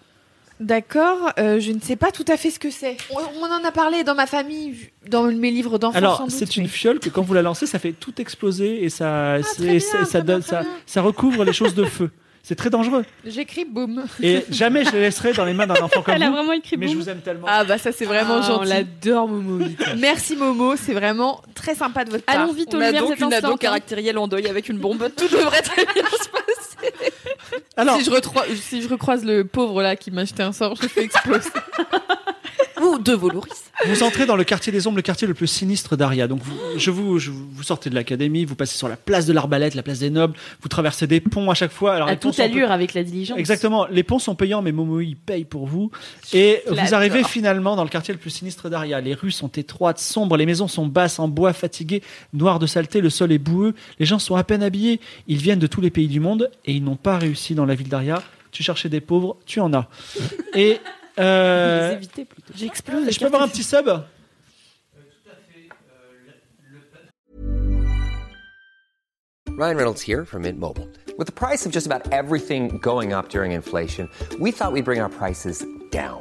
S7: D'accord, euh, je ne sais pas tout à fait ce que c'est. On, on en a parlé dans ma famille, dans mes livres d'enfants.
S4: Alors,
S7: sans doute,
S4: c'est une
S7: mais-
S4: fiole que quand vous la lancez, ça fait tout exploser et ça,
S7: très
S4: et
S7: bien,
S4: ça- ça,
S7: très bien,
S4: donne-
S7: très
S4: ça,
S7: bien.
S4: ça recouvre les choses de feu. C'est très dangereux.
S7: J'écris boum.
S4: Et jamais je les laisserai dans les mains d'un enfant comme
S21: Elle a
S4: vous.
S21: vraiment écrit
S4: Mais je
S21: boum.
S4: vous aime tellement.
S7: Ah bah ça c'est vraiment
S22: Ah, On
S7: gentil.
S22: l'adore, Momo.
S7: Merci Momo, c'est vraiment très sympa de votre part.
S21: Allons vite aux
S5: On a
S21: lumières
S5: donc
S21: cette
S5: une ado
S9: hein.
S21: instant.
S5: caractérielle en deuil avec une bombe. Tout devrait très bien se passer.
S4: Alors,
S7: Si, je retroi- si je recroise le pauvre là qui m'a jeté un sort, je le fais exploser.
S5: Ou deux Voloris.
S4: Vous entrez dans le quartier des ombres, le quartier le plus sinistre d'Aria. Donc vous, je vous, je vous vous sortez de l'académie, vous passez sur la place de l'Arbalète, la place des Nobles, vous traversez des ponts à chaque fois. Alors
S22: À
S4: les ponts
S22: toute
S4: sont
S22: allure avec la diligence.
S4: Exactement, les ponts sont payants, mais Momoï paye pour vous. Et vous
S22: J'adore.
S4: arrivez finalement dans le quartier le plus sinistre d'Aria. Les rues sont étroites, sombres, les maisons sont basses, en bois fatigué, noires de saleté, le sol est boueux, les gens sont à peine habillés, ils viennent de tous les pays du monde et ils n'ont pas réussi dans la ville d'Aria. Tu cherchais des pauvres, tu en as. Et euh,
S22: Les éviter plutôt.
S7: J'explose.
S4: je peux avoir un petit sub
S12: Ryan Reynolds here from Mint Mobile. With the price of just about everything going up during inflation, we thought we'd bring our prices down.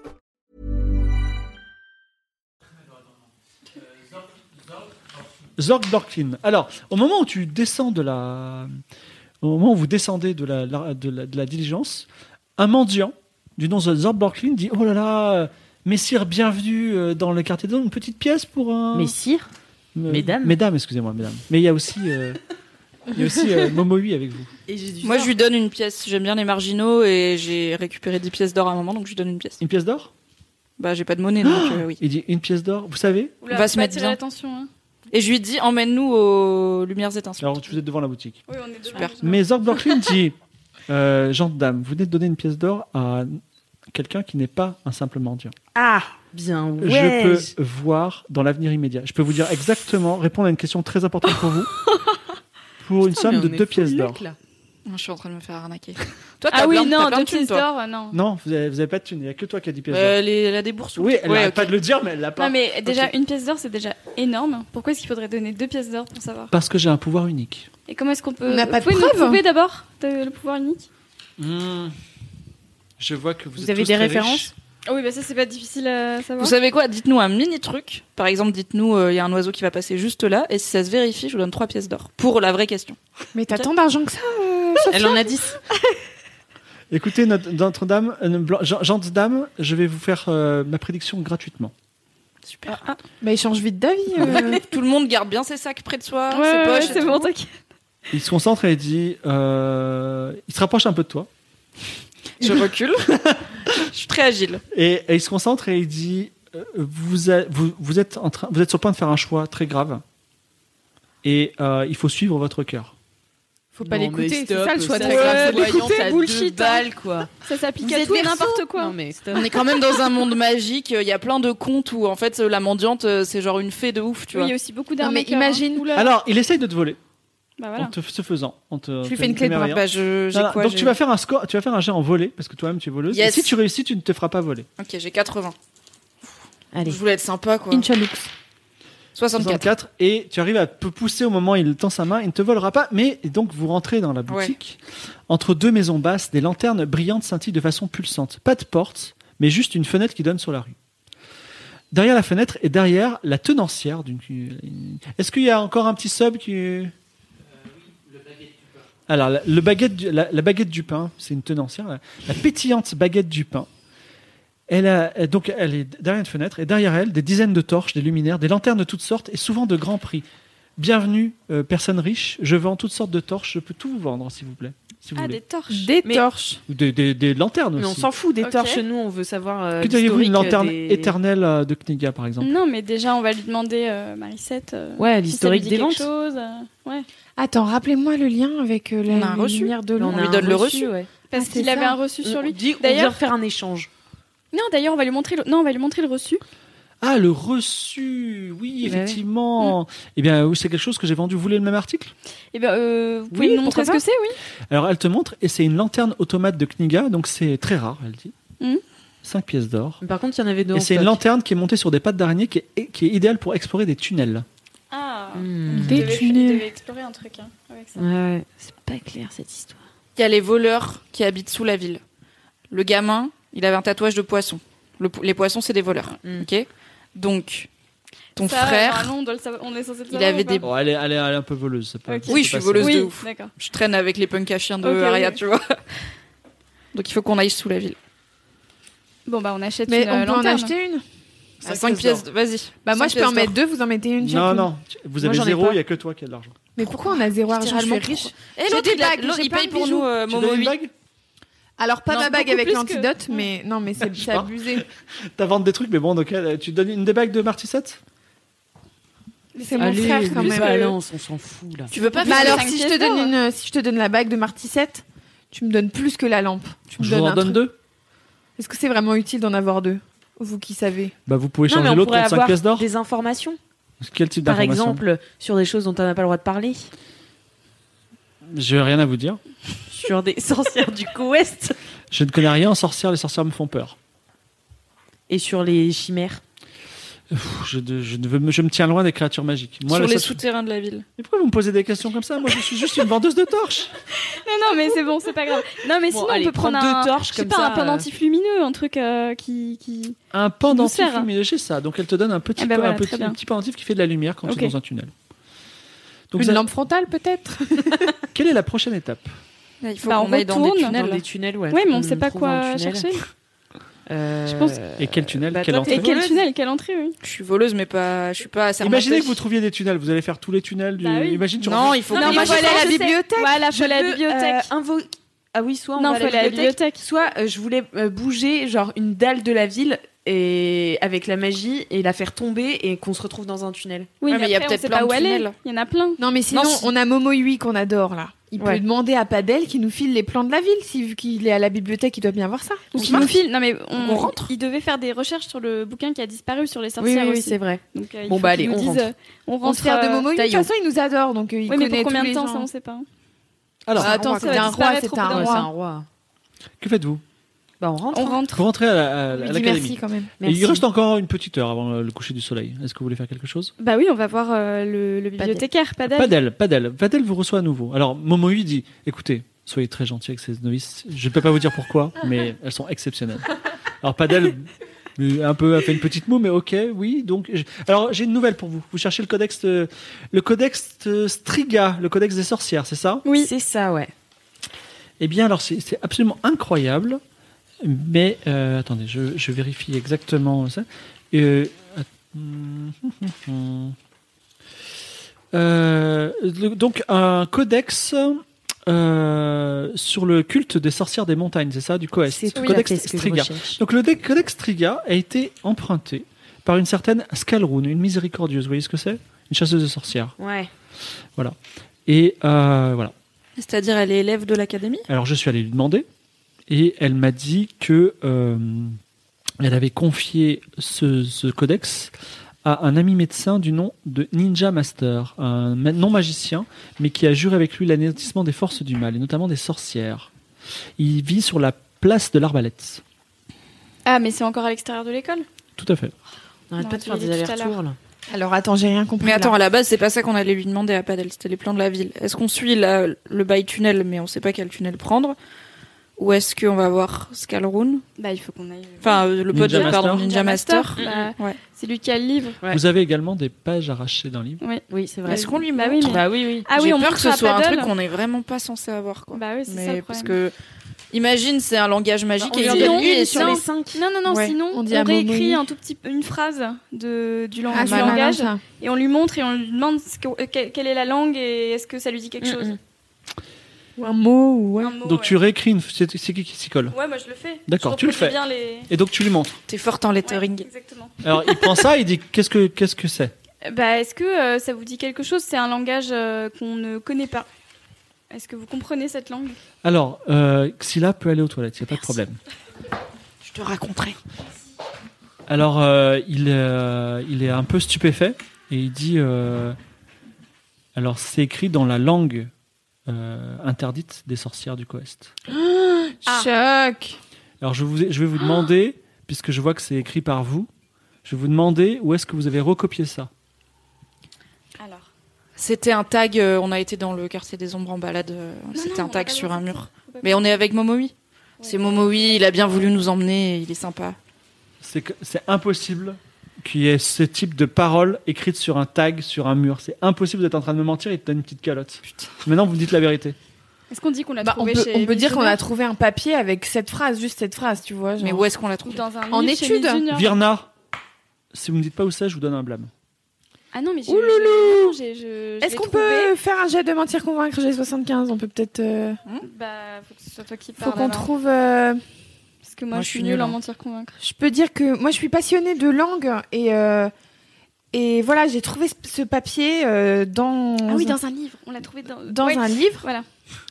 S4: Zork Dorkin. Alors, au moment où tu descends de la, au moment où vous descendez de la, la- de la, de la diligence, un mendiant du nom de Zork Dorkin dit Oh là là, messire, bienvenue euh, dans le quartier de Une petite pièce pour un.
S10: Messire
S4: Euh,
S10: Mesdames
S4: Mesdames, excusez-moi, mesdames. Mais il y a aussi, euh, il y a aussi euh, Momohui avec vous.
S5: Moi, je lui donne une pièce. J'aime bien les marginaux et j'ai récupéré 10 pièces d'or à un moment, donc je lui donne une pièce.
S4: Une pièce d'or
S5: Bah, j'ai pas de monnaie, donc euh, <gasps> oui.
S4: Il dit Une pièce d'or, vous savez
S5: On va se mettre bien. Et je lui dis, emmène-nous aux lumières étincelantes.
S4: Alors, vous êtes devant la boutique.
S5: Oui, on est Super.
S4: Mais Zork Blocklin dit <laughs> euh, Jean de dame, vous venez de donner une pièce d'or à quelqu'un qui n'est pas un simple mendiant.
S10: Ah, bien,
S4: Je
S10: ouais.
S4: peux voir dans l'avenir immédiat. Je peux vous dire exactement, répondre à une question très importante
S10: <laughs>
S4: pour vous, pour une somme de deux pièces d'or.
S5: Je suis en train de me faire arnaquer. Toi, t'as
S9: ah oui,
S5: plein de- t'as
S9: non,
S5: plein de
S9: deux
S5: thunes,
S9: pièces
S5: toi.
S9: d'or, euh, non.
S4: Non, vous n'avez pas de thune, il n'y a que toi qui as 10 pièces
S5: Euh,
S4: d'or.
S5: elle, est- elle a des bourses. ou
S4: Oui,
S5: quoi
S4: elle
S5: Ouais,
S4: n'arrête
S5: ok.
S4: pas de le dire, mais elle l'a pas.
S9: Non, mais déjà,
S4: Ok.
S9: une pièce d'or, c'est déjà énorme. Pourquoi est-ce qu'il faudrait donner deux pièces d'or pour savoir
S4: Parce que j'ai un pouvoir unique.
S9: Et comment est-ce qu'on peut.
S2: On n'a pas de
S9: Vous pouvez nous
S2: preuves.
S9: prouver d'abord de- le pouvoir unique
S4: Hmm. Je vois que vous,
S10: Vous
S4: êtes
S10: avez
S4: tous
S10: des
S4: très
S10: références
S4: riches.
S9: Ah oui, bah ça, c'est pas difficile à savoir.
S5: Vous savez quoi Dites-nous un mini truc. Par exemple, dites-nous, euh, il y a un oiseau qui va passer juste là, et si ça se vérifie, je vous donne trois pièces d'or. Pour la vraie question.
S2: Mais t'as tant d'argent que ça euh,
S10: Elle
S2: Sophia
S10: en a 10.
S4: Écoutez, notre- Notre-Dame, euh, Blan- Jean- Jean de dame, je vais vous faire euh, ma prédiction gratuitement.
S5: Super.
S2: Bah, il change vite d'avis. euh.
S5: tout le monde garde bien ses sacs près de soi,
S9: Ouais, ouais,
S5: ses poches.
S9: ouais,
S5: et
S9: c'est
S5: tout.
S9: bon, t'inquiète.
S4: Il se concentre et il dit euh, Il se rapproche un peu de toi.
S5: Je recule. je suis très agile.
S4: Et, et il se concentre et il dit euh, vous, a- vous, vous êtes en train, vous êtes sur le point de faire un choix très grave. Et euh, il faut suivre votre cœur.
S2: Faut pas
S10: Non, mais
S2: l'écouter, c'est
S10: stop,
S2: ça le choix.
S10: ça,
S2: de-
S10: grave,
S2: Ouais,
S10: voyons, ça
S2: l'écouter,
S10: a
S2: bullshit.
S10: deux balles, quoi.
S9: Ça s'applique
S10: Vous
S9: à
S10: êtes
S9: tout et
S10: verso
S9: n'importe quoi.
S10: Non, mais stop.
S5: hein. On est quand même dans un monde magique. Il y a plein de contes où, en fait, la mendiante, euh, c'est genre une fée de ouf, tu
S9: Oui,
S5: vois.
S9: il y a aussi beaucoup
S2: Non, mais
S9: d'arnaques.
S2: imagine.
S4: Alors, il essaye de te voler
S9: Bah
S4: en
S9: voilà.
S4: te ce faisant. En te,
S2: Je
S4: en
S2: lui
S4: te
S2: fais une clé de bras.
S4: mémoriant.
S5: Bah, je, j'ai
S4: Non, non,
S5: quoi
S4: donc
S5: j'ai-
S4: tu vas faire un score, tu vas faire un jet en volée parce que toi-même tu es voleuse.
S5: Yes.
S4: Et si tu réussis, tu ne te feras pas voler.
S5: Ok, j'ai 80.
S10: Allez.
S5: Je voulais être sympa, quoi.
S2: Inchalux.
S5: 64.
S4: 64 et tu arrives à peu pousser au moment où il tend sa main, il ne te volera pas, mais et donc vous rentrez dans la boutique. Entre deux maisons basses, des lanternes brillantes scintillent de façon pulsante. Pas de porte, mais juste une fenêtre qui donne sur la rue. Derrière la fenêtre et derrière la tenancière d'une. Est-ce qu'il y a encore un petit sub qui. Alors, la, le baguette du, la, la baguette du pain, c'est une tenancière, la, la pétillante baguette du pain. Elle a, elle- donc, elle est derrière une fenêtre, et derrière elle, des dizaines de torches, des luminaires, des lanternes de toutes sortes, et souvent de grands prix. Bienvenue, euh, personne riche, je vends toutes sortes de torches, je peux tout vous vendre, s'il vous plaît. Si vous
S9: Ah,
S4: voulez.
S9: des torches.
S2: Des
S10: Mais-
S2: torches.
S4: Ou Des... des- des lanternes
S10: Mais on
S4: aussi.
S10: s'en fout des
S9: Ok.
S10: torches, nous, on veut savoir. euh,
S4: Que diriez-vous d'une
S10: l'historique
S4: lanterne
S10: des- Mm.
S4: éternelle euh, de Kniga, par exemple
S9: Non, mais déjà, on va lui demander, euh, Marisette. euh,
S10: Ouais,
S9: si
S10: l'historique
S9: ça lui dit
S10: des
S9: quelque
S10: ventes.
S9: chose, euh, ouais.
S2: Attends, rappelez-moi le lien avec euh, la
S5: On a un
S2: les
S5: reçu.
S2: lumières de
S10: Là,
S2: l'ombre.
S10: on
S5: lui
S10: a
S5: donne
S10: un
S5: le reçu.
S10: ouais.
S9: Parce
S2: c'est
S9: qu'il
S2: ça.
S9: avait un reçu sur
S10: On
S9: lui.
S10: dit, on
S9: D'ailleurs-
S10: vient faire un échange.
S9: Non, d'ailleurs, on va lui montrer le. Non, on va lui montrer le reçu.
S4: Ah, le reçu Oui,
S10: Bah Ouais. Mm.
S4: effectivement Eh bien, oui, c'est quelque chose que j'ai vendu. Vous voulez le même article
S9: Eh ben, euh, vous pouvez
S10: Oui,
S9: nous montrer
S10: pourquoi
S9: ce que c'est, oui
S4: Alors elle te montre, et c'est une lanterne automate de Kniga, donc c'est très rare, elle dit.
S9: Mhm.
S4: 5 pièces d'or.
S10: Mais Par contre, il y en avait deux.
S4: Et
S10: en
S4: c'est une
S5: euh,
S10: stock.
S4: lanterne qui est montée sur des pattes d'araignée qui est, qui est idéale pour explorer des tunnels.
S9: Ah.
S10: Hmm.
S2: Des tunnels.
S9: explorer un truc hein, avec ça.
S10: Ouais, ouais. c'est pas clair cette histoire.
S5: Il y a les voleurs qui habitent sous la ville. Le gamin, il avait un tatouage de poisson. Le po- les poissons, c'est des voleurs.
S10: Mm.
S5: Ok Donc, ton frère.
S9: on, doit le savoir- on est censé le
S5: Il
S9: savoir
S5: avait
S9: ou pas
S5: des-
S4: Bon, Oh, elle est, elle est- elle est un peu voleuse. ça peut-
S9: Ok.
S4: ça
S5: Oui,
S4: peut
S5: je suis
S4: passer.
S5: voleuse.
S9: Oui,
S5: de ouf.
S9: d'accord.
S5: Je traîne avec les punks à chiens de
S9: Ok, ok.
S5: Aria, tu vois. <laughs> Donc, il faut qu'on aille sous la ville.
S9: Bon, bah, on achète
S2: Mais
S9: une
S2: on
S9: euh,
S2: peut en
S9: lanterne.
S2: acheter une
S5: À 5 Ah, pièces, d- vas-y.
S2: Bah moi
S5: Cinq
S2: je peux en
S5: pièces
S2: mettre
S5: d'or.
S2: deux, vous en mettez une
S4: Non,
S2: chacune.
S4: non, tu- vous
S10: Moi,
S4: avez
S10: j'en ai
S4: zéro,
S10: pas.
S4: il n'y a que toi qui as de l'argent.
S2: Mais pourquoi on a zéro argent Je suis
S5: Littéralement,
S2: riche.
S5: Et
S2: J'ai
S5: l'autre,
S2: des
S5: il a-
S2: bagues,
S5: l'autre,
S2: j'ai
S5: il
S2: pas
S5: paye
S2: de
S5: pour
S2: bijoux.
S5: nous, euh,
S4: Tu
S5: Momo
S4: donnes une
S5: oui.
S4: bague
S2: Alors pas
S9: Non,
S2: ma bague
S9: beaucoup
S2: avec
S9: plus que-
S2: l'antidote, mais non mais c'est
S4: Je
S2: c'est
S4: sais pas.
S2: abusé.
S4: T'inventes des trucs, mais bon, donc euh, tu donnes une des bagues de Martissette
S2: C'est mon frère quand
S10: les
S2: même.
S10: balances, on s'en fout là.
S5: Tu veux pas
S2: Bah
S5: faire hein
S2: alors
S5: cinq
S2: si je
S5: pièces
S2: te
S5: d'or
S2: donne une, euh, si je te donne la bague de Martissette, tu me donnes plus que la lampe. Tu me
S4: Je vous
S2: donnes
S4: en
S2: un
S4: donne
S2: truc.
S4: deux
S2: Est-ce que c'est vraiment utile d'en avoir deux vous qui savez
S4: Bah, vous pouvez changer l'autre 35 pièces d'or.
S10: Des informations.
S4: Quel type
S10: Par
S4: d'informations
S10: exemple, sur des choses dont on n'a pas le droit de parler.
S4: J'ai rien à vous dire.
S10: Sur des sorcières du Ouest.
S4: Je ne connais rien en sorcières, les sorcières me font peur.
S10: Et sur les chimères.
S4: Pff, Je, ne- je ne veux- je me tiens loin des créatures magiques. Moi,
S5: sur
S4: la
S5: les
S4: seule-
S5: souterrains de la ville.
S4: Mais pourquoi vous me posez des questions comme ça Moi, je suis juste une vendeuse de torches.
S9: Non, non, mais c'est bon, c'est pas grave. <laughs> Non, mais
S10: Bon,
S9: sinon,
S10: allez,
S9: on peut prendre
S10: prends deux
S9: un,
S10: torches
S9: je sais
S10: comme
S9: pas,
S10: ça,
S9: un pendentif lumineux, un truc euh, qui, qui.
S4: Un pendentif
S9: sert.
S4: lumineux, j'ai ça. Donc, elle te donne un petit,
S9: Eh ben
S4: peu-
S9: voilà,
S4: un
S9: très
S4: petit,
S9: bien.
S4: un petit pendentif qui fait de la lumière quand tu es
S9: Ok.
S4: dans un tunnel.
S2: Une
S4: ça-
S2: lampe frontale peut-être
S4: quelle est la prochaine étape
S5: Là, il faut
S9: Bah,
S5: qu'on
S9: on
S5: aille dans des
S9: retourne.
S5: tunnels.
S10: Dans des tunnels, ouais.
S9: Ouais, mais on
S10: qu'on
S9: sait pas
S10: trouve
S9: quoi
S10: un tunnel.
S9: chercher.
S10: Euh,
S9: Je pense-
S4: Et quel tunnel
S10: bah,
S4: Quelle
S10: toi,
S4: entrée
S9: Et quel
S10: voleuse
S9: tunnel, quelle entrée, oui.
S5: Je suis voleuse, mais pas. Je suis pas assez
S4: Imaginez que vous trouviez des tunnels, vous allez faire tous les tunnels. Du...
S9: Bah oui.
S4: Imagine, tu
S5: Non, il faut.
S9: Non,
S5: qu'on-
S9: moi,
S5: il faut
S9: je
S5: aller
S9: sais,
S5: à
S9: je
S5: la
S9: sais.
S5: bibliothèque.
S9: Voilà, faut aller à la
S10: peux,
S9: bibliothèque.
S10: euh, invoquer- Ah oui, soit on
S9: Non,
S10: va
S9: faut aller à la bibliothèque.
S10: soit euh, je voulais euh, bouger genre une dalle de la ville et avec la magie et la faire tomber et qu'on se retrouve dans un tunnel.
S9: Oui,
S5: Ouais,
S9: mais il y a peut-être plein de
S5: tunnels.
S9: Il y en a plein.
S2: Non, mais sinon,
S5: Non, si-
S2: on a Momo Yui qu'on adore là. Il
S10: Ouais.
S2: peut demander à Padel qui nous file les plans de la ville, si, vu qu'il est à la bibliothèque, il doit bien voir ça.
S9: Ou
S2: On
S9: qui
S2: marche.
S9: nous file. Non, mais on,
S2: On rentre.
S9: Ils devaient faire des recherches sur le bouquin qui a disparu sur les sorcières aussi.
S10: vrai.
S9: Donc, euh, il
S10: Bon,
S9: faut
S10: bah,
S9: qu'ils
S10: allez,
S9: nous
S10: on
S9: disent,
S10: rentre.
S9: euh, On
S2: On se
S9: rentre.
S2: perd de
S9: euh,
S2: Momo Yui. De toute
S10: Taillon.
S2: façon, il nous adore, donc euh, il
S9: Oui, mais
S2: connaît
S9: pour combien
S2: tous
S9: de
S2: les
S9: temps,
S2: gens.
S9: ça, on sait pas.
S4: Alors,
S9: Ah,
S2: attends,
S9: ça
S2: c'est
S9: va
S2: un roi,
S9: disparaître
S2: c'est
S9: au bout
S2: un
S9: d'un
S10: Ouais,
S2: roi.
S10: c'est un roi.
S4: que faites-vous
S10: Bah on rentre.
S5: hein.
S9: On rentre.
S4: Vous rentrez à la- à
S2: On
S4: la-
S2: lui
S4: à
S2: dit
S4: l'académie.
S2: merci quand même.
S4: Et il
S10: Merci.
S4: reste encore une petite heure avant le coucher du soleil. Est-ce que vous voulez faire quelque chose
S9: Bah oui, on va voir euh, le, le bibliothécaire, Padel.
S4: Padel, Padel, Padel vous reçoit à nouveau. Alors Momoyu dit "Écoutez, soyez très gentil avec ces novices. Je ne peux pas vous dire pourquoi, mais elles sont exceptionnelles." Alors Padel euh, un peu a fait une petite moue mais OK, oui. Donc je- alors j'ai une nouvelle pour vous. Vous cherchez le codex euh, le codex euh, Striga, le codex des sorcières, c'est ça
S9: Oui.
S10: C'est ça, ouais.
S4: Eh bien, alors, c'est c'est absolument incroyable. Mais, euh, attendez, je, je vérifie exactement ça. Euh, att- <laughs> hum, hum, hum. Euh, le- donc, un codex euh, sur le culte des sorcières des montagnes, c'est ça, du Coest
S10: C'est tout à
S4: Codex
S10: fait ce que je
S4: Striga.
S10: recherche.
S4: Donc, le dé- codex Striga a été emprunté par une certaine Skalrun, une miséricordieuse, vous voyez ce que c'est Une chasseuse de sorcières.
S10: Ouais.
S4: Et euh, voilà.
S5: C'est-à-dire, elle est élève de l'académie.
S4: Alors je suis allé lui demander et elle m'a dit que euh, elle avait confié ce, ce codex à un ami médecin du nom de Ninja Master, un ma- non magicien, mais qui a juré avec lui l'anéantissement des forces du mal et notamment des sorcières. Il vit sur la place de l'arbalète.
S9: Ah, mais c'est encore à l'extérieur de l'école
S4: Tout à fait.
S10: On arrête
S9: Non,
S10: pas de
S9: tu
S10: faire
S9: l'as
S10: des
S9: dit tout à l'heure.
S10: allers-retours là.
S2: Alors attends, j'ai rien compris.
S5: Mais attends,
S2: là.
S5: à la base, c'est pas ça qu'on allait lui demander à Padel, c'était les plans de la ville. Est-ce qu'on suit la- le bail tunnel, mais on sait pas quel tunnel prendre Ou est-ce qu'on va voir Skalrun
S9: Bah, il faut qu'on aille.
S5: Enfin, euh, le pote
S4: Ninja
S5: de, pardon,
S4: Master.
S5: Ninja Master.
S9: Bah,
S5: Ouais.
S9: C'est lui qui a le livre.
S10: Ouais.
S4: Vous avez également des pages arrachées d'un livre.
S10: Oui, c'est vrai.
S5: Est-ce qu'on lui
S9: Bah oui,
S5: montre
S9: mais-
S10: Bah oui, oui.
S9: Ah oui,
S5: J'ai
S9: on
S5: peur
S9: montre
S5: que ce
S9: à
S5: soit un
S9: Paddle.
S5: truc qu'on est vraiment pas censé avoir, quoi.
S9: Bah oui, c'est ça
S5: Mais
S9: le
S5: parce
S9: problème.
S5: que, imagine, c'est un langage magique
S9: Bah, on
S5: et
S9: lui
S5: il
S9: en
S5: dit,
S9: donne
S5: lui,
S9: une
S5: et
S9: sur
S5: tiens,
S9: les Non, non, non,
S5: Ouais.
S9: sinon
S2: On
S9: on,
S2: dit à
S9: réécrit
S2: Momo.
S9: un tout petit, une phrase de, du, lang-
S2: Ah,
S9: du
S2: c'est malin,
S9: langage
S2: ça.
S9: et on lui montre et on lui demande ce que- euh, que- quelle est la langue et est-ce que ça lui dit quelque
S10: Mm,
S9: chose.
S10: mm.
S2: Ou un mot, ou ouais.
S9: Un mot,
S4: Donc
S9: ouais.
S4: tu réécris une. C'est c'est qui qui s'y colle
S9: Ouais, moi je le fais.
S4: D'accord,
S9: Je
S4: tu le
S9: reproduis
S4: fais.
S9: bien les-
S4: Et donc tu lui montres.
S5: t'es forte en lettering.
S9: Ouais, exactement.
S4: Alors il prend ça, il dit qu'est-ce que qu'est-ce que c'est
S9: Euh, Bah, est-ce que euh, ça vous dit quelque chose C'est un langage euh, qu'on ne connaît pas. Est-ce que vous comprenez cette langue
S4: Alors euh, Xila peut aller aux toilettes, il n'y a pas de problème.
S5: Je te raconterai.
S4: Alors, euh, il, euh, il est un peu stupéfait et il dit euh, Alors, c'est écrit dans la langue euh, interdite des sorcières du Coest.
S2: Choc
S4: Alors, je, vous ai- je vais vous demander, puisque je vois que c'est écrit par vous, je vais vous demander où est-ce que vous avez recopié ça.
S9: Alors.
S5: C'était un tag, euh, on a été dans le quartier des ombres en balade, euh, c'était
S9: non,
S5: un
S9: on
S5: tag
S9: va
S5: sur
S9: pas
S5: un
S9: dans
S5: mur. Mais on est avec Momoui. C'est Momoui, il a bien voulu nous emmener, et il est sympa.
S4: C'est que- c'est impossible qu'il y ait ce type de parole écrite sur un tag, sur un mur. C'est impossible, vous êtes en train de me mentir, il te donne une petite calotte. Maintenant, vous me dites la vérité.
S9: Est-ce qu'on dit qu'on l'a
S2: Bah, on
S9: trouvé
S2: peut,
S9: chez
S2: on peut dire qu'on a
S9: Miss
S2: trouvé un papier avec cette phrase, juste cette phrase, tu vois. genre.
S5: Mais où est-ce qu'on l'a
S9: Junior
S5: trouvé
S9: Ou dans un
S2: En
S9: livre chez
S2: étude.
S9: Miss Junior
S4: Virna, si vous me dites pas où c'est, je vous donne un blâme.
S9: Ah non, mais j'ai.
S2: Ouloulou
S9: j'ai- je- je
S2: Est-ce
S9: l'ai
S2: qu'on
S9: trouvé.
S2: peut faire un jet de mentir convaincre J'ai 75, on peut peut-être. euh,
S5: Hmm
S9: Bah, faut que ce soit toi qui
S2: Faut
S9: parle.
S2: qu'on
S9: alors.
S2: trouve. euh,
S9: Parce
S5: hein.
S9: que moi, je suis nulle en mentir convaincre.
S2: Je peux dire que moi je suis passionnée de langue et euh,
S23: Et voilà, j'ai trouvé ce papier euh, dans.
S7: Ah oui, dans un livre. On l'a trouvé dans,
S23: dans
S7: oui.
S23: un livre.
S7: Voilà.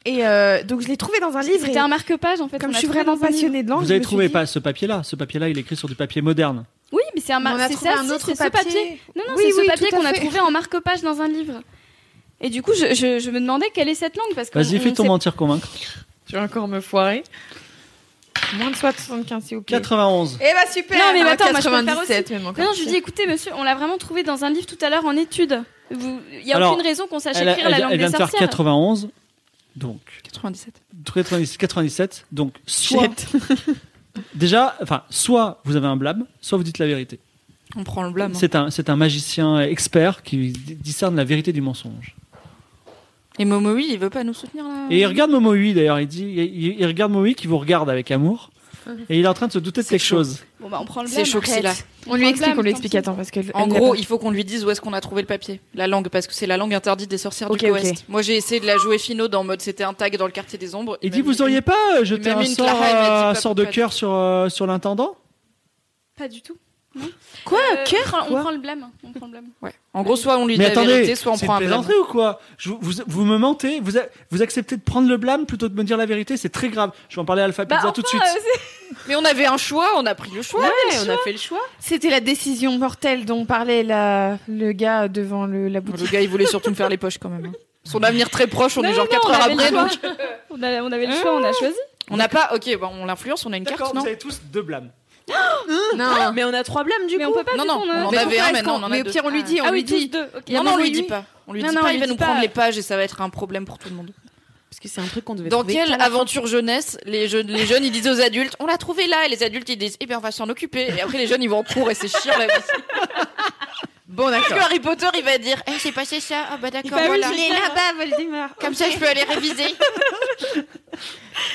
S23: Et euh, donc je l'ai trouvé dans un livre.
S7: C'était un marque-page en fait.
S23: Comme je suis vraiment passionnée de langue.
S4: Vous avez trouvé pas ce papier-là Ce papier-là, il est écrit sur du papier moderne.
S7: Oui, mais c'est un
S23: on a
S7: c'est
S23: trouvé
S7: ça,
S23: un
S7: si,
S23: autre
S7: c'est ce
S23: papier.
S7: papier. Non, non,
S23: Oui,
S7: c'est
S23: oui,
S7: ce papier
S23: tout à
S7: qu'on a
S23: fait.
S7: trouvé en marque-page dans un livre. Et du coup, je, je- je me demandais quelle est cette langue parce que.
S4: Vas-y,
S7: on-
S4: fais
S7: on
S4: ton
S7: sait-
S4: mentir convaincre.
S23: Je vais encore me foirer. Moins de 75, s'il vous plaît.
S4: 91.
S23: Eh bah super.
S7: Non, mais
S23: hein,
S7: attends, moi, je peux le faire
S23: 97
S7: aussi.
S23: même encore.
S7: Non, je lui dis, écoutez, monsieur, on l'a vraiment trouvé dans un livre tout à l'heure en étude. Vous- Il n'y a
S4: Alors,
S7: aucune raison qu'on sache
S4: elle,
S7: écrire
S4: elle-
S7: la langue
S4: elle vient
S7: des
S4: de faire
S7: sorcières.
S4: 91. Donc,
S5: 97.
S4: 90 97. Donc, soit. <laughs> Déjà, enfin, soit vous avez un blâme, soit vous dites la vérité.
S5: On prend le blâme. hein.
S4: C'est un, c'est un magicien expert qui d- discerne la vérité du mensonge.
S5: Et Momoï, il veut pas nous soutenir là
S4: Et il regarde Momoï d'ailleurs, il dit, il, il regarde Momoï qui vous regarde avec amour, et il est en train de se douter de quelque chose.
S7: Bon, bah, on prend le
S5: C'est
S7: blâme,
S5: chaud que c'est là.
S7: arrête.
S23: On lui
S7: prend le
S23: explique, on
S7: blâme,
S23: lui
S7: tant
S23: explique.
S7: pis.
S23: Attends, parce que.
S5: En gros, il faut qu'on lui dise où est-ce qu'on a trouvé le papier, la langue, parce que c'est la langue interdite des sorcières
S24: Ok,
S5: du
S24: ok.
S5: Coest. Moi, j'ai essayé de la jouer fino dans mode c'était un tag dans le quartier des ombres.
S4: Il
S5: m'a
S4: dit,
S5: mis-
S4: vous auriez pas euh, jeté
S5: m'a
S4: un
S5: mis une
S4: sort,
S5: claque, il m'a dit,
S4: euh,
S5: pas
S4: sort de
S5: pour
S4: cœur sur, euh, sur l'intendant
S7: Pas du tout.
S24: Quoi
S23: Ah,
S7: Euh,
S24: Cœur
S7: on prend- On
S4: Quoi
S7: prend le
S5: hein,
S7: blâme. On prend le blâme.
S5: Ouais. En gros, soit on lui dit
S4: Mais
S5: la
S4: attendez,
S5: vérité, soit on
S4: c'est
S5: prend
S4: une
S5: un blâme.
S4: plaisanterie ou quoi Je vous, vous- vous me mentez vous, a- vous acceptez de prendre le blâme plutôt que de me dire la vérité C'est très grave. Je vais en parler à
S7: Bah,
S4: Alpha Pizza tout de
S7: euh,
S4: suite.
S5: Mais on avait un choix, on a pris le choix.
S24: on a fait le choix.
S23: C'était la décision mortelle dont parlait la... le gars devant le... la boutique.
S5: Le gars, il voulait surtout me faire les poches quand même. hein. Son avenir très proche, on
S7: Non,
S5: est genre
S7: non,
S5: 4
S7: on
S5: heures
S7: avait le
S5: après.
S7: choix.
S5: donc-
S7: On, a- on avait le choix, on a choisi.
S5: On n'a pas. Ok, bon, on l'influence, on a une
S4: D'accord,
S5: carte,
S4: vous
S5: non
S4: avez tous deux blâmes.
S23: Non.
S24: Mais on a trois blâmes du
S7: Mais
S24: coup.
S7: on peut pas.
S5: Non,
S7: du
S5: non,
S7: coup,
S5: on en
S7: Mais pourquoi
S5: avait un
S7: est-ce
S5: maintenant.
S7: qu'on-
S5: on en a
S23: Mais au
S5: deux.
S23: pire, on lui dit, on
S7: Ah
S23: lui
S7: oui, tous
S23: dit.
S7: deux. ok.
S5: Non,
S7: Bon,
S5: non, on
S7: bah,
S5: lui
S7: oui,
S5: dit
S7: oui.
S5: pas. On lui
S7: Non,
S5: dit
S7: non, on
S5: pas,
S7: lui
S5: il va
S7: dit
S5: nous
S7: pas.
S5: prendre les pages et ça va être un problème pour tout le monde.
S24: Parce que c'est un truc qu'on devait
S5: Dans
S24: trouver
S5: quelle
S24: qu'à la fin.
S5: aventure jeunesse les jeunes, les jeunes ils disent aux adultes on l'a trouvé là et les adultes ils disent eh bien on va s'en occuper et après les jeunes ils vont en cours et c'est chiant la vie. <laughs>
S23: Bon,
S5: Parce que
S23: d'accord.
S5: Harry Potter il va dire eh c'est passé ça ah bah d'accord
S7: Bah oui,
S5: voilà
S7: c'est ça.
S23: là-bas, Voldemort.
S5: comme ça je peux aller réviser.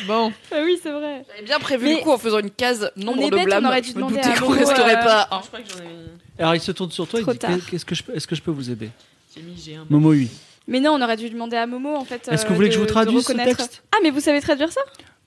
S23: Bon.
S7: Ah oui, c'est vrai.
S5: J'avais bien prévu
S7: Mais-
S5: le coup en faisant une case
S7: On
S5: nombre
S7: est
S5: de
S7: bête, on
S5: blâmes.
S7: aurait dû demander à
S5: Je
S7: Momo,
S5: ne resterai
S7: euh,
S5: pas.
S24: Je crois que j'en ai.
S4: Alors il se tourne sur toi et
S7: Trop
S4: dit
S7: tard.
S4: Qu'est-ce que je peux- est-ce que je peux vous aider
S24: J'ai mis j'ai un.
S4: Momo 8.
S7: Mais non, on aurait dû demander à Momo en fait.
S4: Est-ce que
S7: euh,
S4: vous voulez que je
S7: de-
S4: vous
S7: de
S4: traduise ce
S7: reconnaître.
S4: texte
S7: Ah, mais vous savez traduire ça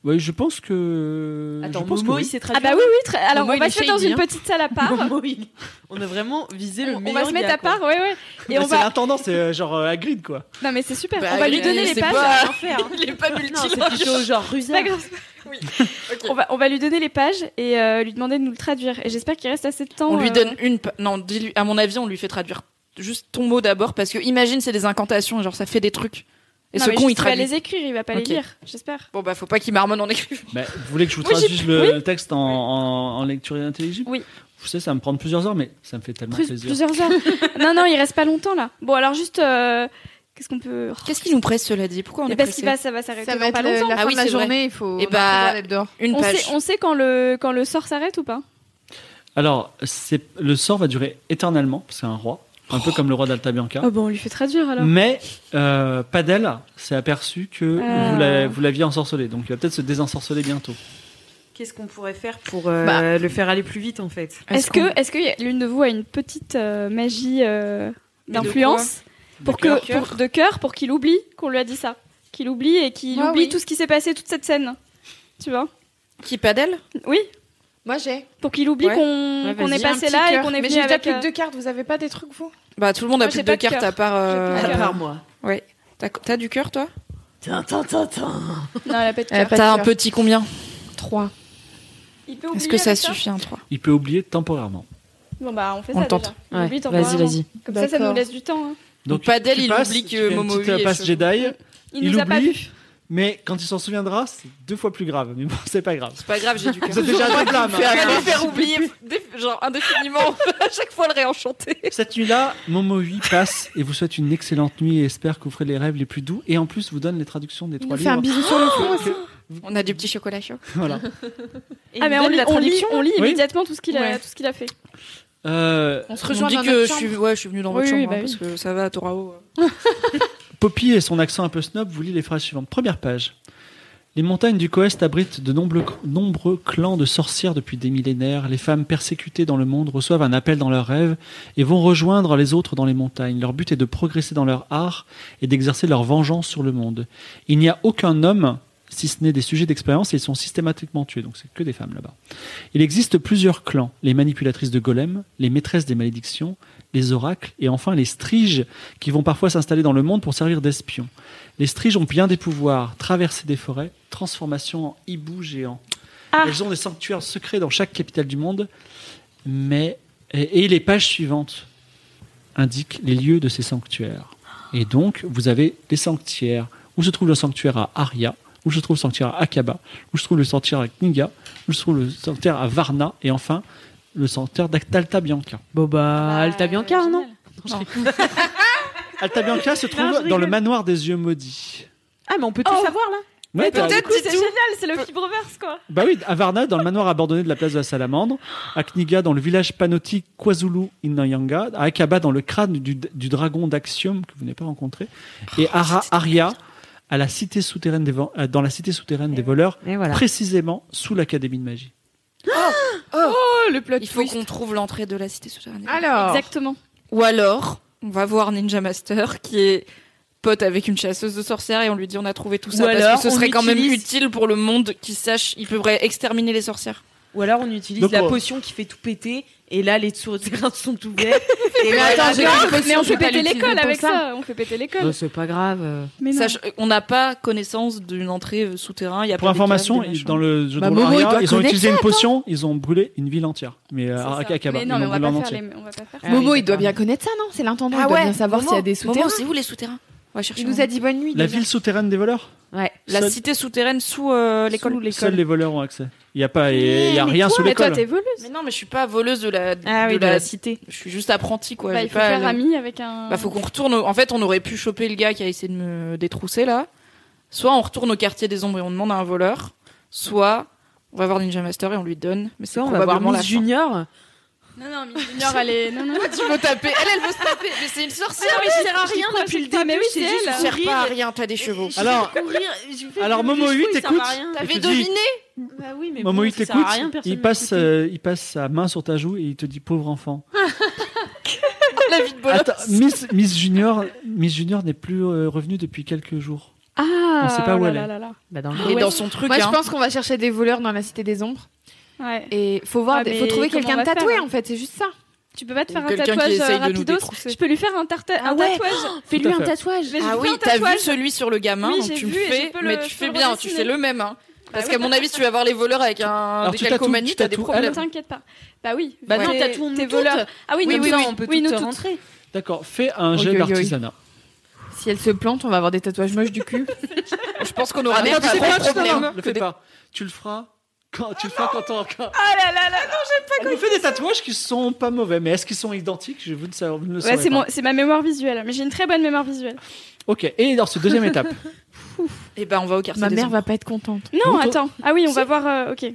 S4: Oui, je pense que.
S24: Attends,
S4: je pense que
S24: Momo,
S4: oui.
S24: il s'est traduit.
S7: Ah bah oui, oui. tra- Alors
S24: Momo,
S7: on va
S24: il
S7: se
S24: est
S7: mettre dans
S24: shady,
S7: une
S24: hein.
S7: petite salle à part.
S24: Momo, il- On a vraiment visé le
S7: On, on
S24: meilleur.
S7: va se mettre
S24: gars,
S7: à part, ouais, ouais. Et
S4: Bah,
S7: on
S4: c'est
S7: va.
S4: l'intendant, c'est euh, genre euh, Hagrid quoi.
S7: Non, mais c'est super.
S5: Bah,
S7: on va lui
S5: il-
S7: donner
S5: c'est
S7: les pages.
S5: pas-
S24: quoi. Faire, hein.
S5: <laughs> Il est pas
S24: Non, c'est
S5: multilingue.
S24: plutôt genre rusé.
S7: Pas grave.
S5: <laughs>
S7: On va, on va lui donner les pages et euh, lui demander de nous le traduire. Et j'espère qu'il reste assez de temps.
S5: On lui
S7: euh,
S5: donne une. pa- Non, dis-lui. À mon avis, on lui fait traduire juste ton mot d'abord parce que imagine c'est des incantations, genre ça fait des trucs. Et
S7: non,
S5: ce
S7: mais
S5: con,
S7: juste,
S5: il traduit.
S7: va les écrire, il va pas
S5: Ok.
S7: les lire, j'espère.
S5: Bon bah faut pas qu'il marmonne en écrivant.
S4: Bah, vous voulez que je vous
S7: Oui, j'ai-
S4: traduise le,
S7: oui.
S4: le texte en, en- en lecture intelligible
S7: Oui.
S4: Vous savez, ça va me prendre plusieurs heures, mais ça me fait tellement
S7: Plus-
S4: plaisir.
S7: plusieurs heures. <laughs> non, non, il reste pas longtemps là. Bon, alors juste, euh, qu'est-ce qu'on peut.
S5: Qu'est-ce qui nous presse cela dit Pourquoi on
S7: Mais
S5: est
S7: parce qu'il
S5: pressé
S7: va, ça va s'arrêter
S23: Ça
S7: dans
S23: va
S7: Eh ben, pas
S23: être le-
S7: longtemps.
S23: la
S5: Ah
S23: fin
S5: oui,
S23: de la
S5: c'est vrai.
S23: journée, il faut.
S5: Eh
S23: on a plus
S5: bah,
S23: le droit d'être dehors.
S5: Une
S7: On
S5: page.
S7: sait, on sait quand le, quand le sort s'arrête ou pas
S4: Alors, c'est, le sort va durer éternellement, parce que c'est un roi, un peu comme le roi d'Altabianca.
S7: Oh bon, on lui fait traduire alors.
S4: Mais euh, Padel s'est aperçu que
S7: Ah.
S4: vous, la- vous l'aviez ensorcelé, donc il va peut-être se désensorceler bientôt.
S24: Qu'est-ce qu'on pourrait faire pour euh,
S5: Bah.
S24: le faire aller plus vite en fait
S7: Est-ce que, est-ce que y a- l'une de vous a une petite euh, magie euh, d'influence pour
S4: De cœur.
S7: que pour- de cœur pour qu'il oublie qu'on lui a dit ça, qu'il oublie et qu'il
S23: Moi,
S7: oublie
S23: oui.
S7: tout ce qui s'est passé toute cette scène, tu vois
S5: Qui padelle
S7: Oui,
S23: Moi, j'ai.
S7: pour qu'il oublie
S5: Ouais.
S7: qu'on
S24: Ouais,
S7: qu'on
S24: vas-y,
S7: est passé
S23: Petit
S7: là et
S23: cœur.
S7: qu'on est
S23: Mais
S7: venu
S23: j'ai déjà
S7: avec.
S23: plus que
S7: euh,
S23: deux cartes, vous avez pas des trucs, vous
S5: Bah tout le monde a
S7: Moi,
S5: plus
S7: j'ai
S5: de deux
S7: pas de
S5: cartes
S7: cœur.
S5: à part. euh,
S7: J'ai plus de cœur.
S24: À part moi.
S5: Ouais. T'as, t'as du cœur toi
S24: Tin, tin, tin, tin.
S7: Non, elle a pas de
S23: Elle a
S7: cœur.
S23: pas de
S5: T'as un
S23: cœur.
S5: petit combien
S23: Trois.
S7: Il peut
S5: Est-ce
S7: oublier
S5: que ça
S7: avec
S5: suffit un 3
S4: Il peut oublier temporairement.
S7: Bon bah on fait
S24: On
S7: ça
S24: le tente.
S7: déjà. On oublie
S24: Vas-y,
S7: temporairement.
S24: vas-y.
S7: Comme ça, ça nous
S23: D'accord.
S7: laisse du temps. hein.
S5: Donc, Padel,
S4: tu
S5: il
S4: passes,
S5: oublie
S4: tu
S5: que
S4: fais une
S5: Momo
S4: petite,
S5: Hui
S4: euh,
S5: est
S4: passe
S5: chelou.
S4: Jedi,
S7: Il,
S4: il
S7: nous a pas
S4: oublie,
S7: vu.
S4: mais quand il s'en souviendra, c'est deux fois plus grave. Mais bon, c'est pas grave.
S7: <laughs>
S5: C'est pas grave, <laughs> j'ai du cœur.
S4: Vous êtes déjà à deux blâmes,
S5: Je
S4: hein.
S5: vais lui faire oublier dé- genre indéfiniment <laughs> à chaque fois le réenchanter.
S4: Cette nuit-là, Momoi passe et vous souhaite une excellente nuit et espère que vous ferez les rêves les plus doux et en plus vous donne les traductions des
S23: Il
S4: trois
S23: nous fait un
S4: livres.
S23: bisou sur le front aussi.
S5: On a du petit chocolat <laughs> chaud.
S4: Voilà.
S24: Et
S7: Ah mais
S24: il
S7: on
S24: donne
S7: lit,
S24: la
S7: on lit,
S24: traduction
S7: on lit
S4: Oui.
S7: immédiatement tout ce qu'il a,
S5: Ouais.
S7: tout ce qu'il a fait.
S4: Euh,
S23: On se
S5: Je
S23: rejoint
S5: dis
S23: dans
S5: que
S23: notre
S5: je suis
S23: chambre.
S5: ouais, je suis venu dans votre
S7: Oui, oui,
S5: chambre
S7: bah
S5: hein,
S7: oui.
S5: parce que ça va à Torao. euh.
S4: Poppy et son accent un peu snob vous lit les phrases suivantes. Première page. Les montagnes du Coest abritent de nombreux, nombreux clans de sorcières depuis des millénaires. Les femmes persécutées dans le monde reçoivent un appel dans leurs rêves et vont rejoindre les autres dans les montagnes. Leur but est de progresser dans leur art et d'exercer leur vengeance sur le monde. Il n'y a aucun homme, si ce n'est des sujets d'expérience, et ils sont systématiquement tués, donc c'est que des femmes là-bas. Il existe plusieurs clans, les manipulatrices de golems, les maîtresses des malédictions, les oracles et enfin les striges qui vont parfois s'installer dans le monde pour servir d'espions. Les striges ont bien des pouvoirs, traversée des forêts, transformation en hibou géant.
S10: Ah.
S4: Elles ont des sanctuaires secrets dans chaque capitale du monde, mais et, et les pages suivantes indiquent les lieux de ces sanctuaires. Et donc, vous avez les sanctuaires où se trouve le sanctuaire à Aria, où se trouve le sanctuaire à Akaba, où se trouve le sanctuaire à Kniga, où se trouve le sanctuaire à Varna, et enfin le sanctuaire d'Alta Bianca.
S10: Bon bah, Alta Bianca, non Non.
S4: Alta Bianca se trouve
S10: Non, je
S4: dans
S10: rigole.
S4: le manoir des yeux maudits.
S10: Ah, mais on peut tout
S7: Oh.
S10: savoir là
S4: Ouais,
S10: Mais
S4: t'as-
S10: peut-être
S9: Du coup, c'est génial, c'est le fibroverse quoi.
S4: Bah oui, à Varna, dans le manoir abandonné de la place de la Salamandre, à Kniga, dans le village panotique Kwazulu Inayanga, à Akaba, dans le crâne du, du dragon d'Axiom que vous n'avez pas rencontré, et à Ra- Aria, à la cité souterraine des, vo- euh, dans la cité souterraine des voleurs,
S10: Et voilà.
S4: précisément sous l'Académie de magie.
S7: Oh, le plot
S5: Il faut
S7: twist.
S5: qu'on trouve l'entrée de la cité souterraine.
S7: Alors,
S9: Exactement.
S5: Ou alors, on va voir Ninja Master qui est pote avec une chasseuse de sorcières et on lui dit on a trouvé tout ça
S10: Ou
S5: parce
S10: alors,
S5: que ce
S10: on
S5: serait quand même
S10: utilise-
S5: utile pour le monde qui sache, il pourrait exterminer les sorcières.
S10: Ou alors on utilise
S4: Donc,
S10: la
S4: on-
S10: potion qui fait tout péter et là les souterrains sont
S7: <laughs>
S10: ouverts. et là,
S5: attends,
S10: là,
S5: j'ai
S10: là,
S5: compris.
S9: Mais on
S5: Je vais
S9: fait
S5: pas
S9: péter
S5: l'utiliser
S9: l'école
S5: pour
S9: avec
S5: ça.
S9: ça. On fait péter
S10: Bah,
S9: l'école.
S10: c'est pas grave. euh.
S9: Mais non.
S5: Sache- on n'a pas connaissance d'une entrée euh, souterrain. Il y a
S4: Pour
S5: pas des
S4: information,
S5: caves, des
S4: ils-
S5: machins.
S4: dans le jeu
S7: Bah,
S4: de rôle
S7: Momo, il
S4: Aria,
S7: doit
S4: ils ont
S7: connaître
S4: utilisé une potion, ils ont brûlé une ville entière. Mais à
S9: C'est ça.
S4: à euh, Akaba,
S9: Mais
S4: ils
S9: non, mais
S4: l'ont
S9: on va
S4: brûlé en
S9: pas faire
S4: entier.
S9: les- on va pas faire ça.
S10: Ah oui,
S7: Momo, il doit
S10: d'accord.
S7: bien connaître ça, non C'est l'intendant,
S5: Ah
S7: il doit
S5: ouais,
S7: bien savoir
S5: Momo,
S7: s'il y a des
S5: Momo,
S7: souterrains.
S5: C'est où les souterrains On va chercher.
S7: il
S5: Momo.
S7: nous a dit bonne nuit.
S4: La
S7: déjà.
S4: ville souterraine des voleurs
S10: Ouais.
S5: La
S4: Seul-
S5: cité souterraine sous euh, l'école.
S10: Sous
S4: Seuls les voleurs ont accès. Il n'y a, pas, il y a rien sous
S9: Mais toi,
S4: l'école.
S9: t'es voleuse.
S5: Mais non, mais je suis pas voleuse de la.
S10: Ah oui,
S5: de la...
S10: cité.
S5: Je suis juste apprentie quoi.
S9: Bah,
S5: J'ai
S9: il faut
S5: pas
S9: faire
S5: le-
S9: ami avec un.
S5: Bah, faut qu'on retourne. au- En fait, on aurait pu choper le gars qui a essayé de me détrousser là. Soit on retourne au quartier des ombres et on demande à un voleur. Soit on va voir Ninja Master et on lui donne. Mais c'est
S10: Ça, on va voir
S5: probablement la
S10: Miss Junior.
S9: Non, non, Miss Junior, elle est. Non, non.
S5: fin. <laughs> Tu veux taper Elle, elle veut se taper. Mais c'est une sorcière.
S9: Ah oui,
S5: mais
S9: je sers à rien depuis le début,
S5: Mais oui,
S9: je t'ai
S5: c'est
S9: dit,
S5: elle.
S9: je
S5: Tu
S9: sers
S5: sers pas à rien. T'as des chevaux.
S4: Alors, alors Momo 8, écoute. je te
S5: T'avais
S4: dis-
S5: dominé.
S10: Bah oui, mais
S4: Momo,
S10: bon,
S4: il
S10: ça sert
S4: t'écoute,
S10: à rien, personne
S4: il,
S10: ne
S4: passe,
S10: l'écoute.
S4: euh, il passe sa main sur ta joue et il te dit pauvre enfant.
S5: La vie de Bolos.
S4: Attends, Miss, Miss Junior, Miss Junior n'est plus euh, revenue depuis quelques jours.
S9: Ah,
S4: On sait pas
S9: oh
S4: où
S9: là
S4: elle
S9: là
S4: est.
S9: là là.
S10: Bah, dans le-
S5: Et dans son truc.
S7: Moi, je
S5: hein.
S7: pense qu'on va chercher des voleurs dans la cité des ombres.
S9: Ouais.
S7: Et faut voir,
S9: Ah,
S7: des-
S9: mais
S7: faut trouver
S9: comment on
S7: quelqu'un de
S9: va faire,
S7: tatoué
S9: hein
S7: en fait, c'est juste ça.
S9: Tu peux pas te
S5: Ou
S9: faire un
S5: quelqu'un qui
S9: tatouage
S5: essaye
S9: euh,
S5: de nous
S9: rapidos
S5: détrousser.
S9: Je peux lui faire un, tarta-
S10: Ah
S9: un
S10: ouais.
S9: tatouage.
S4: Tout à fait.
S10: tatouage.
S9: Mais je
S5: Ah
S9: fais
S5: oui,
S9: un
S5: t'as vu
S9: tatouage.
S5: celui sur le gamin,
S9: Oui,
S5: donc
S9: j'ai
S5: tu
S9: vu
S5: le
S9: et
S5: fais,
S9: je peux le-
S5: mais tu
S9: je
S5: fais
S9: peux le
S5: bien, tu fais
S9: redessiner.
S5: le même. hein. Parce
S9: oui.
S5: qu'à mon avis, si tu vas voir les voleurs avec un
S4: Alors,
S5: des
S4: tu tatoues-
S5: calcomanies,
S4: tu
S5: t'as des
S4: tatoues,
S5: problèmes.
S9: Ne t'inquiète pas. Bah oui.
S10: Bah
S9: ouais.
S10: non,
S9: T'es-
S10: tatouons-nous
S9: t'es
S10: toutes.
S9: voleur. Ah oui,
S10: Oui,
S9: nous
S10: oui,
S9: toutes.
S10: on peut
S9: Oui,
S10: toutes
S9: nous toutes.
S10: rentrer.
S4: D'accord, fais un jet
S7: Oi, oi, oi.
S4: d'artisanat.
S7: Si elle se plante, on va avoir des tatouages moches du cul.
S5: Je pense qu'on aura des
S4: Attends, Ah, tu sais
S5: gros
S4: pas, tu sais pas,
S5: problèmes.
S4: le fais pas. Tu le feras quand tu le feras quand t'auras- quand-
S9: Ah là là là.
S4: Elle nous fait des tatouages qui sont pas mauvais, mais est-ce qu'ils sont identiques Je vous ne, sa- vous ne le
S9: Ouais,
S4: saurez
S9: c'est
S4: pas.
S9: mon- c'est ma mémoire visuelle, mais j'ai une très bonne mémoire visuelle.
S4: Ok, et dans ce deuxième étape,
S5: Et ben, on va au quartier
S7: Ma
S5: des
S7: mère
S5: ombres.
S7: va pas être contente.
S9: <laughs> Non,
S4: Bon, toi-
S9: attends. Ah oui, on va voir. euh, ok.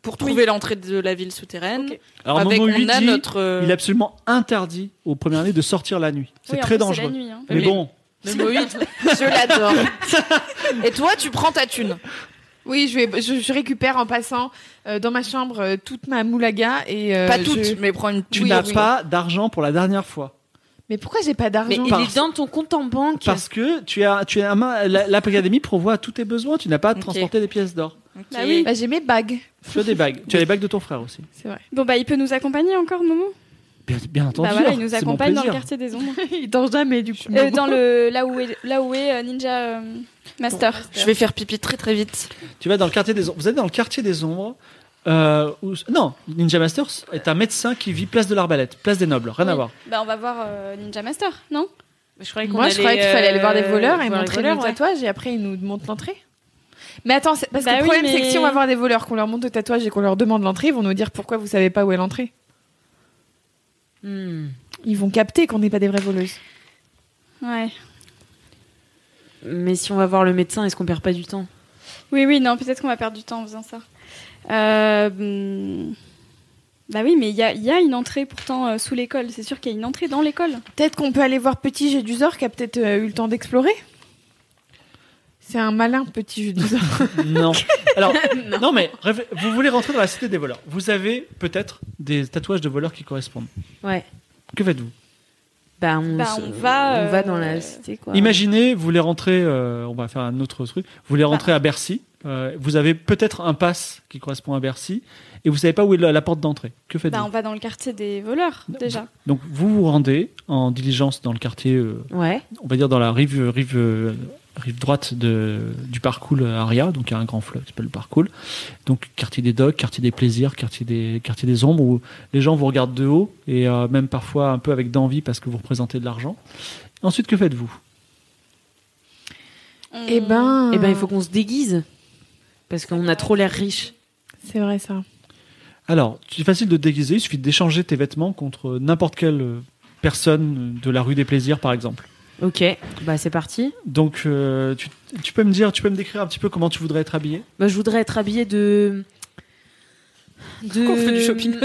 S5: pour trouver l'entrée de la ville souterraine.
S9: Ok.
S4: alors
S5: avec
S4: Momo lui
S5: on a
S4: dit,
S5: notre. euh,
S4: il est absolument interdit aux premières années de sortir la nuit. C'est
S9: Oui, en
S4: très
S9: plus,
S4: dangereux.
S9: la nuit, hein.
S4: Mais,
S5: Mais-
S4: bon,
S5: Je l'adore. Et toi, tu prends ta thune.
S7: Oui, je, vais, je, je récupère en passant euh, dans ma chambre euh, toute ma moulaga et euh,
S5: pas
S7: je-
S5: toute, mais prends une.
S4: tu
S5: oui,
S4: n'as
S5: oui.
S4: pas d'argent pour la dernière fois.
S7: Mais pourquoi j'ai pas
S10: Mais
S7: d'argent
S10: il est dans ton compte en banque.
S4: Parce que tu as, tu as un main- la- l'académie pourvoit à tous tes besoins. Tu n'as pas à
S5: Ok.
S4: transporter des pièces d'or.
S5: Ok.
S9: Bah oui.
S7: Bah, j'ai mes bagues,
S4: Tu as des bagues. Tu as les bagues de ton frère aussi.
S7: c'est vrai.
S9: Bon bah il peut nous accompagner encore Momo.
S4: Bien, bien entendu. hein.
S9: Bah voilà, il nous
S4: c'est mon
S9: accompagne dans le
S4: plaisir.
S9: quartier des ombres.
S7: <laughs> il dort jamais du coup.
S9: Euh, dans le là où est là où est euh, Ninja euh, Master.
S5: Je vais faire pipi très très vite.
S4: Tu vas dans le quartier des ombres. Vous êtes dans le quartier des ombres. euh, où- Non, Ninja Master est un médecin qui vit place de l'Arbalète, place des Nobles. Rien à
S9: Oui.
S4: voir.
S9: Bah on va voir euh, Ninja Master, non
S10: Je croyais qu'on
S7: Moi, je
S10: allait,
S7: croyais qu'il fallait aller voir des
S10: euh,
S7: voleurs et
S10: voir les
S7: montrer
S10: voleurs,
S7: nos
S10: ouais.
S7: tatouages et après ils nous montrent l'entrée. Mais attends, c'est- parce
S9: Bah
S7: que le
S9: oui,
S7: problème c'est que
S9: mais-
S7: si on va voir des voleurs, qu'on leur montre le tatouage et qu'on leur demande l'entrée, ils vont nous dire pourquoi vous savez pas où est l'entrée.
S10: Hmm.
S7: Ils vont capter qu'on n'est pas des vraies voleuses.
S9: Ouais.
S10: Mais si on va voir le médecin, est-ce qu'on perd pas du temps
S9: Oui oui non peut-être qu'on va perdre du temps en faisant ça. Euh, hum, Bah oui mais il y a, il y a une entrée pourtant euh, sous l'école. C'est sûr qu'il y a une entrée dans l'école.
S7: Peut-être qu'on peut aller voir Petit Gédusor qui a peut-être euh, eu le temps d'explorer. C'est un malin
S10: <laughs>
S7: petit Gédusor.
S9: <laughs>
S4: Non. Alors, non. mais rêve- vous voulez rentrer dans la cité des voleurs. Vous avez peut-être des tatouages de voleurs qui correspondent.
S10: Ouais.
S4: Que faites-vous
S10: Bah on,
S9: Bah,
S10: se-
S9: on va,
S10: on va
S9: euh,
S10: dans la cité quoi.
S4: Imaginez, vous voulez rentrer. euh, on va faire un autre truc. Vous voulez rentrer à Bercy. euh, vous avez peut-être un pass qui correspond à Bercy et vous savez pas où est la, la porte d'entrée. Que faites-vous
S7: Bah, on va dans le quartier des voleurs, déjà.
S4: Donc vous vous rendez en diligence dans le quartier, euh,
S10: Ouais.
S4: on va dire dans la rive, rive, euh, rive droite de, du parcours Aria, donc il y a un grand fleuve qui s'appelle le parcours. Donc quartier des docks, quartier des plaisirs, quartier des, quartier des ombres où les gens vous regardent de haut et euh, même parfois un peu avec d'envie parce que vous représentez de l'argent. Ensuite, que faites-vous
S9: hmm.
S14: Eh ben.
S10: Eh ben, il faut qu'on se déguise. Parce qu'on a trop l'air riche.
S14: C'est vrai ça.
S4: Alors, c'est facile de te déguiser, il suffit d'échanger tes vêtements contre n'importe quelle euh, personne de la rue des plaisirs, par exemple.
S10: Ok, bah c'est parti.
S4: Donc, euh, tu, tu peux me dire, tu peux me décrire un petit peu comment tu voudrais être habillé
S10: Bah, je voudrais être habillée de. de...
S5: Pourquoi on fait du shopping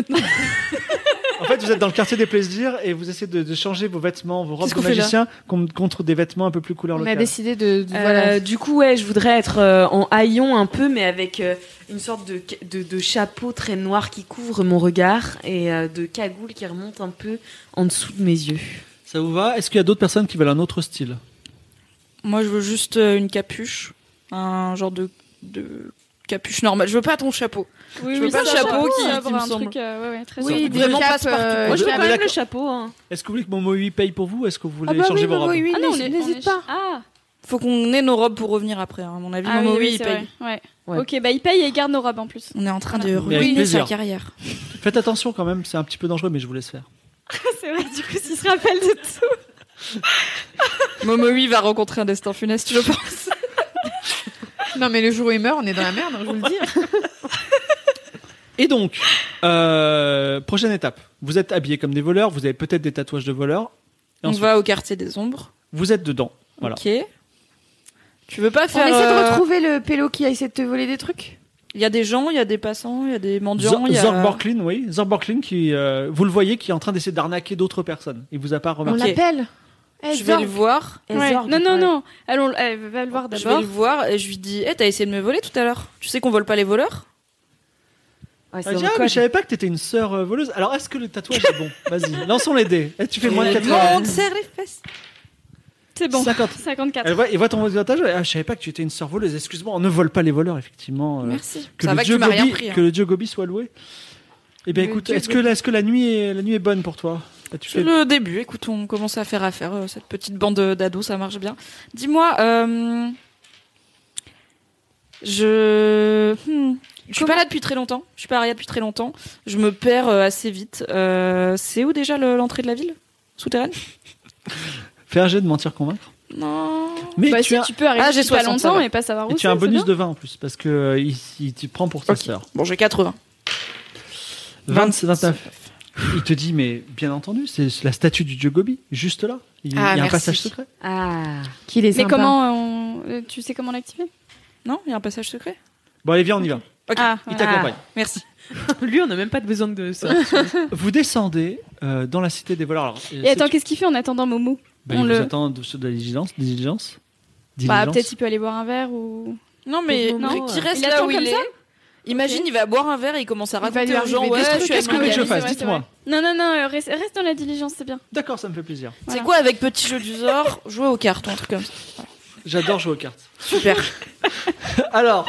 S4: En fait, vous êtes dans le quartier des plaisirs et vous essayez de, de changer vos vêtements, vos robes
S5: Qu'est-ce
S4: de
S5: qu'on fait là
S4: magicien con- contre des vêtements un peu plus couleur
S14: On a
S4: locale.
S14: décidé de. de-
S10: Euh,
S14: voilà.
S10: Du coup, ouais, je voudrais être euh, en haillon un peu, mais avec euh, une sorte de, ca- de, de chapeau très noir qui couvre mon regard et euh, de cagoule qui remonte un peu en dessous de mes yeux.
S4: Ça vous va Est-ce qu'il y a d'autres personnes qui veulent un autre style
S5: Moi, je veux juste euh, une capuche, un genre de, de capuche normale. Je veux pas ton chapeau.
S7: Oui,
S5: Je veux
S7: oui,
S5: pas
S7: ça,
S5: le
S7: ça,
S5: chapeau qui-
S7: ça,
S5: qui
S7: avoir
S5: me
S7: un
S5: semble.
S7: truc, euh, ouais, ouais, très
S5: Oui,
S7: simple.
S5: des Vraiment capes, passe-partout. euh,
S10: Moi, je
S4: veux
S10: veux
S4: Ah,
S10: quand
S4: mais
S10: même le
S4: d'accord.
S10: chapeau. hein.
S4: Est-ce que vous voulez que Momohui paye pour vous ou est-ce que vous voulez
S14: Ah bah
S4: changer
S14: oui,
S4: vos robes
S14: oui, oui,
S7: Ah non, on
S14: n'hésite-
S7: est- on
S14: n'hésite
S7: est-
S14: pas.
S7: Ah,
S5: Faut qu'on ait nos robes pour revenir après. hein. À mon avis,
S7: Ah oui,
S5: Momo, oui,
S7: oui,
S5: il
S7: c'est
S5: paye.
S7: vrai, ouais.
S10: Ouais.
S7: Ok, bah il paye et il garde nos robes en plus.
S5: On est en train de
S7: Mais
S4: avec
S5: ruiner sa
S4: plaisir.
S5: carrière.
S4: Faites attention quand même, c'est un petit peu dangereux, mais je vous laisse faire.
S7: <laughs> c'est vrai, du coup, s'il se rappelle de <laughs> tout.
S5: Momo, oui, va rencontrer un destin funeste, je pense.
S14: Non, mais le jour où il meurt, on est dans la merde, je vous le
S7: <laughs>
S14: dis.
S4: Et donc, euh, prochaine étape. Vous êtes habillé comme des voleurs, vous avez peut-être des tatouages de voleurs. Et
S5: On
S4: ensuite,
S5: va au quartier des ombres.
S4: Vous êtes dedans. Voilà.
S5: Ok. Tu veux pas
S14: On
S5: faire.
S14: essaie de
S5: euh,
S14: retrouver le pélo qui a essayé de te voler des trucs
S5: Il y a des gens, il y a des passants, il y a des mendiants.
S4: Zor-
S5: il y a...
S4: Zorg Borklin, oui. Zorg Borklin qui, euh, vous le voyez, qui est en train d'essayer d'arnaquer d'autres personnes. Il vous a pas
S14: On
S4: remarqué. Ah,
S5: Ok.
S14: l'appelle Eh,
S5: Je vais
S14: Zorg.
S5: le voir.
S10: Et
S7: Ouais.
S10: Zorg,
S7: Non, non,
S10: ouais.
S7: non. Allons, eh, va le voir
S5: Je vais
S7: d'abord.
S5: le voir et je lui dis Eh, t'as essayé de me voler tout à l'heure. Tu sais qu'on vole pas les voleurs
S10: Ouais, c'est
S4: Ah,
S10: dans
S4: tiens,
S10: le
S4: mais
S10: code.
S4: je savais pas que t'étais une sœur euh, voleuse. Alors, est-ce que le tatouage est bon
S5: <laughs>
S4: Vas-y, lançons les dés. Eh, tu fais moins de
S5: Et
S4: 80.
S5: monde serre les fesses.
S7: C'est bon.
S4: 50.
S7: 54.
S4: Elle voit, il voit ton tatouage. Ah, je savais pas que tu étais une sœur voleuse. Excuse-moi, on ne vole pas les voleurs, effectivement. euh,
S5: Merci.
S4: que
S5: Ça
S4: le
S5: va que
S4: dieu
S5: tu m'as rien
S4: Gobi-
S5: pris. hein.
S4: que le dieu Gobi soit loué. Eh bien,
S14: Le
S4: écoute,
S14: dieu
S4: est-ce que, la- est-ce que la nuit est, la nuit est bonne pour toi Là, tu
S5: C'est
S4: fais-
S5: le début. Écoute, on commence à faire affaire. euh, cette petite bande euh, d'ados, ça marche bien. Dis-moi, euh, je. hmm, Je suis pas là depuis très longtemps. Je suis pas à Aria depuis très longtemps. Je me perds euh, assez vite. Euh, c'est où déjà le- l'entrée de la ville Souterraine
S4: Fais un jet de mentir convaincre.
S5: Non.
S4: Mais
S7: Bah,
S4: tu
S7: si,
S4: as,
S7: tu peux arriver
S5: Ah, j'ai
S7: depuis pas
S5: 60, ça
S7: longtemps
S5: va.
S7: et pas savoir
S4: et
S7: où
S4: tu as un
S7: Ah c'est,
S4: bonus
S7: c'est bien.
S4: de 20 en plus, parce que euh, il, il te prend pour ta
S5: Ok.
S4: sœur.
S5: Bon, j'ai 80.
S4: 20, 29. Il te dit, mais bien entendu, c'est c'est la statue du dieu Gobi, juste là. Il, il y a
S5: Ah,
S4: un
S5: merci.
S4: passage secret.
S10: Ah.
S14: Qu'il est
S7: Mais
S14: sympa.
S7: comment euh, on- euh, tu sais comment l'activer
S5: Non, il y a un passage secret.
S4: Bon, allez, viens, on y va.
S5: Ok.
S7: Ah,
S4: Il
S7: ouais.
S4: t'accompagne.
S5: Merci.
S10: Lui, on n'a même pas de besoin de ça.
S4: Vous descendez euh, dans la cité des voleurs. Alors, euh,
S7: Et attends,
S4: c'est-
S7: qu'est-ce qu'il fait en attendant Momo
S4: bah,
S7: on
S4: il
S7: le-
S4: vous attend de, de la diligence. des diligences.
S7: Bah
S4: Diligence.
S7: peut-être il peut aller boire un verre ou.
S5: Non, mais
S10: Pauvre Momo,
S5: qui
S10: euh.
S5: reste
S7: Il
S5: là
S7: attend
S5: où
S7: comme
S5: il est
S7: ça
S5: Imagine,
S7: Ok.
S5: il va boire un verre et il commence à
S14: va lui
S5: raconter aux gens
S14: arriver des
S5: Ouais,
S14: trucs.
S5: je suis
S4: Qu'est-ce que vous voulez que je
S5: américaine.
S7: c'est
S4: fasse
S7: vrai,
S4: Dites-moi.
S7: Non, non, non. euh, reste, reste dans la diligence, c'est bien.
S4: D'accord, ça me fait plaisir.
S5: C'est
S7: Voilà.
S5: quoi avec petit jeu du genre Jouer aux cartes, un truc comme ça.
S4: J'adore jouer aux cartes.
S5: Super.
S4: <laughs> Alors,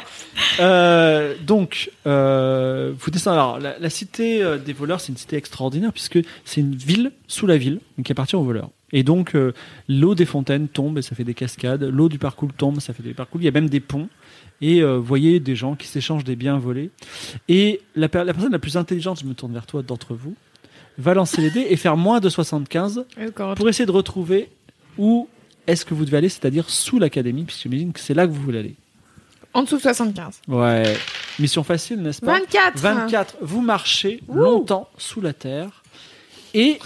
S4: euh, donc, euh, vous descendez. Alors, la, la cité euh, des voleurs, c'est une cité extraordinaire puisque c'est une ville sous la ville, donc qui appartient aux voleurs. Et donc, euh, l'eau des fontaines tombe et ça fait des cascades. L'eau du parcours tombe, ça fait des parcours. Il y a même des ponts. Et euh, vous voyez des gens qui s'échangent des biens volés. Et la, per- la personne la plus intelligente, je me tourne vers toi d'entre vous, va lancer les dés et faire moins de 75 pour essayer de retrouver où est-ce que vous devez aller, c'est-à-dire sous l'académie, puisque j'imagine que c'est là que vous voulez aller.
S14: En dessous de 75.
S4: Ouais. Mission facile, n'est-ce pas
S14: 24.
S4: 24. Vous marchez longtemps sous la terre et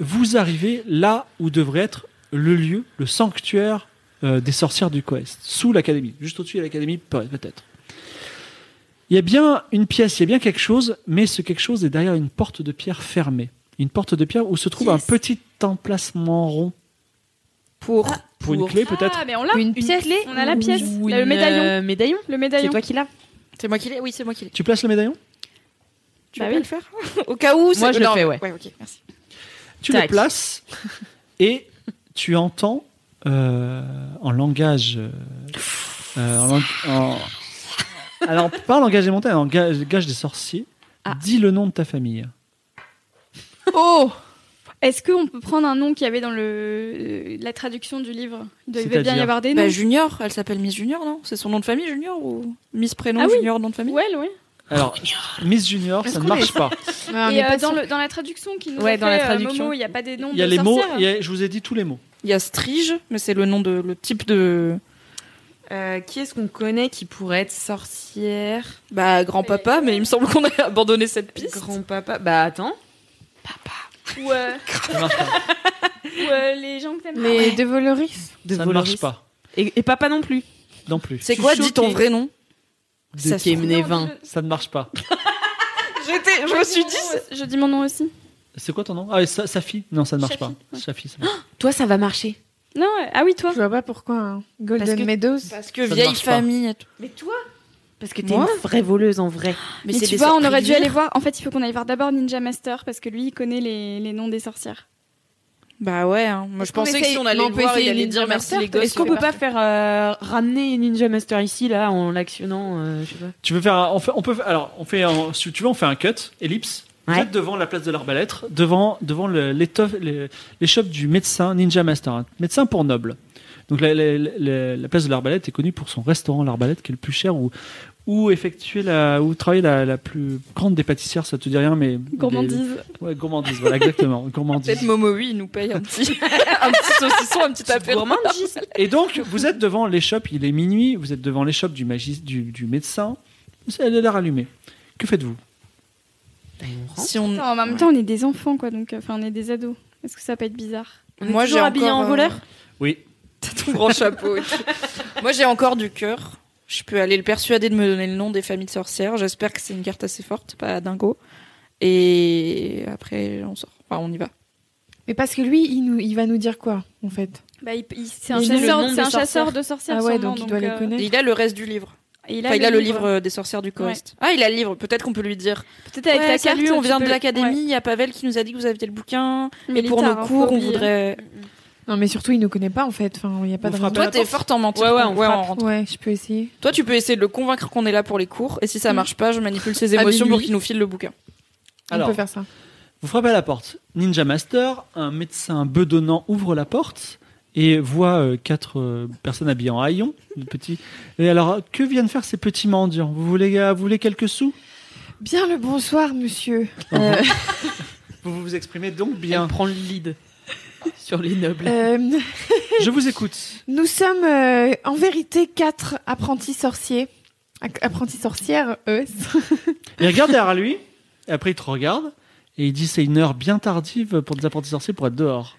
S4: vous arrivez là où devrait être le lieu, le sanctuaire euh, des sorcières du Quest, sous l'académie, juste au-dessus de l'académie, peut- peut-être. Il y a bien une pièce, il y a bien quelque chose, mais ce quelque chose est derrière une porte de pierre fermée. Une porte de pierre où se trouve un petit emplacement rond
S5: Pour.
S4: pour une clé peut-être.
S7: Ah, mais on l'a.
S10: Une pièce
S7: clé. On a la pièce.
S10: Ou
S7: Là, le
S10: une,
S7: médaillon.
S10: euh, médaillon
S7: Le
S10: C'est
S7: médaillon.
S10: toi qui l'as
S5: C'est moi qui l'ai Oui, c'est moi qui l'ai.
S4: Tu places le médaillon
S5: Tu
S7: Bah
S5: vas
S7: oui.
S5: le faire
S25: <laughs>
S5: Au cas où, c'est-
S10: Moi, je
S5: non,
S10: le fais, ouais.
S5: ok, merci.
S4: Tu
S10: Tac.
S26: <laughs>
S4: le places et tu entends euh, en langage. euh, euh, en lang- en- Alors, parle en gage des montagnes, en gage, gage des sorciers.
S26: Ah.
S4: Dis le nom de ta famille.
S26: Oh Est-ce qu'on peut prendre un nom qu'il y avait dans le, euh, la traduction du livre Il doit bien y avoir des noms.
S5: Bah, junior, elle s'appelle Miss Junior, non C'est son nom de famille, Junior Ou Miss Prénom,
S26: Ah oui.
S5: Junior, nom de famille
S26: Ouais, ouais.
S4: Alors, Miss Junior,
S26: Oh, Est-ce
S4: ça ne
S26: qu'on
S4: marche
S26: est-
S4: pas.
S7: on
S26: Et,
S7: est
S26: euh,
S7: pas
S26: dans,
S7: sûr.
S26: le- dans la traduction qui nous
S25: Ouais,
S26: a
S25: dans la
S26: fait, euh,
S25: traduction.
S26: Momo, il n'y a pas des noms
S4: Il y a
S26: de
S4: les mots,
S26: sorcières hein
S4: il y a- je vous ai dit tous les mots.
S5: Il y a Strige, mais c'est le nom de le type de
S25: Euh, qui est-ce qu'on connaît qui pourrait être sorcière
S5: bah grand-papa, mais il me semble qu'on a abandonné cette piste.
S25: Grand-papa. Bah attends.
S26: ou,
S25: <laughs>
S26: euh,
S4: Ça marche pas.
S26: <laughs> ou, euh, les gens que t'aimes.
S7: Les
S26: Ouais.
S7: deux Voloris.
S4: ça ne
S25: Voloris.
S4: marche pas.
S25: Et, et papa non plus.
S4: Non plus.
S5: C'est quoi dit ton vrai nom
S25: Ça
S4: Des-
S26: Non,
S4: Ça ne marche pas.
S25: J'étais, je me suis dit.
S26: je- Je dis mon nom aussi.
S4: C'est quoi ton nom Ah, sa, Safi Non, ça ne marche pas. Safi, ça marche pas.
S25: Toi, ça va marcher.
S26: Non, euh, ah oui, toi.
S7: Je vois pas pourquoi. hein. Golden
S25: Parce que- bah,
S7: Meadows.
S5: Parce que
S4: Ça ne
S5: vieille
S4: marche pas.
S5: famille et tout.
S25: Mais toi Parce que t'es
S5: Moi
S25: une vraie voleuse en vrai.
S26: Mais,
S5: c'est
S26: tu
S5: des
S26: vois, on
S5: sorcières
S26: aurait dû aller
S5: rivières.
S26: voir. En fait, il faut qu'on aille voir d'abord Ninja Master parce que lui, il connaît les, les noms des sorcières.
S5: Bah ouais, hein. moi je
S7: Est-ce qu'on
S5: pensais que
S7: essaye-
S5: si on allait
S7: mais on
S5: le
S7: peut
S5: voir, il
S7: essayer
S5: allait
S7: Ninja
S5: dire merci
S7: Master,
S5: les gosses.
S25: Est-ce qu'on
S5: mais
S25: peut pas
S5: pas-
S25: faire euh, ramener Ninja Master ici là en l'actionnant euh, Je sais pas.
S4: Tu veux faire un- on fait, on peut alors on fait un- si tu veux on fait un cut ellipse. Vous
S25: Ouais.
S4: êtes devant la place de l'arbalète, devant devant le- l'étoffe- le- l'échoppe du médecin Ninja Master, un médecin pour noble. Donc la, la- la- la place de l'arbalète est connue pour son restaurant l'arbalète qui est le plus cher où où effectuer la où travailler la, la plus grande des pâtissières, ça te dit rien mais
S26: Gourmandise.
S4: les- ouais, gourmandise, voilà exactement, gourmandise.
S5: Peut-être Momo, oui, il nous paye un petit, <laughs> un petit saucisson, un petit apéro.
S4: Et donc, vous êtes devant l'échoppe, il est minuit, vous êtes devant l'échoppe du, magis- du, du médecin, elle est là rallumée. Que faites-vous
S5: Si on...
S26: Attends, en même temps, on est des enfants, quoi. Donc, euh, enfin, on est des ados. Est-ce que ça va pas être bizarre
S5: Moi j'ai
S25: habillé
S5: encore,
S25: en
S5: euh,
S25: voleur
S5: <laughs>
S4: Oui.
S5: ton grand chapeau. et tout. Moi, j'ai encore du cœur. Je peux aller le persuader de me donner le nom des familles de sorcières. J'espère que c'est une carte assez forte, pas dingo. Et après, on sort. Enfin, on y va.
S7: Mais parce que lui, il, nous, il va nous dire quoi, en fait
S26: Bah, il- il- c'est un,
S25: Il connaît le
S26: chasseur,
S25: nom
S26: c'est
S25: des
S26: un chasseur
S25: sorcières.
S26: de sorcières.
S7: Ah ouais,
S26: sûrement,
S7: donc il doit les
S26: euh,
S7: connaître.
S5: Et il a le reste du livre.
S26: et
S5: Enfin, il a le livre euh, des sorcières du Corrèze. Ah, il a le livre. Peut-être qu'on peut lui dire.
S26: Peut-être avec
S5: Ouais,
S26: la carte.
S5: salut, on
S26: tu
S5: vient
S26: peux-
S5: de l'académie.
S26: ouais.
S5: Il y a Pavel qui nous a dit que vous aviez le bouquin.
S26: Mais
S5: et pour
S26: les
S5: nos cours, on
S26: tarophobie,
S5: voudrait.
S7: Non, mais surtout, il nous connaît pas, en fait. Enfin, il y a pas
S4: On
S7: de
S4: frappe
S7: raison.
S5: Toi, t'es forte en mentir.
S25: Bah, Ouais, ouais, on frappe.
S5: rentre.
S7: Ouais, je peux essayer.
S5: Toi, tu peux essayer de le convaincre qu'on est là pour les cours. Et si
S25: Mm.
S5: ça marche pas, je manipule ses
S7: À
S5: émotions pour
S7: minuit.
S5: qu'il nous file le bouquin.
S7: On
S4: Alors,
S7: peut faire ça.
S4: vous frappez à la porte. Ninja Master, un médecin bedonnant, ouvre la porte et voit euh, quatre euh, personnes habillées en haillons, des petits. Et alors, que viennent faire ces petits mendiants Vous voulez, euh, vous voulez quelques sous
S7: Bien le bonsoir, monsieur.
S4: Vous vous exprimez donc
S25: Elle
S4: bien.
S25: prend le lead sur les nobles.
S7: Euh,
S4: Je vous écoute.
S7: nous sommes euh, en vérité quatre apprentis sorciers. Ac- apprentis sorcières, E eux.
S4: Il regarde derrière lui, et après il te regarde, et il dit c'est une heure bien tardive pour des apprentis sorciers pour être dehors.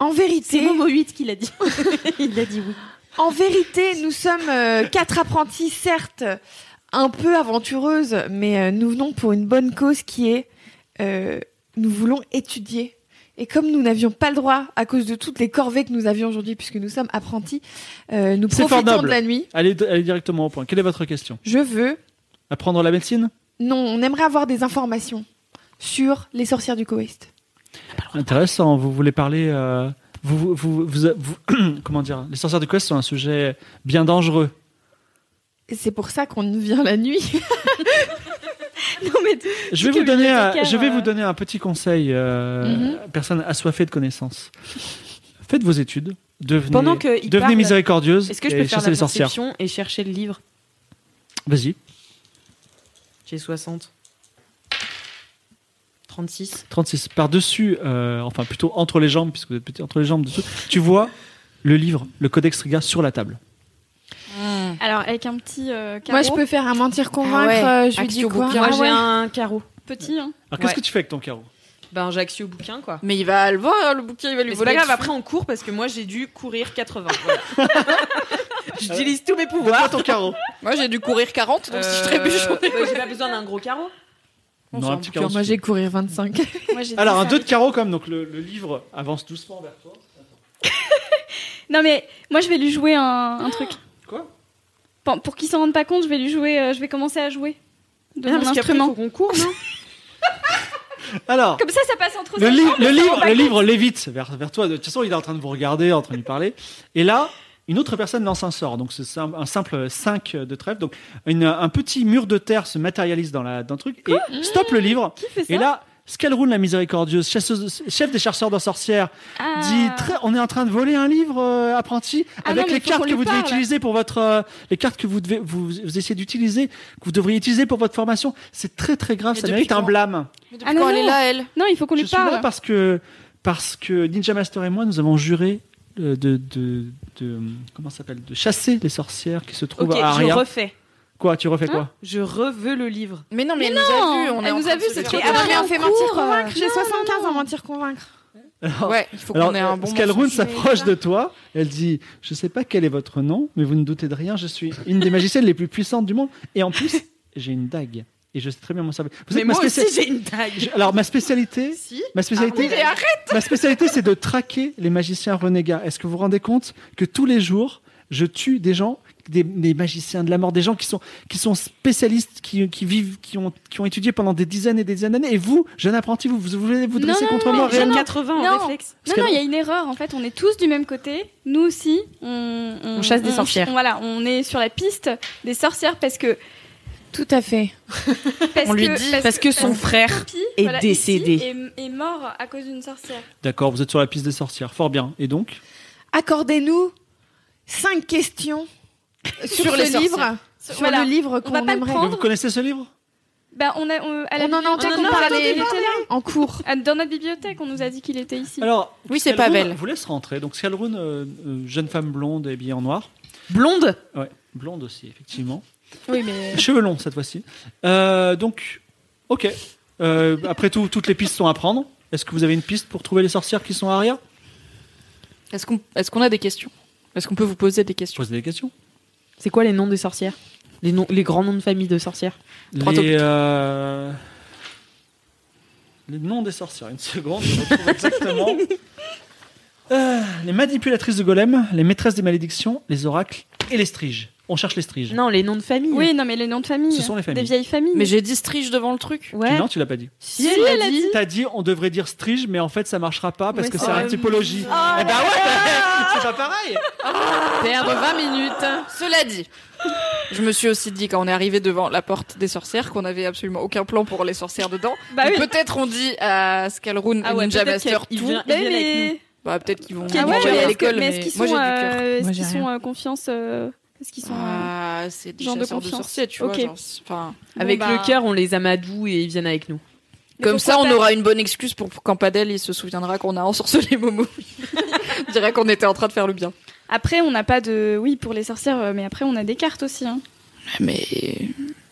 S7: En
S25: C'est
S7: vérité,
S25: Momo 8 qui l'a
S7: <laughs>
S25: dit. Il a dit oui.
S7: en vérité, nous sommes euh, quatre apprentis, certes, un peu aventureuses, mais euh, nous venons pour une bonne cause qui est euh, nous voulons étudier. Et comme nous n'avions pas le droit à cause de toutes les corvées que nous avions aujourd'hui, puisque nous sommes apprentis, euh, nous
S4: C'est fort
S7: profitons
S4: noble.
S7: de la nuit.
S4: Allez, allez directement au point. Quelle est votre question
S7: Je veux
S4: Apprendre la médecine
S7: Non, on aimerait avoir des informations sur les sorcières du Koweït.
S4: Intéressant. Vous voulez parler. euh, vous, vous, vous, euh, vous- <clears throat> vous- comment dire Les sorcières de quest sont un sujet bien dangereux.
S7: Et C'est pour ça qu'on vient la nuit.
S26: Non, mais
S4: Je vais,
S26: que
S4: vous donner, un,
S26: bibliothécaire,
S4: je vais
S26: euh,
S4: vous donner un petit conseil, euh,
S25: Mhm.
S4: personne assoiffée de connaissances. Faites vos études. Devenez,
S25: Pendant que il
S4: devenez
S25: parle,
S4: miséricordieuse
S25: Est-ce que je
S4: et
S25: peux faire
S4: chassez
S25: la
S4: les sorcières.
S25: perception et chercher le livre
S4: Vas-y,
S25: J'ai 60. 36.
S4: 36. Par-dessus, euh, enfin plutôt entre les jambes, puisque vous êtes petit, entre les jambes, dessous, tu vois le livre, le Codex Riga sur la table.
S26: Alors, avec un petit euh, carreau.
S7: Moi, je peux faire un mentir convaincre.
S25: Ah
S7: euh, je lui
S5: Acte
S7: dis
S5: au
S7: quoi
S5: bouquin.
S25: Moi,
S7: Ah
S25: j'ai
S7: ouais.
S25: un carreau.
S26: Petit, hein.
S4: Alors qu'est-ce
S25: Ouais.
S4: que tu fais avec ton carreau
S25: Ben, j'axie au bouquin, quoi.
S5: Mais il va le voir, le bouquin, il va lui
S25: Mais c'est
S5: voler.
S25: pas grave,
S5: dessus.
S25: après on court parce que moi j'ai dû courir 80.
S5: <laughs>
S25: voilà. <laughs> J'utilise tous mes pouvoirs.
S4: Donne-moi ton carreau.
S5: Moi, j'ai dû courir 40, donc si je
S25: Euh,
S5: trébuche, on est-
S25: bah, j'ai pas besoin d'un gros carreau.
S5: On
S4: Non,
S5: s'en
S4: un petit
S5: fout.
S4: carreau.
S7: Moi, j'ai courir 25.
S26: Moi, j'ai
S4: Alors
S26: dit ça.
S4: un 2 de carreau comme donc le, le livre avance doucement vers toi.
S26: Non, mais moi, je vais lui jouer un, un truc.
S4: Quoi
S26: Pour, pour qu'il s'en rende pas compte, je vais lui jouer. euh, je vais commencer à jouer de
S25: Non,
S26: mon
S25: parce qu'après,
S26: instrument.
S25: faut qu'on court, non
S4: Alors
S26: Comme ça, ça passe entre
S4: le,
S26: ses
S4: li-
S26: jambes,
S4: le
S26: mais ça, on
S4: livre
S26: va
S4: le livre lévite vers, vers toi. De toute façon, il est en train de vous regarder, en train de lui parler. Et là, une autre personne lance un sort. Donc c'est sim- un simple 5 de trèfle. Donc une- un petit mur de terre se matérialise dans, la, dans le truc
S9: Quoi
S4: et stoppe le livre.
S9: Qui fait ça
S4: et là, Scalroon, la miséricordieuse, chasseuse- chef des chasseurs de sorcières,
S9: Ah.
S4: dit très- On est en train de voler un livre, euh, apprenti,
S9: Ah
S4: avec
S9: non, mais
S4: les
S9: faut
S4: cartes
S9: qu'on
S4: que
S9: lui
S4: vous devez
S9: parle.
S4: utiliser pour votre. euh, les cartes que vous, devez, vous, vous essayez d'utiliser, que vous devriez utiliser pour votre formation. C'est très très grave,
S5: Mais
S4: ça
S5: depuis
S4: mérite un
S5: quand
S4: blâme.
S5: Ah non, elle est là, elle.
S9: Non, il faut qu'on
S4: Je
S9: lui
S4: suis là
S9: parle.
S4: parce que, parce que Ninja Master et moi, nous avons juré euh, de, de, de- comment ça s'appelle de chasser les sorcières qui se trouvent
S6: Ok,
S4: à
S6: je
S4: Aria.
S6: refais.
S4: Quoi Tu refais
S9: Hein
S4: quoi
S6: Je reveux le livre.
S5: Mais non, mais,
S6: elle
S5: elle nous a vu. On est
S6: elle
S5: en
S6: nous
S5: train
S6: a
S5: de
S6: vu,
S5: se
S6: c'est trop
S5: dire- Ah,
S6: tard.
S5: mais on fait mentir, euh,
S2: J'ai 75 à mentir convaincre.
S9: <laughs>
S6: Oh.
S5: Ouais, il faut qu'on
S4: Alors,
S5: ait un bon
S4: Scalroon
S5: mensonge.
S4: s'approche de toi. Elle dit Je sais pas quel est votre nom, mais vous ne doutez de rien. Je suis une des magiciennes les plus puissantes du monde. Et en plus, <laughs> j'ai une dague. Et je sais très bien m'en servir. Vous savez,
S6: Mais
S4: ma
S6: moi aussi,
S4: spécial-
S6: j'ai une dague.
S4: Je- Alors, ma spécialité. Ma
S5: Ah,
S4: spécialité,
S6: Arnaud, mais arrête
S4: ma spécialité, c'est de traquer les magiciens renégats. Est-ce que vous vous rendez compte que tous les jours, je tue des gens, des, des magiciens de la mort, des gens qui sont, qui sont spécialistes, qui, qui vivent, qui ont, qui ont étudié pendant des dizaines et des dizaines d'années. Et vous, jeune apprenti, vous, vous voulez vous dresser contre moi
S9: non,
S4: réellement
S9: non, non.
S4: Parce
S9: Non,
S4: que-
S9: non, il y a une erreur. En fait, on est tous du même côté. Nous aussi, on,
S6: On chasse des sorcières.
S9: on- voilà, on est sur la piste des sorcières parce que.
S2: Tout à fait.
S9: Parce
S6: On lui
S9: que,
S6: dit parce que son frère
S9: papy,
S6: est
S9: voilà,
S6: décédé.
S9: ici, est, est mort à cause d'une sorcière.
S4: D'accord, vous êtes sur la piste des sorcières. Fort bien. Et donc
S2: Accordez-nous cinq questions sur,
S9: Sur
S2: le
S9: les
S2: livre.
S9: sorcières.
S2: Sur
S9: Voilà.
S2: le livre
S9: On
S2: qu'on
S9: va pas le
S2: aimerait.
S9: prendre.
S4: Vous connaissez ce livre
S9: Bah, on a, on, à la
S2: On en a
S9: bibliothèque,
S2: entendu
S9: on
S2: parler.
S9: parlait, il était là.
S2: En cours.
S9: Ah, Dans notre bibliothèque, on nous a dit qu'il était ici.
S4: Alors,
S9: oui, c'est
S4: Scalroon
S9: Pavel.
S4: Vous laisse rentrer. Donc, Scalroon, euh, euh, jeune femme blonde habillée en noir.
S6: Blonde
S4: Ouais, blonde aussi, effectivement.
S9: Oui, mais.
S4: <laughs> Cheveux longs cette fois-ci. Euh, donc, ok. Euh, après tout, toutes les pistes sont à prendre. Est-ce que vous avez une piste pour trouver les sorcières qui sont à Aria
S5: Est-ce qu'on est-ce qu'on a des questions Est-ce qu'on peut vous poser des questions
S4: Posez des questions.
S6: C'est quoi les noms des sorcières les, noms, les grands noms de famille de sorcières Trois
S4: Les,
S6: topics.
S4: euh, les noms des sorcières. Une seconde, je
S6: <laughs>
S4: retrouve exactement. Euh, les manipulatrices de golem, les maîtresses des malédictions, les oracles et les striges. On cherche les striges.
S6: Non, les noms de famille.
S9: Oui, non, mais les noms de famille. hein.
S4: Ce sont les familles.
S9: Des vieilles familles.
S5: Mais j'ai dit strige devant le truc.
S9: Ouais. Mmh.
S4: Non, tu l'as pas dit.
S9: Si, elle l'a dit.
S4: T'as dit on devrait dire strige, mais en fait ça marchera pas
S9: Mais
S4: parce
S9: oh,
S4: que
S9: c'est
S4: c'est la
S9: horrible.
S4: typologie. eh ben ouais, <laughs> c'est pas pareil.
S5: Perdre 20 minutes. Cela dit, je me suis aussi dit quand on est arrivé devant la porte des sorcières qu'on avait absolument aucun plan pour les sorcières dedans.
S9: <laughs> Bah
S5: Mais
S9: oui.
S5: Peut-être on dit à Scalroon
S9: Ah
S5: ou
S9: ouais,
S5: Ninja
S9: peut-être
S5: Master
S9: qu'il
S5: tout.
S9: vient- il vient avec
S5: Mais- Bah peut-être qu'ils vont
S9: Ah
S5: du
S9: ouais,
S5: cœur
S9: mais
S5: à
S9: est-ce
S5: l'école,
S9: que- mais
S5: mais,
S9: est-ce qu'ils
S5: moi
S9: sont,
S5: j'ai du cœur.
S9: euh, est-ce
S5: Moi,
S9: qu'ils
S5: j'ai
S9: sont euh, confiance euh, Est-ce qu'ils sont
S5: Ah, c'est des
S9: genre de
S5: chasseurs de,
S9: confiance.
S5: sorcières, tu vois.
S9: Ok.
S5: genre, c'est- Enfin,
S6: Avec
S9: Bon, bah.
S6: le cœur, on les amadoue et ils viennent avec nous.
S5: comme ça, on
S9: faire
S5: aura une bonne excuse pour pour quand Padel il se souviendra qu'on a ensorcelé Momo. <laughs> On dirait qu'on était en train de faire le bien.
S9: Après, on n'a pas de. Oui, pour les sorcières, euh, mais après, on a des cartes aussi. Hein.
S5: Mais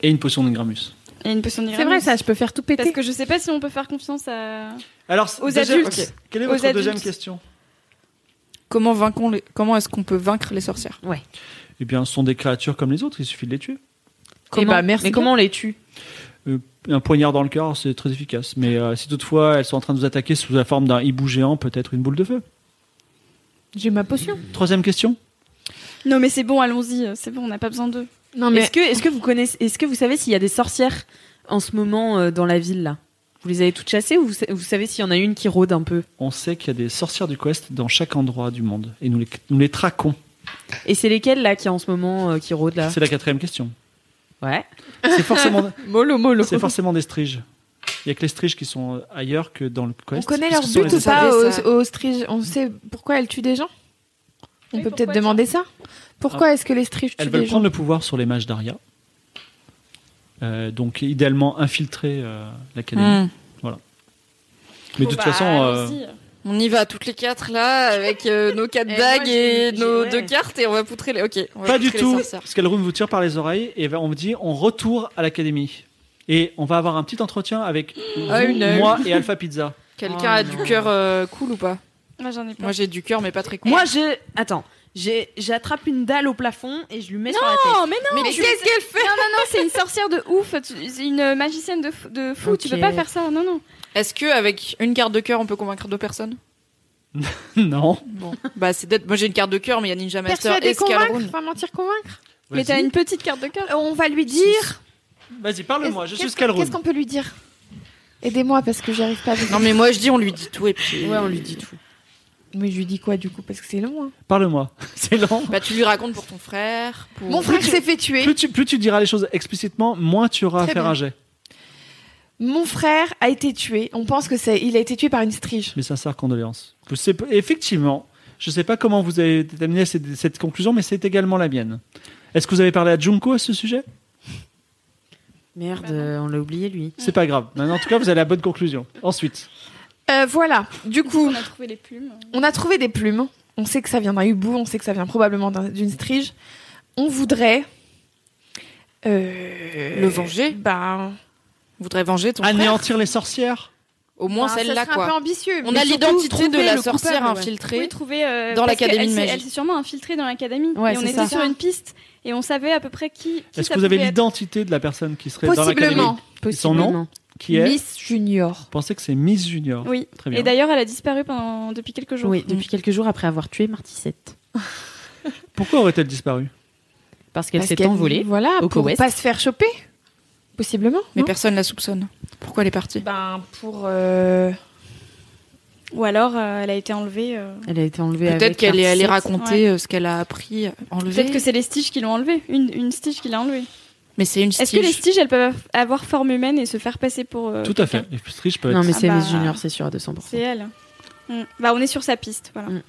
S4: Et une potion de Gramus.
S9: Et une potion
S2: C'est vrai, ça, je peux faire tout péter.
S9: Parce que je sais pas si on peut faire confiance à.
S4: Alors,
S9: Aux
S4: deuxième-
S9: adultes.
S4: ok. Quelle est
S9: Aux
S4: votre deuxième
S9: adultes.
S4: question
S5: comment vaincons les... comment est-ce qu'on peut vaincre les sorcières
S6: Ouais.
S4: Eh bien, ce sont des créatures comme les autres. Il suffit de les tuer.
S6: Eh bah, merci mais comment on les tue
S4: Euh, un poignard dans le cœur, c'est très efficace. Mais euh, si toutefois elles sont en train de vous attaquer sous la forme d'un hibou géant, peut-être une boule de feu.
S2: J'ai ma potion.
S4: Troisième question.
S9: Non, mais c'est bon, allons-y. euh, C'est bon, on n'a pas besoin d'eux.
S2: Non, mais
S6: Est-ce que, est que vous connaissez, est-ce que vous savez s'il y a des sorcières en ce moment euh, dans la ville là Vous les avez toutes chassées ou vous, sa- vous savez s'il y en a une qui rôde un peu
S4: On sait qu'il y a des sorcières du Quest dans chaque endroit du monde et nous les, nous les traquons.
S6: Et c'est lesquelles là qui en ce moment euh, qui rôdent là
S4: C'est la quatrième question.
S6: Ouais.
S2: <laughs>
S4: C'est forcément,
S6: Mollo mollo.
S4: c'est forcément des striges. Il y a que les striges qui sont ailleurs que dans le
S2: on
S4: Quest.
S2: connaît leur
S4: parce Bah, que ce sont
S2: but
S4: les
S2: ou pas
S5: savez,
S2: aux,
S5: ça.
S2: aux striges On sait pourquoi elles tuent des gens On
S9: Oui,
S2: peut peut-être
S9: pourquoi
S2: demander ça Pourquoi est-ce que les striges tuent
S4: Elles
S2: des
S4: veulent
S2: gens
S4: prendre le pouvoir sur les mages d'Aria. Euh, donc, idéalement, infiltrer euh, l'académie.
S5: Hmm.
S4: Voilà. Mais de
S9: Bon,
S4: toute
S9: bah,
S4: façon, euh,
S9: allons-y.
S5: On y va toutes les quatre là avec euh, nos quatre
S6: Et
S5: dagues
S6: moi, j'ai-
S5: et
S6: j'ai-
S5: nos
S6: ouais.
S5: deux cartes et on va poutrer les. Ok. on va
S4: pas du
S5: poutrer les
S4: tout.
S5: sorcières.
S4: Parce qu'Elrune vous tire par les oreilles et ben, on vous dit on retourne à l'académie. Et on va avoir un petit entretien avec
S5: Ah,
S4: vous,
S5: une heure.
S4: moi et Alpha Pizza. <laughs>
S5: Quelqu'un
S6: Oh,
S5: a
S6: non.
S5: du cœur euh, cool ou pas
S9: Moi, j'en ai pas.
S5: Moi j'ai du cœur mais pas très cool.
S6: Moi je attends, j'ai- j'attrape une dalle au plafond et je lui mets sur la tête.
S9: Non, Oh, mais non
S5: mais, tu-
S9: qu'elle fait Non, non, non, c'est une sorcière de ouf. tu- C'est une magicienne de fou. De fou. Tu
S6: Ok.
S9: peux pas faire ça. Non, non.
S5: est-ce que avec une carte de cœur on peut convaincre deux personnes
S4: non.
S5: Bon. bah c'est d'être. Moi j'ai une carte de cœur mais il y a Ninja Master
S2: Persuader,
S5: et
S2: convaincre
S5: Scalroon.
S2: Enfin, mentir, convaincre Euh,
S9: Mais t'as une petite carte de cœur.
S2: On va lui dire...
S4: Vas-y, parle-moi, je
S2: Qu'est-ce-
S4: suis
S2: qu'est-ce-
S4: Scalroon.
S2: Qu'est-ce qu'on peut lui dire Aidez-moi parce que j'y arrive pas à vous
S5: Non mais moi je dis on lui dit tout et puis.
S6: Ouais, on lui dit tout.
S7: Mais je lui dis quoi du coup Parce que c'est long. Hein.
S4: Parle-moi. <laughs> C'est long.
S5: Bah, tu lui racontes pour ton frère. Pour...
S7: Mon frère s'est fait tuer.
S4: Plus tu, plus tu diras les choses explicitement, moins tu auras
S7: Très
S4: à faire
S7: bien.
S4: un jet.
S7: Mon frère a été tué. On pense que c'est il a été tué par une strige.
S4: Mes sincères condoléances. Je sais pas- effectivement, je ne sais pas comment vous avez déterminé cette, cette conclusion, mais c'est également la mienne. Est-ce que vous avez parlé à Junko à ce sujet
S5: Bah
S10: Merde, on l'a oublié lui.
S4: C'est pas grave. Mais en tout cas, vous avez la bonne conclusion. Ensuite,
S7: Euh, voilà. Du coup,
S9: On a trouvé les plumes.
S7: on a trouvé des plumes. On sait que ça vient d'un hibou. On sait que ça vient probablement d'un- d'une strige. On voudrait euh,
S5: Le venger
S7: Bah,
S5: On voudrait venger
S6: Ah
S5: ton frère.
S4: anéantir les sorcières.
S5: Au moins
S7: bah,
S5: celle-là,
S7: ça serait
S5: quoi.
S7: Un peu ambitieux.
S5: On
S7: mais
S5: a
S7: surtout
S5: l'identité de
S7: trouver
S5: la
S7: le
S5: sorcière
S7: coupable, ouais.
S5: infiltrée.
S9: Oui, trouver euh,
S5: Dans
S9: parce
S5: l'Académie
S9: qu'elle
S5: de
S9: s'est-
S5: magie.
S9: Elle s'est sûrement infiltrée dans l'académie.
S10: Ouais,
S9: et on
S10: c'est
S9: était
S10: ça.
S9: sur une piste et on savait à peu près qui. qui
S4: Est-ce
S9: ça
S4: que vous avez
S9: pouvait être.
S4: l'identité de la personne qui serait dans
S7: Possiblement.
S4: l'académie Son nom Qui est
S7: Miss Junior.
S4: Vous pensez que c'est Miss Junior
S9: Oui.
S4: Très bien.
S9: Et d'ailleurs, elle a disparu pendant depuis quelques jours.
S10: Oui, depuis quelques jours après avoir tué Marticette.
S4: Pourquoi aurait-elle disparu
S10: Parce qu'elle
S7: Parce
S10: s'est
S7: qu'elle-
S10: envolée.
S7: Voilà,
S10: au
S7: pour
S10: Koweït.
S7: pas se faire choper, possiblement.
S5: Mais
S7: non
S5: personne la soupçonne. Pourquoi elle est partie
S7: ben pour. euh,
S9: Ou alors, euh, elle a été enlevée. euh,
S10: Elle a été enlevée
S5: Peut-être
S10: avec
S5: qu'elle est allée
S10: Marticette.
S5: raconter euh, ce qu'elle a appris, euh, enlevé.
S9: Peut-être que c'est les stiges qui l'ont enlevée. Une, une stige qui l'a enlevée.
S5: Mais c'est une
S9: Est-ce que les
S5: stige.
S9: stiges, elles peuvent avoir forme humaine et se faire passer pour. euh,
S4: Tout
S9: quelqu'un
S4: à fait. Et puis, Stritch peut
S10: Non,
S4: être-
S10: mais
S9: Ah
S10: c'est
S9: bah.
S10: Miss Junior, c'est sûr, à 200%.
S9: C'est elle. Mm. Bah, on est sur sa piste. Voilà.
S10: Mm.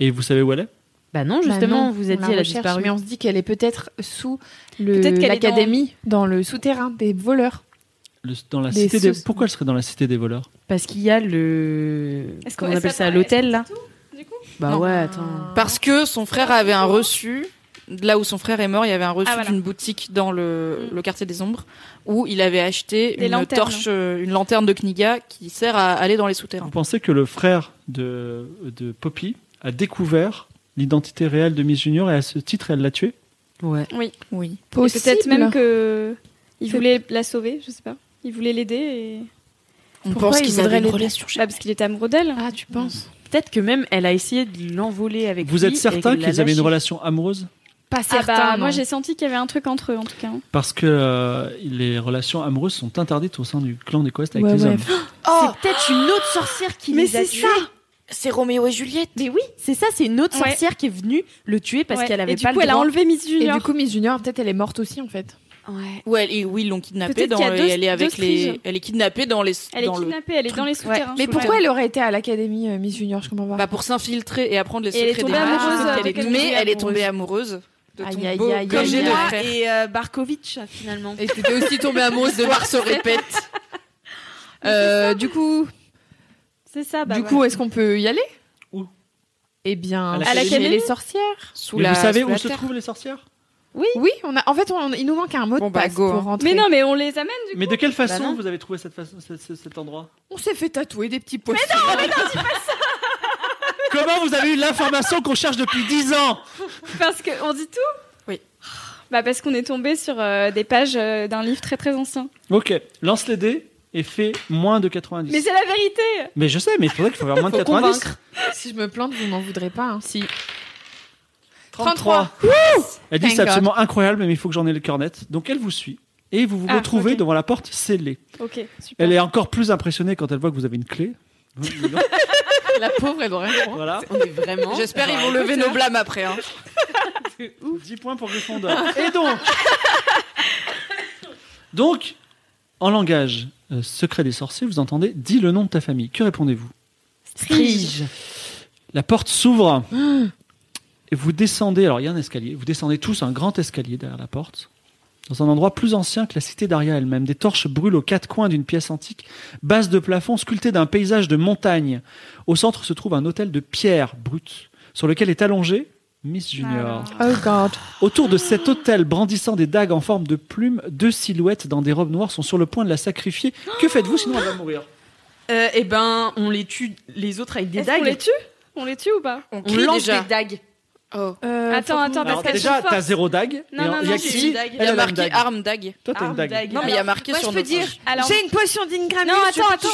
S4: Et vous savez où elle est
S10: Bah non, justement, vous êtes dit, elle a disparu.
S7: Mais on se dit qu'elle est peut-être sous
S9: Peut-être qu'elle est
S7: l'académie, dans... le souterrain des voleurs.
S4: Le- dans la
S7: Des
S4: cité des...
S7: sauces-
S4: Pourquoi elle serait dans la cité des voleurs
S10: Parce qu'il y a le.
S9: Est-ce
S10: Comment
S9: qu'on-
S10: on
S9: est-ce
S10: appelle
S9: qu'on-
S10: ça
S9: est-ce
S10: L'hôtel,
S9: qu'on
S10: là
S9: sait tout, du coup
S10: Bah
S7: Non.
S10: ouais, attends.
S5: Parce que son frère avait un reçu. de Là où son frère est mort, il y avait un reçu
S9: Ah, voilà. Mm.
S5: d'une boutique dans le, le quartier des ombres où il avait acheté
S9: Des
S5: une
S9: lanternes.
S5: torche, euh, une lanterne de Kniga qui sert à aller dans les
S4: Vous
S5: souterrains.
S4: pensez que le frère de, de Poppy a découvert l'identité réelle de Miss Junior et à ce titre, elle l'a tuée
S10: Ouais.
S9: Oui.
S5: Oui.
S9: Et Peut-être même que il voulait la sauver, je sais pas. Il voulait l'aider et
S5: On
S7: Pourquoi
S5: pense
S7: il
S5: qu'ils
S7: voudrait
S5: avaient une
S7: l'aider
S5: relation.
S9: Bah, parce qu'il était amoureux d'elle.
S7: Ah, tu penses
S10: Peut-être que même elle a essayé de l'envoler avec
S4: Vous
S10: lui
S4: êtes
S10: et
S4: certain
S10: qu'elle l'a
S4: qu'ils avaient une
S10: lâché.
S4: relation amoureuse
S7: Pas
S9: Ah
S7: certain.
S9: bah, moi
S7: non.
S9: j'ai senti qu'il y avait un truc entre eux en tout cas.
S4: Parce que euh, les relations amoureuses sont interdites au sein du clan des Quest avec
S7: Ouais,
S4: les
S7: ouais.
S4: hommes.
S10: C'est peut-être une autre sorcière qui
S7: Mais
S10: les a
S7: c'est
S10: tués.
S7: ça
S5: C'est Roméo et Juliette.
S10: Mais oui, c'est ça, c'est une autre
S9: Ouais.
S10: sorcière qui est venue le tuer parce
S9: Ouais.
S10: qu'elle avait
S9: et du
S10: pas
S9: coup,
S10: le
S9: elle a
S10: droit.
S9: enlevé Miss
S7: Et
S9: Junior.
S7: du coup, Miss Junior, peut-être elle est morte aussi, en fait.
S10: Ouais.
S5: Ouais, et oui, ils l'ont kidnappée
S9: Peut-être
S5: dans
S9: qu'il y a
S5: le-
S9: deux-
S5: elle est avec
S9: deux
S5: les
S9: friges.
S5: elle est kidnappée dans les
S9: elle est
S5: dans le-
S9: kidnappée, elle est dans les souterrains.
S7: Mais
S9: sous
S7: pourquoi
S9: le-
S7: elle aurait été à l'académie, euh, Miss Junior Je comprends pas.
S5: bah, pour s'infiltrer et apprendre les
S9: Et elle est
S5: secrets des
S9: tombée
S5: mages,
S9: amoureuse,
S5: donc elle
S9: euh,
S5: est-
S9: de
S5: mais
S9: quelqu'un
S5: elle est
S9: amoureuse.
S5: tombée amoureuse de ton
S7: Aïe, aïe,
S5: beau
S7: aïe,
S5: comme
S7: aïe,
S5: j'ai
S7: aïe.
S5: mon
S7: Moi
S5: frère.
S10: et euh, Barkovitch finalement.
S5: Et t'étais aussi tombée amoureuse de voir
S9: <laughs>
S5: se répète.
S7: Euh, du coup,
S9: C'est ça. Bah,
S7: du
S9: voilà.
S7: coup, est-ce qu'on peut y aller
S4: Où
S7: Eh bien,
S4: À
S7: à
S4: l'académie
S7: l'académie les sorcières.
S5: Sous
S4: Mais
S5: la,
S4: vous savez
S5: sous
S4: où
S5: la
S4: se
S5: terre.
S4: trouvent les sorcières
S7: Oui, on a. En fait, on- il nous manque un mot
S5: Bon,
S7: de
S5: bah,
S7: passe
S5: go, hein.
S7: pour rentrer.
S9: Mais non, mais on les amène du coup.
S4: Mais de quelle façon
S10: non.
S4: vous avez trouvé cette façon, ce- ce- cet endroit
S7: on s'est fait tatouer des petits poissons.
S4: Comment vous avez eu l'information qu'on cherche depuis 10 ans
S9: Parce que on dit tout.
S5: Oui.
S9: Bah parce qu'on est tombé sur euh, des pages euh, d'un livre très très ancien.
S4: Ok, lance les dés et fais moins de 90.
S9: Mais c'est la vérité.
S4: Mais je sais, mais il faudrait qu'il faut faire moins de
S10: Faut
S4: 90.
S10: convaincre.
S7: si je me plante, vous m'en voudrez pas. hein.
S10: Si.
S7: 33.
S4: Elle dit
S7: Thank
S4: c'est
S7: God.
S4: absolument incroyable, mais il faut que j'en ai le cœur net. Donc elle vous suit et vous vous
S9: Ah,
S4: retrouvez
S9: ok.
S4: devant la porte scellée.
S9: Ok. Super.
S4: Elle est encore plus impressionnée quand elle voit que vous avez une clé.
S7: La pauvre, elle aurait.
S9: <laughs>
S4: voilà.
S10: On est vraiment.
S5: J'espère qu'ils vont lever nos blâmes après. hein.
S4: 10 points pour Gryffondor. <laughs> Et donc Donc, en langage euh, secret des sorciers, vous entendez dis le nom de ta famille. Que répondez-vous
S10: Strige.
S4: La porte s'ouvre. Et vous descendez, alors il y a un escalier, vous descendez tous un grand escalier derrière la porte, dans un endroit plus ancien que la cité d'Aria elle-même. Des torches brûlent aux quatre coins d'une pièce antique, base de plafond sculptée d'un paysage de montagne. Au centre se trouve un hôtel de pierre brute, sur lequel est allongée Miss Junior.
S7: Oh God.
S4: Autour de cet hôtel brandissant des dagues en forme de plumes, deux silhouettes dans des robes noires sont sur le point de la sacrifier. Que faites-vous sinon elle va mourir
S10: Euh, eh ben, on les tue les autres avec des
S9: Est-ce qu'on
S10: dagues.
S9: les tue On les tue ou pas
S5: On
S10: On
S5: crie
S10: lance
S5: déjà.
S10: des dagues.
S5: Oh.
S7: Euh,
S9: Attends,
S7: faut-
S9: attends, parce
S4: Alors
S9: qu'elles
S4: déjà,
S9: sont
S4: t'as
S9: fortes.
S4: zéro dague.
S9: Non, non,
S4: et il y a
S9: non,
S10: j'ai
S4: qui
S10: une dague.
S5: Il
S4: Elle
S5: y a
S4: elle a une
S5: marqué
S4: dague.
S5: arme dague.
S4: Toi, t'as une
S10: Arme,
S4: dague.
S10: dague.
S5: Non, mais il y a marqué
S7: Moi,
S5: sur
S7: je peux
S5: notre-
S7: dire.
S9: Alors-
S7: J'ai une potion d'Ingram.
S9: Non, attends, attends.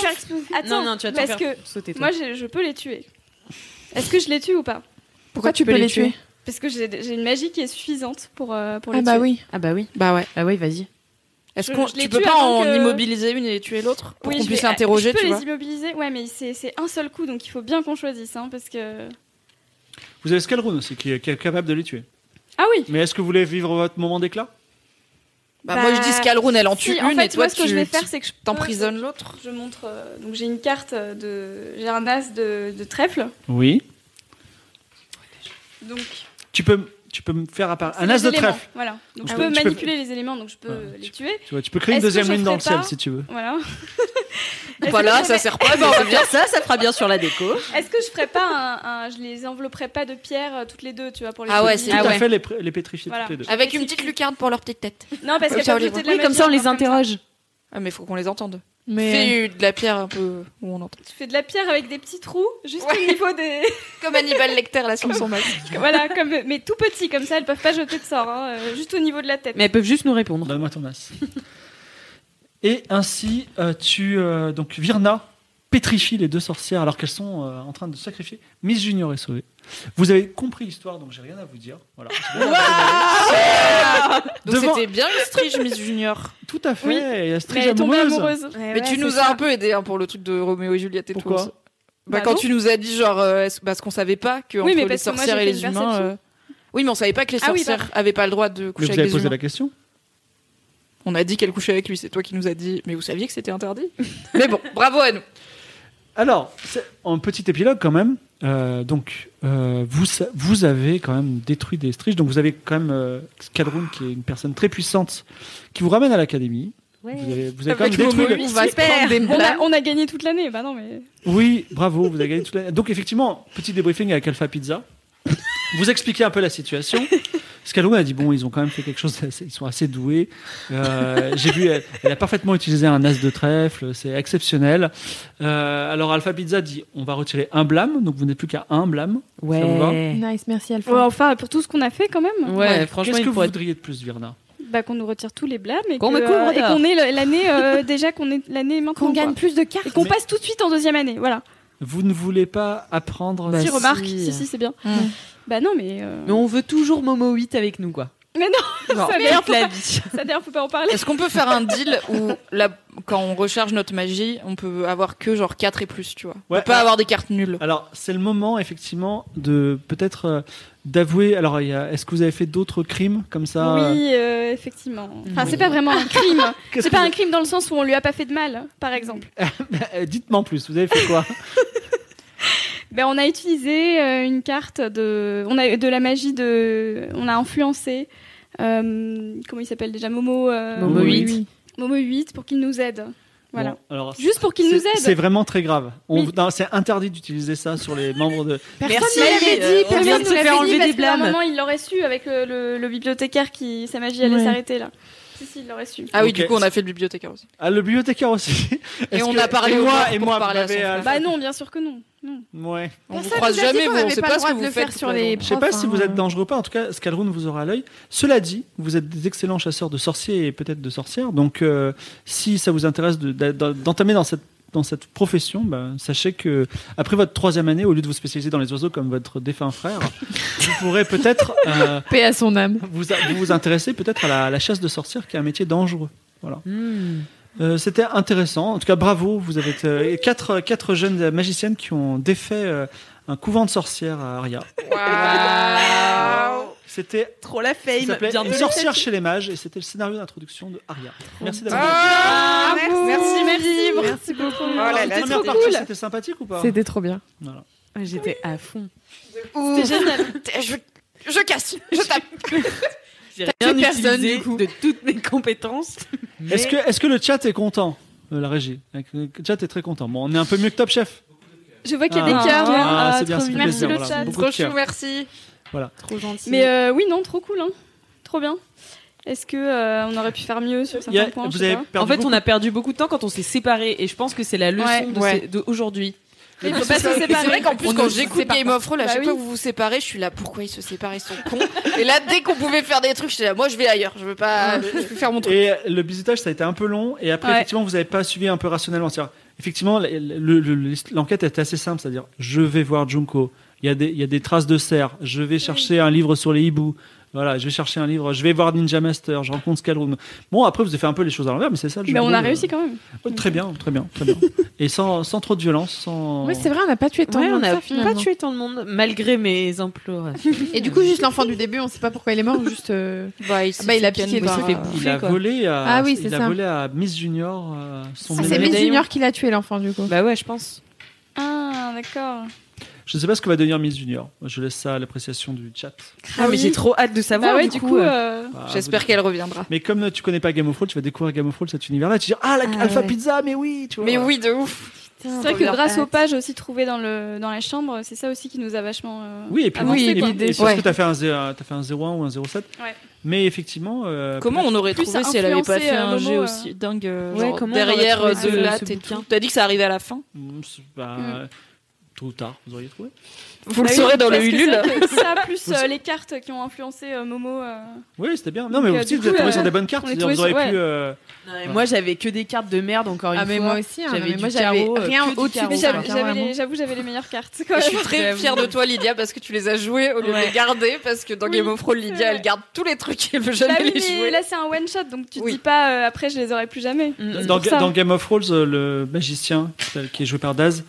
S9: Attends,
S10: non, non, tu vas te
S9: parce
S10: faire
S9: que
S10: sauter. toi.
S9: moi je, je peux les tuer. Est-ce que je les tue ou pas
S7: Pourquoi tu peux les tuer
S9: Parce que j'ai j'ai une magie qui est suffisante pour, euh, pour les
S7: Ah bah
S9: tuer.
S7: oui.
S10: Ah bah oui,
S5: Bah ouais.
S10: bah oui, vas-y.
S5: Est-ce
S9: Je-
S5: qu'on
S9: je
S5: tu
S9: les
S5: peux
S9: tue
S5: pas
S9: avant
S5: en
S9: que-
S5: immobiliser une et tuer l'autre pour
S9: Oui,
S5: qu'on
S9: je
S5: puisse
S9: vais-
S5: l'interroger,
S9: je peux
S5: tu vois
S9: les immobiliser, ouais, mais c'est c'est un seul coup, donc il faut bien qu'on choisisse, hein, parce que.
S4: Vous avez Scalrune aussi qui est, qui est capable de les tuer.
S9: Ah oui.
S4: Mais est-ce que vous voulez vivre votre moment d'éclat
S5: Bah, moi, je dis Scalrune, elle en tue
S9: si, en
S5: une,
S9: fait,
S5: et toi,
S9: moi, ce que
S5: tu-
S9: je vais
S5: tu
S9: faire, c'est que je peux-
S5: t'emprisonnes
S9: je- Je montre. euh, donc j'ai une carte euh, de, j'ai un as de, de trèfle.
S4: Oui.
S9: Donc.
S4: Tu peux, tu peux me faire apparaître
S9: c'est
S4: un as
S9: les
S4: de
S9: éléments,
S4: trèfle.
S9: Voilà. Donc
S4: Donc,
S9: je
S4: tu
S9: peux
S4: tu
S9: manipuler les éléments, donc je peux les tuer.
S4: Tu vois, tu peux créer une
S9: Est-ce que
S4: deuxième
S9: je
S4: lune dans le
S9: ferais
S4: ciel
S9: pas- Ah
S4: si tu veux.
S9: Voilà.
S11: Voilà, ça sert pas, mais on peut faire ça, ça fera bien sur la déco.
S9: Est-ce que je ferais pas un, un- je les envelopperais pas de pierre euh, toutes les deux, tu vois, pour les
S5: Ah ouais,
S9: immobiliser
S4: Tout
S5: Ah
S4: à
S5: ouais.
S4: fait les, pr- les pétrifier
S9: Voilà.
S4: toutes les deux.
S5: Avec une petite lucarne pour leur petite tête.
S9: Non, parce qu'elles peuvent jeter de la magie, hein, comme ça.
S5: Ah, mais faut qu'on les entende.
S9: Mais-
S5: Fais euh, de la pierre un peu où on entend.
S9: Tu fais de la pierre avec des petits trous, juste au niveau des.
S5: <laughs> Comme Hannibal Lecter là sur son masque.
S9: <laughs> voilà, comme, mais tout petit, comme ça, elles peuvent pas jeter de sort, hein, euh, juste au niveau de la tête.
S4: elles peuvent juste nous répondre. Donne-moi ton as. <laughs> Et ainsi, euh, tu euh, donc Virna pétrifie les deux sorcières alors qu'elles sont euh, en train de se sacrifier. Miss Junior est sauvée. Vous avez compris l'histoire, donc j'ai rien à vous dire.
S5: <laughs>
S4: Voilà.
S5: Donc
S4: Devant-
S5: c'était bien une strige, Miss Junior.
S4: Tout à fait.
S5: Oui.
S4: Et la strige
S5: Mais elle est tombée
S4: amoureuse.
S5: amoureuse. Mais tu nous as un peu aidé hein, pour le truc de Roméo et Juliette et
S4: Pourquoi
S5: tout. Bah,
S4: Bah
S5: quand
S4: non.
S5: tu nous as dit genre euh, est-ce- parce qu'on savait pas que
S9: Oui,
S5: entre
S9: mais
S5: les
S9: parce que moi,
S5: sorcières
S9: j'ai fait
S5: et les
S9: une
S5: humains.
S9: perception.
S5: euh, Oui, mais on savait pas que les
S9: Ah oui,
S5: sorcières
S9: pardon.
S5: avaient pas le droit de
S4: Mais
S5: coucher
S4: vous
S5: avec
S4: avez
S5: les
S4: posé
S5: humains.
S4: la question.
S5: On a dit qu'elle couchait avec lui, c'est toi qui nous as dit. Mais vous saviez que c'était interdit <laughs> Mais bon, bravo à nous.
S4: Alors, c'est- en petit épilogue quand même. euh, donc, euh, vous, sa- vous avez quand même détruit des striches. Donc, vous avez quand même euh, Scalroon, qui est une personne très puissante, qui vous ramène à l'académie. Vous avez, vous avez quand même
S9: Avec
S4: détruit.
S9: Momo,
S4: le-
S9: on va se prendre des On a- on a gagné toute l'année, bah non, mais.
S4: Oui, bravo, vous avez gagné toute la... Donc effectivement, petit débriefing avec Alpha Pizza. Vous expliquez un peu la situation. Scalou a dit bon, ils ont quand même fait quelque chose. d'assez- Ils sont assez doués. Euh, J'ai vu, elle, elle a parfaitement utilisé un as de trèfle. C'est exceptionnel. Euh, alors Alpha Pizza dit on va retirer un blâme. Donc vous n'êtes plus qu'à un blâme. Ouais.
S10: Eh.
S9: Nice, merci Alpha. enfin, pour tout ce qu'on a fait quand même.
S4: Qu'est-ce que vous voudriez de plus, Virna
S9: Bah, qu'on nous retire tous les blâmes et
S4: Qu'on
S9: que, euh,
S4: me couvre
S9: et
S4: d'or.
S9: qu'on ait le- l'année euh, <laughs> déjà qu'on ait l'année maintenant. Qu'on gagne
S7: plus de cartes.
S9: Et qu'on passe tout de suite en deuxième année, voilà.
S4: Vous ne voulez pas apprendre
S9: Bah, si, remarque, si, si, c'est bien.
S5: Mm.
S9: Bah non, mais. euh,
S10: Mais on veut toujours Momo 8 avec nous, quoi.
S9: Mais non,
S10: Non,
S9: ça
S10: mais
S9: d'ailleurs,
S10: avec
S9: faut
S10: la
S9: pas- <laughs> ça d'ailleurs, faut pas en parler.
S5: Est-ce qu'on peut faire un deal où là, quand on recharge notre magie, on peut avoir que genre 4 et plus, tu vois On peut pas avoir des cartes nulles.
S4: Alors, c'est le moment, effectivement, de peut-être euh, d'avouer. Alors, il y a- est-ce que vous avez fait d'autres crimes comme ça euh,
S9: Oui, euh, effectivement. Enfin,
S4: Oui.
S9: c'est pas vraiment un crime.
S4: Qu'est-ce
S9: c'est
S4: que
S9: pas
S4: vous-
S9: un crime dans le sens où on lui a pas fait de mal, par exemple.
S4: <laughs> Euh, Dites-moi en plus, vous avez fait
S5: <laughs>
S4: quoi
S9: Ben, on a utilisé euh, une carte de, on a de la magie de, on a influencé, euh, comment il s'appelle déjà, Momo. euh,
S4: Momo Momo huit. huit.
S9: Momo 8 pour qu'il nous aide. Voilà.
S4: Bon, alors,
S9: Juste pour qu'il nous
S4: c'est-
S9: aide.
S4: C'est vraiment très grave. On-
S9: Oui.
S4: non, C'est interdit d'utiliser ça sur les membres de.
S9: Personne
S10: Merci,
S9: ne l'avait
S10: euh,
S9: dit,
S10: on vient de
S9: personne
S10: se
S9: nous l'avait
S10: faire
S9: dit
S10: enlever
S9: parce
S10: des
S9: qu'à un
S10: blâmes.
S9: moment il l'aurait su avec le, le- le bibliothécaire qui sa magie allait
S5: Ouais.
S9: s'arrêter là. Si si, il l'aurait su.
S5: Ah oui,
S4: Ok.
S5: du coup, on a fait le bibliothécaire aussi.
S4: Ah, le bibliothécaire aussi. <laughs>
S5: Et
S4: Est-ce
S5: on
S4: que-
S5: a parlé
S4: et
S5: au
S4: moi
S5: bar
S4: et
S5: pour
S4: moi. euh,
S5: parler à son
S4: bébé Alpha.
S9: Bah non, bien sûr que non. non.
S4: Ouais.
S5: On vous
S9: Personne
S5: croise
S9: nous a dit
S5: jamais,
S9: qu'on
S5: vous, on
S9: avait
S5: sait
S9: pas le
S5: pas ce
S9: droit
S5: que
S9: de
S5: vous
S9: le
S5: faites.
S9: faire sur les
S4: Je sais pas
S9: profs,
S4: si
S9: hein.
S4: vous êtes dangereux ou pas. En tout cas, Scalroon vous aura à l'œil. Cela dit, vous êtes des excellents chasseurs de sorciers et peut-être de sorcières. Donc, euh, si ça vous intéresse de- d'a- d'entamer dans cette dans cette profession, bah, sachez que après votre troisième année, au lieu de vous spécialiser dans les oiseaux comme votre défunt
S5: <laughs>
S4: frère, vous pourrez peut-être euh,
S2: Paix à son âme.
S4: vous vous, vous intéressez peut-être à la, la chasse de sorcières, qui est un métier dangereux. Voilà.
S10: Hmm.
S4: Euh, C'était intéressant. En tout cas, bravo. Vous avez euh, quatre, quatre jeunes magiciennes qui ont défait euh, un couvent de sorcières à Aria. C'était
S10: trop la
S4: Ça
S10: fame.
S4: s'appelait
S10: Bien
S4: Une
S10: de
S4: sorcière chez les mages et c'était le scénario d'introduction de Aria. Merci d'avoir
S10: Ah,
S4: été-
S10: merci. Merci, merci, bravo.
S2: Merci beaucoup.
S10: Oh là là,
S4: Première
S10: c'était
S4: partie,
S10: cool.
S4: C'était sympathique ou pas
S2: C'était trop bien.
S4: Voilà.
S10: J'étais à fond.
S5: C'était génial. Je, je casse, je
S9: <laughs>
S5: tape.
S10: J'ai
S5: T'as
S10: rien
S5: tué personne,
S10: utilisé de toutes mes compétences.
S4: Est-ce que, est que le chat est content Euh, La régie. Le chat est très content. Bon, on est un peu mieux que Top Chef.
S9: Je vois qu'il y a des
S4: Ah.
S9: cœurs.
S4: Ah,
S9: là.
S4: c'est
S9: Ah,
S4: bien,
S9: trop
S4: c'est
S9: bien.
S4: bien,
S9: Merci
S4: voilà,
S9: le chat.
S4: beaucoup de Trop cœur. chou,
S5: merci.
S4: Voilà.
S10: Trop gentil.
S9: Mais euh, oui, non, trop cool, hein. Trop bien. Est-ce que euh, on aurait pu faire mieux sur certains points je sais pas.
S10: en fait, on a perdu beaucoup de temps quand on s'est séparés, et je pense que c'est la leçon
S9: Ouais.
S10: de
S9: Ouais.
S10: ces- de aujourd'hui.
S5: Mais
S10: Il
S5: faut
S10: faut
S5: pas
S10: pas
S5: se séparer.
S10: séparer.
S5: C'est vrai qu'en plus,
S10: On
S5: quand
S10: ne
S5: j'écoute
S10: sépare
S5: Game
S10: pas.
S5: of Thrones, à
S10: Bah
S5: chaque
S10: oui.
S5: fois que vous vous séparez, je suis là, pourquoi ils se séparent, ils sont cons. Et là, dès qu'on pouvait faire des trucs, j'étais là, moi je vais ailleurs, je veux pas. je veux faire mon truc.
S4: Et le bisutage, ça a été un peu long. Et après,
S5: Ouais.
S4: effectivement, vous n'avez pas suivi un peu rationnellement. C'est-à-dire, effectivement, le- le- le- l'enquête était assez simple. C'est-à-dire, je vais voir Junko. il y, a des- il y a des traces de cerfs, je vais chercher un livre sur les hiboux, voilà, je vais chercher un livre, je vais voir Ninja Master, je rencontre Scalroom. Bon, après, vous avez fait un peu les choses à l'envers, mais c'est ça le jeu.
S27: Mais on
S4: de
S27: a
S4: rôle.
S27: réussi quand même.
S4: Ouais, très bien, très bien,
S7: <laughs>
S4: très bien. Et sans, sans trop de violence, sans.
S7: Oui, c'est vrai, on n'a pas tué tant
S5: Ouais,
S7: de
S5: on
S7: monde.
S5: n'a
S7: ça, finalement.
S5: pas tué tant de monde, malgré mes implorations.
S7: Et du coup, juste l'enfant du début, on sait pas pourquoi il est mort, ou juste.
S5: <laughs>
S7: euh,
S28: Bah, il,
S7: Ah bah, il a piqué par, euh,
S4: Il a volé à,
S7: Ah oui, c'est
S4: il a
S7: ça.
S4: volé à Miss Junior euh, son
S7: Ah, c'est
S4: médaillon.
S7: Miss Junior qui l'a tué, l'enfant, du coup.
S5: Bah ouais, je pense.
S27: Ah, d'accord.
S4: Je ne sais pas ce que va devenir Miss Junior. Je laisse ça à l'appréciation du chat.
S5: Ah, mais j'ai trop hâte de savoir.
S27: Bah ouais,
S5: du, coup, euh,
S4: Bah,
S28: J'espère
S10: ah,
S4: vous-
S28: qu'elle reviendra.
S4: Mais comme tu connais pas Game of Thrones, tu vas découvrir Game of Thrones cet univers-là. Tu dis ah la
S5: Ah
S4: Alpha
S5: ouais.
S4: Pizza, mais oui, tu vois.
S9: euh,
S28: Mais oui, de ouf.
S27: C'est vrai que grâce aux pages aussi trouvées dans,
S10: euh,
S27: le, dans la chambre, c'est ça aussi qui nous a vachement. euh,
S4: Oui, et puis,
S27: avancé,
S4: et,
S27: quoi.
S4: puis- et parce que tu as fait un, zé- un- t'as fait un 01 ou un 07.
S27: Ouais.
S4: Mais effectivement. euh,
S28: Comment on aurait
S27: Plus
S28: trouvé
S27: ça
S28: si elle avait pas
S27: influençait,
S28: fait un
S27: euh,
S28: jet
S27: Momo,
S28: aussi
S27: euh,
S28: dingue euh,
S5: Ouais,
S28: genre
S5: comment on aurait
S28: derrière
S5: trouvé
S28: euh,
S5: ce-
S28: de lattes
S5: ce
S28: et
S5: bouquin
S28: tout T'as dit que ça arrivait à la fin
S4: mm, c'est- bah, Tôt ou tard, vous auriez trouvé.
S28: Vous le
S27: Bah oui,
S28: saurez dans
S27: parce
S28: le
S27: que c'est
S28: Ulule.
S27: vrai que Ça, plus
S4: Vous le
S27: euh,
S4: sa-
S27: les cartes qui ont influencé euh, Momo. euh,
S4: Oui, c'était bien. Non,
S27: Donc,
S4: mais
S27: euh,
S4: aussi,
S27: du
S4: vous êtes
S27: coup,
S4: tombé
S27: euh,
S4: sur des bonnes cartes.
S27: on est
S4: C'est-à-dire,
S27: tombé
S4: Vous
S27: sur-
S4: auriez pu.
S27: ouais.
S4: euh,
S5: Non, mais Moi, j'avais que des cartes de merde, encore une
S7: Ah,
S5: fois.
S7: mais moi aussi, hein,
S5: J'avais
S7: mais
S5: du
S7: moi, j'avais
S5: carreau, euh,
S7: rien
S5: que du
S7: au-dessus.
S5: carreau.
S27: mais
S7: bon,
S27: j'avais-
S7: ça,
S27: j'avais
S7: vraiment.
S27: les- J'avoue, j'avais les meilleures cartes.
S28: Je
S27: Quoi.
S28: suis très fière de toi, Lydia, parce que tu les as jouées au lieu de les garder. Parce que dans
S27: Oui,
S28: Game of Thrones,
S27: c'est
S28: Lydia,
S27: vrai.
S28: elle garde tous les trucs et elle veut
S27: Bah
S28: jamais
S27: oui,
S28: les
S27: mais
S28: jouer.
S27: là, c'est un one shot, donc tu te
S28: Oui.
S27: dis pas euh, après, je les aurai plus jamais. Mm. C'est
S4: Dans,
S27: pour ça.
S4: dans Game of Thrones, euh, le magicien celle qui est joué par Daz,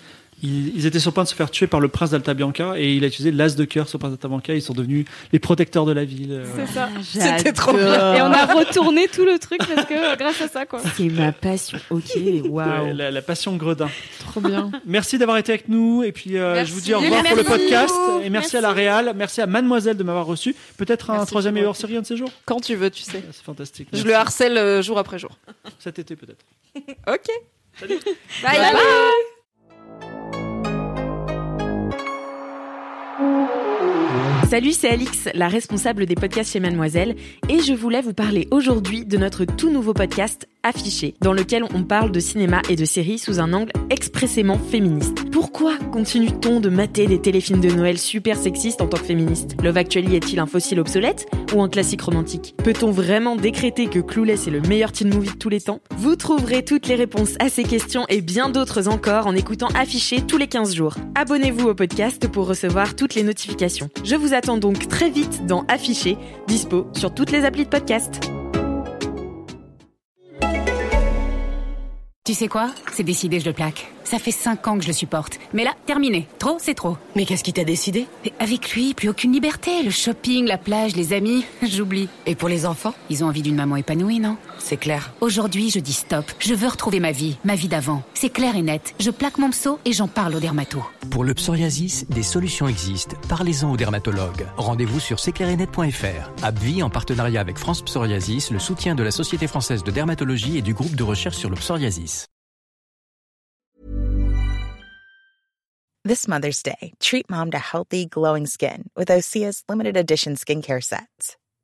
S4: ils, ils étaient sur le point de se faire tuer par le prince d'Altabianca et il a utilisé l'as de cœur sur le prince d'Altabianca. Ils sont devenus les protecteurs de la ville. euh,
S27: C'est ça.
S28: C'était trop
S27: Et on a retourné tout le truc parce que euh, grâce à ça, quoi.
S5: C'est ma passion. Ok, waouh.
S4: ouais, la, la passion gredin.
S7: Trop <laughs> bien.
S4: Merci d'avoir été avec nous et puis euh,
S28: Merci.
S4: je vous dis au revoir pour le
S28: Merci
S4: podcast
S28: beaucoup.
S4: et merci, à la Réal, merci à Mademoiselle de m'avoir reçu. Peut-être un
S28: Merci
S4: troisième
S28: beaucoup.
S4: hors série un de ces jours.
S28: Quand tu veux, tu sais.
S4: C'est fantastique.
S28: Je
S4: Merci.
S28: le harcèle euh, jour après jour.
S4: cet été peut-être.
S28: Ok.
S27: Bye.
S28: bye.
S5: Salut, c'est Alix, la responsable des podcasts chez Mademoiselle, et je voulais vous parler aujourd'hui de notre tout nouveau podcast Affiché, dans lequel on parle de cinéma et de séries sous un angle expressément féministe. Pourquoi continue-t-on de mater des téléfilms de Noël super sexistes en tant que féministe Love Actually est-il un fossile obsolète ou un classique romantique Peut-on vraiment décréter que Clueless est le meilleur teen movie de tous les temps Vous trouverez toutes les réponses à ces questions et bien d'autres encore en écoutant Affiché tous les 15 jours. Abonnez-vous au podcast pour recevoir toutes les notifications. Je vous attends donc très vite dans Affiché, dispo sur toutes les applis de podcast.
S10: Tu sais quoi C'est décidé, je le plaque. Ça fait 5 ans que je le supporte. Mais là, terminé. Trop, c'est trop. Mais qu'est-ce qui t'a décidé Avec lui, plus aucune liberté. Le shopping, la plage, les amis, <laughs> j'oublie. Et pour les enfants Ils ont envie d'une maman épanouie, non C'est clair. Aujourd'hui, je dis stop. Je veux retrouver ma vie, ma vie d'avant. C'est clair et net. Je plaque mon psau et j'en parle au dermato.
S17: Pour le psoriasis, des solutions existent. Parlez-en au dermatologue. Rendez-vous sur s'éclairenet.fr. Abvi, en partenariat avec France Psoriasis, le soutien de la Société française de dermatologie et du groupe de recherche sur le psoriasis.
S29: This Mother's Day, treat mom to healthy, glowing skin with Osea's limited edition skincare sets.